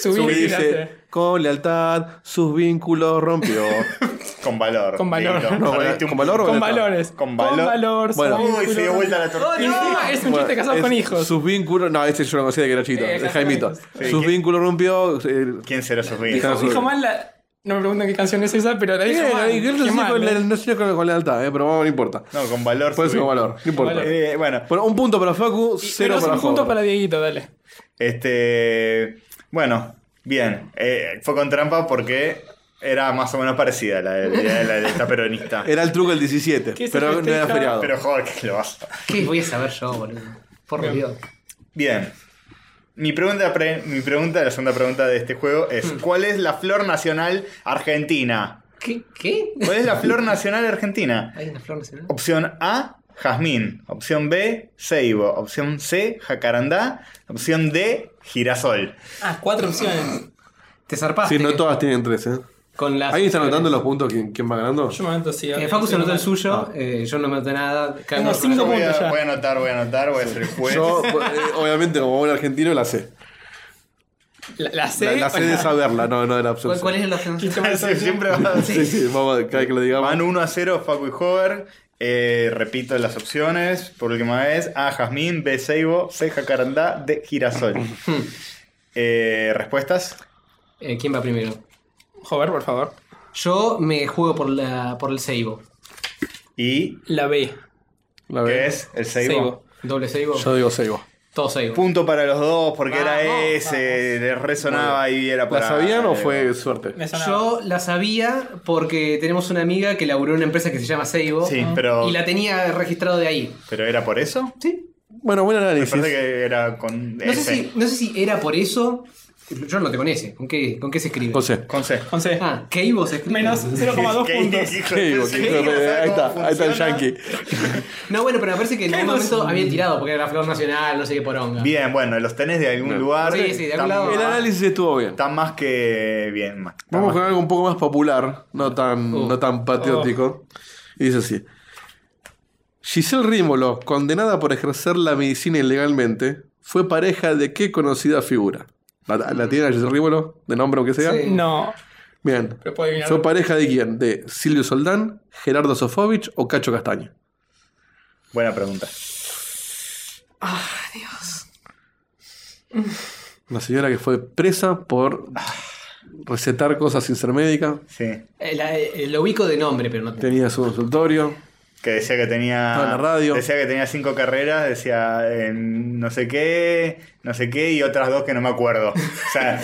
[SPEAKER 3] Subí
[SPEAKER 5] que
[SPEAKER 3] y
[SPEAKER 5] dice, con lealtad, sus vínculos rompió.
[SPEAKER 2] Con valor.
[SPEAKER 3] Con valor.
[SPEAKER 2] Listo.
[SPEAKER 5] No,
[SPEAKER 2] Perdiste
[SPEAKER 5] con
[SPEAKER 2] un-
[SPEAKER 5] valor o
[SPEAKER 3] Con
[SPEAKER 5] Bueno,
[SPEAKER 3] valores.
[SPEAKER 2] Con valor.
[SPEAKER 5] Bueno.
[SPEAKER 3] subí
[SPEAKER 2] Uy, se dio
[SPEAKER 3] culo.
[SPEAKER 2] vuelta la tortilla.
[SPEAKER 3] Y encima es un chiste casado
[SPEAKER 5] es
[SPEAKER 3] con hijos.
[SPEAKER 5] Sus vínculos. No, ese yo lo conocía de que era chito.
[SPEAKER 3] Eh,
[SPEAKER 5] de
[SPEAKER 3] casado
[SPEAKER 5] Jaimito.
[SPEAKER 3] con hijos.
[SPEAKER 2] Sí,
[SPEAKER 5] sus
[SPEAKER 2] ¿quién?
[SPEAKER 5] vínculos rompió. eh,
[SPEAKER 2] ¿Quién será sus
[SPEAKER 5] Dijo-
[SPEAKER 3] Dijo,
[SPEAKER 5] Claro,
[SPEAKER 3] dijo
[SPEAKER 5] sobre-
[SPEAKER 3] mal la... No me preguntan qué canción es esa, pero la dijo
[SPEAKER 5] eh,
[SPEAKER 3] mal.
[SPEAKER 5] y creo que
[SPEAKER 3] Qué
[SPEAKER 5] sí
[SPEAKER 3] mal,
[SPEAKER 5] con
[SPEAKER 3] eh.
[SPEAKER 5] la- no sé con, con lealtad, eh, pero bueno, no importa.
[SPEAKER 2] No, con valor.
[SPEAKER 5] Puede ser
[SPEAKER 2] subí.
[SPEAKER 5] con valor, no importa.
[SPEAKER 3] Valor.
[SPEAKER 2] Eh, bueno,
[SPEAKER 5] Bueno, un punto para Facu, cero
[SPEAKER 3] Menos
[SPEAKER 5] para
[SPEAKER 3] un punto
[SPEAKER 5] Jorge.
[SPEAKER 3] para Dieguito, dale.
[SPEAKER 2] este. Bueno, bien. Eh, fue con trampa porque era más o menos parecida la de la, la de esta peronista.
[SPEAKER 5] Era el truco el 17,
[SPEAKER 3] ¿Qué se
[SPEAKER 5] pero no era
[SPEAKER 3] festeja?
[SPEAKER 5] feriado.
[SPEAKER 2] Pero joder, que lo vas.
[SPEAKER 1] ¿Qué voy a saber yo, boludo? Por Dios.
[SPEAKER 2] Bien. Mi pregunta, pre- mi pregunta, la segunda pregunta de este juego es:
[SPEAKER 3] Hmm.
[SPEAKER 2] ¿Cuál es la flor nacional argentina?
[SPEAKER 1] ¿Qué? ¿Qué?
[SPEAKER 2] ¿Cuál es la flor nacional argentina?
[SPEAKER 1] ¿Hay una flor nacional?
[SPEAKER 2] Opción A, jazmín. Opción B, ceibo. Opción C, jacarandá. Opción D, girasol.
[SPEAKER 3] Ah, cuatro opciones.
[SPEAKER 1] Te zarpaste.
[SPEAKER 5] Sí, no todas tienen tres, ¿eh?
[SPEAKER 1] Con las.
[SPEAKER 5] ¿Alguien está anotando los puntos? ¿Quién, quién va ganando?
[SPEAKER 3] Yo me meto sí.
[SPEAKER 1] Eh,
[SPEAKER 3] ok,
[SPEAKER 1] Facu se
[SPEAKER 3] sí,
[SPEAKER 1] anotó el
[SPEAKER 3] mal.
[SPEAKER 1] suyo, eh, yo no me anoté nada. Cada uno
[SPEAKER 3] Tengo
[SPEAKER 1] con
[SPEAKER 3] cinco
[SPEAKER 2] Yo
[SPEAKER 1] la-
[SPEAKER 2] voy, a,
[SPEAKER 3] puntos ya.
[SPEAKER 2] voy a anotar, voy a anotar, voy a ser el juez.
[SPEAKER 5] Yo, eh, obviamente, como buen argentino, la sé.
[SPEAKER 3] La, la C.
[SPEAKER 5] La, la sé de saberla, no, no de la opción.
[SPEAKER 1] ¿Cuál, cuál es la opción?
[SPEAKER 2] Ah, Sí, siempre va-
[SPEAKER 5] Sí, sí, vamos, a- cada vez que lo digamos.
[SPEAKER 2] Van 1 a 0 Facu y Hover. Eh, repito las opciones por última vez. A, jazmín. B, ceibo. C, jacarandá. D, girasol. Eh, ¿Respuestas?
[SPEAKER 1] Eh, ¿Quién va primero?
[SPEAKER 3] Joder, por favor.
[SPEAKER 1] Yo me juego por, la, por el Seibo.
[SPEAKER 2] ¿Y
[SPEAKER 3] La B.
[SPEAKER 5] La
[SPEAKER 2] qué
[SPEAKER 5] veo.
[SPEAKER 2] es el
[SPEAKER 3] Seibo.
[SPEAKER 2] ceibo?
[SPEAKER 1] ¿Doble Seibo?
[SPEAKER 5] Yo digo Seibo.
[SPEAKER 1] Todo save.
[SPEAKER 2] Punto para los dos, porque
[SPEAKER 1] Vamos,
[SPEAKER 2] era ese, le resonaba y era eh, por
[SPEAKER 5] ¿La sabían o fue suerte?
[SPEAKER 3] Me sonaba.
[SPEAKER 1] Yo la sabía porque tenemos una amiga que laburó en una empresa que se llama Seibo.
[SPEAKER 2] Sí, pero,
[SPEAKER 1] Y la tenía registrado de ahí.
[SPEAKER 2] pero ¿era por eso?
[SPEAKER 1] Sí.
[SPEAKER 5] Bueno, buen
[SPEAKER 2] Me
[SPEAKER 5] análisis.
[SPEAKER 2] parece que era con
[SPEAKER 1] No sé,
[SPEAKER 2] ese.
[SPEAKER 1] si, no sé si era por eso. Yo no te con ese. ¿Con qué, con qué se escribe?
[SPEAKER 5] José.
[SPEAKER 2] Con C.
[SPEAKER 3] Con C.
[SPEAKER 1] Ah, Keibo se escribe.
[SPEAKER 3] Menos 0,2
[SPEAKER 2] ¿Qué- qué-
[SPEAKER 3] puntos.
[SPEAKER 2] qué-
[SPEAKER 5] Sí,
[SPEAKER 2] qué-
[SPEAKER 5] porque-
[SPEAKER 2] qué-
[SPEAKER 5] ahí está, ahí está el
[SPEAKER 2] funciona?
[SPEAKER 5] yankee.
[SPEAKER 1] No, bueno, pero me parece que en algún momento habían tirado porque era la flor nacional, no sé qué poronga.
[SPEAKER 2] Bien, bueno, los tenés de algún lugar.
[SPEAKER 1] Sí, sí, de algún
[SPEAKER 2] Están-
[SPEAKER 1] lado. Ah,
[SPEAKER 5] El análisis estuvo bien.
[SPEAKER 2] Están más que bien. más- están
[SPEAKER 5] Vamos
[SPEAKER 2] más-
[SPEAKER 5] con algo un poco más popular, no tan,
[SPEAKER 1] Uh.
[SPEAKER 5] no tan patriótico. Y dice así. Giselle Rímolo, condenada por ejercer la medicina ilegalmente, fue pareja de qué conocida figura. ¿La, la tiene a Giselle Rímolo? ¿De nombre aunque sea?
[SPEAKER 1] Sí.
[SPEAKER 3] No.
[SPEAKER 5] Bien.
[SPEAKER 3] Pero puedo adivinar.
[SPEAKER 5] ¿Fue pareja de quién? ¿De Silvio Soldán, Gerardo Sofovich o Cacho Castaño?
[SPEAKER 2] Buena pregunta.
[SPEAKER 5] Una señora que fue presa por recetar cosas sin ser médica.
[SPEAKER 2] Sí.
[SPEAKER 1] Eh, la- eh, lo ubico de nombre, pero no te...
[SPEAKER 5] Tenía su consultorio.
[SPEAKER 2] Que decía que tenía.
[SPEAKER 5] Estaba en la radio.
[SPEAKER 2] Decía que tenía cinco carreras, decía eh, no sé qué, no sé qué y otras dos que no me acuerdo. O sea,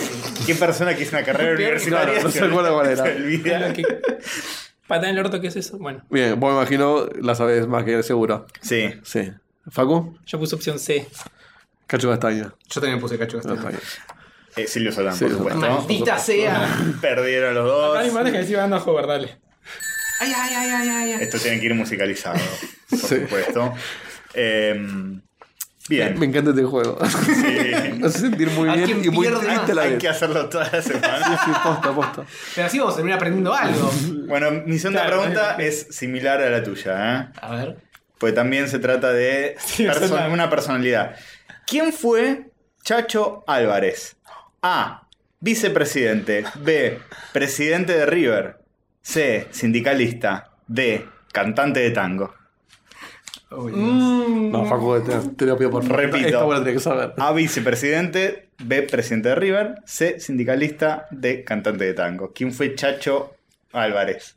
[SPEAKER 2] ¿qué persona que hizo una carrera universitaria?
[SPEAKER 5] Claro, no se acuerda cuál era.
[SPEAKER 2] se olvida?
[SPEAKER 3] Lo que- Patada en el orto, ¿qué es eso? Bueno,
[SPEAKER 5] Bien, vos me imagino la sabés más que seguro.
[SPEAKER 2] Sí.
[SPEAKER 5] Sí. ¿Facu?
[SPEAKER 3] yo puse opción C.
[SPEAKER 5] Cacho Castaño.
[SPEAKER 1] Yo también puse cacho Castaño.
[SPEAKER 5] Castaño.
[SPEAKER 2] Eh, Silvio Solán, por
[SPEAKER 5] Silvio
[SPEAKER 2] supuesto.
[SPEAKER 5] Solán.
[SPEAKER 1] Maldita sea.
[SPEAKER 2] Perdieron los dos.
[SPEAKER 3] A mi madre que decía anda a jugar, dale.
[SPEAKER 1] Ay, ay, ay, ay, ay, ay.
[SPEAKER 2] Esto tiene que ir musicalizado, por
[SPEAKER 5] Sí.
[SPEAKER 2] supuesto. Em, bien.
[SPEAKER 5] Me encanta este juego.
[SPEAKER 2] Sí.
[SPEAKER 5] Me hace sentir muy
[SPEAKER 1] ¿A
[SPEAKER 5] bien
[SPEAKER 1] quién
[SPEAKER 5] y muy
[SPEAKER 1] pierde
[SPEAKER 5] triste
[SPEAKER 1] más?
[SPEAKER 5] a la
[SPEAKER 2] Hay
[SPEAKER 5] vez.
[SPEAKER 2] que hacerlo toda la
[SPEAKER 5] Sí,
[SPEAKER 2] semana.
[SPEAKER 5] sí, posta, posta.
[SPEAKER 1] Pero así vamos a terminar aprendiendo algo.
[SPEAKER 2] Bueno, mi segunda
[SPEAKER 3] Claro.
[SPEAKER 2] pregunta es similar a la tuya, ¿eh?
[SPEAKER 1] A ver.
[SPEAKER 2] Pues también se trata de
[SPEAKER 3] Sí,
[SPEAKER 2] perso-
[SPEAKER 3] es verdad.
[SPEAKER 2] una personalidad. ¿Quién fue Chacho Álvarez? A. Vicepresidente. B. Presidente de River. C. Sindicalista. D. Cantante de tango.
[SPEAKER 1] Uy,
[SPEAKER 2] Mm.
[SPEAKER 5] No, Facu, te, te lo pido por favor.
[SPEAKER 2] Repito. Ah,
[SPEAKER 5] Esta buena tiene que saber.
[SPEAKER 2] A vicepresidente, B presidente de River, C sindicalista, D cantante de tango. ¿Quién fue Chacho Álvarez?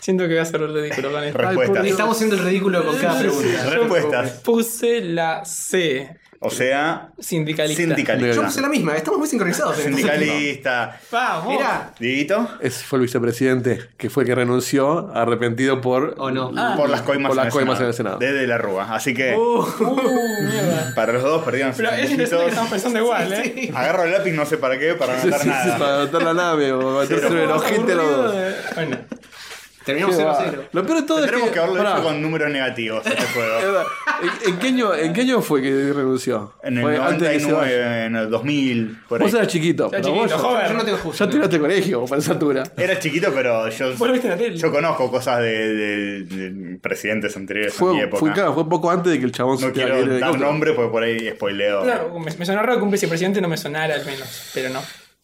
[SPEAKER 3] Siento que voy a hacer el ridículo con esto.
[SPEAKER 5] Ay,
[SPEAKER 2] Respuestas.
[SPEAKER 5] por Dios.
[SPEAKER 1] Estamos haciendo el ridículo con cada pregunta.
[SPEAKER 2] Respuestas.
[SPEAKER 3] Puse la C,
[SPEAKER 2] O sea,
[SPEAKER 3] sindicalista.
[SPEAKER 1] Yo
[SPEAKER 2] sindicalista.
[SPEAKER 1] puse la misma, estamos muy sincronizados. en esto.
[SPEAKER 2] Sindicalista.
[SPEAKER 3] Vamos.
[SPEAKER 1] Mirá,
[SPEAKER 2] Didito,
[SPEAKER 5] Ese fue el vicepresidente que fue el que renunció arrepentido por...
[SPEAKER 1] o no.
[SPEAKER 2] por las coimas,
[SPEAKER 5] Por las
[SPEAKER 2] en, el
[SPEAKER 5] coimas
[SPEAKER 2] Senado.
[SPEAKER 5] en el Senado.
[SPEAKER 2] Desde la Rúa. Así que
[SPEAKER 3] Ah. Uh, mierda.
[SPEAKER 2] para los dos perdieron sus
[SPEAKER 3] Pero es interesante que
[SPEAKER 2] puntitos.
[SPEAKER 3] estamos pensando igual, ¿eh?
[SPEAKER 2] Agarro el lápiz, no sé para qué, para no
[SPEAKER 5] Sí, sí,
[SPEAKER 2] anotar
[SPEAKER 5] sí,
[SPEAKER 2] nada.
[SPEAKER 5] para matar la nave o matarse
[SPEAKER 2] Pero-
[SPEAKER 5] el ojete a los
[SPEAKER 3] Aburrido
[SPEAKER 5] dos.
[SPEAKER 3] de- Bueno,
[SPEAKER 1] Terminamos
[SPEAKER 5] Qué
[SPEAKER 1] 0-0.
[SPEAKER 5] va. Lo peor de todo es
[SPEAKER 2] Tendremos
[SPEAKER 5] que...
[SPEAKER 2] que haberlo
[SPEAKER 5] pará,
[SPEAKER 2] hecho con números negativos este
[SPEAKER 5] es
[SPEAKER 3] Eh,
[SPEAKER 2] juego.
[SPEAKER 5] verdad. ¿En, en qué año, en qué año fue que renunció?
[SPEAKER 2] En el
[SPEAKER 5] Fue antes de que se vaya.
[SPEAKER 2] 99, en el 2000, por ahí.
[SPEAKER 5] Vos eras chiquito.
[SPEAKER 3] ya
[SPEAKER 5] pero
[SPEAKER 3] chiquito,
[SPEAKER 5] vos ya-
[SPEAKER 3] joven.
[SPEAKER 1] Yo no tengo justo. eh.
[SPEAKER 5] ya tiraste colegio para esa altura.
[SPEAKER 2] Era chiquito, pero yo,
[SPEAKER 3] Vos lo viste en la tele.
[SPEAKER 2] yo conozco cosas de, de- de presidentes anteriores a mi
[SPEAKER 5] Fue,
[SPEAKER 2] época.
[SPEAKER 5] fue, claro, fue poco antes de que el chabón
[SPEAKER 2] no
[SPEAKER 5] tenga que ir
[SPEAKER 2] quiero
[SPEAKER 5] en
[SPEAKER 2] dar
[SPEAKER 5] helicóptero.
[SPEAKER 2] nombre porque por ahí spoileo.
[SPEAKER 3] Claro, me, me sonó raro que un vicepresidente no me sonara al menos, pero no.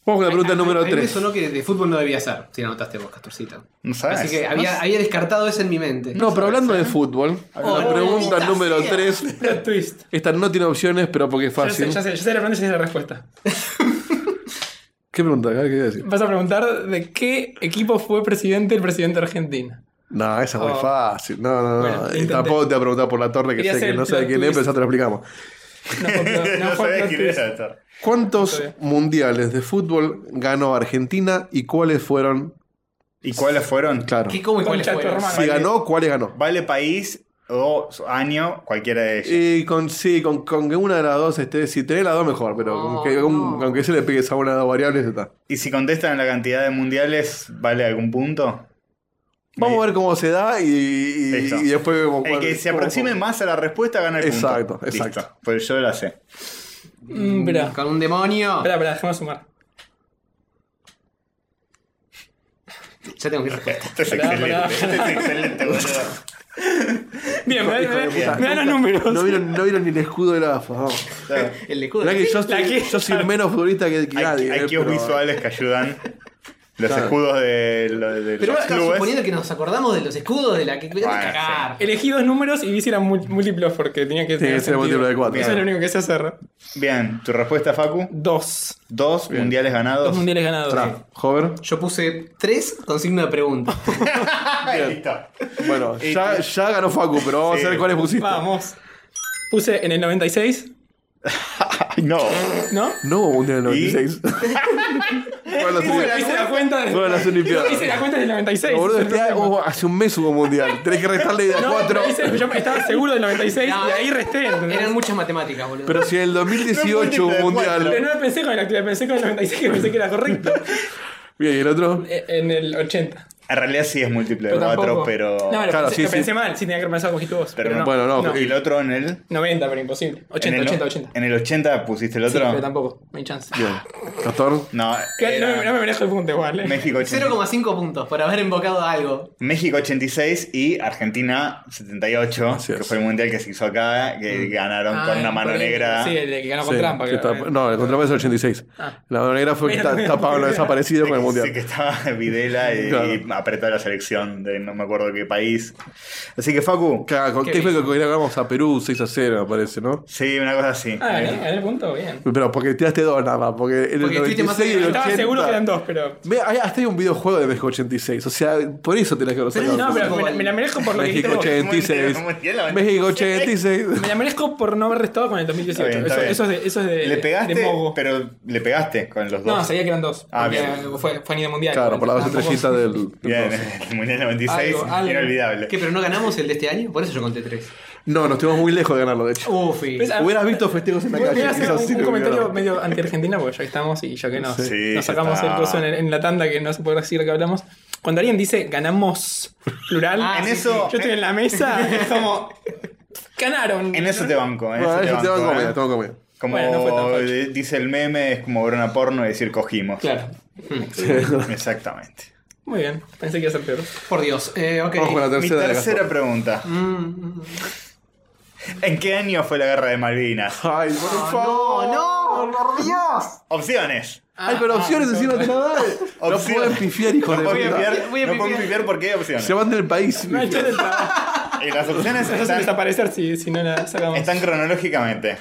[SPEAKER 5] Vamos con la pregunta número
[SPEAKER 1] A mí me
[SPEAKER 5] 3.
[SPEAKER 1] sonó que de fútbol no debía ser, si la notaste vos, Castorcita.
[SPEAKER 2] No sabes.
[SPEAKER 1] Así que había, había descartado eso en mi mente.
[SPEAKER 5] Ah, No, pero hablando de fútbol, la pregunta número 3.
[SPEAKER 3] Plot twist.
[SPEAKER 5] Esta no tiene opciones, pero porque es
[SPEAKER 3] Ya sé,
[SPEAKER 5] fácil.
[SPEAKER 3] ya sé, ya sé la pregunta y ya sé la respuesta.
[SPEAKER 5] ¿Qué pregunta? ¿Qué quería decir?
[SPEAKER 3] Vas a preguntar de qué equipo fue presidente el presidente de Argentina.
[SPEAKER 5] No, esa es muy
[SPEAKER 3] Oh.
[SPEAKER 5] fácil. No, no, no.
[SPEAKER 3] Bueno,
[SPEAKER 5] Y
[SPEAKER 3] intenté.
[SPEAKER 5] tampoco te va a preguntar por la torre, que
[SPEAKER 3] Quería
[SPEAKER 5] sé que
[SPEAKER 3] hacer
[SPEAKER 5] no
[SPEAKER 3] el
[SPEAKER 5] sabe
[SPEAKER 3] plot
[SPEAKER 5] quién es, pero
[SPEAKER 3] twist.
[SPEAKER 5] ya te lo explicamos.
[SPEAKER 3] No, fue plot-
[SPEAKER 2] no
[SPEAKER 3] fue
[SPEAKER 2] sabía
[SPEAKER 3] plot
[SPEAKER 2] quién
[SPEAKER 3] twist.
[SPEAKER 2] era esto.
[SPEAKER 5] ¿Cuántos
[SPEAKER 3] Está
[SPEAKER 5] mundiales de fútbol ganó Argentina y cuáles fueron?
[SPEAKER 2] ¿Y cuáles fueron?
[SPEAKER 5] Claro.
[SPEAKER 1] ¿Qué, cómo y
[SPEAKER 3] Con
[SPEAKER 1] cuáles
[SPEAKER 3] Chacho
[SPEAKER 1] fueron?
[SPEAKER 3] Román.
[SPEAKER 5] Si ganó, cuáles ganó.
[SPEAKER 2] Vale país o año, cualquiera de ellos.
[SPEAKER 5] Y con, sí, con, con que una de las dos esté. Si tenés las dos, mejor, pero con que, con- aunque se le pegues a una de las variables, está.
[SPEAKER 2] Y si contestan la cantidad de mundiales, ¿vale algún punto?
[SPEAKER 5] Vamos a ver cómo se da y, y-
[SPEAKER 2] Listo.
[SPEAKER 5] y después vemos
[SPEAKER 2] El
[SPEAKER 5] cuál-
[SPEAKER 2] que se
[SPEAKER 5] cómo-
[SPEAKER 2] aproxime más a la respuesta gana el
[SPEAKER 5] Exacto,
[SPEAKER 2] punto.
[SPEAKER 5] exacto.
[SPEAKER 2] Listo. Pues yo la sé.
[SPEAKER 3] Mm, Esperá,
[SPEAKER 1] Con un demonio.
[SPEAKER 3] esperá, esperá, déjame sumar.
[SPEAKER 1] Ya tengo mi respuesta.
[SPEAKER 2] Este es
[SPEAKER 3] Pará,
[SPEAKER 2] excelente.
[SPEAKER 3] pará.
[SPEAKER 2] Este es excelente, boludo.
[SPEAKER 3] Bien, me,
[SPEAKER 5] Hijo de puta.
[SPEAKER 3] dan los números.
[SPEAKER 5] No vieron, no vieron ni el escudo de la AFA. vamos.
[SPEAKER 2] Claro.
[SPEAKER 1] El escudo.
[SPEAKER 5] Mirá que yo, soy,
[SPEAKER 3] que-
[SPEAKER 5] yo soy menos futbolista que, que
[SPEAKER 2] Hay,
[SPEAKER 5] nadie.
[SPEAKER 2] hay
[SPEAKER 5] eh,
[SPEAKER 2] kioscos
[SPEAKER 5] pero-
[SPEAKER 2] visuales que ayudan. Los
[SPEAKER 5] Claro.
[SPEAKER 2] escudos de, lo- de
[SPEAKER 1] Pero
[SPEAKER 2] los
[SPEAKER 1] ahora
[SPEAKER 2] clubes.
[SPEAKER 1] suponiendo que nos acordamos de los escudos de la que
[SPEAKER 2] Bueno,
[SPEAKER 1] cagar.
[SPEAKER 3] Elegí dos números y vi si eran mú- múltiplos porque tenía que
[SPEAKER 5] Tiene que ser
[SPEAKER 3] sentido.
[SPEAKER 5] múltiplo de cuatro.
[SPEAKER 3] Eso es lo único que sé hacer.
[SPEAKER 2] Bien, tu respuesta, Facu.
[SPEAKER 3] Dos.
[SPEAKER 2] Dos mundiales ganados.
[SPEAKER 3] Dos mundiales ganados.
[SPEAKER 5] Tra, Hover.
[SPEAKER 1] Yo puse tres con signo de pregunta.
[SPEAKER 2] Ah, listo.
[SPEAKER 5] Bueno,
[SPEAKER 2] Y-
[SPEAKER 5] ya, ya ganó Facu, pero vamos
[SPEAKER 2] Este- Sí.
[SPEAKER 5] a ver cuáles pusiste.
[SPEAKER 3] Vamos. Puse en el 96,
[SPEAKER 2] Ay, no.
[SPEAKER 3] ¿no?
[SPEAKER 5] No hubo mundial en el
[SPEAKER 2] ¿Y?
[SPEAKER 5] 96. Fueron las Olimpiadas.
[SPEAKER 3] Hice la cuenta de-
[SPEAKER 5] Fueron las Olimpiadas.
[SPEAKER 3] Hice la cuenta del 96.
[SPEAKER 5] No, boludo,
[SPEAKER 3] ese es el
[SPEAKER 5] este año-
[SPEAKER 3] problema.
[SPEAKER 5] oh, hace un mes hubo mundial. Tenés que restarle de a
[SPEAKER 3] No,
[SPEAKER 5] cuatro.
[SPEAKER 3] pero hice- yo estaba seguro del 96
[SPEAKER 1] No.
[SPEAKER 3] y ahí resté. ¿entendés?
[SPEAKER 1] Eran muchas matemáticas, boludo.
[SPEAKER 5] Pero si en el 2018
[SPEAKER 2] No,
[SPEAKER 5] hubo
[SPEAKER 3] Pero
[SPEAKER 5] mundial.
[SPEAKER 3] no lo pensé con el actividad, pensé con el 96 que pensé que era correcto.
[SPEAKER 5] Bien, ¿y el otro?
[SPEAKER 3] Eh, en el 80.
[SPEAKER 2] En realidad sí es múltiple de
[SPEAKER 3] Pero
[SPEAKER 2] cuatro,
[SPEAKER 3] tampoco.
[SPEAKER 2] pero.
[SPEAKER 3] No, lo
[SPEAKER 5] Claro,
[SPEAKER 3] pensé,
[SPEAKER 5] sí,
[SPEAKER 3] lo
[SPEAKER 5] sí.
[SPEAKER 3] pensé mal, sí tenía que haber pensado cogiste vos.
[SPEAKER 2] Pero
[SPEAKER 3] Pero, no,
[SPEAKER 5] bueno, no,
[SPEAKER 2] Y el otro en el.
[SPEAKER 3] 90, pero imposible. 80,
[SPEAKER 2] en el,
[SPEAKER 3] 80, 80.
[SPEAKER 2] En el 80 pusiste el
[SPEAKER 3] Sí,
[SPEAKER 2] otro.
[SPEAKER 3] pero tampoco, no hay chance.
[SPEAKER 5] Bien. Castor.
[SPEAKER 2] no,
[SPEAKER 3] Que- No,
[SPEAKER 2] era
[SPEAKER 3] me- no me merezco el punto igual. eh.
[SPEAKER 2] México, 80
[SPEAKER 1] 0,5 puntos por haber invocado a algo.
[SPEAKER 2] México 86 y Argentina 78,
[SPEAKER 5] Así
[SPEAKER 2] que
[SPEAKER 5] es.
[SPEAKER 2] fue el mundial que se hizo acá, que ganaron
[SPEAKER 3] Ah,
[SPEAKER 2] con una mano
[SPEAKER 3] por el-
[SPEAKER 2] negra.
[SPEAKER 3] Sí, el que ganó con
[SPEAKER 5] Sí,
[SPEAKER 3] trampa.
[SPEAKER 5] que
[SPEAKER 3] creo. eh.
[SPEAKER 5] está- no, el contrapase es el 86.
[SPEAKER 3] Ah.
[SPEAKER 5] La manera fue que
[SPEAKER 3] Mira,
[SPEAKER 5] está, está Pablo desaparecido
[SPEAKER 2] Sí,
[SPEAKER 5] con el
[SPEAKER 2] que-
[SPEAKER 5] mundial.
[SPEAKER 2] sí, que estaba Videla y,
[SPEAKER 5] Claro.
[SPEAKER 2] y apretó la selección de no me acuerdo qué país. Así que Facu,
[SPEAKER 5] Claro, ¿con
[SPEAKER 1] Qué
[SPEAKER 5] ¿Qué fue que ganamos a Perú 6 a 0, me parece, no?
[SPEAKER 2] sí, una cosa así.
[SPEAKER 3] Ah, gané, gané el punto, bien.
[SPEAKER 5] Pero porque tiraste dos nada más, porque en el
[SPEAKER 1] Porque estuviste más
[SPEAKER 5] 96 y el
[SPEAKER 1] cerca.
[SPEAKER 5] 80...
[SPEAKER 3] Estaba seguro que eran dos, pero.
[SPEAKER 5] Ve, hay- hasta hay un videojuego de México 86, o sea, por eso tenés que haberlo sacado.
[SPEAKER 3] No, pero
[SPEAKER 1] sí.
[SPEAKER 3] me la, me la merezco por lo que dijiste
[SPEAKER 5] México
[SPEAKER 3] vos.
[SPEAKER 2] Mundial,
[SPEAKER 5] 86. México 86.
[SPEAKER 3] Me la merezco por no haber restado con el 2018.
[SPEAKER 2] Está bien, está
[SPEAKER 3] eso, eso es de, eso es de.
[SPEAKER 2] le pegaste,
[SPEAKER 3] de mogo.
[SPEAKER 2] pero le pegaste con los dos.
[SPEAKER 3] No, sabía que eran dos.
[SPEAKER 2] Ah,
[SPEAKER 3] porque
[SPEAKER 2] bien.
[SPEAKER 3] Fue, fue a nivel mundial.
[SPEAKER 5] Claro, por la base
[SPEAKER 3] Tampoco-
[SPEAKER 5] estrellita del...
[SPEAKER 2] Bien, el Mundial 96,
[SPEAKER 3] Algo, algo.
[SPEAKER 2] inolvidable.
[SPEAKER 1] ¿Qué, pero no ganamos el de este año? Por eso yo conté 3.
[SPEAKER 5] No, nos estuvimos muy lejos de ganarlo, de hecho.
[SPEAKER 1] Ufi.
[SPEAKER 3] ¿Ves? Ah,
[SPEAKER 5] Hubieras visto festejos en la
[SPEAKER 3] Voy
[SPEAKER 5] calle.
[SPEAKER 3] a hacer
[SPEAKER 5] quizás sí
[SPEAKER 3] un,
[SPEAKER 5] lo
[SPEAKER 3] un comentario
[SPEAKER 5] hubiera-
[SPEAKER 3] medio anti-argentina, porque ya que estamos y ya que nos,
[SPEAKER 2] Sí,
[SPEAKER 3] nos
[SPEAKER 2] ya
[SPEAKER 3] sacamos
[SPEAKER 2] está.
[SPEAKER 3] el coso en, el- en la tanda que no se puede decir que hablamos. Cuando alguien dice ganamos plural,
[SPEAKER 1] Ah,
[SPEAKER 2] En
[SPEAKER 1] sí,
[SPEAKER 2] eso-
[SPEAKER 3] yo estoy en la mesa, es como ganaron.
[SPEAKER 2] En eso te banco, en
[SPEAKER 5] Bueno,
[SPEAKER 2] eso
[SPEAKER 5] eso
[SPEAKER 2] te
[SPEAKER 5] te van a
[SPEAKER 2] banco.
[SPEAKER 5] comer,
[SPEAKER 2] ¿eh?
[SPEAKER 5] te van a comer.
[SPEAKER 2] Como
[SPEAKER 3] Bueno, no fue tan facho.
[SPEAKER 2] di- dice el meme, es como ver una porno y decir cogimos.
[SPEAKER 3] Claro.
[SPEAKER 5] Mm.
[SPEAKER 2] Exactamente.
[SPEAKER 3] Muy bien, pensé que iba a ser peor.
[SPEAKER 1] Por Dios. Eh, ok.
[SPEAKER 5] Vamos con la
[SPEAKER 2] Mi
[SPEAKER 5] tercera de Castor.
[SPEAKER 2] tercera pregunta.
[SPEAKER 1] Mm, mm.
[SPEAKER 2] ¿En qué año fue la guerra de Malvinas?
[SPEAKER 5] Ay, por favor.
[SPEAKER 1] ¡Oh, no, por Dios.
[SPEAKER 2] Opciones.
[SPEAKER 5] Ay, con opciones encima te la dan. No
[SPEAKER 2] Opciones.
[SPEAKER 5] pueden pifiar, hijo
[SPEAKER 2] No
[SPEAKER 5] de
[SPEAKER 2] pueden
[SPEAKER 5] puta.
[SPEAKER 2] pifiar,
[SPEAKER 1] Voy a
[SPEAKER 2] no
[SPEAKER 1] pifiar.
[SPEAKER 2] pueden pifiar porque hay opciones.
[SPEAKER 5] Se van del país.
[SPEAKER 3] No hay chance para
[SPEAKER 2] Y las opciones
[SPEAKER 3] hacer
[SPEAKER 2] están,
[SPEAKER 3] desaparecer si, si no la sacamos.
[SPEAKER 2] están cronológicamente.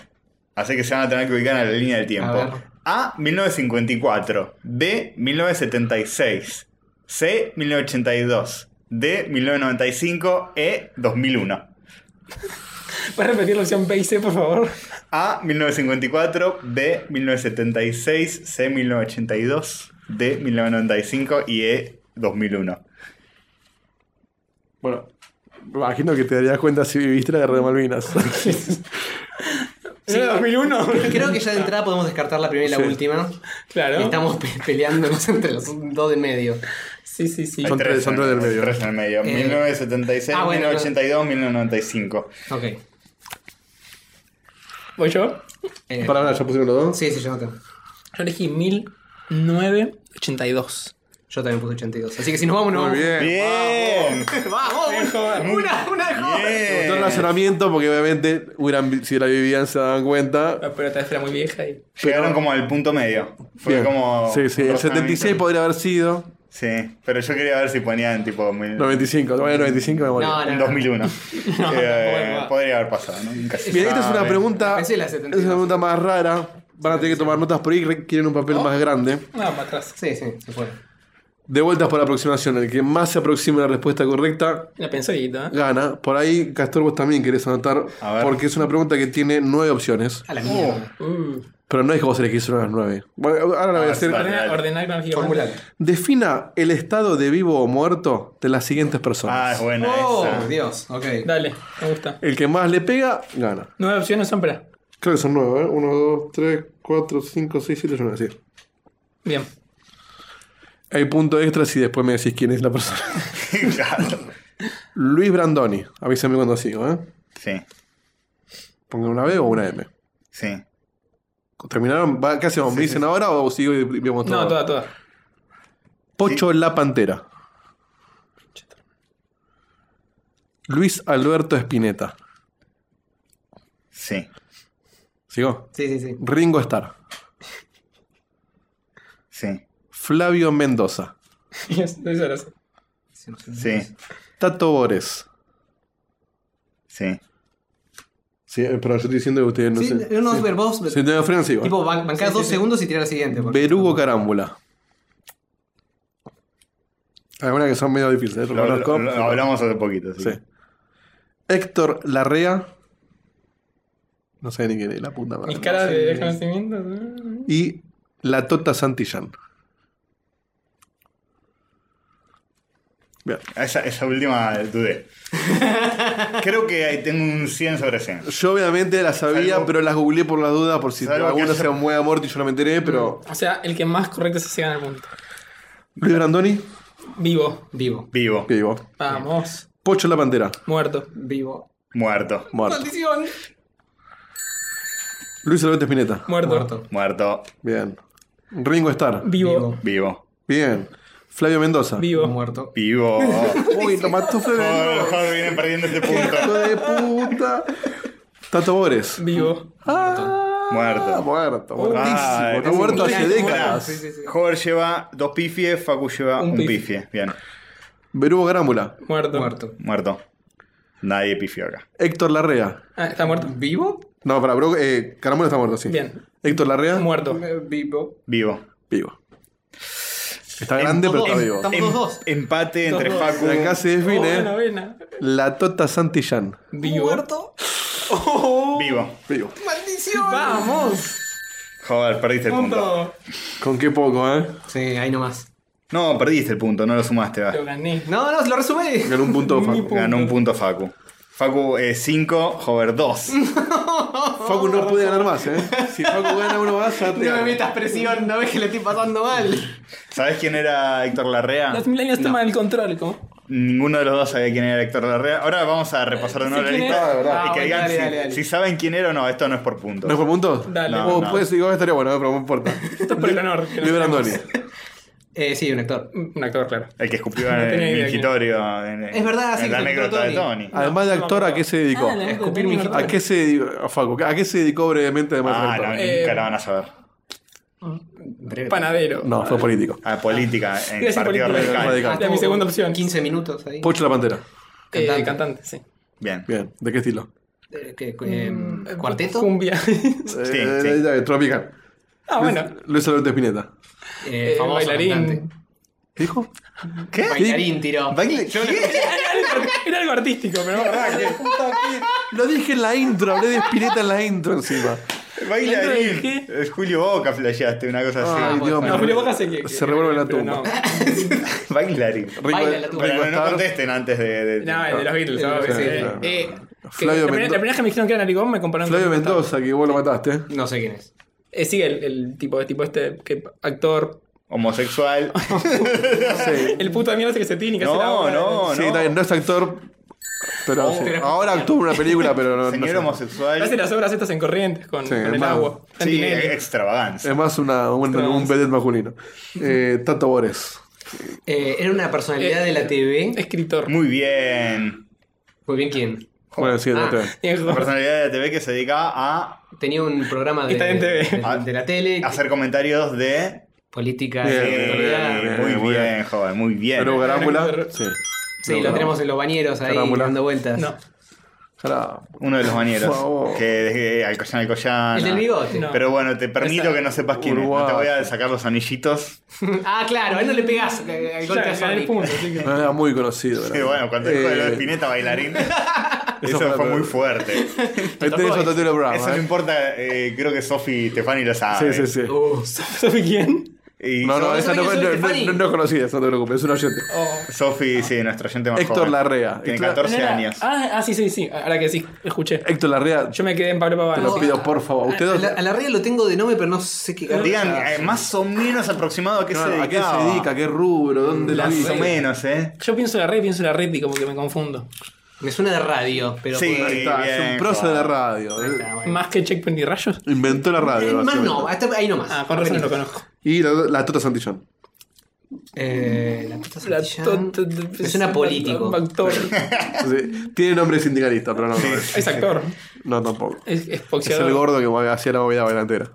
[SPEAKER 2] Así que se van a tener que ubicar en la línea del tiempo.
[SPEAKER 1] A ver.
[SPEAKER 2] A, 1954. B, 1976. C, 1982. D, 1995. E, 2001.
[SPEAKER 3] ¿Puedes repetir la opción B y C, por favor?
[SPEAKER 2] A, 1954, B, 1976, C, 1982, D, 1995 y E, 2001.
[SPEAKER 5] Bueno, me imagino que te darías cuenta si viviste la guerra de Malvinas.
[SPEAKER 3] ¿Era 2001?
[SPEAKER 1] Creo que ya de entrada podemos descartar la primera y la
[SPEAKER 5] Sí.
[SPEAKER 1] última.
[SPEAKER 3] Claro.
[SPEAKER 1] Estamos pe- peleándonos entre los dos de medio.
[SPEAKER 3] Sí, sí, sí.
[SPEAKER 2] Hay
[SPEAKER 5] Son tres, son
[SPEAKER 2] en-
[SPEAKER 5] tres del medio.
[SPEAKER 2] Tres en el medio.
[SPEAKER 1] Eh,
[SPEAKER 2] 1976,
[SPEAKER 1] ah, bueno,
[SPEAKER 2] 1982, 1995.
[SPEAKER 1] Ok.
[SPEAKER 3] ¿Voy yo?
[SPEAKER 1] Eh,
[SPEAKER 5] Para ahora, ya pusieron los dos.
[SPEAKER 1] sí, sí, yo noté.
[SPEAKER 3] Yo elegí 1982.
[SPEAKER 1] Yo también puse 82. Así que si nos vamos, nos
[SPEAKER 5] Muy
[SPEAKER 1] vamos.
[SPEAKER 5] bien.
[SPEAKER 2] Bien.
[SPEAKER 1] ¡Vamos!
[SPEAKER 3] Bien, joven.
[SPEAKER 1] ¡Una, una de joven.
[SPEAKER 2] Bien.
[SPEAKER 5] Todo el razonamiento, porque obviamente hubieran, si la vivían se daban cuenta.
[SPEAKER 3] La pelota era muy vieja y.
[SPEAKER 2] Llegaron como al punto medio. Fue
[SPEAKER 5] Bien.
[SPEAKER 2] como.
[SPEAKER 5] sí, sí,
[SPEAKER 2] un
[SPEAKER 5] el
[SPEAKER 2] razonamiento.
[SPEAKER 5] 76 podría haber sido.
[SPEAKER 2] Sí, pero yo quería ver si ponían tipo. mil-
[SPEAKER 5] 95, no, era 95 me morí.
[SPEAKER 1] No, no,
[SPEAKER 2] en
[SPEAKER 1] no.
[SPEAKER 2] 2001. Eh,
[SPEAKER 3] bueno, va.
[SPEAKER 2] podría haber pasado, ¿no? Nunca se
[SPEAKER 5] Bien, esta es una
[SPEAKER 2] sabe.
[SPEAKER 5] pregunta. Es
[SPEAKER 1] Pensé la
[SPEAKER 5] una
[SPEAKER 1] 72.
[SPEAKER 5] pregunta más rara. Van a tener que tomar notas por ahí, requieren un papel más grande.
[SPEAKER 3] No, Ah, para atrás.
[SPEAKER 1] Sí, sí, se fue.
[SPEAKER 5] De vueltas por aproximación. El que más se aproxime a la respuesta correcta
[SPEAKER 3] La pensadita. ¿eh?
[SPEAKER 5] gana. Por ahí, Castor, vos también querés anotar.
[SPEAKER 2] A ver.
[SPEAKER 5] Porque es una pregunta que tiene nueve opciones.
[SPEAKER 1] A la mierda.
[SPEAKER 3] Uh,
[SPEAKER 5] Pero no es que vos elegís una de las nueve. Bueno, ahora la voy
[SPEAKER 2] Ah,
[SPEAKER 5] a hacer.
[SPEAKER 2] vale.
[SPEAKER 3] ordena- ordenar con el gigante.
[SPEAKER 1] Formular.
[SPEAKER 5] Defina el estado de vivo o muerto de las siguientes personas.
[SPEAKER 2] Ah, es buena
[SPEAKER 1] ¡Oh,
[SPEAKER 2] esa.
[SPEAKER 1] Dios! Ok.
[SPEAKER 3] Dale, me gusta.
[SPEAKER 5] El que más le pega, gana.
[SPEAKER 3] Nueve opciones son para.
[SPEAKER 5] Creo que son nueve, ¿eh? Uno, dos, tres, cuatro, cinco, seis, siete, ocho, nueve. Sí.
[SPEAKER 3] Bien.
[SPEAKER 5] Hay punto extra si después me decís quién es la persona.
[SPEAKER 2] claro.
[SPEAKER 5] Luis Brandoni. Avísame cuando sigo, ¿eh?
[SPEAKER 2] Sí,
[SPEAKER 5] Pongan una B o una M.
[SPEAKER 2] sí.
[SPEAKER 5] ¿Terminaron? Va, ¿Qué hacemos? ¿Me dicen ahora o sigo y vemos todo?
[SPEAKER 3] No, toda, toda.
[SPEAKER 5] Pocho La Pantera. Luis Alberto Espineta.
[SPEAKER 2] Sí,
[SPEAKER 5] ¿Sigo?
[SPEAKER 1] Sí, sí, sí.
[SPEAKER 5] Ringo Starr.
[SPEAKER 2] sí,
[SPEAKER 5] Flavio Mendoza.
[SPEAKER 3] Dos horas.
[SPEAKER 1] Sí, no sé.
[SPEAKER 2] sí,
[SPEAKER 5] Tato Bores.
[SPEAKER 2] sí.
[SPEAKER 5] Sí, eh, pero yo estoy diciendo que ustedes no
[SPEAKER 1] Sí,
[SPEAKER 5] sé.
[SPEAKER 1] uno super boss.
[SPEAKER 5] Si te ofrecen, sigo.
[SPEAKER 1] Tipo, ban bancar dos segundos y tirar la siguiente. porque-
[SPEAKER 5] Berugo Carámbula. Algunas que son medio difíciles. yo
[SPEAKER 2] Lo, lo-
[SPEAKER 5] conozco,
[SPEAKER 2] lo
[SPEAKER 5] pero-
[SPEAKER 2] hablamos hace poquito, sí.
[SPEAKER 5] sí. Héctor Larrea. No sé ni quién es, la puta madre.
[SPEAKER 3] Mi cara de desconocimiento. ¿no?
[SPEAKER 5] Y la Tota Santillán. Bien.
[SPEAKER 2] Esa, esa última dudé. Creo que ahí tengo un 100 sobre 100.
[SPEAKER 5] Yo obviamente la sabía,
[SPEAKER 2] Salvo-
[SPEAKER 5] pero las googleé por las dudas, por si
[SPEAKER 2] Salvo que
[SPEAKER 5] alguna
[SPEAKER 2] haya-
[SPEAKER 5] sea muy a muerte y yo no me enteré, pero.
[SPEAKER 3] O sea, el que más correcto se hace gana el punto.
[SPEAKER 5] Luis Brandoni,
[SPEAKER 3] Vivo.
[SPEAKER 1] Vivo.
[SPEAKER 2] Vivo,
[SPEAKER 5] que vivo.
[SPEAKER 3] Vamos.
[SPEAKER 5] Pocho la Pantera,
[SPEAKER 3] Muerto.
[SPEAKER 1] Vivo.
[SPEAKER 2] muerto,
[SPEAKER 5] muerto.
[SPEAKER 1] Maldición.
[SPEAKER 5] Luis Alberto Spinetta,
[SPEAKER 3] Muerto.
[SPEAKER 1] Muerto.
[SPEAKER 2] muerto,
[SPEAKER 5] bien. Ringo Starr,
[SPEAKER 3] Vivo.
[SPEAKER 2] vivo,
[SPEAKER 5] bien. Flavio Mendoza.
[SPEAKER 3] Vivo.
[SPEAKER 1] Muerto.
[SPEAKER 2] vivo.
[SPEAKER 5] Uy, lo mató Flavio
[SPEAKER 2] Joder,
[SPEAKER 5] Mendoza.
[SPEAKER 2] joder, vienen perdiendo este
[SPEAKER 5] Hijo
[SPEAKER 2] punto.
[SPEAKER 5] de puta. Tato Bores.
[SPEAKER 3] Vivo.
[SPEAKER 5] Ah,
[SPEAKER 2] Muerto.
[SPEAKER 5] Muerto, muertísimo.
[SPEAKER 2] Ay,
[SPEAKER 5] Está muerto
[SPEAKER 2] casi
[SPEAKER 5] hace
[SPEAKER 2] un-
[SPEAKER 5] décadas.
[SPEAKER 1] Sí, sí, sí.
[SPEAKER 2] Joder lleva dos pifies, Facu lleva
[SPEAKER 3] Un
[SPEAKER 2] un,
[SPEAKER 3] pif.
[SPEAKER 2] pifie. Bien,
[SPEAKER 5] Berugo Grámula.
[SPEAKER 3] Muerto.
[SPEAKER 1] Muerto.
[SPEAKER 2] muerto. Nadie pifió acá.
[SPEAKER 5] Héctor Larrea.
[SPEAKER 3] Ah, está muerto.
[SPEAKER 1] ¿Vivo?
[SPEAKER 5] No, para, bro, eh, Caramelo está muerto, sí.
[SPEAKER 3] Bien.
[SPEAKER 5] Héctor Larrea.
[SPEAKER 3] Muerto.
[SPEAKER 1] Eh, Vivo.
[SPEAKER 2] Vivo.
[SPEAKER 5] Vivo. Está grande, pero está
[SPEAKER 1] todos-
[SPEAKER 5] vivo.
[SPEAKER 1] Estamos
[SPEAKER 2] Em-
[SPEAKER 1] los dos.
[SPEAKER 2] Empate entre
[SPEAKER 3] Los dos.
[SPEAKER 2] Facu.
[SPEAKER 5] La casa de
[SPEAKER 3] Oh,
[SPEAKER 5] fin,
[SPEAKER 3] buena,
[SPEAKER 5] eh.
[SPEAKER 3] buena.
[SPEAKER 5] La Tota Santillán.
[SPEAKER 3] Vivo.
[SPEAKER 1] Muerto.
[SPEAKER 2] Vivo.
[SPEAKER 5] Vivo.
[SPEAKER 1] Maldición.
[SPEAKER 3] Vamos.
[SPEAKER 2] Joder, perdiste el punto.
[SPEAKER 3] Punto.
[SPEAKER 5] Con qué poco, eh.
[SPEAKER 1] Sí, ahí nomás.
[SPEAKER 2] No, perdiste el punto, no lo sumaste. va.
[SPEAKER 3] Lo gané.
[SPEAKER 1] No, no, lo resumí.
[SPEAKER 5] Con un punto Facu.
[SPEAKER 2] Ganó un punto Facu. Facu eh, 5, Jover 2.
[SPEAKER 5] Facu no puede ganar más, eh. Si Facu gana uno más, ya te
[SPEAKER 1] No me
[SPEAKER 5] gana.
[SPEAKER 1] metas presión, no ves que le estoy pasando mal.
[SPEAKER 2] ¿Sabés quién era Héctor Larrea?
[SPEAKER 5] Ah.
[SPEAKER 3] Los milenios toman el control, ¿cómo?
[SPEAKER 2] Ninguno de los dos sabía quién era Héctor Larrea. Ahora vamos a repasar de nuevo
[SPEAKER 3] Sí,
[SPEAKER 2] la
[SPEAKER 3] ¿quién
[SPEAKER 2] lista.
[SPEAKER 3] era?
[SPEAKER 5] Ah, verdad.
[SPEAKER 2] Y que
[SPEAKER 1] Ah,
[SPEAKER 2] digan
[SPEAKER 1] dale,
[SPEAKER 2] si,
[SPEAKER 1] dale, dale.
[SPEAKER 2] si saben quién era o no. Esto no es por puntos.
[SPEAKER 5] ¿No es por puntos?
[SPEAKER 3] Dale.
[SPEAKER 5] O
[SPEAKER 2] No, no.
[SPEAKER 5] puede ser, igual estaría bueno, eh, pero no importa.
[SPEAKER 3] Esto es por el honor. que nos
[SPEAKER 5] Luis Brandoni.
[SPEAKER 3] tenemos.
[SPEAKER 1] Eh, sí, un actor.
[SPEAKER 3] Un actor, claro.
[SPEAKER 2] El que escupió
[SPEAKER 3] No
[SPEAKER 2] en
[SPEAKER 3] tenía
[SPEAKER 2] el
[SPEAKER 3] idea
[SPEAKER 2] mingitorio. en-
[SPEAKER 1] Es verdad,
[SPEAKER 2] en
[SPEAKER 1] sí,
[SPEAKER 2] La
[SPEAKER 1] que
[SPEAKER 2] anécdota de
[SPEAKER 1] encontró a
[SPEAKER 2] Tony. Ah,
[SPEAKER 5] Además de actor, ¿a qué se dedicó?
[SPEAKER 3] Ah, la neta,
[SPEAKER 1] Escupir mi-
[SPEAKER 5] ¿A qué se dedicó? a Facu, ¿a qué se dedicó brevemente además de
[SPEAKER 2] Ah,
[SPEAKER 5] actor?
[SPEAKER 2] no,
[SPEAKER 3] Eh,
[SPEAKER 2] nunca la van a saber.
[SPEAKER 1] Breve.
[SPEAKER 3] Panadero.
[SPEAKER 5] No, fue político.
[SPEAKER 2] Ah, política,
[SPEAKER 3] Iba a
[SPEAKER 2] en
[SPEAKER 3] decir
[SPEAKER 2] partido
[SPEAKER 3] política,
[SPEAKER 2] radical.
[SPEAKER 5] radical.
[SPEAKER 3] Esta es Ah, mi segunda opción.
[SPEAKER 1] 15 minutos ahí.
[SPEAKER 5] Pocho la Pantera.
[SPEAKER 3] Eh,
[SPEAKER 1] Cantante.
[SPEAKER 3] cantante. sí.
[SPEAKER 2] Bien.
[SPEAKER 5] Bien, ¿de qué estilo?
[SPEAKER 1] Eh, ¿qué, qué, em, ¿Cuarteto?
[SPEAKER 3] Mm, Cumbia.
[SPEAKER 5] Eh,
[SPEAKER 2] sí.
[SPEAKER 5] eh, Tropical.
[SPEAKER 3] ah, bueno.
[SPEAKER 5] Luis- Luis Alberto Spinetta.
[SPEAKER 1] Eh,
[SPEAKER 3] Eh,
[SPEAKER 1] famoso
[SPEAKER 3] bailarín.
[SPEAKER 1] cantante.
[SPEAKER 5] ¿Dijo?
[SPEAKER 2] ¿Qué?
[SPEAKER 1] Bailarín tiró.
[SPEAKER 2] ¿Baile? ¿Qué?
[SPEAKER 3] Era algo- Era algo artístico, pero
[SPEAKER 5] Lo dije en la intro, hablé de Spinetta en la intro encima.
[SPEAKER 2] Bailarín.
[SPEAKER 3] ¿Qué?
[SPEAKER 2] Es Julio Boca flasheaste, una cosa
[SPEAKER 5] Ay,
[SPEAKER 2] así.
[SPEAKER 5] Ah, Dios mío.
[SPEAKER 3] No, Julio Boca sé que.
[SPEAKER 5] Se revuelve la
[SPEAKER 3] pero
[SPEAKER 5] tumba.
[SPEAKER 2] Bailarín.
[SPEAKER 1] Baila la
[SPEAKER 5] Ringo,
[SPEAKER 1] tuya.
[SPEAKER 5] Ringo
[SPEAKER 2] Bueno, no
[SPEAKER 5] Starr,
[SPEAKER 2] contesten antes de. de-
[SPEAKER 3] No,
[SPEAKER 5] eh.
[SPEAKER 3] no el de los
[SPEAKER 1] El
[SPEAKER 3] Beatles,
[SPEAKER 1] de los
[SPEAKER 3] obvio, sí.
[SPEAKER 1] Beatles,
[SPEAKER 5] claro.
[SPEAKER 3] Eh, que la
[SPEAKER 5] Flavio
[SPEAKER 3] primera-
[SPEAKER 5] Mendo-
[SPEAKER 3] la primera vez que me dijeron que era narigón me compararon
[SPEAKER 5] Flavio
[SPEAKER 3] con-
[SPEAKER 5] Mendoza, que vos lo mataste.
[SPEAKER 1] No sé quién es.
[SPEAKER 3] Eh, sí, el, el tipo, el tipo este, que actor.
[SPEAKER 2] Homosexual.
[SPEAKER 5] Sí.
[SPEAKER 3] El puto de mierda ese que se tiene que hace la
[SPEAKER 2] No,
[SPEAKER 3] obra.
[SPEAKER 2] no,
[SPEAKER 5] ¿eh? Sí, está bien,
[SPEAKER 2] no.
[SPEAKER 5] no es actor. Pero sí.
[SPEAKER 1] pero-
[SPEAKER 5] ahora actúa en una película, pero no, no
[SPEAKER 2] Señor
[SPEAKER 5] sé.
[SPEAKER 3] eh, Hace
[SPEAKER 2] homosexual.
[SPEAKER 3] las obras estas en corrientes con,
[SPEAKER 5] Sí, eh,
[SPEAKER 3] con
[SPEAKER 5] es
[SPEAKER 3] el
[SPEAKER 5] más-
[SPEAKER 3] agua.
[SPEAKER 2] Sí, e-
[SPEAKER 3] Santinelli.
[SPEAKER 2] extravagancia.
[SPEAKER 5] Es más una, un, un vedette masculino. Eh, Tato Bores.
[SPEAKER 1] Eh, era una personalidad
[SPEAKER 3] Eh,
[SPEAKER 1] de la TV.
[SPEAKER 3] Escritor.
[SPEAKER 2] Muy bien.
[SPEAKER 1] Muy bien, ¿quién?
[SPEAKER 2] Oh.
[SPEAKER 5] Bueno, sí,
[SPEAKER 1] Ah.
[SPEAKER 5] no te-
[SPEAKER 2] La
[SPEAKER 3] Viejo.
[SPEAKER 2] personalidad de la TV que se dedicaba a
[SPEAKER 1] Tenía un programa de,
[SPEAKER 3] Está en Ah, TV.
[SPEAKER 1] de- de la tele,
[SPEAKER 2] hacer comentarios de.
[SPEAKER 1] política,
[SPEAKER 5] Bien,
[SPEAKER 2] Sí,
[SPEAKER 1] actualidad.
[SPEAKER 5] bien,
[SPEAKER 2] muy
[SPEAKER 5] muy
[SPEAKER 2] bien, joven, muy bien.
[SPEAKER 5] Pero Garámbula.
[SPEAKER 3] Garámbula.
[SPEAKER 5] Sí.
[SPEAKER 1] Sí, lo tenemos en los bañeros ahí
[SPEAKER 5] Carámbula.
[SPEAKER 1] dando vueltas.
[SPEAKER 3] No.
[SPEAKER 5] Garámbula.
[SPEAKER 2] Uno de los
[SPEAKER 5] Por
[SPEAKER 2] bañeros.
[SPEAKER 5] favor.
[SPEAKER 2] Que desde Alcoyana Alcoyana.
[SPEAKER 5] Ah,
[SPEAKER 1] El del bigote.
[SPEAKER 3] No.
[SPEAKER 2] Pero bueno, te permito
[SPEAKER 3] Esa-
[SPEAKER 2] que no sepas quién es. No te
[SPEAKER 5] Uruguayo.
[SPEAKER 2] voy a sacar los anillitos.
[SPEAKER 1] Ah, claro, a él no le pegás eh, al
[SPEAKER 3] Ya,
[SPEAKER 1] golpe a
[SPEAKER 3] gané
[SPEAKER 1] Sonic.
[SPEAKER 3] el punto, así que-
[SPEAKER 5] No Ah, era muy conocido.
[SPEAKER 2] Sí,
[SPEAKER 5] Garámbula.
[SPEAKER 2] bueno, cuando dijo de lo de
[SPEAKER 5] Eh,
[SPEAKER 2] Spinetta bailarín,
[SPEAKER 5] eso
[SPEAKER 2] eso
[SPEAKER 5] fue-
[SPEAKER 2] fue muy fuerte.
[SPEAKER 5] Ahí tenés a Totelo Brown.
[SPEAKER 2] Eso no
[SPEAKER 5] eh.
[SPEAKER 2] importa, eh, creo que Sofi Stefani lo
[SPEAKER 5] Sí,
[SPEAKER 2] sabe.
[SPEAKER 5] sí, sí.
[SPEAKER 1] Uh,
[SPEAKER 3] ¿Sabe quién?
[SPEAKER 2] Y
[SPEAKER 5] No, no,
[SPEAKER 1] ¿Sabe
[SPEAKER 5] esa no,
[SPEAKER 1] quién
[SPEAKER 5] no,
[SPEAKER 1] soy,
[SPEAKER 5] no-
[SPEAKER 1] Stefani?
[SPEAKER 5] no- no es conocida, esa no te preocupes, es un oyente.
[SPEAKER 3] Oh.
[SPEAKER 2] Sofi, sí, nuestra gente más
[SPEAKER 5] Héctor
[SPEAKER 2] joven.
[SPEAKER 5] Larrea.
[SPEAKER 2] Tiene
[SPEAKER 5] Héctor-
[SPEAKER 2] 14
[SPEAKER 3] No era-
[SPEAKER 2] años.
[SPEAKER 3] Ah, ah, sí, sí, sí. Ahora que sí, escuché.
[SPEAKER 5] Héctor Larrea,
[SPEAKER 3] Yo me quedé en Pablo
[SPEAKER 5] te
[SPEAKER 3] Pavano.
[SPEAKER 5] lo pido por favor. Usted
[SPEAKER 1] a
[SPEAKER 5] dos-
[SPEAKER 1] la, a la ría lo tengo de nombre, pero no sé qué carajo.
[SPEAKER 2] Digan, eh, más o menos aproximado a qué se
[SPEAKER 5] Claro, ¿A qué
[SPEAKER 2] dedicaba.
[SPEAKER 5] se dedica? ¿A qué rubro? ¿Dónde la
[SPEAKER 2] Más o
[SPEAKER 5] vive?
[SPEAKER 2] menos, ¿eh?
[SPEAKER 3] Yo pienso en la red, pienso en la red y como que me confundo.
[SPEAKER 1] Me suena de radio, pero.
[SPEAKER 2] Sí.
[SPEAKER 1] por-
[SPEAKER 5] Ahí está, es
[SPEAKER 2] Bien,
[SPEAKER 5] un prosa de la
[SPEAKER 2] joder.
[SPEAKER 5] radio. eh.
[SPEAKER 1] Ah, bueno. Eh,
[SPEAKER 3] Más que Checkpoint y Rayos.
[SPEAKER 5] Inventó la radio.
[SPEAKER 1] Más
[SPEAKER 5] Ah, básicamente.
[SPEAKER 1] no, hasta ahí nomás.
[SPEAKER 3] Ah, con razón no lo conozco.
[SPEAKER 5] Y la, la Tota Santillán.
[SPEAKER 1] Eh, la Tota
[SPEAKER 3] La
[SPEAKER 1] Santillán.
[SPEAKER 3] to- to-
[SPEAKER 1] Me suena político.
[SPEAKER 3] Actor.
[SPEAKER 5] Sí, Tiene nombre de sindicalista, pero no. no,
[SPEAKER 3] Es actor.
[SPEAKER 5] No, tampoco.
[SPEAKER 3] Es, es
[SPEAKER 5] Es el
[SPEAKER 3] boxeador.
[SPEAKER 5] gordo que hacía la movida bailantera.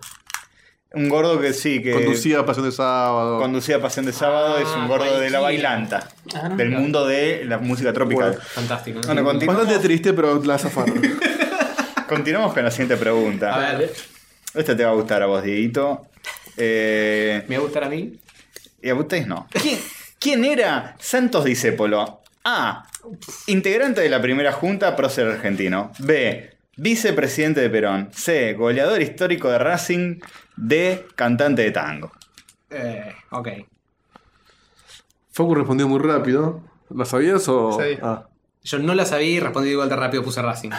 [SPEAKER 2] Un gordo que sí, que
[SPEAKER 5] Conducía Pasión de Sábado.
[SPEAKER 2] conducía Pasión de Sábado,
[SPEAKER 1] Ah,
[SPEAKER 2] es un gordo de la
[SPEAKER 1] cualquiera.
[SPEAKER 2] bailanta.
[SPEAKER 3] Ah,
[SPEAKER 2] del
[SPEAKER 3] claro.
[SPEAKER 2] mundo de la música tropical.
[SPEAKER 5] Bueno.
[SPEAKER 1] Fantástico.
[SPEAKER 2] Bueno, continu-
[SPEAKER 5] Bastante triste, pero la zafaron.
[SPEAKER 2] continuamos con la siguiente pregunta.
[SPEAKER 1] A ver,
[SPEAKER 2] Esta te va a gustar a vos, Dieguito. Eh,
[SPEAKER 1] ¿me va a gustar a mí?
[SPEAKER 2] y a ustedes no. ¿Quién, quién era Santos Discépolo? A. Integrante de la primera junta prócer argentino. B. Vicepresidente de Perón. C. Goleador histórico de Racing. D. Cantante de tango.
[SPEAKER 1] Eh, ok.
[SPEAKER 5] Facu respondió muy rápido. ¿Lo sabías o.?
[SPEAKER 3] Sí.
[SPEAKER 5] Ah.
[SPEAKER 1] Yo no la sabía y respondí igual de rápido, puse Racing.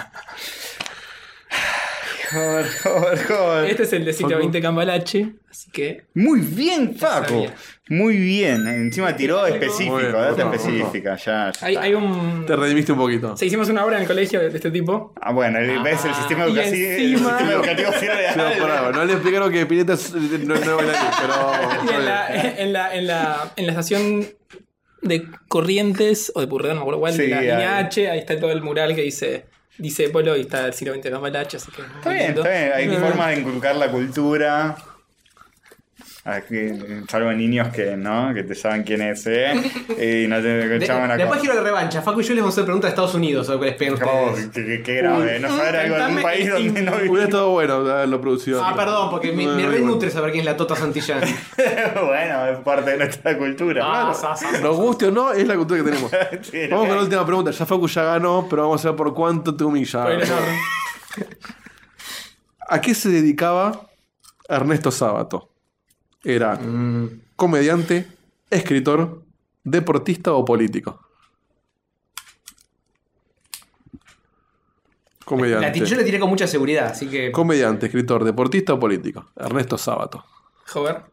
[SPEAKER 2] Joder, joder, joder.
[SPEAKER 3] Este es el de 720 Cambalache, así que.
[SPEAKER 2] Muy bien, Facu.
[SPEAKER 3] sabía.
[SPEAKER 2] Muy bien. Encima tiró específico,
[SPEAKER 5] Muy bien,
[SPEAKER 2] data
[SPEAKER 5] vamos,
[SPEAKER 2] específica. Ya. ya
[SPEAKER 3] Hay,
[SPEAKER 2] está.
[SPEAKER 3] hay un.
[SPEAKER 5] Te redimiste un poquito.
[SPEAKER 3] Se hicimos una obra en el colegio de este tipo.
[SPEAKER 2] Ah, bueno, el- ves el sistema
[SPEAKER 3] y
[SPEAKER 2] educativo. El
[SPEAKER 3] encima-
[SPEAKER 2] sistema educativo sirve de
[SPEAKER 5] No,
[SPEAKER 2] algo.
[SPEAKER 5] pará, no le explicaron que Pineta es- no, no baila bien,
[SPEAKER 3] Y
[SPEAKER 5] pero.
[SPEAKER 3] en, la, en, la, en, la, en la estación de Corrientes o de Purredón, no me acuerdo cuál, de
[SPEAKER 2] Sí,
[SPEAKER 3] la
[SPEAKER 2] ahí.
[SPEAKER 3] línea H, ahí está todo el mural que dice. Dice Polo y está el 720 Cambalache, así que.
[SPEAKER 2] Está bien, está bien. Hay formas de inculcar la cultura. Ah, que- Salvo niños que no, que te saben quién es, ¿eh? Y no te
[SPEAKER 1] De-
[SPEAKER 2] echaban acá.
[SPEAKER 1] después quiero la revancha. Facu y yo les vamos a hacer preguntas de Estados Unidos sobre qué les pegan
[SPEAKER 2] Oh,
[SPEAKER 1] ustedes.
[SPEAKER 2] qué, qué- qué grave. no saber algo de un
[SPEAKER 3] cantame
[SPEAKER 2] país donde no
[SPEAKER 5] Hubiera
[SPEAKER 2] vivimos.
[SPEAKER 5] estado bueno haberlo producido.
[SPEAKER 1] Ah, perdón, porque me, me renutre saber quién es la Tota Santillán.
[SPEAKER 2] bueno, es parte de nuestra cultura.
[SPEAKER 1] Ah,
[SPEAKER 2] claro.
[SPEAKER 1] sa, sa, sa.
[SPEAKER 5] Nos guste o no, es la cultura que tenemos.
[SPEAKER 2] Sí,
[SPEAKER 5] Vamos con
[SPEAKER 2] eh.
[SPEAKER 5] la última pregunta. Ya Facu ya ganó, pero vamos a ver por cuánto te humilla.
[SPEAKER 2] Ah.
[SPEAKER 5] ¿A qué se dedicaba Ernesto Sábato? ¿Era
[SPEAKER 1] Mm.
[SPEAKER 5] comediante, escritor, deportista o político?
[SPEAKER 1] La ti- yo
[SPEAKER 5] Comediante.
[SPEAKER 1] le tiré con mucha seguridad, así que.
[SPEAKER 5] Comediante, escritor, deportista o político. Ernesto Sábato.
[SPEAKER 3] Joder.
[SPEAKER 5] ¿Estás?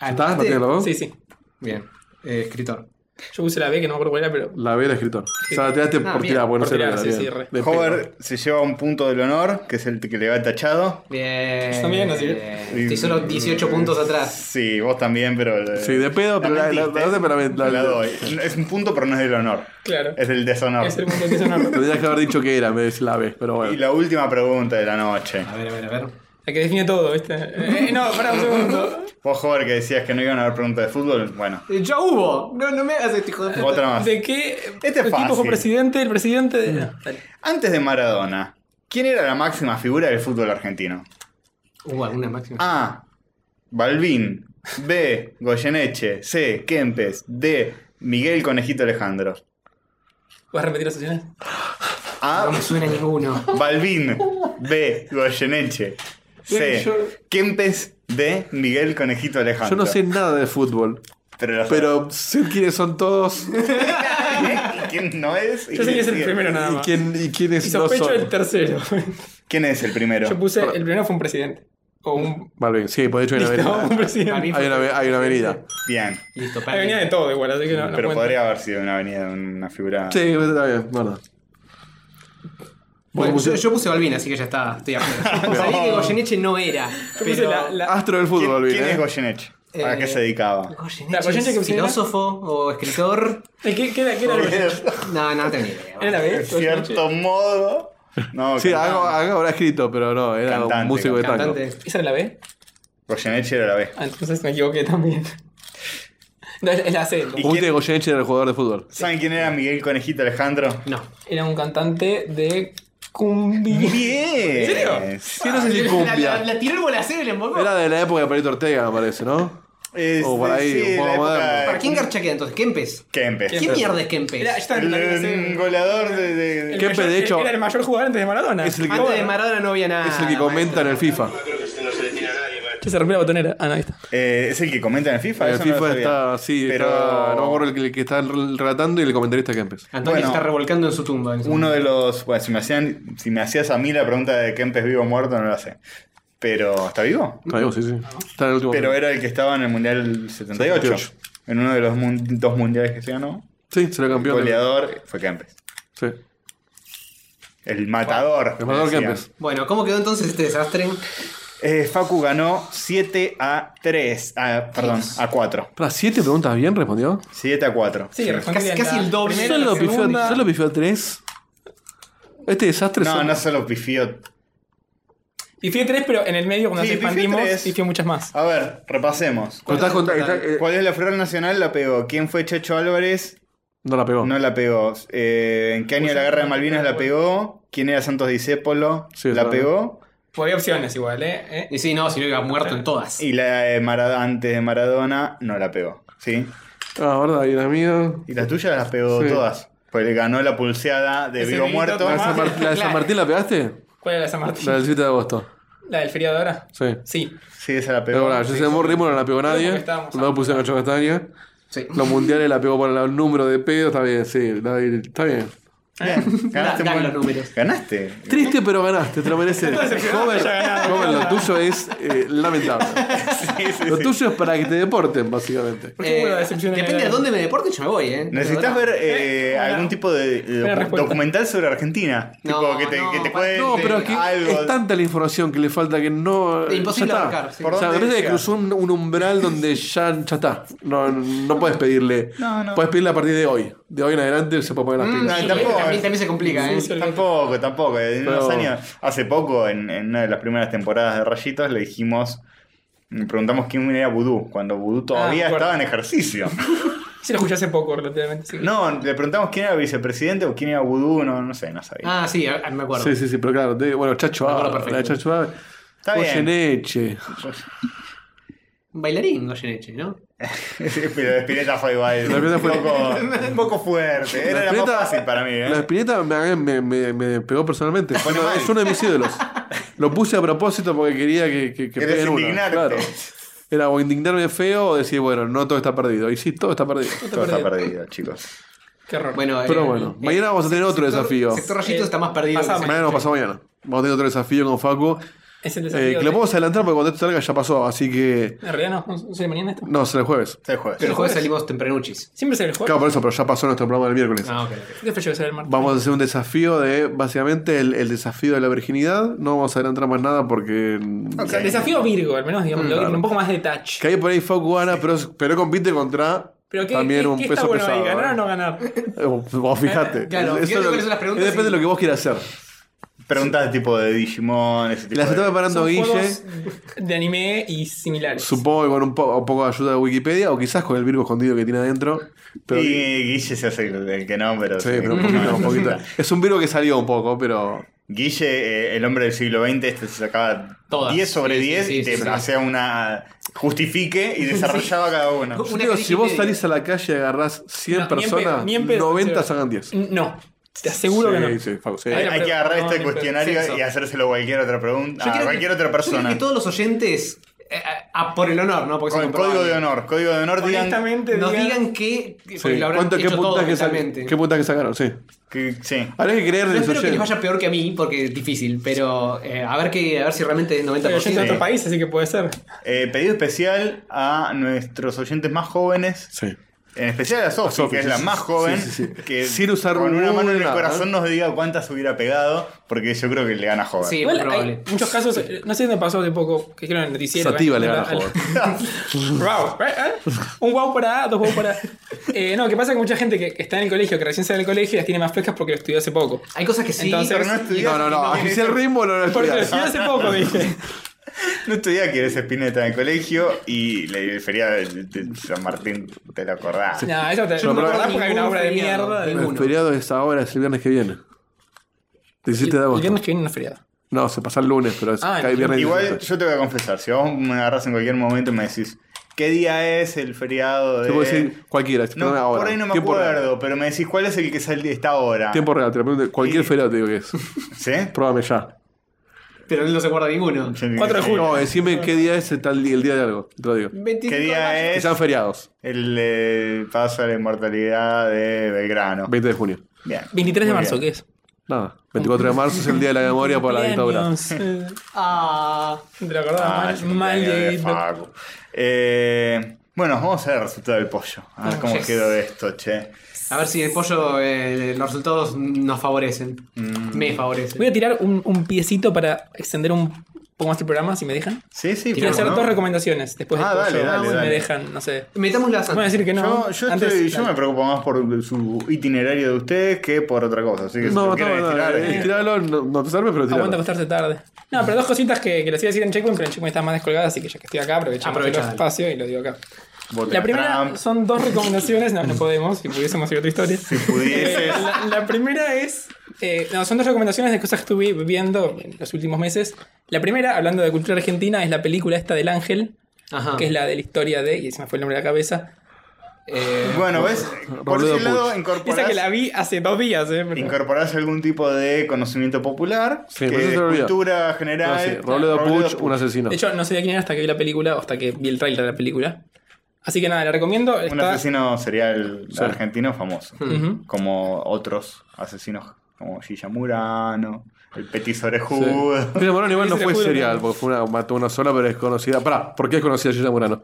[SPEAKER 5] ¿No
[SPEAKER 1] ¿Anotaste?
[SPEAKER 5] tiene los dos?
[SPEAKER 3] Sí, sí.
[SPEAKER 1] Bien. Eh, escritor.
[SPEAKER 3] Yo puse la B, que no me acuerdo cuál era, pero.
[SPEAKER 5] La B era escritor. O sea, la tiraste
[SPEAKER 1] Ah,
[SPEAKER 5] por
[SPEAKER 1] bien.
[SPEAKER 5] tirar, por no
[SPEAKER 3] Por
[SPEAKER 5] ser
[SPEAKER 3] tirar,
[SPEAKER 5] la-
[SPEAKER 3] sí,
[SPEAKER 5] bien.
[SPEAKER 3] sí, re.
[SPEAKER 5] De
[SPEAKER 2] Hover se lleva un punto del honor, que es el que le va tachado.
[SPEAKER 1] Bien.
[SPEAKER 3] Yo también, así
[SPEAKER 1] que. Estoy solo 18 puntos atrás.
[SPEAKER 2] Sí, vos también, pero.
[SPEAKER 5] Sí, de pedo, pero la- la-
[SPEAKER 2] mentiste.
[SPEAKER 5] la- pero la- la-
[SPEAKER 2] La doy. Es un punto, pero no es del honor.
[SPEAKER 3] Claro.
[SPEAKER 2] Es el deshonor.
[SPEAKER 3] Es el mundo que son
[SPEAKER 5] pedo. Tendrías que haber dicho que era, me decís la B, pero bueno.
[SPEAKER 2] Y la última pregunta de la noche.
[SPEAKER 1] A ver, a ver, a ver.
[SPEAKER 3] La que define todo, ¿viste? Eh, no, pará un segundo.
[SPEAKER 2] Vos, Hover, que decías que no iban a haber preguntas de fútbol, bueno,
[SPEAKER 1] Eh, ¡Ya hubo! No, no me hagas este hijo de puta.
[SPEAKER 2] otra más.
[SPEAKER 3] ¿De qué
[SPEAKER 2] Este es
[SPEAKER 3] equipo fue
[SPEAKER 2] fácil. Mm.
[SPEAKER 3] presidente? El presidente de. no, dale.
[SPEAKER 2] Antes de Maradona, ¿quién era la máxima figura del fútbol argentino?
[SPEAKER 1] Hubo alguna máxima.
[SPEAKER 2] A. Balvin. B. Goyeneche. C. Kempes. D. Miguel Conejito Alejandro.
[SPEAKER 3] ¿Vas a repetir las opciones?
[SPEAKER 2] Ah,
[SPEAKER 1] No
[SPEAKER 2] A.
[SPEAKER 1] me suena ninguno.
[SPEAKER 2] Balvin. B. Goyeneche. C. Kempes. D. Miguel Conejito
[SPEAKER 5] Yo
[SPEAKER 2] Alejandro.
[SPEAKER 5] no sé nada de fútbol,
[SPEAKER 2] Pero, lo sé.
[SPEAKER 5] pero sé quiénes son todos
[SPEAKER 2] ¿Y ¿Quién no es? ¿Y
[SPEAKER 3] Yo sé que es el
[SPEAKER 2] quién-
[SPEAKER 3] primero nada
[SPEAKER 5] y,
[SPEAKER 3] más.
[SPEAKER 5] quién, y quiénes
[SPEAKER 3] Y
[SPEAKER 5] no
[SPEAKER 3] sospecho
[SPEAKER 5] son.
[SPEAKER 3] el tercero.
[SPEAKER 2] ¿Quién es el primero?
[SPEAKER 3] Yo puse, el primero fue un presidente. O un.
[SPEAKER 5] Vale, bien, sí, por hecho hay una
[SPEAKER 3] No, un
[SPEAKER 5] avenida.
[SPEAKER 3] presidente.
[SPEAKER 5] Hay una, ave- hay una avenida.
[SPEAKER 2] Bien.
[SPEAKER 1] Listo, para.
[SPEAKER 3] Ahí venía de todo igual, así que no, no
[SPEAKER 2] Pero
[SPEAKER 3] cuenta.
[SPEAKER 2] podría haber sido una avenida, una figura.
[SPEAKER 5] Sí, está bien, verdad.
[SPEAKER 1] Bueno,
[SPEAKER 5] Vos
[SPEAKER 1] yo,
[SPEAKER 5] pusiste-
[SPEAKER 1] yo puse Balvin, así que ya está. Estoy afuera. Sabía que Goyeneche no era.
[SPEAKER 3] Yo puse
[SPEAKER 1] pero...
[SPEAKER 3] la. la-
[SPEAKER 5] Astro del
[SPEAKER 2] ¿Quién,
[SPEAKER 5] fútbol,
[SPEAKER 2] quién
[SPEAKER 5] bien,
[SPEAKER 2] es
[SPEAKER 5] ¿eh?
[SPEAKER 2] Goyeneche? ¿A
[SPEAKER 1] Eh,
[SPEAKER 2] qué se dedicaba?
[SPEAKER 1] Goyeneche,
[SPEAKER 3] La Goyeneche
[SPEAKER 1] es
[SPEAKER 3] que pusieron- Eh,
[SPEAKER 1] filósofo o escritor.
[SPEAKER 3] ¿Qué, qué era, qué era, la-
[SPEAKER 1] No, no tengo ni idea.
[SPEAKER 3] era la B?
[SPEAKER 2] De cierto modo. No,
[SPEAKER 5] Sí,
[SPEAKER 2] cantante.
[SPEAKER 5] algo, algo habrá escrito, pero no, era un
[SPEAKER 2] Cantante,
[SPEAKER 5] músico de tango.
[SPEAKER 1] Cantante.
[SPEAKER 3] ¿Esa era la B?
[SPEAKER 2] Goyeneche era la B.
[SPEAKER 3] Ah, entonces me equivoqué también. No, es es la C. entonces.
[SPEAKER 5] Uy,
[SPEAKER 2] quién-
[SPEAKER 5] de Goyeneche era el jugador de fútbol.
[SPEAKER 2] ¿Saben quién era Miguel Conejito Alejandro?
[SPEAKER 1] No.
[SPEAKER 3] Era un cantante de cumbia.
[SPEAKER 2] Bien. ¿En
[SPEAKER 3] serio?
[SPEAKER 5] Sí, no sé si
[SPEAKER 1] La, la,
[SPEAKER 5] cumbia.
[SPEAKER 1] la tiró el bolaceo y la embocó.
[SPEAKER 5] Era de la época de Perito Ortega, me parece, ¿no?
[SPEAKER 2] Oh,
[SPEAKER 5] O por ahí, un poco moderno.
[SPEAKER 1] ¿Para quién garcha queda entonces? ¿Kempes?
[SPEAKER 2] Kempes.
[SPEAKER 1] ¿Quién mierda es Kempes?
[SPEAKER 3] Era, yo estaba en
[SPEAKER 2] El,
[SPEAKER 3] la
[SPEAKER 2] el
[SPEAKER 3] clase.
[SPEAKER 2] goleador de, de- de-
[SPEAKER 3] El
[SPEAKER 5] ¿Qué
[SPEAKER 3] mayor-
[SPEAKER 5] pe- de hecho-
[SPEAKER 3] Era el mayor jugador antes de Maradona. Ah,
[SPEAKER 5] Es el que-
[SPEAKER 1] Antes de Maradona Ah, no había nada.
[SPEAKER 5] Es el que comenta en el FIFA.
[SPEAKER 3] Che, se rompió la botonera. Ah, no, ahí está.
[SPEAKER 2] Eh, es el que comenta en el FIFA.
[SPEAKER 5] El
[SPEAKER 2] eso no lo
[SPEAKER 5] FIFA
[SPEAKER 2] sabía.
[SPEAKER 5] está, sí,
[SPEAKER 2] Pero Mm.
[SPEAKER 5] está, no me acuerdo el que, el que está relatando y el comentarista que empezó.
[SPEAKER 1] Antonio
[SPEAKER 2] Bueno.
[SPEAKER 1] se está revolcando en su tumba. en ese
[SPEAKER 2] uno de los. Bueno, si me, hacían, si me hacías a mí la pregunta de Kempes vivo o muerto, no la sé. Pero, ¿está vivo?
[SPEAKER 5] Está vivo, sí, sí. Está en el último.
[SPEAKER 2] Pero era el que estaba en el Mundial 78.
[SPEAKER 5] 78.
[SPEAKER 2] En uno de los mun- dos mundiales que se ganó.
[SPEAKER 5] Sí, se lo
[SPEAKER 2] El
[SPEAKER 5] campeón.
[SPEAKER 2] goleador fue Kempes.
[SPEAKER 5] Sí.
[SPEAKER 2] El matador.
[SPEAKER 5] El jugador que
[SPEAKER 2] decían.
[SPEAKER 5] empezó.
[SPEAKER 1] momento. Bueno, ¿cómo quedó entonces este desastre?
[SPEAKER 2] Eh, Facu ganó 7 a 3. Ah, perdón, a 4.
[SPEAKER 5] Pará, ¿Siete preguntas bien respondió?
[SPEAKER 2] 7 a 4.
[SPEAKER 3] Sí, respondí
[SPEAKER 1] Casi-
[SPEAKER 3] bien
[SPEAKER 1] casi
[SPEAKER 3] la
[SPEAKER 1] el doble.
[SPEAKER 3] primera,
[SPEAKER 1] Solo
[SPEAKER 3] la
[SPEAKER 5] ¿Solo pifió,
[SPEAKER 3] segunda.
[SPEAKER 5] solo pifió a tres? Este desastre
[SPEAKER 2] No,
[SPEAKER 5] son-
[SPEAKER 2] no se lo pifió.
[SPEAKER 3] Pifié tres, pero en el medio, cuando
[SPEAKER 2] Sí,
[SPEAKER 3] nos
[SPEAKER 2] pifié tres.
[SPEAKER 3] expandimos, pifié muchas más.
[SPEAKER 2] A ver, repasemos.
[SPEAKER 5] ¿Lo estás contando? Está- eh,
[SPEAKER 2] ¿Cuál es la flor nacional? La pegó. ¿Quién fue Checho Álvarez?
[SPEAKER 5] no la pegó.
[SPEAKER 2] No la pegó. Eh, ¿En qué año la guerra de Malvinas la pegó? ¿Quién era Santos Discépolo?
[SPEAKER 5] Sí, es
[SPEAKER 2] la
[SPEAKER 5] verdad.
[SPEAKER 2] pegó.
[SPEAKER 3] Pues había opciones igual, ¿eh? ¿Eh?
[SPEAKER 1] Y sí, no, si no iba muerto en todas.
[SPEAKER 2] Y la de Mara- antes de Maradona no la pegó. ¿Sí?
[SPEAKER 5] Ah, verdad, y la mía.
[SPEAKER 2] Y las tuyas las pegó
[SPEAKER 5] Sí.
[SPEAKER 2] todas. Pues le ganó la pulseada de
[SPEAKER 3] Ese
[SPEAKER 2] Vigo
[SPEAKER 3] grito
[SPEAKER 2] Muerto.
[SPEAKER 5] ¿La de San, Mar- la de San
[SPEAKER 1] Claro.
[SPEAKER 5] Martín la pegaste?
[SPEAKER 3] ¿Cuál era la de San Martín?
[SPEAKER 5] La del 7 de agosto.
[SPEAKER 3] ¿La del feriado ahora?
[SPEAKER 5] Sí.
[SPEAKER 3] Sí.
[SPEAKER 2] Sí, esa la
[SPEAKER 5] Pero
[SPEAKER 2] pegó.
[SPEAKER 5] bueno, yo sé Morris no la pegó
[SPEAKER 3] Creo que
[SPEAKER 5] nadie.
[SPEAKER 3] estábamos
[SPEAKER 5] No pusieron a Castaña.
[SPEAKER 1] Sí.
[SPEAKER 5] Los mundiales la pegó por el número de pedo. Está bien, sí. la- Está bien.
[SPEAKER 2] Bien, ganaste
[SPEAKER 1] Da-
[SPEAKER 2] un
[SPEAKER 1] da
[SPEAKER 2] buen-
[SPEAKER 1] los números.
[SPEAKER 2] Ganaste.
[SPEAKER 5] Triste, pero ganaste, te lo mereces. Joven, joven, lo tuyo es eh, lamentable.
[SPEAKER 2] Sí, sí,
[SPEAKER 5] Lo
[SPEAKER 2] sí.
[SPEAKER 5] tuyo es para que te deporten, básicamente.
[SPEAKER 3] ¿Por qué hubo la decepción en
[SPEAKER 1] Eh, depende
[SPEAKER 3] el-
[SPEAKER 1] de dónde me deporte, yo me voy, ¿eh?
[SPEAKER 2] Necesitas ver eh,
[SPEAKER 3] Hola.
[SPEAKER 2] algún tipo de eh,
[SPEAKER 3] Una
[SPEAKER 2] docu-
[SPEAKER 3] respuesta.
[SPEAKER 2] documental sobre Argentina.
[SPEAKER 1] No,
[SPEAKER 2] tipo, que te,
[SPEAKER 1] no,
[SPEAKER 2] que te
[SPEAKER 1] pa-
[SPEAKER 2] cuente
[SPEAKER 5] No, pero es que
[SPEAKER 2] algo.
[SPEAKER 5] es tanta la información que le falta que no.
[SPEAKER 1] Es imposible
[SPEAKER 5] ya está.
[SPEAKER 1] abarcar, sí.
[SPEAKER 5] O
[SPEAKER 2] ¿Por
[SPEAKER 5] sea,
[SPEAKER 2] dónde
[SPEAKER 5] parece que
[SPEAKER 2] llega?
[SPEAKER 5] cruzó un, un umbral donde ya, ya está. No, no puedes pedirle.
[SPEAKER 2] No, no.
[SPEAKER 5] Puedes pedirle a partir de hoy. De hoy en adelante se puede poner las
[SPEAKER 1] Mm,
[SPEAKER 5] pilas.
[SPEAKER 2] No,
[SPEAKER 1] sí,
[SPEAKER 2] tampoco.
[SPEAKER 1] también, también se complica, ¿eh?
[SPEAKER 3] Sí, sí.
[SPEAKER 2] Tampoco, tampoco. En
[SPEAKER 5] Pero-
[SPEAKER 2] unos años, hace poco, en, en una de las primeras temporadas de Rayitos, le dijimos, preguntamos quién era Vudú, cuando Vudú todavía
[SPEAKER 3] Ah, me acuerdo.
[SPEAKER 2] estaba en ejercicio.
[SPEAKER 3] Sí, lo escuché hace poco, relativamente. sí.
[SPEAKER 2] No, le preguntamos quién era vicepresidente o quién era Vudú, no, no sé, no sabía.
[SPEAKER 1] Ah, sí, a- a- me acuerdo.
[SPEAKER 5] Sí, sí, sí, pero claro. te- bueno, Chacho
[SPEAKER 1] Me acuerdo
[SPEAKER 5] Ávila,
[SPEAKER 1] perfecto.
[SPEAKER 5] Chacho Ávila.
[SPEAKER 2] Está bien.
[SPEAKER 5] Goyeneche.
[SPEAKER 1] Bailarín Goyeneche, ¿no?
[SPEAKER 2] Sí, Pero la espineta fue igual.
[SPEAKER 5] La espineta fue-
[SPEAKER 2] Un, poco, un poco fuerte. Era la,
[SPEAKER 5] Spinetta-
[SPEAKER 2] más fácil para mí, ¿eh?
[SPEAKER 5] La espineta me, me- me- me pegó personalmente. Es
[SPEAKER 2] pone
[SPEAKER 5] uno-
[SPEAKER 2] mal.
[SPEAKER 5] es uno de mis ídolos. Lo puse a propósito porque quería que, que, que
[SPEAKER 2] Querés
[SPEAKER 5] peguen una,
[SPEAKER 2] indignarte.
[SPEAKER 5] Claro. Era o indignarme feo o decir, bueno, no todo está perdido. Y sí, todo está perdido.
[SPEAKER 2] Todo está perdido, chicos.
[SPEAKER 3] Qué horror.
[SPEAKER 1] Bueno, eh,
[SPEAKER 5] Pero bueno, mañana vamos a tener otro desafío.
[SPEAKER 1] El sector Rayitos
[SPEAKER 3] Eh,
[SPEAKER 1] está más perdido.
[SPEAKER 3] pasamos.
[SPEAKER 1] que
[SPEAKER 5] Mañana no pasado mañana. Vamos a tener otro desafío con Facu.
[SPEAKER 3] es el
[SPEAKER 5] Eh,
[SPEAKER 3] desafío.
[SPEAKER 5] que lo
[SPEAKER 3] de-
[SPEAKER 5] podemos adelantar porque cuando esto salga ya pasó. Así que.
[SPEAKER 3] En realidad no, no sé, mañana esto.
[SPEAKER 5] No, será el jueves.
[SPEAKER 2] Este
[SPEAKER 1] siempre.
[SPEAKER 2] jueves.
[SPEAKER 1] Pero el jueves salimos tempranuchis.
[SPEAKER 3] Siempre será el juego.
[SPEAKER 5] Claro, por eso, pero ya pasó nuestro programa del miércoles.
[SPEAKER 1] Ah, ok. ok.
[SPEAKER 3] ¿Qué fecha va a ser el martes?
[SPEAKER 5] Vamos a hacer un desafío de, básicamente, el, el desafío de la virginidad. No vamos a adelantar más nada porque.
[SPEAKER 3] O sea, desafío Virgo, al menos, digamos, lo que tiene un poco más de touch.
[SPEAKER 5] Mm, Que hay por ahí Facu gana, pero, pero compite contra
[SPEAKER 3] Pero ¿qué,
[SPEAKER 5] también
[SPEAKER 3] qué-
[SPEAKER 5] un
[SPEAKER 3] qué
[SPEAKER 5] peso
[SPEAKER 3] está bueno ahí,
[SPEAKER 5] pesado.
[SPEAKER 3] ganar Ah, o
[SPEAKER 5] ¿eh?
[SPEAKER 3] no ganar?
[SPEAKER 5] Eh, Vos fijate.
[SPEAKER 1] Claro,
[SPEAKER 5] Eso
[SPEAKER 1] fíjate
[SPEAKER 5] es lo-
[SPEAKER 1] cuáles son las preguntas
[SPEAKER 5] Depende de
[SPEAKER 1] y-
[SPEAKER 5] lo que vos quieras hacer.
[SPEAKER 2] Preguntas tipo de Digimon, ese tipo
[SPEAKER 5] Las
[SPEAKER 2] de-
[SPEAKER 5] está preparando
[SPEAKER 3] Son
[SPEAKER 5] Guille.
[SPEAKER 3] juegos de anime y similares.
[SPEAKER 5] Supongo que con un, po- un poco de ayuda de Wikipedia o quizás con el Virgo escondido que tiene adentro. Pero,
[SPEAKER 2] y Guille se hace el, el que no, pero.
[SPEAKER 5] Sí, pero un poquito, un poquito. Es un Virgo que salió un poco, pero.
[SPEAKER 2] Guille, eh, el hombre del siglo XX, este se sacaba
[SPEAKER 1] Todas.
[SPEAKER 2] 10 sobre
[SPEAKER 1] Sí, sí,
[SPEAKER 2] 10
[SPEAKER 1] sí,
[SPEAKER 2] y te
[SPEAKER 1] sí, sí.
[SPEAKER 2] hacía una. Justifique y desarrollaba cada uno.
[SPEAKER 1] Una
[SPEAKER 5] Digo, si
[SPEAKER 1] crítica
[SPEAKER 5] vos
[SPEAKER 1] y media.
[SPEAKER 5] salís a la calle y agarrás 100
[SPEAKER 3] No, ni en
[SPEAKER 5] personas,
[SPEAKER 3] pedo, ni en pedo,
[SPEAKER 5] 90
[SPEAKER 3] pero-
[SPEAKER 5] sacan 10.
[SPEAKER 3] No, te aseguro que no.
[SPEAKER 5] Sí, sí, Facu, sí.
[SPEAKER 3] Ahí la-
[SPEAKER 2] Hay que agarrar
[SPEAKER 3] No,
[SPEAKER 2] este
[SPEAKER 3] ni-
[SPEAKER 2] cuestionario
[SPEAKER 1] sexo.
[SPEAKER 2] y hacérselo a cualquier otra pregunta.
[SPEAKER 1] Yo
[SPEAKER 2] a
[SPEAKER 1] quiero que-
[SPEAKER 2] cualquier otra
[SPEAKER 1] Yo
[SPEAKER 2] persona.
[SPEAKER 1] quiero que todos los oyentes, eh, a- a por el honor, ¿no? Porque
[SPEAKER 2] Con
[SPEAKER 1] son
[SPEAKER 2] el código de
[SPEAKER 1] probables.
[SPEAKER 2] honor. Código de honor, digan.
[SPEAKER 3] Honestamente,
[SPEAKER 1] Nos
[SPEAKER 3] digan-
[SPEAKER 1] digan que. que-
[SPEAKER 5] Sí.
[SPEAKER 1] porque lo habrán
[SPEAKER 5] ¿Cuánto- qué,
[SPEAKER 1] hecho todo
[SPEAKER 5] puntas que sac-
[SPEAKER 1] mentalmente.
[SPEAKER 5] qué puntas que sacaron? Sí.
[SPEAKER 2] que- sí.
[SPEAKER 5] Habrá que creer
[SPEAKER 1] No
[SPEAKER 5] en el
[SPEAKER 1] espero que les
[SPEAKER 5] oyente.
[SPEAKER 1] vaya peor que a mí, porque es difícil, pero eh, a, ver que, a ver si realmente es
[SPEAKER 3] Pero Eh, yo soy de
[SPEAKER 1] 90%.
[SPEAKER 3] otro país, así que puede ser.
[SPEAKER 2] Eh, pedido especial a nuestros oyentes más jóvenes.
[SPEAKER 5] Sí.
[SPEAKER 2] En especial a Sofi,
[SPEAKER 5] Sofi,
[SPEAKER 2] que es
[SPEAKER 5] sí,
[SPEAKER 2] la
[SPEAKER 5] sí,
[SPEAKER 2] más joven.
[SPEAKER 5] sí, sí, sí.
[SPEAKER 2] Que
[SPEAKER 5] Sin usar
[SPEAKER 2] con una mano en el
[SPEAKER 5] nada,
[SPEAKER 2] corazón
[SPEAKER 5] ¿eh?
[SPEAKER 2] nos diga cuántas hubiera pegado, porque yo creo que le gana joven.
[SPEAKER 1] Sí, es muy
[SPEAKER 3] Igual hay
[SPEAKER 1] probable.
[SPEAKER 3] muchos casos, eh, no sé dónde pasó hace poco, que creo en el noticiero.
[SPEAKER 5] Sativa
[SPEAKER 3] ¿eh?
[SPEAKER 5] le gana
[SPEAKER 3] Al-
[SPEAKER 5] joven.
[SPEAKER 3] Wow, right, eh? Un wow para A, dos wow para A. Eh, no, que pasa que mucha gente que, que está en el colegio, que recién sale del colegio, las tiene más frescas porque lo estudió hace poco.
[SPEAKER 1] Hay cosas que sí.
[SPEAKER 3] Entonces-
[SPEAKER 2] Pero no estudiás.
[SPEAKER 5] No, no, no.
[SPEAKER 2] querés-
[SPEAKER 5] Agilizar el ritmo no lo
[SPEAKER 3] Porque
[SPEAKER 5] estudiás.
[SPEAKER 3] lo estudió hace
[SPEAKER 5] Ah.
[SPEAKER 3] poco, dije.
[SPEAKER 2] No estudiás que eres espineta en el colegio y la feria de, de San Martín te lo acordás.
[SPEAKER 3] No, eso te
[SPEAKER 5] Yo no
[SPEAKER 3] no
[SPEAKER 1] acuerdo
[SPEAKER 5] me
[SPEAKER 3] acordás porque hay una
[SPEAKER 1] ningún
[SPEAKER 3] obra de
[SPEAKER 1] feriado,
[SPEAKER 3] mierda. de-
[SPEAKER 1] ningún
[SPEAKER 5] El
[SPEAKER 1] uno.
[SPEAKER 5] feriado es ahora, es el viernes que viene. 17 de
[SPEAKER 3] El
[SPEAKER 5] agosto.
[SPEAKER 3] viernes que viene no es feriado.
[SPEAKER 5] No, se pasa el lunes, pero es
[SPEAKER 3] Ah,
[SPEAKER 5] cae viernes.
[SPEAKER 2] Igual
[SPEAKER 5] 17.
[SPEAKER 2] yo te voy a confesar, si vos me agarrás en cualquier momento y me decís, ¿qué día es el feriado de...?
[SPEAKER 5] Te puedo decir cualquiera.
[SPEAKER 2] eh, No,
[SPEAKER 5] perdón, ahora.
[SPEAKER 2] por ahí no me
[SPEAKER 5] Tiempo real.
[SPEAKER 2] acuerdo, pero me decís, ¿cuál es el que sale esta hora?
[SPEAKER 5] Tiempo real, te lo pregunto. Cualquier
[SPEAKER 2] Sí.
[SPEAKER 5] feriado te digo que es.
[SPEAKER 2] ¿Sí?
[SPEAKER 5] Próbame ya.
[SPEAKER 1] Pero él no se acuerda ninguno.
[SPEAKER 3] 4 de julio.
[SPEAKER 5] No, decime qué día es el, tal día- el día de algo. Te lo digo.
[SPEAKER 1] 25
[SPEAKER 2] ¿Qué
[SPEAKER 1] años.
[SPEAKER 2] día
[SPEAKER 5] Que
[SPEAKER 2] es
[SPEAKER 5] sean feriados.
[SPEAKER 2] el eh, paso a la inmortalidad de Belgrano?
[SPEAKER 5] 20 de junio.
[SPEAKER 2] Bien.
[SPEAKER 3] 23 de
[SPEAKER 2] Muy
[SPEAKER 3] marzo,
[SPEAKER 2] bien.
[SPEAKER 3] ¿qué es?
[SPEAKER 5] Nada. 24 de marzo es el día de la memoria por la dictadura.
[SPEAKER 3] Cumpleaños, eh,
[SPEAKER 1] Ah,
[SPEAKER 3] Te lo acordás
[SPEAKER 2] Ah,
[SPEAKER 3] mal,
[SPEAKER 2] es el
[SPEAKER 3] mal
[SPEAKER 2] cumpleaños de
[SPEAKER 3] Dieguito.
[SPEAKER 2] Facu. Eh, bueno, vamos a ver el resultado del pollo. A ver
[SPEAKER 3] Oh,
[SPEAKER 2] cómo
[SPEAKER 3] yes.
[SPEAKER 2] quedó esto, che.
[SPEAKER 1] a ver si el pollo, eh, los resultados nos favorecen.
[SPEAKER 2] Mm.
[SPEAKER 1] Me
[SPEAKER 3] Voy
[SPEAKER 1] favorecen.
[SPEAKER 3] a tirar un, un piecito para extender un poco más el programa, si me dejan.
[SPEAKER 2] Sí, sí.
[SPEAKER 3] Quiero
[SPEAKER 2] ¿cómo
[SPEAKER 3] hacer
[SPEAKER 2] no?
[SPEAKER 3] dos recomendaciones después
[SPEAKER 2] Ah,
[SPEAKER 3] de
[SPEAKER 2] dale, dale,
[SPEAKER 3] si
[SPEAKER 2] dale.
[SPEAKER 3] me dejan, no sé.
[SPEAKER 1] Metamos la
[SPEAKER 3] Van a decir que no.
[SPEAKER 2] Yo, yo
[SPEAKER 3] Antes,
[SPEAKER 2] estoy- yo
[SPEAKER 3] dale.
[SPEAKER 2] me preocupo más por su itinerario de ustedes que por otra cosa. Así que si
[SPEAKER 5] No,
[SPEAKER 2] lo
[SPEAKER 5] no,
[SPEAKER 2] quieren
[SPEAKER 5] no,
[SPEAKER 2] estirar,
[SPEAKER 5] eh,
[SPEAKER 2] eh,
[SPEAKER 5] tiralo, no, no te salves, pero
[SPEAKER 3] Aguanta
[SPEAKER 5] tiralo.
[SPEAKER 3] acostarse tarde. No, pero dos cositas que, que les iba a decir en Checkpoint, pero en Checkpoint está más descolgada, así que ya que estoy acá, aprovechamos el
[SPEAKER 1] Aprovechalo.
[SPEAKER 3] espacio y lo digo acá.
[SPEAKER 2] voten
[SPEAKER 3] La
[SPEAKER 2] a
[SPEAKER 3] primera
[SPEAKER 2] Trump.
[SPEAKER 3] son dos recomendaciones, no, no podemos, si pudiésemos hacer otra historia. Si
[SPEAKER 2] pudieses.
[SPEAKER 3] la, la primera es, eh, no, son dos recomendaciones de cosas que estuve viendo en los últimos meses. La primera, hablando de cultura argentina, es la película esta del ángel,
[SPEAKER 1] Ajá.
[SPEAKER 3] que es la de la historia de, y se me fue el nombre de la cabeza,
[SPEAKER 1] Eh,
[SPEAKER 2] Bueno, ¿ves? Por
[SPEAKER 5] Robledo
[SPEAKER 2] ese lado,
[SPEAKER 5] Puch.
[SPEAKER 3] Esa que la
[SPEAKER 2] incorporás,
[SPEAKER 3] vi hace dos días, ¿eh? pero-
[SPEAKER 2] incorporás algún tipo de conocimiento popular,
[SPEAKER 5] Sí,
[SPEAKER 2] que
[SPEAKER 5] pero eso
[SPEAKER 2] es
[SPEAKER 5] se lo olvidó.
[SPEAKER 2] cultura
[SPEAKER 5] No,
[SPEAKER 2] general.
[SPEAKER 5] sí, Robledo Puch, un asesino.
[SPEAKER 3] De hecho, no sabía quién era hasta que vi la película o hasta que vi el trailer de la película. Así que nada, la recomiendo.
[SPEAKER 2] un
[SPEAKER 3] Está...
[SPEAKER 2] asesino serial
[SPEAKER 5] Sí.
[SPEAKER 2] argentino famoso.
[SPEAKER 3] Ujú.
[SPEAKER 2] Como otros asesinos como Gilla Murano, el Petit Orejudo.
[SPEAKER 5] Gina Morano igual no
[SPEAKER 3] Sí,
[SPEAKER 5] fue
[SPEAKER 3] se le fue
[SPEAKER 5] serial,
[SPEAKER 3] el-
[SPEAKER 5] porque fue una, mató una sola, pero es conocida. Pará, ¿por qué es conocida Gina Morano?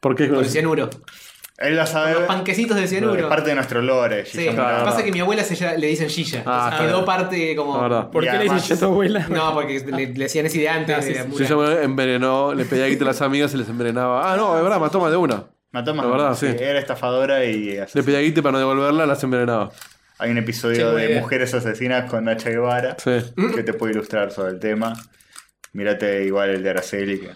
[SPEAKER 5] ¿Por qué es
[SPEAKER 1] Con el
[SPEAKER 5] conocida?
[SPEAKER 1] cianuro.
[SPEAKER 2] Él la sabe.
[SPEAKER 1] Los panquecitos de
[SPEAKER 2] Es
[SPEAKER 1] cianuro.
[SPEAKER 2] parte de nuestro lore,
[SPEAKER 1] Sí,
[SPEAKER 2] Gilla Murano.
[SPEAKER 5] claro.
[SPEAKER 1] pasa que mi abuela se llama- le dicen Gilla.
[SPEAKER 5] Ah,
[SPEAKER 1] Entonces
[SPEAKER 5] está
[SPEAKER 1] quedó
[SPEAKER 5] bien.
[SPEAKER 1] parte como.
[SPEAKER 5] La verdad.
[SPEAKER 3] ¿Por
[SPEAKER 2] Y
[SPEAKER 3] qué le dicen
[SPEAKER 2] además-
[SPEAKER 3] ya a tu abuela?
[SPEAKER 1] No, porque le, le hacían esa idea antes.
[SPEAKER 3] Ah, sí,
[SPEAKER 1] de la
[SPEAKER 3] sí.
[SPEAKER 5] Se
[SPEAKER 1] mula.
[SPEAKER 5] llama envenenó, le pedía que te las amigas y les envenenaba. Ah, no, es verdad, mató más de una.
[SPEAKER 2] Mató más.
[SPEAKER 5] La verdad, sí.
[SPEAKER 2] Era estafadora y
[SPEAKER 5] Le
[SPEAKER 2] asesina.
[SPEAKER 5] pedía guite para no devolverla, las envenenaba.
[SPEAKER 2] Hay un episodio
[SPEAKER 3] Sí, muy
[SPEAKER 2] de
[SPEAKER 3] bien.
[SPEAKER 2] Mujeres Asesinas con Nacha Guevara
[SPEAKER 5] Sí.
[SPEAKER 2] que te puede ilustrar sobre el tema. Mírate igual el de Araceli, que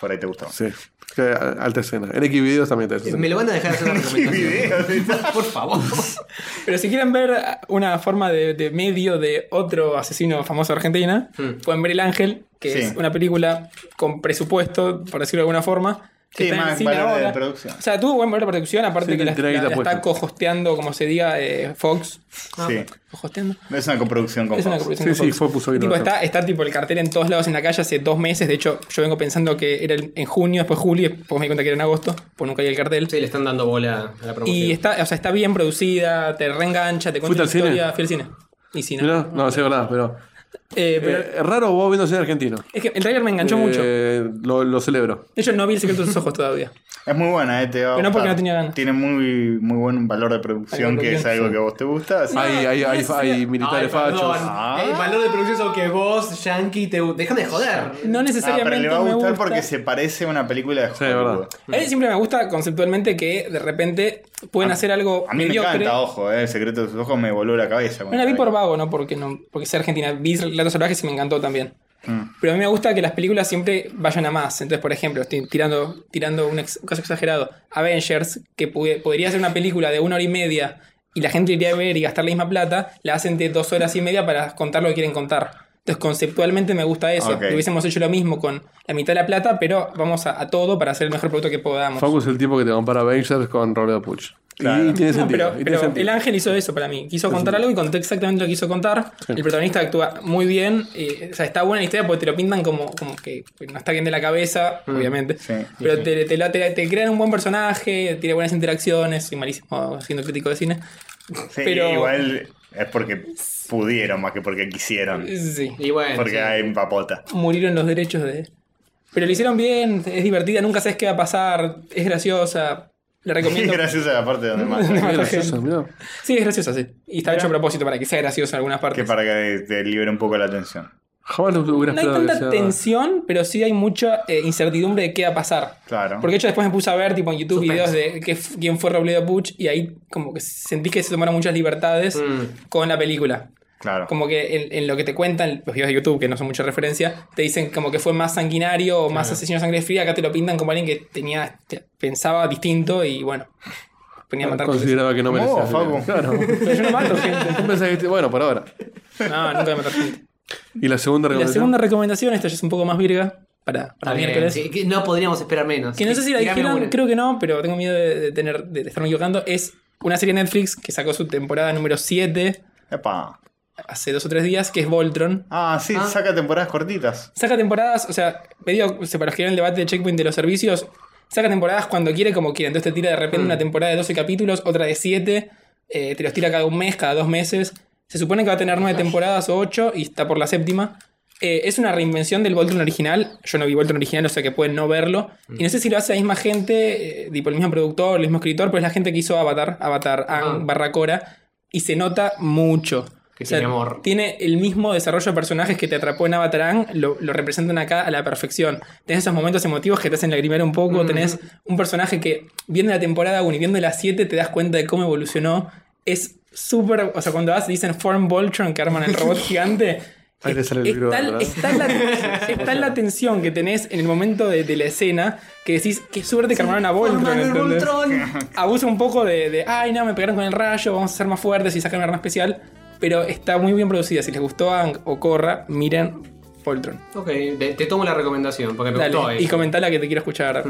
[SPEAKER 2] por ahí te gustó.
[SPEAKER 5] Sí. Que, a- alta escena. En X videos también está esa escena.
[SPEAKER 1] Me lo van a dejar hacer una
[SPEAKER 2] ¿Qué
[SPEAKER 1] recomendación.
[SPEAKER 2] video?
[SPEAKER 1] Por favor.
[SPEAKER 3] Pero si quieren ver una forma de, de medio de otro asesino famoso de Argentina,
[SPEAKER 1] Mm.
[SPEAKER 3] pueden ver El Ángel, que
[SPEAKER 2] Sí.
[SPEAKER 3] es una película con presupuesto, por decirlo de alguna forma. que
[SPEAKER 2] Sí,
[SPEAKER 3] está en
[SPEAKER 2] más
[SPEAKER 3] cine
[SPEAKER 2] valor de
[SPEAKER 3] ahora.
[SPEAKER 2] producción.
[SPEAKER 3] O sea, tuvo buen valor de producción, aparte
[SPEAKER 5] Sí,
[SPEAKER 3] que la,
[SPEAKER 5] tiene guita
[SPEAKER 3] la- la
[SPEAKER 5] puesta.
[SPEAKER 3] está cohosteando, como se diga, eh, Fox.
[SPEAKER 2] Sí.
[SPEAKER 3] ¿Cohosteando?
[SPEAKER 2] Es una coproducción con
[SPEAKER 3] Es una
[SPEAKER 2] Fox.
[SPEAKER 3] coproducción
[SPEAKER 5] Sí,
[SPEAKER 3] de
[SPEAKER 5] sí,
[SPEAKER 3] Fox.
[SPEAKER 5] fue puso bien
[SPEAKER 3] Tipo,
[SPEAKER 5] otra.
[SPEAKER 3] está, está tipo el cartel en todos lados en la calle hace dos meses. De hecho, yo vengo pensando que era el- en junio, después julio, después me di cuenta que era en agosto, pues nunca hay el cartel.
[SPEAKER 1] Sí, le están dando bola a la promoción.
[SPEAKER 3] Y este está, o sea, está bien producida, te reengancha, te
[SPEAKER 5] ¿Fuiste
[SPEAKER 3] cuenta la
[SPEAKER 5] al cine?
[SPEAKER 3] historia. Fui al cine. Y sí, no.
[SPEAKER 5] Mirá, no, sí, es verdad, pero.
[SPEAKER 3] Eh, pero
[SPEAKER 5] Eh, raro vos viendo cine argentino.
[SPEAKER 3] es que el trailer me enganchó mucho. De
[SPEAKER 5] Eh, Lo, lo celebro.
[SPEAKER 3] hecho, no vi el secreto de sus ojos todavía.
[SPEAKER 2] Es muy buena, eh, te va a
[SPEAKER 3] Pero no porque
[SPEAKER 2] gustar.
[SPEAKER 3] no tenía ganas.
[SPEAKER 2] Tiene muy, muy buen valor de producción,
[SPEAKER 3] Valor de
[SPEAKER 2] que es
[SPEAKER 3] producción,
[SPEAKER 2] algo
[SPEAKER 5] sí.
[SPEAKER 2] que a vos te gusta. así-
[SPEAKER 5] hay, hay, hay,
[SPEAKER 3] no
[SPEAKER 5] hay
[SPEAKER 3] sería-
[SPEAKER 5] militares
[SPEAKER 1] Ay, perdón.
[SPEAKER 5] fachos.
[SPEAKER 2] Ah.
[SPEAKER 1] El valor de producción es algo que vos, Yankee, te. Déjame de joder.
[SPEAKER 3] No
[SPEAKER 2] Ah, pero
[SPEAKER 3] necesariamente
[SPEAKER 2] le va a
[SPEAKER 3] me
[SPEAKER 2] gustar
[SPEAKER 3] gusta.
[SPEAKER 2] porque se parece a una película de
[SPEAKER 5] Sí, es verdad.
[SPEAKER 2] Hollywood.
[SPEAKER 3] A mí siempre me gusta conceptualmente que de repente pueden hacer algo
[SPEAKER 2] A mí
[SPEAKER 3] mediocre.
[SPEAKER 2] me encanta, ojo, eh, el secreto de sus ojos me voló la cabeza.
[SPEAKER 3] No
[SPEAKER 2] cuando
[SPEAKER 3] la vi
[SPEAKER 2] la
[SPEAKER 3] por vago, ¿no? Porque no porque sea argentina. Vi Relatos Salvajes y me encantó también.
[SPEAKER 2] Mm.
[SPEAKER 3] Pero a mí me gusta que las películas siempre vayan a más. Entonces, por ejemplo, estoy tirando, tirando un, ex- un caso exagerado. Avengers, que pude- podría ser una película de una hora y media y la gente iría a ver y gastar la misma plata, la hacen de dos horas y media para contar lo que quieren contar. Entonces, conceptualmente me gusta eso.
[SPEAKER 2] Ok.
[SPEAKER 3] Que hubiésemos hecho lo mismo con la mitad de la plata, pero vamos a, a todo para hacer el mejor producto que podamos.
[SPEAKER 5] Focus es el tipo que te compara Avengers con Robledo Puch.
[SPEAKER 2] Claro.
[SPEAKER 5] Y tiene
[SPEAKER 3] No,
[SPEAKER 5] sentido.
[SPEAKER 3] pero,
[SPEAKER 5] y tiene
[SPEAKER 3] pero
[SPEAKER 5] sentido.
[SPEAKER 3] el ángel hizo eso para mí. Quiso contar algo y contó exactamente lo que quiso contar. El protagonista actúa muy bien. eh, o sea, está buena la historia porque te lo pintan como, como que no está bien de la cabeza, obviamente.
[SPEAKER 2] sí,
[SPEAKER 3] pero Te, te la- te la- te crean un buen personaje, tiene buenas interacciones. Soy malísimo siendo crítico de cine.
[SPEAKER 2] Sí,
[SPEAKER 3] Pero-
[SPEAKER 2] igual es porque pudieron más que porque quisieron.
[SPEAKER 3] Sí.
[SPEAKER 1] Y bueno.
[SPEAKER 2] Porque
[SPEAKER 1] sí.
[SPEAKER 2] hay papota.
[SPEAKER 3] Murieron los derechos de. Pero lo hicieron bien, es divertida, nunca sabes qué va a pasar, es graciosa. Le recomiendo.
[SPEAKER 2] Gracias a la parte donde más.
[SPEAKER 5] Qué gracioso, mirá.
[SPEAKER 3] sí, es graciosa, sí. Y está hecho a propósito para que sea graciosa en algunas
[SPEAKER 2] Que
[SPEAKER 3] partes.
[SPEAKER 2] para que te libere un poco la atención.
[SPEAKER 5] Jamás lo hubiera
[SPEAKER 3] No hay
[SPEAKER 5] esperado.
[SPEAKER 3] tanta
[SPEAKER 5] que sea-
[SPEAKER 3] tensión, pero sí hay mucha eh, incertidumbre de qué va a pasar.
[SPEAKER 2] Claro.
[SPEAKER 3] Porque de hecho después me puse a ver tipo en YouTube
[SPEAKER 1] Suspenso.
[SPEAKER 3] videos de qué f- quién fue Robledo Puch y ahí como que sentí que se tomaron muchas libertades
[SPEAKER 1] Mm.
[SPEAKER 3] con la película.
[SPEAKER 2] Claro.
[SPEAKER 3] Como que en, en lo que te cuentan los videos de YouTube, que no son mucha referencia, te dicen como que fue más sanguinario o más asesino a sangre fría. Acá te lo pintan como alguien que tenía te- pensaba distinto y bueno, venía a matar. gente.
[SPEAKER 5] Consideraba que no
[SPEAKER 2] Como
[SPEAKER 5] merecía.
[SPEAKER 2] vos, Facu.
[SPEAKER 5] Claro.
[SPEAKER 3] Pero yo no mato gente.
[SPEAKER 5] Vos pensás que- bueno, por ahora.
[SPEAKER 3] No, nunca voy a matar gente.
[SPEAKER 5] Y la segunda
[SPEAKER 3] Y la
[SPEAKER 5] recomendación.
[SPEAKER 3] segunda recomendación, esta ya es un poco más virga para,
[SPEAKER 1] Está
[SPEAKER 3] para
[SPEAKER 1] bien,
[SPEAKER 3] miércoles.
[SPEAKER 1] sí, que no podríamos esperar menos.
[SPEAKER 3] Que no sé si la
[SPEAKER 1] Tirame
[SPEAKER 3] dijeron,
[SPEAKER 1] una.
[SPEAKER 3] creo que no, pero tengo miedo de, de tener, de, de estarme equivocando. Es una serie de Netflix que sacó su temporada número 7
[SPEAKER 2] Epa.
[SPEAKER 3] hace dos o tres días, que es Voltron.
[SPEAKER 2] Ah, sí,
[SPEAKER 1] Ah.
[SPEAKER 2] saca temporadas cortitas.
[SPEAKER 3] Saca temporadas, o sea, medio o sea, para los que vieron el debate de Checkpoint de los servicios, saca temporadas cuando quiere, como quiere. Entonces te tira de repente una temporada de 12 capítulos, otra de 7, eh, te los tira cada un mes, cada dos meses. Se supone que va a tener nueve temporadas o ocho y está por la séptima. Eh, es una reinvención del Voltron original. Yo no vi Voltron original, o sea que pueden no verlo. Y no sé si lo hace la misma gente, eh, tipo el mismo productor, el mismo escritor, pero es la gente que hizo Avatar, Avatar,
[SPEAKER 1] Ah.
[SPEAKER 3] Aang, Barracora. Y se nota mucho.
[SPEAKER 1] Que tiene amor.
[SPEAKER 3] Tiene el mismo desarrollo de personajes que te atrapó en Avatar Aang, lo, lo representan acá a la perfección. Tenés esos momentos emotivos que te hacen lagrimear un poco. Tenés un personaje que, viendo la temporada 1 y viendo la 7, te das cuenta de cómo evolucionó. Es súper. O sea, cuando vas, dicen Form Voltron, que arman el robot gigante.
[SPEAKER 5] Ahí le sale el
[SPEAKER 3] Está,
[SPEAKER 5] libro, ¿verdad?
[SPEAKER 3] está la, está la tensión que tenés en el momento de, de la escena que decís, qué suerte que armaron a Voltron.
[SPEAKER 1] Formaron
[SPEAKER 3] ¿entendés?
[SPEAKER 1] Voltron.
[SPEAKER 3] abusa un poco de, de, ay, no, me pegaron con el rayo, vamos a ser más fuertes y sacan una arma especial. Pero está muy bien producida. Si les gustó Ang o Corra, miren Poltron.
[SPEAKER 1] Ok, te, te tomo la recomendación porque me
[SPEAKER 3] Dale,
[SPEAKER 1] gustó. eh.
[SPEAKER 3] y comentala que te quiero escuchar.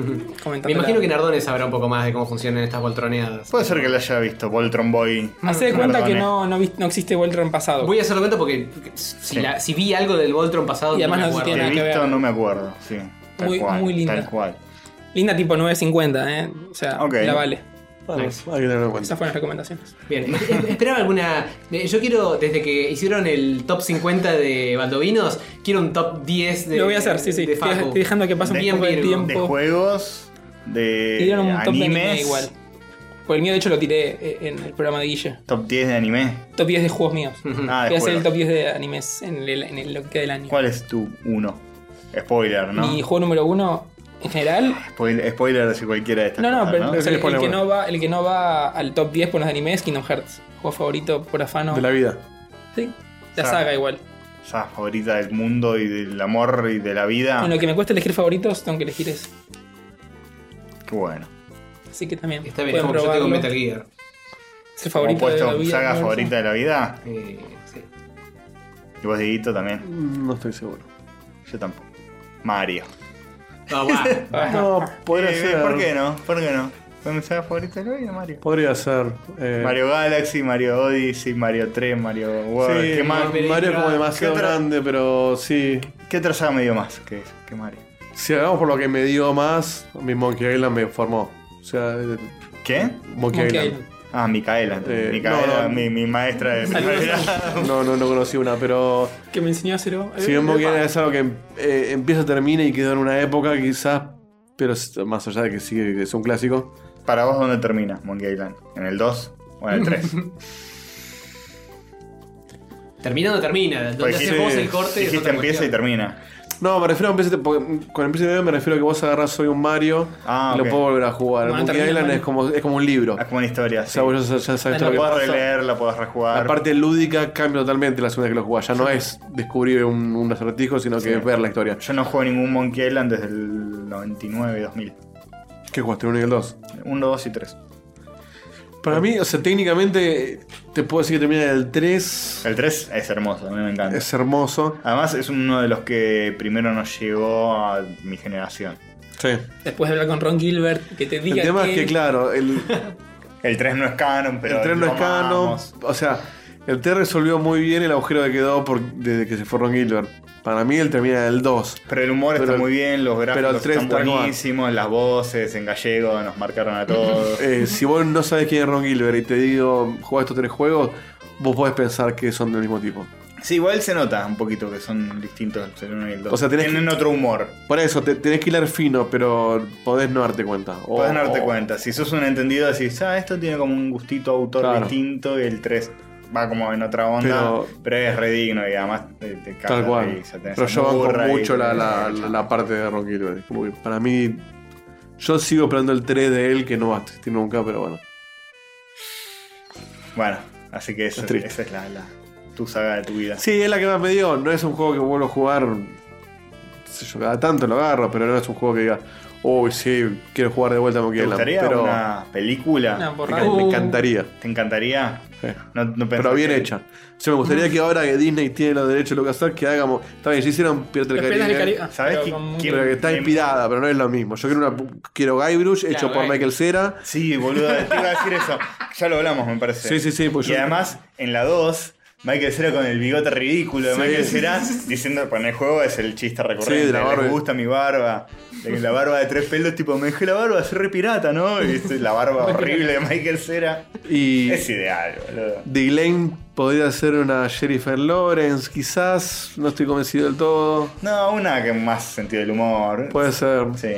[SPEAKER 3] Comentala.
[SPEAKER 1] me imagino que Nardone sabrá un poco más de cómo funcionan estas poltroneadas.
[SPEAKER 2] Puede ser que lo haya visto, Voltron Boy.
[SPEAKER 3] Hacé de cuenta
[SPEAKER 2] Perdone.
[SPEAKER 3] que no, no, vist- no existe Voltron pasado.
[SPEAKER 1] eh. Voy a hacerlo cuenta porque si, la- si vi algo del Voltron pasado,
[SPEAKER 3] Y además
[SPEAKER 1] no me
[SPEAKER 3] no
[SPEAKER 1] acuerdo.
[SPEAKER 2] Que
[SPEAKER 3] tiene-
[SPEAKER 2] he
[SPEAKER 3] que
[SPEAKER 2] visto,
[SPEAKER 3] ver.
[SPEAKER 2] no me acuerdo, sí. Tal
[SPEAKER 3] Muy-
[SPEAKER 2] cual,
[SPEAKER 3] muy linda.
[SPEAKER 2] Tal cual.
[SPEAKER 3] Linda tipo 950, ¿eh? O sea,
[SPEAKER 2] Ok.
[SPEAKER 3] la vale.
[SPEAKER 1] Nice.
[SPEAKER 5] Hay que tenerlo en cuenta.
[SPEAKER 3] Esas fueron las recomendaciones.
[SPEAKER 1] Bien, es- esperaba alguna. eh, Yo quiero, desde que hicieron el top 50 de Baldovinos, quiero un top 10 de.
[SPEAKER 3] Lo voy a hacer, sí, sí.
[SPEAKER 1] de
[SPEAKER 3] Estoy,
[SPEAKER 1] Facu.
[SPEAKER 3] estoy dejando que pase un
[SPEAKER 1] Bien,
[SPEAKER 3] poco de
[SPEAKER 1] Virgo.
[SPEAKER 3] tiempo.
[SPEAKER 2] De juegos, de
[SPEAKER 3] Tiraron un top de
[SPEAKER 2] animes.
[SPEAKER 3] anime igual. Pues el mío, de hecho, lo tiré eh, en el programa de Guille.
[SPEAKER 2] Top 10 de anime.
[SPEAKER 3] Top 10 de juegos míos.
[SPEAKER 2] Ah, de
[SPEAKER 3] Voy a hacer el
[SPEAKER 2] juegos.
[SPEAKER 3] top 10 de animes en, el, en el- lo que queda del año.
[SPEAKER 2] ¿Cuál es tu uno? Spoiler, ¿no?
[SPEAKER 3] Mi juego número uno, en general.
[SPEAKER 2] Spoil- spoiler de cualquiera de estas
[SPEAKER 3] No, no,
[SPEAKER 2] cosas,
[SPEAKER 3] pero o sea,
[SPEAKER 5] Sí,
[SPEAKER 3] el,
[SPEAKER 5] ponle
[SPEAKER 3] que
[SPEAKER 5] uno.
[SPEAKER 3] no va, el que no va al top 10 por los animes, Kingdom Hearts. Juego favorito por afano.
[SPEAKER 5] De la vida.
[SPEAKER 3] Sí, la
[SPEAKER 2] Saga.
[SPEAKER 3] saga igual.
[SPEAKER 2] Esa favorita del mundo y del amor y de la vida.
[SPEAKER 3] En lo que me cuesta elegir favoritos, tengo que elegir eso.
[SPEAKER 2] Qué bueno.
[SPEAKER 3] Así que también.
[SPEAKER 1] Está bien, es
[SPEAKER 3] pueden
[SPEAKER 1] como que yo tengo
[SPEAKER 3] probarlo.
[SPEAKER 1] Metal Gear.
[SPEAKER 3] Es
[SPEAKER 2] ¿Cómo
[SPEAKER 3] el favorito
[SPEAKER 2] puesto
[SPEAKER 3] de la vida,
[SPEAKER 2] saga
[SPEAKER 3] ¿no?
[SPEAKER 2] favorita de la vida?
[SPEAKER 1] Eh, sí.
[SPEAKER 2] Y vos, Dieguito, también.
[SPEAKER 5] No estoy seguro.
[SPEAKER 2] Yo tampoco. Mario.
[SPEAKER 1] No, va.
[SPEAKER 3] Ajá.
[SPEAKER 5] No, podría
[SPEAKER 2] Eh,
[SPEAKER 5] ser.
[SPEAKER 2] ¿Por qué no? ¿Por qué no? ¿Fue mi saga favorita de la vida, Mario?
[SPEAKER 5] Podría ser. eh,
[SPEAKER 2] Mario Galaxy, Mario Odyssey, Mario 3, Mario World.
[SPEAKER 5] Sí,
[SPEAKER 2] ¿Qué, más-
[SPEAKER 5] Ma- Mario es como demasiado
[SPEAKER 2] ¿Qué otra-
[SPEAKER 5] grande, pero sí.
[SPEAKER 2] qué otra saga me dio más que, que Mario?
[SPEAKER 5] Si hagamos por lo que me dio más, mi Monkey Island me formó. O sea, eh,
[SPEAKER 2] ¿Qué?
[SPEAKER 5] Monkey,
[SPEAKER 3] Monkey
[SPEAKER 5] Island.
[SPEAKER 3] Island.
[SPEAKER 2] Ah, Micaela.
[SPEAKER 5] Eh,
[SPEAKER 2] Micaela,
[SPEAKER 5] no, no.
[SPEAKER 2] Mi, mi maestra de primer grado.
[SPEAKER 5] No, no, no conocí una, pero
[SPEAKER 3] Que me enseñó a cero.
[SPEAKER 5] si bien Monkey Island es algo que eh, empieza, termina y quedó en una época, quizás, pero es- más allá de que sí que es un clásico.
[SPEAKER 2] Para vos, ¿dónde termina Monkey Island? ¿En el 2 o en el 3?
[SPEAKER 1] Termina o no termina. Donde
[SPEAKER 2] Porque
[SPEAKER 1] haces
[SPEAKER 5] sí,
[SPEAKER 1] vos el corte. es
[SPEAKER 2] Dijiste
[SPEAKER 1] otra
[SPEAKER 2] empieza y
[SPEAKER 1] cuestión.
[SPEAKER 2] termina.
[SPEAKER 5] No, me refiero a un PC, porque con el PC me refiero a que vos agarrás soy un Mario
[SPEAKER 2] Ah,
[SPEAKER 5] y
[SPEAKER 2] ok.
[SPEAKER 5] lo puedo volver a jugar.
[SPEAKER 3] Bueno,
[SPEAKER 5] Monkey
[SPEAKER 3] termina,
[SPEAKER 5] Island
[SPEAKER 3] Mario.
[SPEAKER 5] es como, es como un libro.
[SPEAKER 2] Es como una historia.
[SPEAKER 5] O
[SPEAKER 2] sí.
[SPEAKER 5] sea, vos ya, ya sabes
[SPEAKER 3] Ah,
[SPEAKER 5] todo
[SPEAKER 3] no,
[SPEAKER 5] lo que
[SPEAKER 2] podés
[SPEAKER 5] pasa.
[SPEAKER 2] releerla, podés rejugar.
[SPEAKER 5] La parte lúdica cambia totalmente la segunda que lo jugás. Ya no es descubrir un, un acertijo, sino que es ver la historia.
[SPEAKER 2] Yo no juego ningún Monkey Island desde el 99, 2000.
[SPEAKER 5] ¿Qué jugaste? ¿Uno y el dos?
[SPEAKER 2] 1, 2 y 3.
[SPEAKER 5] Para mí, o sea, técnicamente te puedo decir que termina en el 3.
[SPEAKER 2] El 3 es hermoso, a mí me encanta.
[SPEAKER 5] Es hermoso.
[SPEAKER 2] Además, es uno de los que primero nos llegó a mi generación.
[SPEAKER 5] Sí.
[SPEAKER 3] Después de hablar con Ron Gilbert, que te diga.
[SPEAKER 5] El tema es
[SPEAKER 3] que-
[SPEAKER 5] que, claro, el,
[SPEAKER 2] El 3 no es canon, pero.
[SPEAKER 5] el 3 no
[SPEAKER 2] lo
[SPEAKER 5] es canon.
[SPEAKER 2] amamos.
[SPEAKER 5] O sea, el 3 resolvió muy bien el agujero que quedó por- desde que se fue Ron Gilbert. Para mí, él termina en el 2.
[SPEAKER 2] Pero el humor está
[SPEAKER 5] Pero-
[SPEAKER 2] muy bien, los
[SPEAKER 5] pero el
[SPEAKER 2] gráficos
[SPEAKER 5] tres
[SPEAKER 2] están
[SPEAKER 5] está como-
[SPEAKER 2] buenísimos, las voces en gallego nos marcaron a todos.
[SPEAKER 5] Eh, si vos no sabes quién es Ron Gilbert y te digo, juega estos tres juegos, vos podés pensar que son del mismo tipo.
[SPEAKER 2] Sí, igual se nota un poquito que son distintos el 1 y el 2.
[SPEAKER 5] O sea, tenés
[SPEAKER 2] Tienen
[SPEAKER 5] que-
[SPEAKER 2] otro humor.
[SPEAKER 5] Por eso, te, tenés que hilar fino, pero podés no darte cuenta. O-
[SPEAKER 2] Podés darte
[SPEAKER 5] o-
[SPEAKER 2] cuenta. Si sos un entendido, decís, ah, esto tiene como un gustito autor
[SPEAKER 5] Claro.
[SPEAKER 2] distinto y el 3 va como en otra onda, pero,
[SPEAKER 5] Pero-
[SPEAKER 2] es redigno y además te, te cagas
[SPEAKER 5] Tal
[SPEAKER 2] de
[SPEAKER 5] cual.
[SPEAKER 2] risa, tenés
[SPEAKER 5] Pero
[SPEAKER 2] a
[SPEAKER 5] yo banco
[SPEAKER 2] Murray y-
[SPEAKER 5] mucho la, la- la- la parte de Ron Gilbert. Como que para mí, yo sigo esperando el 3 de él que no va a existir nunca, pero bueno.
[SPEAKER 2] Bueno, así que esa,
[SPEAKER 5] Es triste.
[SPEAKER 2] esa es la, la- tu saga de tu vida.
[SPEAKER 5] Sí, es la que más me dio. No es un juego que vuelvo a jugar. qué sé yo, cada tanto lo agarro, pero no es un juego que diga, uy, sí, quiero jugar de vuelta a Monkey
[SPEAKER 2] ¿Te
[SPEAKER 5] Island",
[SPEAKER 2] gustaría
[SPEAKER 5] Pero
[SPEAKER 2] una película?
[SPEAKER 3] No, por
[SPEAKER 5] me encan- me encantaría.
[SPEAKER 2] ¿Te encantaría?
[SPEAKER 5] Sí.
[SPEAKER 2] No, no pensás
[SPEAKER 5] Pero bien
[SPEAKER 2] que-
[SPEAKER 5] hecha. O sea, me gustaría que ahora que Disney tiene los derechos de lo que hacer, que hagamos. Está bien, ya hicieron Pirata del
[SPEAKER 3] Los Piratas del
[SPEAKER 5] Caribe.
[SPEAKER 3] Caribe. Ah,
[SPEAKER 2] ¿Sabés
[SPEAKER 3] pero
[SPEAKER 2] qué-
[SPEAKER 3] con-
[SPEAKER 2] qué-
[SPEAKER 5] Pero que está inspirada, pero no es lo mismo. Yo quiero una quiero Guybrush hecho por
[SPEAKER 3] Guy.
[SPEAKER 5] Michael Cera.
[SPEAKER 2] Sí, boludo, te iba a decir eso. Ya lo hablamos, me parece.
[SPEAKER 5] Sí, sí, sí, pues
[SPEAKER 2] y
[SPEAKER 5] yo-
[SPEAKER 2] además, en la 2, Michael Cera con el bigote ridículo de
[SPEAKER 5] Sí.
[SPEAKER 2] Michael Cera diciendo, bueno, en el juego es el chiste recurrente.
[SPEAKER 5] Sí, de la barba.
[SPEAKER 2] Me gusta mi barba. De La barba de tres pelos, tipo, me dejé la barba, soy re pirata, ¿no? Y es la barba horrible de Michael Cera.
[SPEAKER 5] Y
[SPEAKER 2] Es ideal, boludo.
[SPEAKER 5] Diglane podría ser una Jennifer Lawrence, quizás. No estoy convencido del todo.
[SPEAKER 2] No, una que más sentido del humor.
[SPEAKER 5] Puede ser.
[SPEAKER 2] Sí.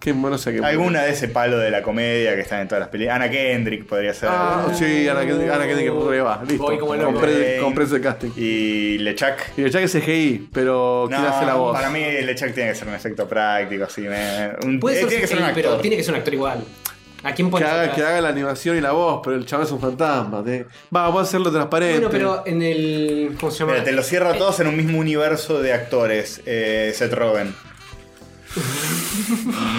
[SPEAKER 5] Que, bueno, no sé qué.
[SPEAKER 2] Alguna de ese palo de la comedia que están en todas las películas. Ana Kendrick podría ser.
[SPEAKER 5] Ah, sí, Ana Kendrick, Ana Kendrick, puto que va. Listo.
[SPEAKER 1] Voy como el
[SPEAKER 5] compré,
[SPEAKER 2] loco.
[SPEAKER 5] compré ese casting.
[SPEAKER 2] Y LeChuck.
[SPEAKER 5] Y ya que es CGI, pero ¿quién hace la voz?
[SPEAKER 2] Para mí, LeChuck tiene que ser un efecto práctico, así. me- un-
[SPEAKER 1] Puede
[SPEAKER 2] eh,
[SPEAKER 1] ser,
[SPEAKER 2] tiene que ser un
[SPEAKER 1] sí,
[SPEAKER 2] actor.
[SPEAKER 1] pero tiene que ser un actor igual. ¿A quién
[SPEAKER 5] que
[SPEAKER 1] pones
[SPEAKER 5] haga,
[SPEAKER 1] atrás?
[SPEAKER 5] que haga la animación y la voz, pero el chaval es un fantasma. te- Va, vamos a hacerlo transparente.
[SPEAKER 1] Bueno, pero en el. ¿Cómo se llama?
[SPEAKER 2] Mira, te lo
[SPEAKER 1] Eh.
[SPEAKER 2] cierra a todos en un mismo universo de actores. Eh, Seth Rogen.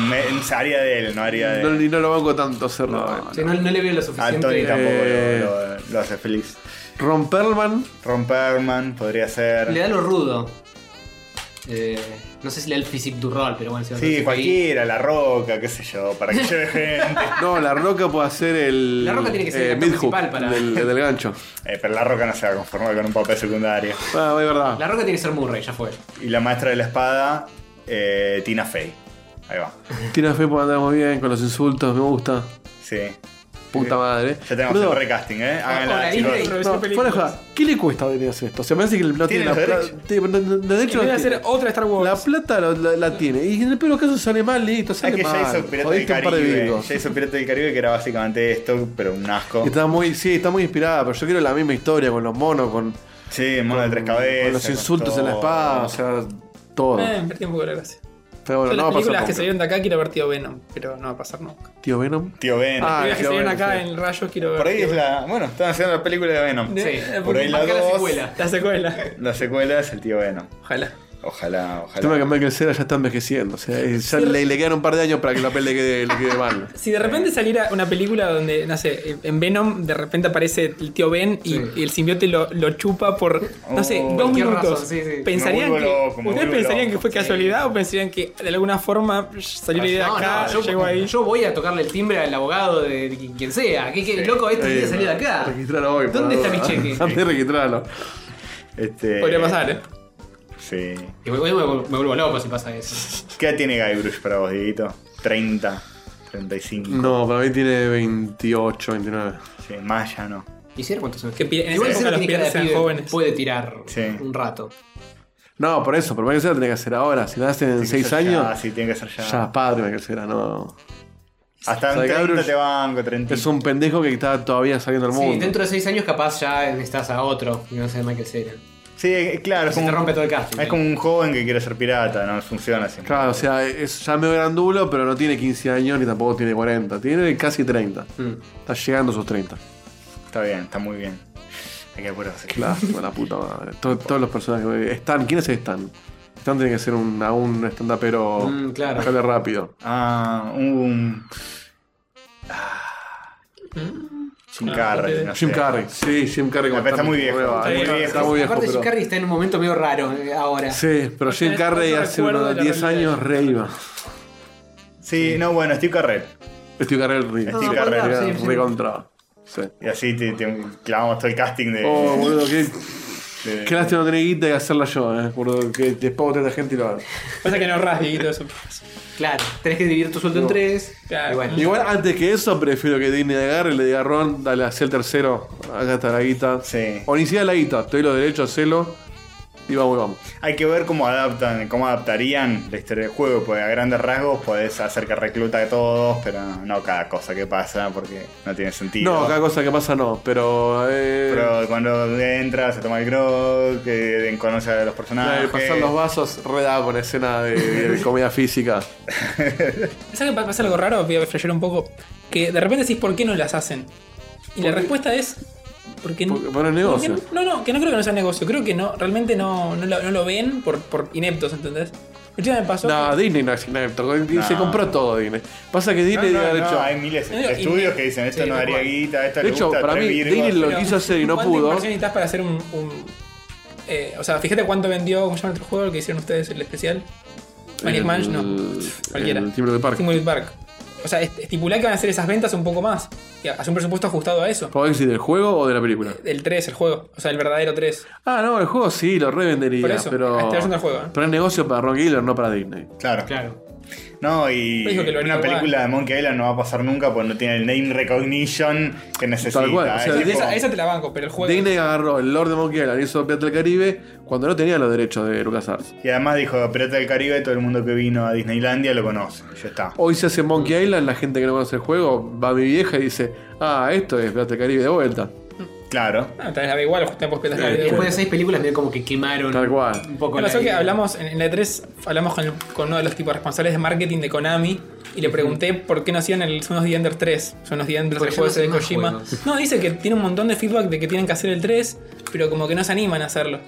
[SPEAKER 2] Me- o sea, haría de él, no haría de
[SPEAKER 5] No,
[SPEAKER 2] él.
[SPEAKER 5] ni no lo banco tanto hacerlo.
[SPEAKER 1] O sea, no, no le veo lo
[SPEAKER 2] A
[SPEAKER 1] suficiente.
[SPEAKER 2] Tony tampoco
[SPEAKER 5] Eh.
[SPEAKER 2] lo, lo- lo hace feliz.
[SPEAKER 5] Ron Perlman,
[SPEAKER 2] Ron Perlman podría ser.
[SPEAKER 1] Le da lo rudo. eh, no sé si le da el physique du rol, pero bueno, si
[SPEAKER 2] Sí,
[SPEAKER 1] si
[SPEAKER 2] cualquiera, la roca, qué sé yo, para que lleve gente.
[SPEAKER 5] No, la roca puede hacer el.
[SPEAKER 1] La Roca tiene que ser el actor
[SPEAKER 5] mid-hook
[SPEAKER 1] principal para-
[SPEAKER 5] del, del gancho.
[SPEAKER 2] Eh, pero la roca no se va a conformar con un papel secundario.
[SPEAKER 5] Ah, es verdad.
[SPEAKER 1] La roca tiene que ser Murray, ya fue.
[SPEAKER 2] Y la maestra de la espada, eh, Tina Fey. Ahí va.
[SPEAKER 5] Tina Fey puede andar muy bien con los insultos, me gusta.
[SPEAKER 2] Sí.
[SPEAKER 5] Puta madre.
[SPEAKER 2] Ya tenemos
[SPEAKER 5] Boludo,
[SPEAKER 2] el recasting, ¿eh?
[SPEAKER 1] con la
[SPEAKER 2] Háganla, chicos.
[SPEAKER 1] Disney.
[SPEAKER 3] Otra vez
[SPEAKER 5] no, fuera de
[SPEAKER 3] en películas.
[SPEAKER 5] joda, ¿Qué le cuesta venir a hacer esto? Se me hace que no tiene
[SPEAKER 2] Tiene
[SPEAKER 5] la
[SPEAKER 2] los
[SPEAKER 5] plata.
[SPEAKER 2] derechos.
[SPEAKER 5] De
[SPEAKER 3] En
[SPEAKER 5] hecho,
[SPEAKER 3] vez de
[SPEAKER 5] no
[SPEAKER 3] hacer
[SPEAKER 5] tiene.
[SPEAKER 3] otra Star Wars.
[SPEAKER 5] la plata la, la- la tiene. Y en el peor caso sale mal, listo,
[SPEAKER 2] Es
[SPEAKER 5] sale
[SPEAKER 2] que ya
[SPEAKER 5] mal.
[SPEAKER 2] hizo Pirata del
[SPEAKER 5] Jodiste un par de
[SPEAKER 2] Caribe.
[SPEAKER 5] bingos.
[SPEAKER 2] Ya hizo Pirata del Caribe, que era básicamente esto, pero un asco.
[SPEAKER 5] Está muy, sí, está muy inspirada, pero yo quiero la misma historia con los monos, con,
[SPEAKER 2] Sí, mono de tres cabezas.
[SPEAKER 5] con los
[SPEAKER 2] con
[SPEAKER 5] insultos en la
[SPEAKER 2] todo.
[SPEAKER 5] espada, o sea, todo.
[SPEAKER 3] Eh, perdí un poco la gracia.
[SPEAKER 5] Pero bueno,
[SPEAKER 3] Yo
[SPEAKER 5] no
[SPEAKER 3] las
[SPEAKER 5] va a
[SPEAKER 3] películas
[SPEAKER 5] pasar.
[SPEAKER 3] que
[SPEAKER 5] nunca.
[SPEAKER 3] salieron de acá quiero ver Tío Venom, pero no va a pasar nunca.
[SPEAKER 5] Tío Venom.
[SPEAKER 2] Tío Ben.
[SPEAKER 5] Ah,
[SPEAKER 3] Las películas que
[SPEAKER 5] Tío
[SPEAKER 3] salieron
[SPEAKER 5] Venom,
[SPEAKER 3] acá
[SPEAKER 5] sí.
[SPEAKER 3] en Rayos quiero ver.
[SPEAKER 2] por ahí
[SPEAKER 3] Tío
[SPEAKER 2] es
[SPEAKER 3] Venom.
[SPEAKER 2] la. Bueno, están haciendo la película de Venom.
[SPEAKER 3] Sí.
[SPEAKER 1] Sí,
[SPEAKER 2] Por ahí la
[SPEAKER 1] Acá
[SPEAKER 2] dos.
[SPEAKER 1] secuela.
[SPEAKER 3] La secuela.
[SPEAKER 2] La secuela es el tío Venom.
[SPEAKER 3] Ojalá.
[SPEAKER 2] Ojalá,
[SPEAKER 5] El tema es que
[SPEAKER 2] ojalá.
[SPEAKER 5] Michael Cera ya está envejeciendo. O sea, eh, ya le, le quedan un par de años para que la papel le quede, le quede mal.
[SPEAKER 3] Si de repente saliera una película donde, no sé, en Venom de repente aparece el tío Ben y,
[SPEAKER 1] Sí.
[SPEAKER 3] y el simbiote lo, lo chupa por, no sé,
[SPEAKER 2] Oh,
[SPEAKER 3] dos
[SPEAKER 1] cualquier
[SPEAKER 3] minutos.
[SPEAKER 1] razón, sí, sí.
[SPEAKER 3] ¿Pensarían
[SPEAKER 2] Me
[SPEAKER 3] que,
[SPEAKER 2] vuelvo loco, me
[SPEAKER 3] ¿Ustedes
[SPEAKER 2] vuelvo
[SPEAKER 3] pensarían
[SPEAKER 2] loco.
[SPEAKER 3] que fue casualidad o pensarían que de alguna forma salió la idea
[SPEAKER 1] Ah, No,
[SPEAKER 3] acá,
[SPEAKER 1] no,
[SPEAKER 3] llegó ahí?
[SPEAKER 1] yo, yo voy a tocarle el timbre al abogado de, de quien- quien sea. ¿Qué, qué,
[SPEAKER 2] Sí.
[SPEAKER 1] Loco, esto tiene que
[SPEAKER 5] Eh,
[SPEAKER 1] salir de acá.
[SPEAKER 5] Registralo hoy.
[SPEAKER 1] ¿Dónde está
[SPEAKER 5] por la duda.
[SPEAKER 1] mi cheque?
[SPEAKER 5] Ande, registralo.
[SPEAKER 2] Este,
[SPEAKER 3] Podría pasar, ¿eh?
[SPEAKER 2] Sí.
[SPEAKER 1] Y me, me- me vuelvo loco si pasa eso.
[SPEAKER 2] ¿Qué edad tiene Guybrush para vos, Dieguito? 30, 35.
[SPEAKER 5] No, para mí tiene 28, 29.
[SPEAKER 2] Sí, más ya no.
[SPEAKER 1] ¿Y si era cuántos años?
[SPEAKER 3] Que pi- en
[SPEAKER 1] Igual
[SPEAKER 3] esa
[SPEAKER 1] si
[SPEAKER 3] época los
[SPEAKER 1] tiene cara
[SPEAKER 3] piratas
[SPEAKER 1] de
[SPEAKER 3] eran
[SPEAKER 1] pibe,
[SPEAKER 3] jóvenes.
[SPEAKER 1] Puede tirar
[SPEAKER 2] Sí.
[SPEAKER 1] un rato.
[SPEAKER 5] No, por eso, pero Michael Cera tiene que hacer ahora. Si la hacen en
[SPEAKER 2] Tiene que
[SPEAKER 5] 6
[SPEAKER 2] ser
[SPEAKER 5] años,
[SPEAKER 2] Ya, sí, tiene que ser ya.
[SPEAKER 5] ya. padre Michael Cera, no.
[SPEAKER 2] Hasta
[SPEAKER 5] O
[SPEAKER 2] un
[SPEAKER 5] sea,
[SPEAKER 2] 30
[SPEAKER 5] Guybrush
[SPEAKER 2] te banco, 30.
[SPEAKER 5] Es un pendejo que está todavía saliendo al
[SPEAKER 1] Sí,
[SPEAKER 5] mundo.
[SPEAKER 1] dentro de seis años capaz ya estás a otro. y No sé, Michael Cera.
[SPEAKER 2] Sí, eh, claro. Es
[SPEAKER 1] Se
[SPEAKER 2] como,
[SPEAKER 1] te rompe todo el casting.
[SPEAKER 2] es como un joven que quiere ser pirata, no funciona así.
[SPEAKER 5] Claro, o sea, es ya medio grandulo, pero no tiene 15 años ni tampoco tiene 40. Tiene casi 30.
[SPEAKER 1] Mm.
[SPEAKER 5] Está llegando a sus 30.
[SPEAKER 2] Está bien, está muy bien. Hay que apurarse.
[SPEAKER 5] Claro, la puta madre. Todo- todos los personajes. Stan, ¿quién es Stan? Stan tiene que ser un, a un stand pero
[SPEAKER 1] Mm, claro.
[SPEAKER 5] rápido.
[SPEAKER 2] Ah, un. Ah. Jim Carrey, no sé.
[SPEAKER 5] Jim Carrey. Sí, Jim Carrey. como
[SPEAKER 2] Pero está
[SPEAKER 5] Stan,
[SPEAKER 2] muy viejo,
[SPEAKER 5] nueva.
[SPEAKER 2] está
[SPEAKER 5] Está
[SPEAKER 3] muy
[SPEAKER 5] muy
[SPEAKER 3] viejo.
[SPEAKER 5] Está muy viejo,
[SPEAKER 1] Aparte, Jim
[SPEAKER 5] pero-
[SPEAKER 1] Carrey está en un momento medio raro eh, ahora.
[SPEAKER 5] Sí, pero Jim
[SPEAKER 3] No
[SPEAKER 5] Carrey
[SPEAKER 3] recuerdo
[SPEAKER 5] hace
[SPEAKER 3] de
[SPEAKER 5] unos
[SPEAKER 3] la
[SPEAKER 5] 10
[SPEAKER 3] realidad.
[SPEAKER 5] años re iba.
[SPEAKER 2] Sí, no, bueno, Steve Carrell.
[SPEAKER 5] Steve Carrell re.
[SPEAKER 2] Steve
[SPEAKER 5] sí,
[SPEAKER 2] Carrell,
[SPEAKER 5] era
[SPEAKER 1] Ah, sí, sí.
[SPEAKER 5] recontra. Sí.
[SPEAKER 2] Y así te, te clavamos todo el casting de.
[SPEAKER 5] Oh, boludo, qué,
[SPEAKER 2] de-
[SPEAKER 5] qué lástima no tener guita y hacerla yo, eh. Boludo, que después tanta gente y lo haga.
[SPEAKER 3] Pasa que no rasgue y todo eso.
[SPEAKER 1] Claro, tenés que dividir tu sueldo en tres.
[SPEAKER 3] Claro.
[SPEAKER 1] Y bueno.
[SPEAKER 5] Igual antes que eso, prefiero que Disney agarre y le diga a Ron, dale, hacé el tercero, acá está la guita.
[SPEAKER 2] Sí.
[SPEAKER 5] O ni siquiera la guita, te doy los derechos, hacelo. Y vamos, y vamos.
[SPEAKER 2] Hay que ver cómo adaptan, cómo adaptarían la historia del juego, porque a grandes rasgos podés hacer que recluta a todos, pero no cada cosa que pasa, porque no tiene sentido.
[SPEAKER 5] No, cada cosa que pasa no, pero. Eh,
[SPEAKER 2] Pero cuando entra, se toma el grog, que conoce a los
[SPEAKER 3] Ah,
[SPEAKER 5] la de
[SPEAKER 2] personajes.
[SPEAKER 5] pasar los vasos, reda con escena de, de comida física.
[SPEAKER 3] ¿Sabes que pasa algo raro? Voy a flashear un poco. Que de repente decís, ¿por qué no las hacen? Y la respuesta es, porque no.
[SPEAKER 5] Porque- Bueno, es negocio.
[SPEAKER 3] Porque No, no, que no creo que no sea negocio. Creo que no, realmente no, no, lo, no lo ven por, por ineptos, ¿entendés? El día me pasó.
[SPEAKER 5] No,
[SPEAKER 3] que-
[SPEAKER 5] Disney no es inepto, Se
[SPEAKER 2] No.
[SPEAKER 5] compró todo Disney. Pasa que
[SPEAKER 2] No,
[SPEAKER 5] Disney
[SPEAKER 2] no,
[SPEAKER 5] le ha
[SPEAKER 2] no,
[SPEAKER 5] hecho.
[SPEAKER 2] hay miles de
[SPEAKER 3] No, y-
[SPEAKER 2] estudios que dicen esto
[SPEAKER 3] sí,
[SPEAKER 2] no daría
[SPEAKER 3] bueno.
[SPEAKER 2] guita, esto
[SPEAKER 5] De
[SPEAKER 2] le
[SPEAKER 5] hecho,
[SPEAKER 2] gusta,
[SPEAKER 5] para
[SPEAKER 2] tres
[SPEAKER 5] mí,
[SPEAKER 2] virgos.
[SPEAKER 5] Disney lo
[SPEAKER 3] pero,
[SPEAKER 5] quiso hacer y no
[SPEAKER 3] ¿cuánta
[SPEAKER 5] pudo?
[SPEAKER 3] inversión necesitas para hacer un. un- eh, o sea, fíjate cuánto vendió. ¿Cómo se llama el otro juego el que hicieron ustedes, el especial? Maniac
[SPEAKER 5] El-
[SPEAKER 3] Mansion, no.
[SPEAKER 5] el
[SPEAKER 3] Cualquiera.
[SPEAKER 5] Timber Park.
[SPEAKER 3] Timberwolf Park. O sea, est- estipulá que van a hacer esas ventas un poco más. Y hace un presupuesto ajustado a eso.
[SPEAKER 5] ¿Podés decir del juego o de la película?
[SPEAKER 3] El 3, el juego. O sea, el verdadero 3.
[SPEAKER 5] Ah, no, el juego sí, lo revendería.
[SPEAKER 3] Por eso,
[SPEAKER 5] pero.
[SPEAKER 3] estoy haciendo el juego, ¿eh?
[SPEAKER 5] Pero es negocio para Ron Gilbert, no para Disney.
[SPEAKER 2] Claro.
[SPEAKER 1] Claro.
[SPEAKER 2] No, y
[SPEAKER 3] Dijo que lo
[SPEAKER 2] una
[SPEAKER 3] haría
[SPEAKER 2] película de Monkey Island no va a pasar nunca porque no tiene el name recognition que necesita.
[SPEAKER 5] Tal cual, o
[SPEAKER 2] Es
[SPEAKER 5] sea,
[SPEAKER 2] tipo-
[SPEAKER 3] Esa, esa te la banco, pero el juego.
[SPEAKER 5] Disney agarró el Lord de Monkey Island y hizo Pirata del Caribe cuando no tenía los derechos de LucasArts.
[SPEAKER 2] Y además dijo Pirata del Caribe, todo el mundo que vino a Disneylandia lo conoce. Ya está.
[SPEAKER 5] Hoy se hace Monkey Island, la gente que no conoce el juego va a mi vieja y dice: Ah, esto es Pirata del Caribe de vuelta.
[SPEAKER 2] Claro.
[SPEAKER 3] Ah, también la ve igual, justamente porque
[SPEAKER 5] Sí,
[SPEAKER 3] de
[SPEAKER 1] Después de seis películas, medio como que quemaron
[SPEAKER 5] Tal cual.
[SPEAKER 1] un poco
[SPEAKER 3] Me
[SPEAKER 1] la
[SPEAKER 3] pasó que
[SPEAKER 1] idea.
[SPEAKER 3] hablamos en, en la E3, hablamos con, el- con uno de los tipos responsables de marketing de Konami y le pregunté por qué no hacían el Son of the Ender 3. Son of the Ender,
[SPEAKER 1] Porque
[SPEAKER 3] el
[SPEAKER 1] ya
[SPEAKER 3] juego
[SPEAKER 1] no
[SPEAKER 3] ese de
[SPEAKER 1] hacen más
[SPEAKER 3] Kojima.
[SPEAKER 1] juegos.
[SPEAKER 3] No, dice que tiene un montón de feedback de que tienen que hacer el 3, pero como que no se animan a hacerlo.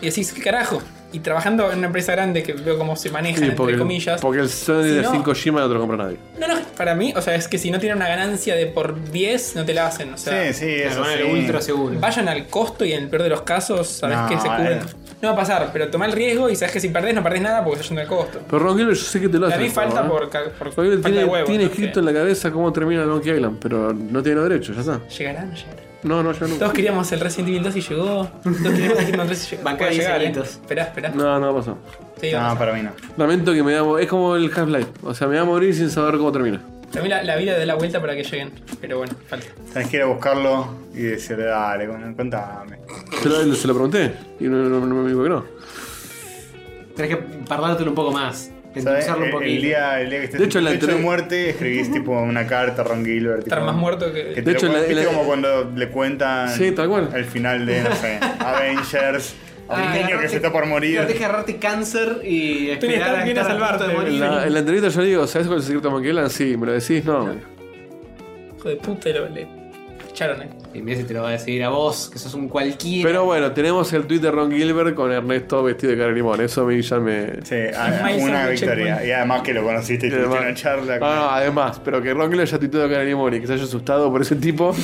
[SPEAKER 3] Y decís, ¿qué carajo? Y trabajando en una empresa grande que veo cómo se maneja,
[SPEAKER 5] Sí,
[SPEAKER 3] entre
[SPEAKER 5] porque,
[SPEAKER 3] comillas.
[SPEAKER 5] porque el Sony
[SPEAKER 3] Si
[SPEAKER 5] de
[SPEAKER 3] no-
[SPEAKER 5] 5 Shima no te lo compra nadie.
[SPEAKER 3] No, no, para mí, o sea, es que si no tienen una ganancia de por 10, no te la hacen. O sea,
[SPEAKER 2] sí, sí,
[SPEAKER 1] Claro,
[SPEAKER 2] eso
[SPEAKER 1] van a
[SPEAKER 2] sí.
[SPEAKER 3] Ah.
[SPEAKER 1] lo ultra seguro.
[SPEAKER 3] vayan al costo y en el peor de los casos, sabes
[SPEAKER 2] No,
[SPEAKER 3] que se cubren.
[SPEAKER 2] eh,
[SPEAKER 3] No va a pasar, pero toma el riesgo y sabes que si perdés no perdés nada porque estás yendo al costo.
[SPEAKER 5] Pero Ron Gilbert yo sé que te lo hace.
[SPEAKER 3] A mí
[SPEAKER 5] el
[SPEAKER 3] falta
[SPEAKER 5] juego,
[SPEAKER 3] por,
[SPEAKER 5] ¿eh?
[SPEAKER 3] ca- por
[SPEAKER 5] Ron Gilbert
[SPEAKER 3] falta de
[SPEAKER 5] tiene,
[SPEAKER 3] huevo.
[SPEAKER 5] tiene escrito en la cabeza cómo termina Donkey Island, pero no tiene los derechos, ya está.
[SPEAKER 3] Llegará, no llegará.
[SPEAKER 5] No, no, yo nunca.
[SPEAKER 3] Todos queríamos el Resident Evil 2 y llegó. Todos queríamos el Hitman 3 y llegó.
[SPEAKER 1] Bancá
[SPEAKER 3] Puede
[SPEAKER 1] diez
[SPEAKER 3] llegar, eh.
[SPEAKER 1] añitos.
[SPEAKER 3] Esperá, esperá.
[SPEAKER 5] No, no pasó.
[SPEAKER 3] Sí,
[SPEAKER 2] No,
[SPEAKER 3] vamos.
[SPEAKER 2] para mí no.
[SPEAKER 5] Lamento que me da. Es como el Half-Life. O sea, me va a morir sin saber cómo termina.
[SPEAKER 3] También la, la vida de la vuelta para que lleguen. Pero bueno, falta.
[SPEAKER 2] Tenés que ir a buscarlo y decirle, dale, bueno, contame.
[SPEAKER 5] Se lo, se lo pregunté y no, no- no me dijo que no.
[SPEAKER 1] Tenés que perdártelo un poco más.
[SPEAKER 2] ¿Sabes?
[SPEAKER 1] Endulzarlo
[SPEAKER 2] El,
[SPEAKER 1] un
[SPEAKER 2] el
[SPEAKER 1] poquito.
[SPEAKER 2] día, el día que estés
[SPEAKER 5] De hecho,
[SPEAKER 2] en
[SPEAKER 5] la
[SPEAKER 2] tu lecho de
[SPEAKER 5] entre-
[SPEAKER 2] muerte, escribís tipo una carta a Ron Gilbert.
[SPEAKER 3] Estar
[SPEAKER 2] tipo,
[SPEAKER 3] más muerto
[SPEAKER 2] que te
[SPEAKER 3] que.
[SPEAKER 5] De
[SPEAKER 2] lo
[SPEAKER 5] hecho,
[SPEAKER 2] cuen-
[SPEAKER 5] la-
[SPEAKER 2] ¿viste
[SPEAKER 5] la-
[SPEAKER 2] como cuando le cuentan
[SPEAKER 5] Sí, tal cual.
[SPEAKER 2] el final de, no sé, Avengers, a un
[SPEAKER 1] Ah,
[SPEAKER 2] niño que
[SPEAKER 1] agarrarte-
[SPEAKER 2] se está por
[SPEAKER 1] Claro, tenés
[SPEAKER 2] morir.
[SPEAKER 1] que agarrarte cáncer y
[SPEAKER 3] que
[SPEAKER 1] esperar
[SPEAKER 3] estar
[SPEAKER 1] a
[SPEAKER 3] bien a
[SPEAKER 1] estar a punto
[SPEAKER 3] salvarte,
[SPEAKER 1] de
[SPEAKER 5] En
[SPEAKER 1] morir.
[SPEAKER 5] la, en la entrevista yo le digo, ¿sabes cuál es el secreto de Monkey Island? Sí, me lo decís, no. me dijo.
[SPEAKER 3] Hijo de puta, y lo, le echaron, eh.
[SPEAKER 1] Y mira si te lo va a decir a vos, que sos un cualquiera.
[SPEAKER 5] Pero bueno, tenemos el tweet de Ron Gilbert con Ernesto vestido de cara de limón. Eso a mí ya me.
[SPEAKER 2] Sí, a-
[SPEAKER 3] Milestone
[SPEAKER 2] una
[SPEAKER 3] de
[SPEAKER 2] victoria.
[SPEAKER 3] Checkpoint.
[SPEAKER 2] Y además que lo conociste y
[SPEAKER 5] Y además-
[SPEAKER 2] tuviste una charla. con-
[SPEAKER 5] No, no, además, pero que Ron Gilbert ya tuiteó de cara de limón y que se haya asustado por ese tipo.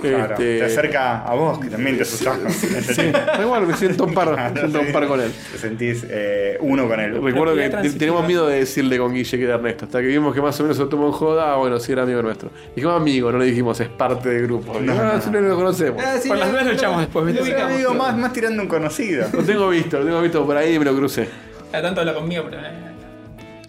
[SPEAKER 2] Claro,
[SPEAKER 5] Este,
[SPEAKER 2] Te acerca a vos, que también te asustás.
[SPEAKER 5] Sí, da igual, me siento un par, me siento un par con él.
[SPEAKER 2] Te sentís eh, uno con él.
[SPEAKER 5] Recuerdo que
[SPEAKER 3] Transitiva.
[SPEAKER 5] te- tenemos miedo de decirle con Guille que era Ernesto, hasta que vimos que más o menos se lo tomó en joda, ah, bueno, sí era amigo nuestro. Dijimos amigo, no le dijimos, es parte del grupo. No, no, si no lo conocemos.
[SPEAKER 1] Ah, sí,
[SPEAKER 3] Por las
[SPEAKER 1] no,
[SPEAKER 3] dudas lo
[SPEAKER 1] no,
[SPEAKER 3] echamos
[SPEAKER 1] no,
[SPEAKER 3] después, ¿viste?
[SPEAKER 1] no
[SPEAKER 2] Un
[SPEAKER 1] ubicamos.
[SPEAKER 2] amigo más, más tirando un conocido.
[SPEAKER 5] Lo tengo visto, lo tengo visto por ahí y me lo crucé.
[SPEAKER 3] Cada tanto habla conmigo, pero. eh,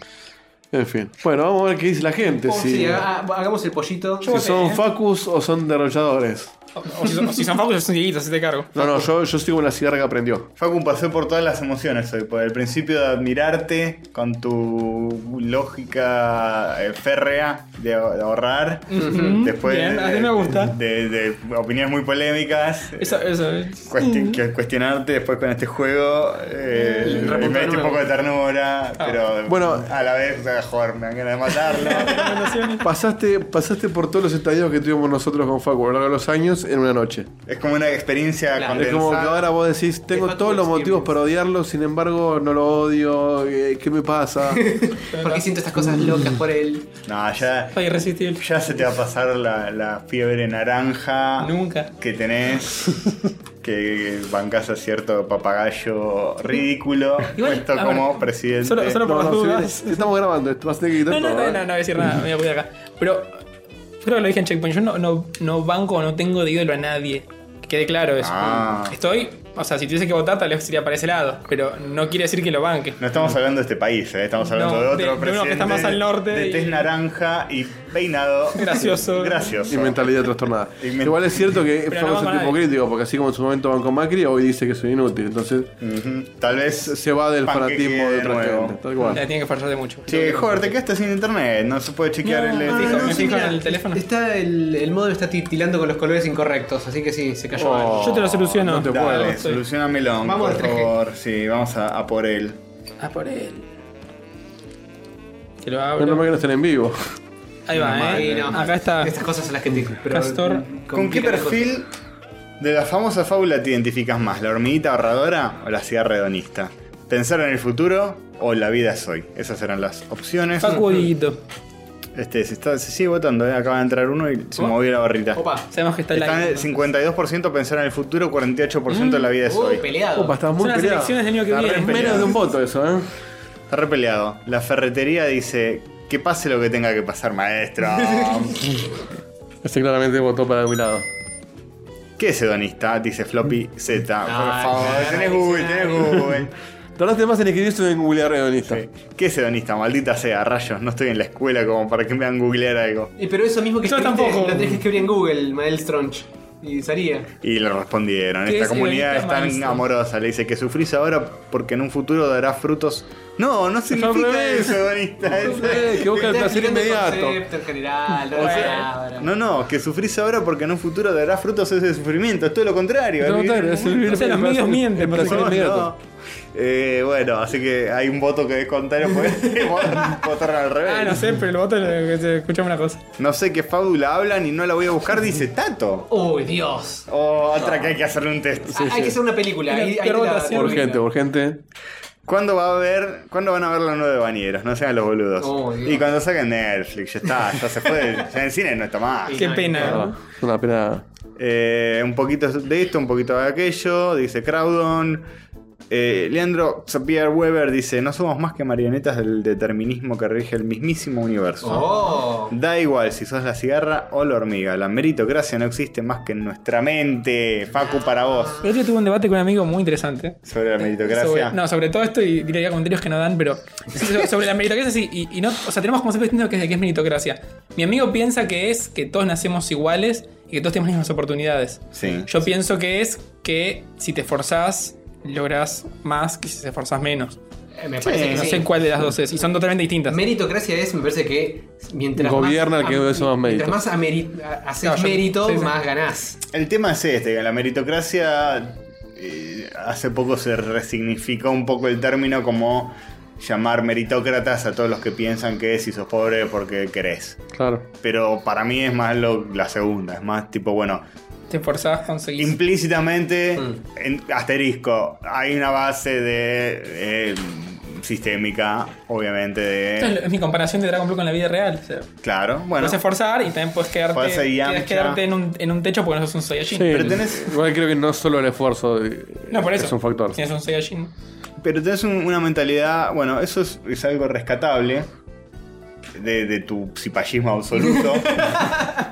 [SPEAKER 5] En fin. Bueno, vamos a ver qué dice la gente.
[SPEAKER 1] Oh,
[SPEAKER 5] si,
[SPEAKER 1] sí, ha- ha- hagamos el pollito.
[SPEAKER 5] si son
[SPEAKER 1] ¿eh?
[SPEAKER 5] facus o son derrolladores.
[SPEAKER 3] O, o si son, o si son focos, son dieguitos, se te cargo.
[SPEAKER 5] No, no, yo, yo estoy con la cigarra que aprendió.
[SPEAKER 2] Facu pasó por todas las emociones hoy, por el principio de admirarte con tu lógica eh, férrea de, ahor- de ahorrar, después
[SPEAKER 3] bien,
[SPEAKER 2] de,
[SPEAKER 3] así me gusta.
[SPEAKER 2] de- de opiniones muy polémicas,
[SPEAKER 3] Eso, eso.
[SPEAKER 2] cuesti- que- cuestionarte después con este juego, eh,
[SPEAKER 1] repuntar
[SPEAKER 2] me mete un
[SPEAKER 1] nuevo.
[SPEAKER 2] poco de
[SPEAKER 3] Ah.
[SPEAKER 2] ternura, pero
[SPEAKER 5] Bueno.
[SPEAKER 2] a la vez, ah, joder, me dan ganas de matarlo.
[SPEAKER 5] Pasaste, pasaste por todos los estadios que tuvimos nosotros con Facu a lo largo de los años en una noche.
[SPEAKER 2] es como una experiencia
[SPEAKER 1] Claro,
[SPEAKER 5] Es como que
[SPEAKER 2] condensada.
[SPEAKER 5] ahora vos decís, tengo
[SPEAKER 1] Facu
[SPEAKER 5] todos los
[SPEAKER 1] Experience.
[SPEAKER 5] motivos para odiarlo, sin embargo no lo odio, eh, ¿qué me pasa?
[SPEAKER 1] ¿Por qué siento estas cosas locas por él?
[SPEAKER 2] No, ya,
[SPEAKER 3] Soy irresistible.
[SPEAKER 2] ya se te va a pasar la, la fiebre naranja.
[SPEAKER 3] Nunca.
[SPEAKER 2] que tenés que bancás a cierto papagayo ridículo
[SPEAKER 3] Igual,
[SPEAKER 2] puesto
[SPEAKER 3] a ver,
[SPEAKER 2] como presidente.
[SPEAKER 3] Solo, solo por
[SPEAKER 5] No,
[SPEAKER 3] las
[SPEAKER 5] no, si
[SPEAKER 3] dudas.
[SPEAKER 5] bien, estamos grabando esto, vas a tener que
[SPEAKER 3] No,
[SPEAKER 5] quitar
[SPEAKER 3] no,
[SPEAKER 5] todo,
[SPEAKER 3] no,
[SPEAKER 5] ¿eh?
[SPEAKER 3] no, no voy a decir nada, me voy a cuidar acá. Pero creo que lo dije en Checkpoint, yo no, no, no banco, no tengo de ídolo a nadie. Que quede claro eso.
[SPEAKER 2] Ah.
[SPEAKER 3] Estoy, o sea, si tuviese que votar, tal vez sería para ese lado, pero no quiere decir que lo banque.
[SPEAKER 2] No estamos hablando de este país, eh, estamos hablando
[SPEAKER 3] No,
[SPEAKER 2] de
[SPEAKER 3] de-
[SPEAKER 2] otro
[SPEAKER 3] de uno que
[SPEAKER 2] presidente.
[SPEAKER 3] está más al norte
[SPEAKER 2] De
[SPEAKER 3] y-
[SPEAKER 2] tez naranja y peinado.
[SPEAKER 3] Gracioso.
[SPEAKER 2] Gracioso.
[SPEAKER 5] Y mentalidad trastornada.
[SPEAKER 2] Y men-
[SPEAKER 5] Igual es cierto que
[SPEAKER 3] Pero
[SPEAKER 5] Franco
[SPEAKER 3] no
[SPEAKER 5] es un
[SPEAKER 3] banco a
[SPEAKER 5] tipo
[SPEAKER 3] nadie.
[SPEAKER 5] crítico, porque así como en su momento bancó Macri, hoy dice que es un inútil. Entonces
[SPEAKER 2] Ujú, Tal vez
[SPEAKER 5] se va del fanatismo de otra
[SPEAKER 2] nuevo.
[SPEAKER 5] gente. Tal
[SPEAKER 3] La
[SPEAKER 5] cual.
[SPEAKER 3] tiene que forzarte mucho.
[SPEAKER 2] Che, joder, te quedaste sin internet, no se puede chequear
[SPEAKER 3] No,
[SPEAKER 2] el.
[SPEAKER 3] no,
[SPEAKER 2] el-
[SPEAKER 3] no,
[SPEAKER 2] el-
[SPEAKER 3] sí.
[SPEAKER 1] Ah,
[SPEAKER 3] fijo en
[SPEAKER 1] mira,
[SPEAKER 3] el teléfono.
[SPEAKER 1] Está el, el modem está titilando con los colores incorrectos, así que sí, se cayó algo.
[SPEAKER 3] Yo te lo soluciono.
[SPEAKER 5] No te
[SPEAKER 2] Dale,
[SPEAKER 5] puedo.
[SPEAKER 3] estoy-
[SPEAKER 2] solucionamelo,
[SPEAKER 1] Vamos
[SPEAKER 2] por
[SPEAKER 1] al 3G.
[SPEAKER 2] favor. Sí, vamos a, a por él.
[SPEAKER 3] Ah, por él. Que lo abro.
[SPEAKER 5] Menos mal que no estén en vivo.
[SPEAKER 3] Ahí va,
[SPEAKER 1] Ay,
[SPEAKER 3] eh.
[SPEAKER 1] no.
[SPEAKER 3] Acá está.
[SPEAKER 1] Estas cosas son las que te pero
[SPEAKER 3] Castor.
[SPEAKER 2] ¿Con qué
[SPEAKER 1] complica las
[SPEAKER 2] perfil de la famosa fábula te identificas más? ¿La hormiguita ahorradora o la ciudad hedonista? ¿Pensar en el futuro o la vida es hoy? Esas eran las opciones.
[SPEAKER 3] Facu Dieguito.
[SPEAKER 2] Este, se, está- se sigue votando, ¿eh? acaba de entrar uno y se movió la barrita.
[SPEAKER 1] cosas. Opa.
[SPEAKER 3] Sabemos que está el
[SPEAKER 2] Están
[SPEAKER 3] like,
[SPEAKER 2] el
[SPEAKER 3] ¿no?
[SPEAKER 2] 52% pensar en el futuro, 48% la vida es
[SPEAKER 1] Uy,
[SPEAKER 2] hoy.
[SPEAKER 1] peleado.
[SPEAKER 5] Opa, estás muy
[SPEAKER 3] Son las
[SPEAKER 5] peleado.
[SPEAKER 3] elecciones del año que
[SPEAKER 5] Está re
[SPEAKER 3] viene.
[SPEAKER 5] peleado. Menos de un voto eso, ¿eh?
[SPEAKER 2] Está re peleado. La ferretería dice, que pase lo que tenga que pasar, maestro.
[SPEAKER 5] Ese claramente votó para mi lado.
[SPEAKER 2] ¿Qué es hedonista? Dice Floppy Z. Por
[SPEAKER 1] Ay,
[SPEAKER 2] favor,
[SPEAKER 1] claro,
[SPEAKER 2] tenés Google, tenés
[SPEAKER 1] diccionario.
[SPEAKER 2] Google.
[SPEAKER 5] Tardaste más en escribir eso que en googlear hedonista.
[SPEAKER 2] Sí. Eh, ¿Qué es hedonista? Maldita sea, rayos, no estoy en la escuela como para que me hagan googlear algo.
[SPEAKER 1] Y pero eso mismo que
[SPEAKER 3] Yo
[SPEAKER 1] escribiste,
[SPEAKER 3] tampoco.
[SPEAKER 1] lo tenés que escribir en Google, Mael Stronch. Y salía.
[SPEAKER 2] Y le respondieron,
[SPEAKER 3] ¿Qué
[SPEAKER 2] esta
[SPEAKER 3] es
[SPEAKER 2] comunidad
[SPEAKER 3] hedonista,
[SPEAKER 2] es tan
[SPEAKER 3] maestro?
[SPEAKER 2] amorosa, le dice que sufrís ahora porque en un futuro dará frutos. No, no significa
[SPEAKER 5] revés.
[SPEAKER 2] eso, hedonista. es-
[SPEAKER 5] Eh, que busca el
[SPEAKER 1] Está
[SPEAKER 5] placer
[SPEAKER 1] explicando
[SPEAKER 5] inmediato.
[SPEAKER 1] el concepto en general, la
[SPEAKER 2] o sea,
[SPEAKER 1] palabra.
[SPEAKER 2] no, no, que sufrís ahora porque en un futuro dará frutos ese sufrimiento, es todo lo contrario.
[SPEAKER 5] Es lo
[SPEAKER 2] ¿eh?
[SPEAKER 5] contrario, es el-
[SPEAKER 3] O sea, los
[SPEAKER 5] el-
[SPEAKER 3] medios
[SPEAKER 5] el-
[SPEAKER 3] mienten,
[SPEAKER 5] el placer
[SPEAKER 3] pero
[SPEAKER 2] No,
[SPEAKER 5] inmediato.
[SPEAKER 2] no. Eh, bueno, así que hay un voto que es contrario, porque votaron al revés.
[SPEAKER 3] Ah, no sé, pero el voto le- que- escuchame una cosa.
[SPEAKER 2] No sé qué fábula hablan y no la voy a buscar, dice Tato.
[SPEAKER 1] Uy, Dios.
[SPEAKER 2] O otra que hay que hacerle un test.
[SPEAKER 1] Ah, hay que hacer una película.
[SPEAKER 3] Mira,
[SPEAKER 1] ahí- ahí
[SPEAKER 3] peor
[SPEAKER 1] te la-
[SPEAKER 3] votación.
[SPEAKER 5] Urgente, urgente.
[SPEAKER 2] ¿Cuándo va a haber, cuándo van a ver la nueva de Bañeros? No sean los boludos.
[SPEAKER 1] Oh, Dios.
[SPEAKER 2] y cuando saquen Netflix, ya está, ya se fue, ya en cine no está más.
[SPEAKER 1] Sí.
[SPEAKER 3] Qué
[SPEAKER 1] no,
[SPEAKER 3] pena.
[SPEAKER 5] Ah, es una pena.
[SPEAKER 2] Eh, un poquito de esto, un poquito de aquello, dice Crowdon. Eh, Leandro Xavier Weber dice: No somos más que marionetas del determinismo que rige el mismísimo universo.
[SPEAKER 1] Oh.
[SPEAKER 2] Da igual si sos la cigarra o la hormiga. La meritocracia no existe más que en nuestra mente. Facu para vos.
[SPEAKER 3] El otro día tuve un debate con un amigo muy interesante.
[SPEAKER 2] Sobre la meritocracia.
[SPEAKER 3] Sobre, no, sobre todo esto y diría comentarios que no dan, pero so- sobre la meritocracia sí, y, y no, o sea, tenemos conceptos distintos que es de qué es meritocracia. Mi amigo piensa que es que todos nacemos iguales y que todos tenemos las mismas oportunidades.
[SPEAKER 2] Sí.
[SPEAKER 3] Yo pienso que es que si te esforzás, lográs más que si te esforzás menos.
[SPEAKER 1] Eh, Me parece que
[SPEAKER 3] No
[SPEAKER 1] sí.
[SPEAKER 3] sé cuál de las dos es, y son totalmente distintas.
[SPEAKER 1] Meritocracia es, me parece que mientras
[SPEAKER 5] Gobierna
[SPEAKER 1] más,
[SPEAKER 5] el que
[SPEAKER 1] am-
[SPEAKER 5] es más mérito.
[SPEAKER 1] Mientras más ameri- a- haces
[SPEAKER 3] Claro, yo-
[SPEAKER 1] mérito,
[SPEAKER 3] sí, sí.
[SPEAKER 1] más ganás.
[SPEAKER 2] El tema es este, que la meritocracia eh, hace poco se resignificó un poco el término como llamar meritócratas a todos los que piensan que si sos pobre porque querés.
[SPEAKER 5] Claro.
[SPEAKER 2] Pero para mí es más lo- la segunda, es más tipo, bueno,
[SPEAKER 3] Te esforzás, conseguís.
[SPEAKER 2] implícitamente,
[SPEAKER 1] Mm.
[SPEAKER 2] en, asterisco, hay una base de eh, sistémica, obviamente,
[SPEAKER 3] Esto es,
[SPEAKER 2] de...
[SPEAKER 3] es mi comparación de Dragon Ball con la vida real. O sea,
[SPEAKER 2] Claro, bueno.
[SPEAKER 3] puedes esforzar y también puedes quedarte,
[SPEAKER 2] Fuerza y
[SPEAKER 3] podés
[SPEAKER 2] ancha.
[SPEAKER 3] quedarte en, un, en un techo porque no sos un Saiyajin.
[SPEAKER 2] Pero tenés-
[SPEAKER 5] Igual creo que no solo el esfuerzo eh,
[SPEAKER 3] No, por eso.
[SPEAKER 5] es un factor.
[SPEAKER 3] Si eres un Saiyajin.
[SPEAKER 2] Pero tenés un- una mentalidad, bueno, eso es, es algo rescatable de, de tu cipallismo absoluto.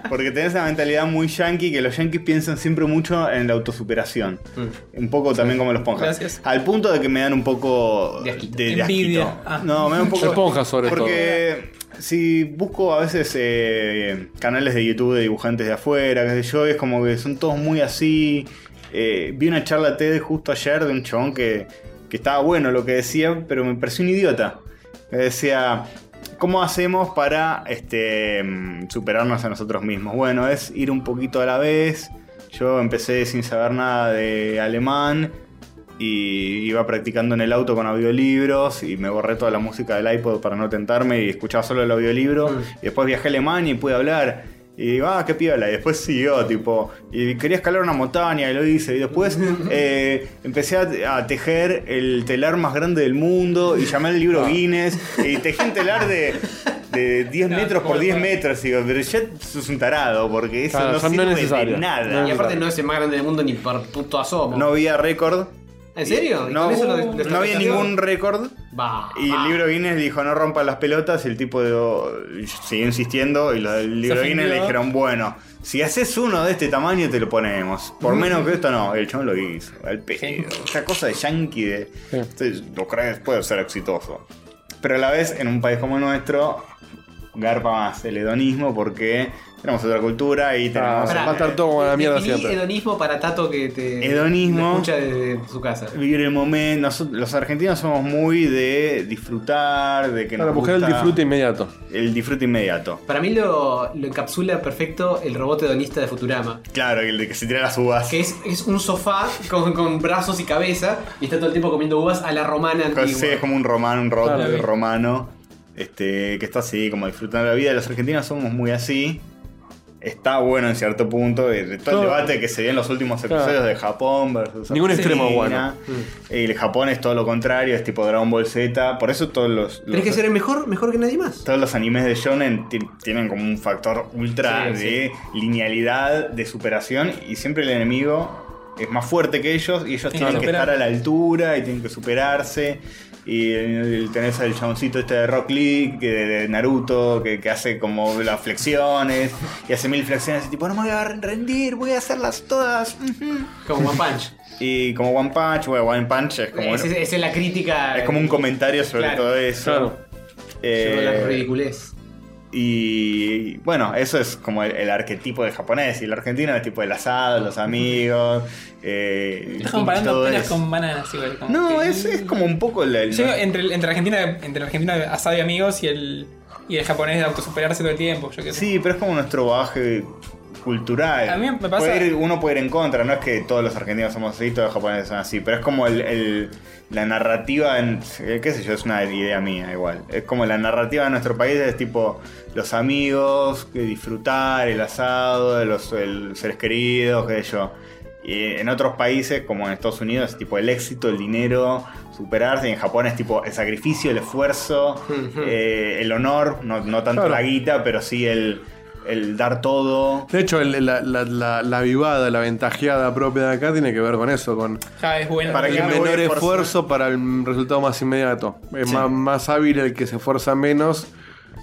[SPEAKER 2] porque tenés una mentalidad muy yankee que los yankees piensan siempre mucho en la autosuperación.
[SPEAKER 1] Mm.
[SPEAKER 2] Un poco también como los ponjas.
[SPEAKER 3] Gracias.
[SPEAKER 2] Al punto de que me dan un poco
[SPEAKER 1] De asquito.
[SPEAKER 2] de, de
[SPEAKER 3] Envidia.
[SPEAKER 2] asquito.
[SPEAKER 3] Ah.
[SPEAKER 2] No, me dan un poco
[SPEAKER 5] Esponjas, sobre
[SPEAKER 2] porque si busco a veces eh, canales de YouTube de dibujantes de afuera, qué sé yo, es como que son todos muy así. Eh, vi una charla TED justo ayer de un chabón que, que estaba bueno lo que decía, pero me pareció un idiota. Que decía, ¿cómo hacemos para este, mm, superarnos a nosotros mismos? Bueno, es ir un poquito a la vez. Yo empecé sin saber nada de alemán y iba practicando en el auto con audiolibros y me borré toda la música del iPod para no tentarme y escuchaba solo el audiolibro.
[SPEAKER 5] Mm.
[SPEAKER 2] Y después viajé a Alemania y pude hablar. Y digo, ah, qué piola. Y después siguió, tipo, y quería escalar una montaña y lo hice. Y después eh, empecé a, a tejer el telar más grande del mundo y llamé al
[SPEAKER 5] Ah.
[SPEAKER 2] libro Guinness y tejí un telar de, de 10
[SPEAKER 3] Claro,
[SPEAKER 2] metros por
[SPEAKER 3] como
[SPEAKER 2] 10
[SPEAKER 3] el-
[SPEAKER 2] metros. Y digo, pero ya sos un tarado porque eso
[SPEAKER 5] Claro,
[SPEAKER 2] no
[SPEAKER 5] son no
[SPEAKER 2] sirve de
[SPEAKER 5] necesarios.
[SPEAKER 2] nada.
[SPEAKER 1] Y aparte no es el más grande del mundo ni por puto asomo.
[SPEAKER 2] No había récord.
[SPEAKER 1] ¿En serio? ¿Y
[SPEAKER 2] No,
[SPEAKER 1] con eso lo- lo
[SPEAKER 2] no había
[SPEAKER 1] establecieron?
[SPEAKER 2] ningún récord.
[SPEAKER 1] Va,
[SPEAKER 2] Y
[SPEAKER 1] va.
[SPEAKER 2] el libro Guinness dijo, no rompa las pelotas, y el tipo de- siguió insistiendo, y los del libro
[SPEAKER 3] ofendió.
[SPEAKER 2] Guinness le dijeron, bueno, si haces uno de este tamaño te lo ponemos.
[SPEAKER 1] Mm.
[SPEAKER 2] Por menos que esto no, el chabón lo hizo, al pedo. Esa cosa de yankee de "Ustedes lo crees, puede ser exitoso. Pero a la vez, en un país como el nuestro, garpa más el hedonismo porque tenemos otra cultura y
[SPEAKER 1] Ah,
[SPEAKER 2] tenemos.
[SPEAKER 5] Pará.
[SPEAKER 1] Pará,
[SPEAKER 5] va a estar todo como la mierda
[SPEAKER 1] definí
[SPEAKER 5] siempre.
[SPEAKER 1] hedonismo para Tato que te
[SPEAKER 2] Hedonismo.
[SPEAKER 1] te escucha desde su casa.
[SPEAKER 2] Vivir el momento, Nosot- los argentinos somos muy de disfrutar, de que
[SPEAKER 5] Para
[SPEAKER 2] nos
[SPEAKER 5] buscar el
[SPEAKER 2] gusta
[SPEAKER 5] disfrute inmediato.
[SPEAKER 2] el disfrute inmediato.
[SPEAKER 1] Para mí lo, lo encapsula perfecto el robot hedonista de Futurama.
[SPEAKER 2] Claro, el de que se tira las uvas.
[SPEAKER 1] Que es, es un sofá con, con brazos y cabeza y está todo el tiempo comiendo uvas a la romana antigua.
[SPEAKER 2] Sí, es como un romano, un robot
[SPEAKER 3] Claro.
[SPEAKER 2] romano. Este, que está así, como disfrutando la vida. Los argentinos somos muy así. Está bueno en cierto punto. eh, Todo,
[SPEAKER 5] Todo-
[SPEAKER 2] el debate que se dio en los últimos episodios
[SPEAKER 5] Claro.
[SPEAKER 2] de Japón versus
[SPEAKER 5] Ningún extremo es
[SPEAKER 2] Argentina. El Japón es todo lo contrario, es tipo Dragon Ball Z. Por eso todos los. los-
[SPEAKER 1] Tenés que ser el mejor, mejor que nadie más.
[SPEAKER 2] Todos los animes de shonen ti- tienen como un factor ultra
[SPEAKER 1] Sí,
[SPEAKER 2] de linealidad, de superación, y siempre el enemigo es más fuerte que ellos, y ellos
[SPEAKER 3] que
[SPEAKER 2] tienen que
[SPEAKER 3] superar.
[SPEAKER 2] estar a la altura y tienen que superarse. Y el- tenés al chaboncito este de Rock League, que de, de Naruto, que, que hace como las flexiones, y hace mil flexiones, y tipo, no me voy a rendir, voy a hacerlas todas. ujú".
[SPEAKER 1] Como One Punch.
[SPEAKER 2] Y como One Punch, bueno, One Punch es como,
[SPEAKER 1] Esa es, esa es la crítica.
[SPEAKER 2] es como un comentario sobre
[SPEAKER 1] Claro.
[SPEAKER 2] todo eso.
[SPEAKER 5] Claro.
[SPEAKER 1] Yo
[SPEAKER 2] Eh,
[SPEAKER 1] la ridiculez.
[SPEAKER 2] y bueno, eso es como el, el arquetipo del japonés. Y el argentino es tipo el asado, los amigos. eh,
[SPEAKER 3] Estás comparando
[SPEAKER 2] todo
[SPEAKER 3] peras
[SPEAKER 2] eso.
[SPEAKER 3] con bananas igual. como
[SPEAKER 2] No,
[SPEAKER 3] que-
[SPEAKER 2] es, es como un poco el. el-
[SPEAKER 3] Yo digo, entre, el- entre Argentina, entre el Argentina de asado y amigos y el, y el japonés de autosuperarse todo el tiempo, yo qué sé.
[SPEAKER 2] sí, pero es como nuestro bagaje cultural.
[SPEAKER 3] A mí me pasa-
[SPEAKER 2] Puede ir- uno puede ir en contra, no es que todos los argentinos somos así, todos los japoneses son así, pero es como el. el- la narrativa, en, eh, qué sé yo, es una idea mía igual. Es como la narrativa de nuestro país es tipo los amigos, que disfrutar, el asado, los el seres queridos, qué sé yo. Y en otros países, como en Estados Unidos, es tipo el éxito, el dinero, superarse. Y en Japón es tipo el sacrificio, el esfuerzo, eh, el honor, no, no tanto
[SPEAKER 5] Claro.
[SPEAKER 2] la guita, pero sí el, el dar todo.
[SPEAKER 5] De hecho, el- la, la, la- la vivada, la ventajeada propia de acá tiene que ver con eso, con
[SPEAKER 3] Ya es bueno.
[SPEAKER 2] Para
[SPEAKER 5] el
[SPEAKER 2] que me voy
[SPEAKER 5] menor
[SPEAKER 2] a esforzar.
[SPEAKER 5] esfuerzo para el resultado más inmediato. Es
[SPEAKER 2] Sí.
[SPEAKER 5] más, más hábil el que se esfuerza menos.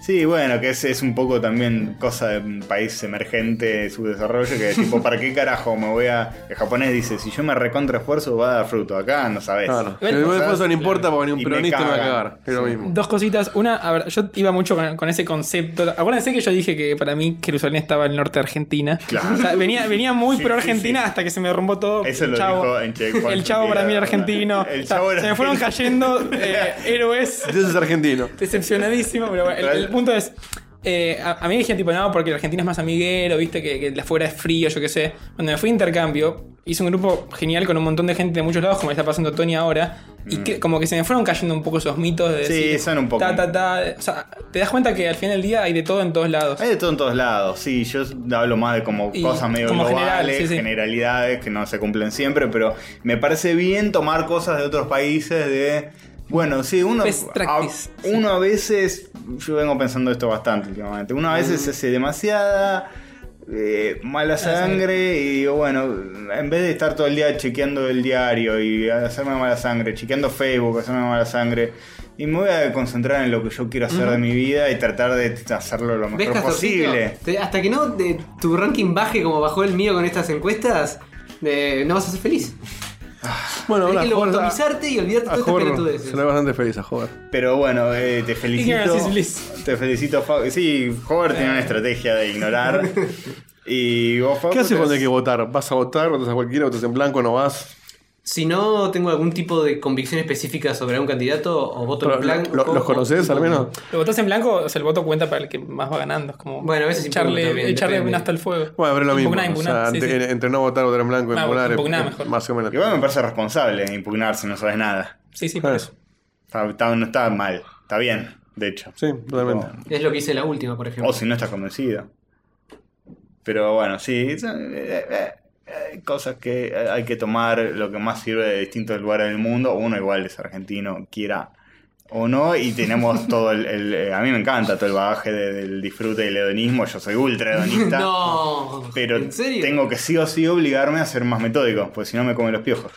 [SPEAKER 2] Sí, bueno, que es, es un poco también cosa de un país emergente, subdesarrollo, que tipo, ¿para qué carajo me voy a...? El japonés dice, si yo me recontra esfuerzo va a dar fruto, acá no sabes.
[SPEAKER 5] Claro.
[SPEAKER 3] Igual,
[SPEAKER 5] el
[SPEAKER 3] o
[SPEAKER 5] menor
[SPEAKER 2] sea,
[SPEAKER 5] esfuerzo no importa porque ni un
[SPEAKER 2] y me
[SPEAKER 5] peronista me va a
[SPEAKER 2] cagan.
[SPEAKER 5] cagar. Es lo mismo.
[SPEAKER 3] Dos cositas. Una, a ver, yo iba mucho con, con ese concepto. Acuérdense que yo dije que para mí Jerusalén estaba al norte de Argentina.
[SPEAKER 2] Claro.
[SPEAKER 3] O sea, venía, venía muy
[SPEAKER 2] Sí,
[SPEAKER 3] pro
[SPEAKER 2] sí,
[SPEAKER 3] Argentina
[SPEAKER 2] sí.
[SPEAKER 3] hasta que se me derrumbó todo.
[SPEAKER 2] Eso
[SPEAKER 3] El
[SPEAKER 2] lo
[SPEAKER 3] chavo.
[SPEAKER 2] dijo en Checkpoint.
[SPEAKER 3] El chavo para mí era argentino.
[SPEAKER 2] El
[SPEAKER 3] O sea,
[SPEAKER 2] chavo era
[SPEAKER 3] se me fueron
[SPEAKER 2] argentino.
[SPEAKER 3] cayendo eh, héroes.
[SPEAKER 5] Entonces es argentino.
[SPEAKER 3] Decepcionadísimo, pero bueno, el, el punto es. eh, a, a mí me dijeron, tipo, no, porque la Argentina es más amiguero, viste, que, que la fuera es frío, yo qué sé. Cuando me fui a intercambio, hice un grupo genial con un montón de gente de muchos lados, como le está pasando a Tony ahora, y
[SPEAKER 5] Mm.
[SPEAKER 3] que, como que se me fueron cayendo un poco esos mitos de.
[SPEAKER 2] Sí, son un poco.
[SPEAKER 3] Ta, ta, ta. O sea, te das cuenta que al final del día hay de todo en todos lados.
[SPEAKER 2] Hay de todo en todos lados, sí, yo hablo más de como
[SPEAKER 3] Y
[SPEAKER 2] cosas medio
[SPEAKER 3] como
[SPEAKER 2] globales,
[SPEAKER 3] general, sí, sí.
[SPEAKER 2] generalidades que no se cumplen siempre, pero me parece bien tomar cosas de otros países de... Bueno, sí, uno,
[SPEAKER 3] Best practice,
[SPEAKER 2] a, uno a veces, yo vengo pensando esto bastante últimamente, uno a
[SPEAKER 3] Mm.
[SPEAKER 2] veces se hace demasiada eh, mala sangre y digo, bueno, en vez de estar todo el día chequeando el diario y hacerme mala sangre, chequeando Facebook, hacerme mala sangre, y me voy a concentrar en lo que yo quiero hacer de mi vida y tratar de hacerlo lo mejor
[SPEAKER 1] ¿Ves, Castorcito?
[SPEAKER 2] posible.
[SPEAKER 1] Te- hasta que no te- tu ranking baje como bajó el mío con estas encuestas, eh, no vas a ser feliz. Tienes
[SPEAKER 5] Bueno, ahora
[SPEAKER 1] que
[SPEAKER 5] Jorge-
[SPEAKER 1] lobotomizarte y olvidarte
[SPEAKER 5] a
[SPEAKER 1] de todas estas
[SPEAKER 5] Jorge
[SPEAKER 1] pelotudeces.
[SPEAKER 5] se lo ve bastante feliz a Jorge.
[SPEAKER 2] Pero bueno, eh, te felicito.
[SPEAKER 3] Ignorance is bliss.
[SPEAKER 2] Te felicito, Fabio. Sí, Hover tiene
[SPEAKER 1] Eh.
[SPEAKER 2] una estrategia de ignorar. y vos, Fabio,
[SPEAKER 5] ¿Qué haces
[SPEAKER 2] te-
[SPEAKER 5] cuando hay que votar? ¿Vas a votar? ¿Votas a cualquiera? ¿Votas en blanco? ¿No vas?
[SPEAKER 1] Si no tengo algún tipo de convicción específica sobre algún candidato o voto
[SPEAKER 5] Pero,
[SPEAKER 1] en blanco.
[SPEAKER 5] ¿lo- ¿Los conoces al menos?
[SPEAKER 3] Lo votas en blanco, o sea, el voto cuenta para el que más va ganando. Es como
[SPEAKER 1] Bueno, a veces
[SPEAKER 3] echarle,
[SPEAKER 1] impugna también,
[SPEAKER 3] echarle
[SPEAKER 1] depende.
[SPEAKER 3] una hasta el fuego.
[SPEAKER 5] Bueno, pero es lo mismo.
[SPEAKER 3] Impugná,
[SPEAKER 5] o sea,
[SPEAKER 3] impugná, sí,
[SPEAKER 5] ante-
[SPEAKER 3] sí.
[SPEAKER 5] en- Entre no votar, votar en blanco,
[SPEAKER 3] Ah,
[SPEAKER 5] impugnar.
[SPEAKER 3] impugnar
[SPEAKER 5] es-
[SPEAKER 3] mejor.
[SPEAKER 5] Más o menos.
[SPEAKER 2] Igual me parece responsable impugnar si no sabes nada.
[SPEAKER 3] Sí, sí, por
[SPEAKER 5] Claro.
[SPEAKER 3] eso.
[SPEAKER 2] Está, está- no está mal, está bien, de hecho.
[SPEAKER 5] Sí, totalmente.
[SPEAKER 1] Es lo que hice en la última, por ejemplo.
[SPEAKER 2] O si no estás convencido. Pero bueno, sí. son- eh, eh, eh, cosas que eh, hay que tomar lo que más sirve de distintos lugares del mundo. Uno igual es argentino, quiera o no. Y tenemos todo el. el, eh, a mí me encanta todo el bagaje de- del disfrute y el hedonismo. Yo soy ultra hedonista.
[SPEAKER 1] no.
[SPEAKER 2] Pero
[SPEAKER 1] ¿En serio?
[SPEAKER 2] tengo que sí o sí obligarme a ser más metódico, porque si no me comen los piojos.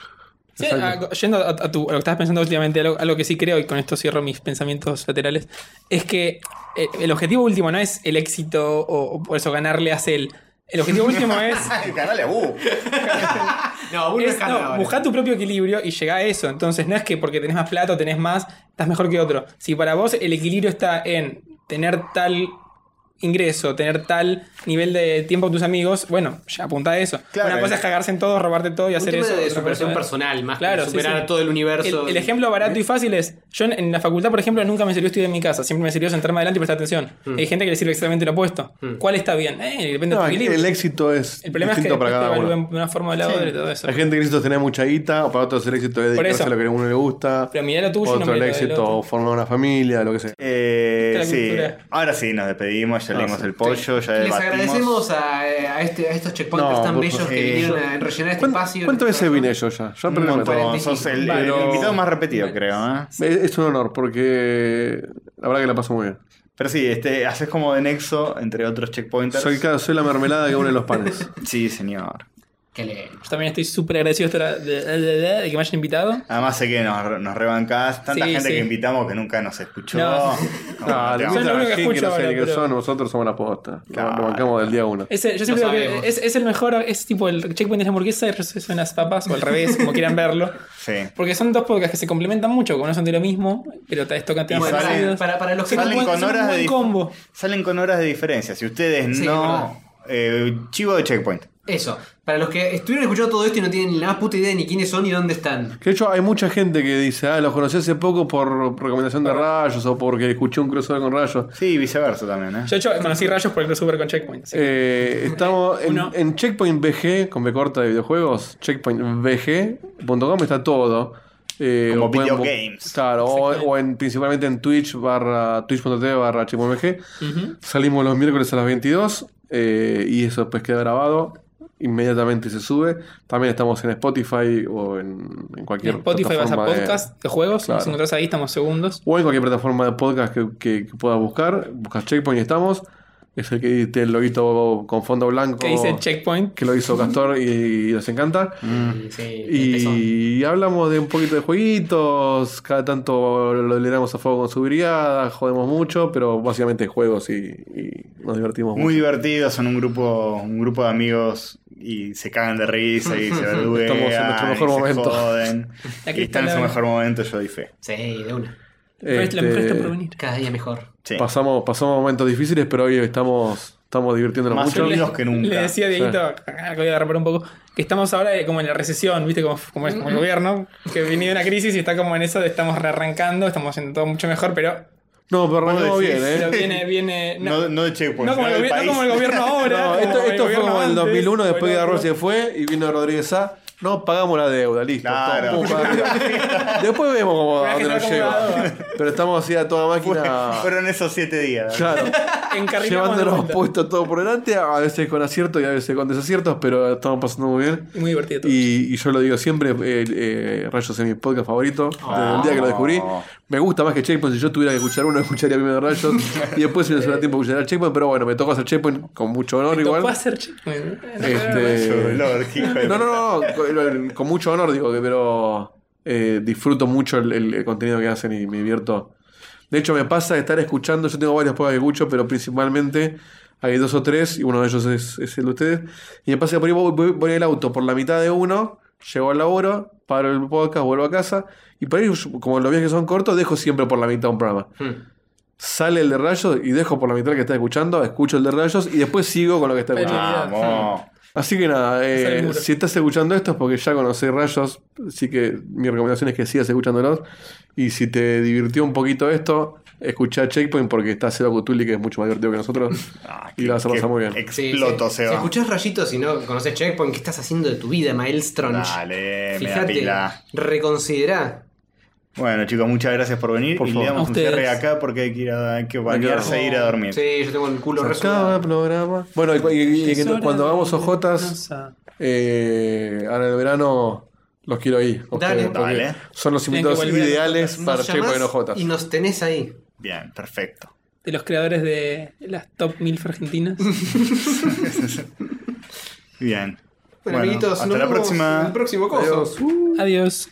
[SPEAKER 3] Sí, a- yendo a, a tu- a lo que estabas pensando últimamente, algo, algo que sí creo, y con esto cierro mis pensamientos laterales, es que eh, el objetivo último no es el éxito o, o por eso ganarle a Cell. El objetivo último es,
[SPEAKER 2] Ganale, uh.
[SPEAKER 1] No, vos no
[SPEAKER 3] es,
[SPEAKER 1] dejás
[SPEAKER 3] no,
[SPEAKER 1] nada, vale.
[SPEAKER 3] buscar tu propio equilibrio y llegar a eso. Entonces no es que porque tenés más plata o tenés más, estás mejor que otro. Si para vos el equilibrio está en tener tal ingreso, tener tal nivel de tiempo con tus amigos, bueno, ya apunta a eso.
[SPEAKER 2] Claro.
[SPEAKER 3] Una cosa es cagarse en todo, robarte todo y
[SPEAKER 1] Un
[SPEAKER 3] hacer
[SPEAKER 1] tema
[SPEAKER 3] eso.
[SPEAKER 1] de
[SPEAKER 3] otra
[SPEAKER 1] superación
[SPEAKER 3] cosa es-
[SPEAKER 1] personal, más
[SPEAKER 3] Claro,
[SPEAKER 1] que
[SPEAKER 3] sí,
[SPEAKER 1] superar
[SPEAKER 3] sí.
[SPEAKER 1] todo el universo.
[SPEAKER 3] El,
[SPEAKER 1] y-
[SPEAKER 3] el ejemplo barato y fácil es, yo en, en la facultad, por ejemplo, nunca me sirvió estudiar en mi casa, siempre me sirvió sentarme adelante y prestar atención.
[SPEAKER 1] Hmm.
[SPEAKER 3] Hay gente que le sirve exactamente lo opuesto. ¿Cuál está bien? Eh, depende
[SPEAKER 5] No,
[SPEAKER 3] de tu
[SPEAKER 5] el,
[SPEAKER 3] equilibrio. El,
[SPEAKER 5] éxito es
[SPEAKER 3] problema es que
[SPEAKER 5] distinto
[SPEAKER 3] después
[SPEAKER 5] para
[SPEAKER 3] te
[SPEAKER 5] cada
[SPEAKER 3] evalúan
[SPEAKER 5] uno.
[SPEAKER 3] de una forma o de la otra y todo eso.
[SPEAKER 5] Hay gente que necesita tener mucha guita, o para otros el éxito es
[SPEAKER 3] Por
[SPEAKER 5] dedicarse
[SPEAKER 3] eso.
[SPEAKER 5] a lo que a uno le gusta.
[SPEAKER 3] Pero mirá lo tuyo, no
[SPEAKER 5] Otro
[SPEAKER 3] mirá
[SPEAKER 5] el
[SPEAKER 3] lo del
[SPEAKER 5] éxito,
[SPEAKER 3] otro.
[SPEAKER 5] formar una familia, lo que sea.
[SPEAKER 2] Eh,
[SPEAKER 3] Esta es la
[SPEAKER 2] sí.
[SPEAKER 3] cultura.
[SPEAKER 2] Ahora sí, nos despedimos, ya leímos el pollo, ya
[SPEAKER 1] Ah, Les
[SPEAKER 2] debatimos.
[SPEAKER 1] agradecemos a, eh, a este, a estos checkpointers
[SPEAKER 5] No,
[SPEAKER 1] tan
[SPEAKER 5] por-
[SPEAKER 1] bellos
[SPEAKER 2] eh,
[SPEAKER 1] que vinieron a rellenar este
[SPEAKER 5] ¿Cuán-
[SPEAKER 1] espacio.
[SPEAKER 5] ¿Cuántas veces vine yo ya? Yo
[SPEAKER 2] Un
[SPEAKER 5] aprendí
[SPEAKER 2] montón.
[SPEAKER 5] a
[SPEAKER 2] Sos el,
[SPEAKER 3] Vale.
[SPEAKER 2] el
[SPEAKER 3] Pero-
[SPEAKER 2] invitado más repetido, creo. ¿eh?
[SPEAKER 5] Es es un honor porque la verdad que la paso muy bien.
[SPEAKER 2] Pero sí, este, haces como de nexo entre otros checkpointers.
[SPEAKER 5] Soy, claro, soy la mermelada que une los panes.
[SPEAKER 2] Sí, señor.
[SPEAKER 1] Que le-
[SPEAKER 3] Yo también estoy súper agradecido de, estar- de- de- de- de que me hayan invitado.
[SPEAKER 2] Además sé que nos, re- nos rebancás. Tanta
[SPEAKER 3] Sí,
[SPEAKER 2] gente
[SPEAKER 3] sí.
[SPEAKER 2] que invitamos que nunca nos escuchó.
[SPEAKER 3] No.
[SPEAKER 2] Como
[SPEAKER 5] Ah,
[SPEAKER 2] te vamos-
[SPEAKER 5] le
[SPEAKER 3] Son
[SPEAKER 5] gusta
[SPEAKER 3] lo
[SPEAKER 5] la
[SPEAKER 3] único que
[SPEAKER 5] gente que no
[SPEAKER 3] escucho
[SPEAKER 5] sabe
[SPEAKER 3] ahora,
[SPEAKER 5] ni qué
[SPEAKER 3] pero-
[SPEAKER 5] son, nosotros somos la posta. Lo- Lo
[SPEAKER 2] Claro.
[SPEAKER 5] bancamos del día uno.
[SPEAKER 3] Ese, yo siempre
[SPEAKER 1] Lo
[SPEAKER 3] digo
[SPEAKER 1] sabemos.
[SPEAKER 3] que es, es el mejor, es tipo el checkpoint de la hamburguesa y el resto son las papas, o al revés, como quieran verlo.
[SPEAKER 2] Sí.
[SPEAKER 3] Porque son dos podcasts que se complementan mucho, como no son de lo mismo, pero te tocan temas
[SPEAKER 1] Bueno,
[SPEAKER 2] salen-
[SPEAKER 3] parecidos.
[SPEAKER 1] para, para, para los que no
[SPEAKER 2] Salen
[SPEAKER 3] buen-
[SPEAKER 2] con,
[SPEAKER 3] son un
[SPEAKER 2] horas de
[SPEAKER 3] buen
[SPEAKER 2] dif-
[SPEAKER 3] combo.
[SPEAKER 2] salen con horas de diferencia. Si ustedes
[SPEAKER 1] Sí,
[SPEAKER 2] no... eh, chivo de checkpoint.
[SPEAKER 1] Eso, para los que estuvieron escuchando todo esto y no tienen la más puta idea ni quiénes son ni dónde están.
[SPEAKER 5] Que de hecho hay mucha gente que dice, ah, los conocí hace poco por recomendación de rayos o porque escuché un crossover con rayos.
[SPEAKER 2] Sí, viceversa también, ¿eh?
[SPEAKER 3] Yo, de hecho, conocí rayos por el crossover con Checkpoint. así que-
[SPEAKER 5] Eh, estamos en,
[SPEAKER 3] Uno.
[SPEAKER 5] en Checkpoint VG, con B corta de videojuegos, checkpointvg.com está todo. Eh,
[SPEAKER 2] Como
[SPEAKER 5] o pueden
[SPEAKER 2] video
[SPEAKER 5] bu-
[SPEAKER 2] games.
[SPEAKER 5] Claro, o, o en, principalmente en Twitch barra twitch.tv barra checkpointvg. Salimos los miércoles a las 22 eh, y eso después queda grabado. Inmediatamente se sube. También estamos en Spotify o en, en
[SPEAKER 3] En
[SPEAKER 5] cualquier
[SPEAKER 3] Spotify vas a
[SPEAKER 2] eh.
[SPEAKER 5] plataforma de-
[SPEAKER 3] podcast de juegos,
[SPEAKER 5] Claro.
[SPEAKER 3] nos encontrás ahí, estamos segundos.
[SPEAKER 5] o en cualquier plataforma de podcast que, que- que puedas buscar. Buscas Checkpoint y estamos. Es el que tiene el loguito con fondo blanco.
[SPEAKER 3] Que dice checkpoint.
[SPEAKER 5] que lo hizo Castor y, nos encanta.
[SPEAKER 1] Y, sí, empezó.
[SPEAKER 5] Mm. Y hablamos de un poquito de jueguitos, cada tanto lo le damos a fuego con su brigada, jodemos mucho, pero básicamente juegos y, y nos divertimos
[SPEAKER 2] Muy
[SPEAKER 5] mucho.
[SPEAKER 2] divertidos, son un grupo, un grupo de amigos y se cagan de risa y se verduguean.
[SPEAKER 5] Estamos en nuestro
[SPEAKER 2] y
[SPEAKER 5] mejor
[SPEAKER 2] se
[SPEAKER 5] momento.
[SPEAKER 2] joden.
[SPEAKER 3] La
[SPEAKER 2] Y están en su
[SPEAKER 3] cristalada.
[SPEAKER 2] mejor momento, yo doy fe.
[SPEAKER 1] Sí, de una.
[SPEAKER 3] Presta-
[SPEAKER 2] Este,
[SPEAKER 3] me presta por venir.
[SPEAKER 1] Cada día mejor.
[SPEAKER 2] Sí.
[SPEAKER 5] Este, pasamos, pasamos momentos difíciles, pero hoy estamos, estamos divirtiéndonos
[SPEAKER 2] Más
[SPEAKER 5] mucho.
[SPEAKER 2] unidos que nunca.
[SPEAKER 3] Le decía a Dieguito, ah, que voy a romper un poco, que estamos ahora eh, como en la recesión, ¿viste? Como, como es como el gobierno, que viene de una crisis y está como en eso de estamos rearrancando, estamos haciendo todo mucho mejor, pero,
[SPEAKER 5] No, pero
[SPEAKER 2] Vos
[SPEAKER 5] arrancamos
[SPEAKER 2] decís,
[SPEAKER 5] bien, ¿eh?
[SPEAKER 3] pero viene, viene.
[SPEAKER 2] No,
[SPEAKER 3] No,
[SPEAKER 2] no de checkpoint,
[SPEAKER 3] no como,
[SPEAKER 2] sino
[SPEAKER 3] el,
[SPEAKER 2] del
[SPEAKER 3] gobi- no
[SPEAKER 2] país.
[SPEAKER 3] como el gobierno
[SPEAKER 5] No,
[SPEAKER 3] ahora.
[SPEAKER 5] esto,
[SPEAKER 3] como el
[SPEAKER 5] esto fue
[SPEAKER 3] gobierno
[SPEAKER 5] como en el
[SPEAKER 3] antes,
[SPEAKER 5] 2001,
[SPEAKER 3] fue
[SPEAKER 5] después que
[SPEAKER 3] el
[SPEAKER 5] Garro
[SPEAKER 3] otro.
[SPEAKER 5] se fue y vino Rodríguez Sá. No, pagamos la deuda, listo.
[SPEAKER 2] Claro.
[SPEAKER 5] Pum, pum, para arriba. después vemos cómo,
[SPEAKER 3] Voy a
[SPEAKER 5] a dónde nos
[SPEAKER 3] generar como
[SPEAKER 5] lleva.
[SPEAKER 3] una-
[SPEAKER 5] Pero estamos así a toda máquina.
[SPEAKER 2] Fueron esos siete días.
[SPEAKER 5] Claro.
[SPEAKER 3] Encarrilamos de
[SPEAKER 5] Llevándonos
[SPEAKER 3] vuelta.
[SPEAKER 5] puestos todo por delante, a veces con aciertos y a veces con desaciertos, pero estamos pasando muy bien.
[SPEAKER 3] Muy divertido todo.
[SPEAKER 5] Y, y yo lo digo siempre, eh, eh, Rayos es mi podcast favorito, desde el día que lo descubrí. Me gusta más que Checkpoint, si yo tuviera que escuchar uno, escucharía primero Rayos. y después si me sobra tiempo escucharía Checkpoint, pero bueno, me tocó hacer Checkpoint con mucho honor
[SPEAKER 3] Tocó
[SPEAKER 5] igual.
[SPEAKER 3] hacer checkpoint.
[SPEAKER 5] Este,
[SPEAKER 2] Lord, hijo de-
[SPEAKER 5] no, no, no, con, con mucho honor digo, que- pero eh, disfruto mucho el, el- el contenido que hacen y me divierto. De hecho, me pasa de estar escuchando, yo tengo varios podcasts que escucho, pero principalmente hay dos o tres, y uno de ellos es, es el de ustedes. Y me pasa que por ahí voy, voy- voy en el auto por la mitad de uno, llego al laburo, paro el podcast, vuelvo a casa, y por ahí, yo- como los viajes son cortos, dejo siempre por la mitad un programa.
[SPEAKER 1] Hmm.
[SPEAKER 5] Sale el de rayos y dejo por la mitad el que está escuchando, escucho el de rayos y después sigo con lo que está
[SPEAKER 3] Pero-
[SPEAKER 5] escuchando.
[SPEAKER 2] Vamos.
[SPEAKER 5] Así que nada, eh,
[SPEAKER 3] Sale el muro.
[SPEAKER 5] si estás escuchando esto es porque ya conocés Rayos, así que mi recomendación es que sigas escuchándolos. Y si te divirtió un poquito esto, escuchá Checkpoint porque está Seba Cutuli, que es mucho más divertido que nosotros.
[SPEAKER 2] Ah,
[SPEAKER 5] y la vas a
[SPEAKER 2] qué-
[SPEAKER 5] pasar muy bien.
[SPEAKER 2] qué
[SPEAKER 1] Sí,
[SPEAKER 2] Exploto,
[SPEAKER 1] sí.
[SPEAKER 2] se
[SPEAKER 1] Si
[SPEAKER 2] va.
[SPEAKER 1] escuchás rayitos y no conoces Checkpoint, ¿qué estás haciendo de tu vida, Maelstron?
[SPEAKER 2] Dale, me da
[SPEAKER 1] Fíjate,
[SPEAKER 2] pila.
[SPEAKER 1] reconsiderá.
[SPEAKER 2] Bueno, chicos, muchas gracias por venir.
[SPEAKER 5] Por
[SPEAKER 2] y
[SPEAKER 5] favor.
[SPEAKER 2] le damos
[SPEAKER 3] A
[SPEAKER 2] un
[SPEAKER 3] ustedes.
[SPEAKER 2] cierre acá porque hay que, ir a, hay que bañarse e ir a dormir.
[SPEAKER 1] Sí, yo tengo el culo
[SPEAKER 5] Se acaba
[SPEAKER 1] resudado.
[SPEAKER 5] el programa. Bueno, y, cu- y- y- y
[SPEAKER 3] Es hora
[SPEAKER 5] cuando
[SPEAKER 3] de
[SPEAKER 5] hagamos ojotas,
[SPEAKER 3] venganza.
[SPEAKER 5] eh, ahora en el verano los quiero ahí. a ustedes,
[SPEAKER 1] Dale.
[SPEAKER 5] porque
[SPEAKER 2] Dale.
[SPEAKER 5] Son los
[SPEAKER 3] Tienen que
[SPEAKER 5] invitados
[SPEAKER 3] volver a
[SPEAKER 5] ideales
[SPEAKER 1] Nos
[SPEAKER 5] para
[SPEAKER 1] llamás
[SPEAKER 5] Checkpoint en ojotas.
[SPEAKER 1] y nos tenés ahí.
[SPEAKER 2] Bien, perfecto.
[SPEAKER 3] De los creadores de las top 1000 argentinas.
[SPEAKER 2] Bien.
[SPEAKER 1] Bueno, amiguitos,
[SPEAKER 2] hasta
[SPEAKER 1] nos
[SPEAKER 2] la
[SPEAKER 1] vemos
[SPEAKER 2] próxima.
[SPEAKER 1] en el próximo coso.
[SPEAKER 5] Adiós.
[SPEAKER 3] Adiós.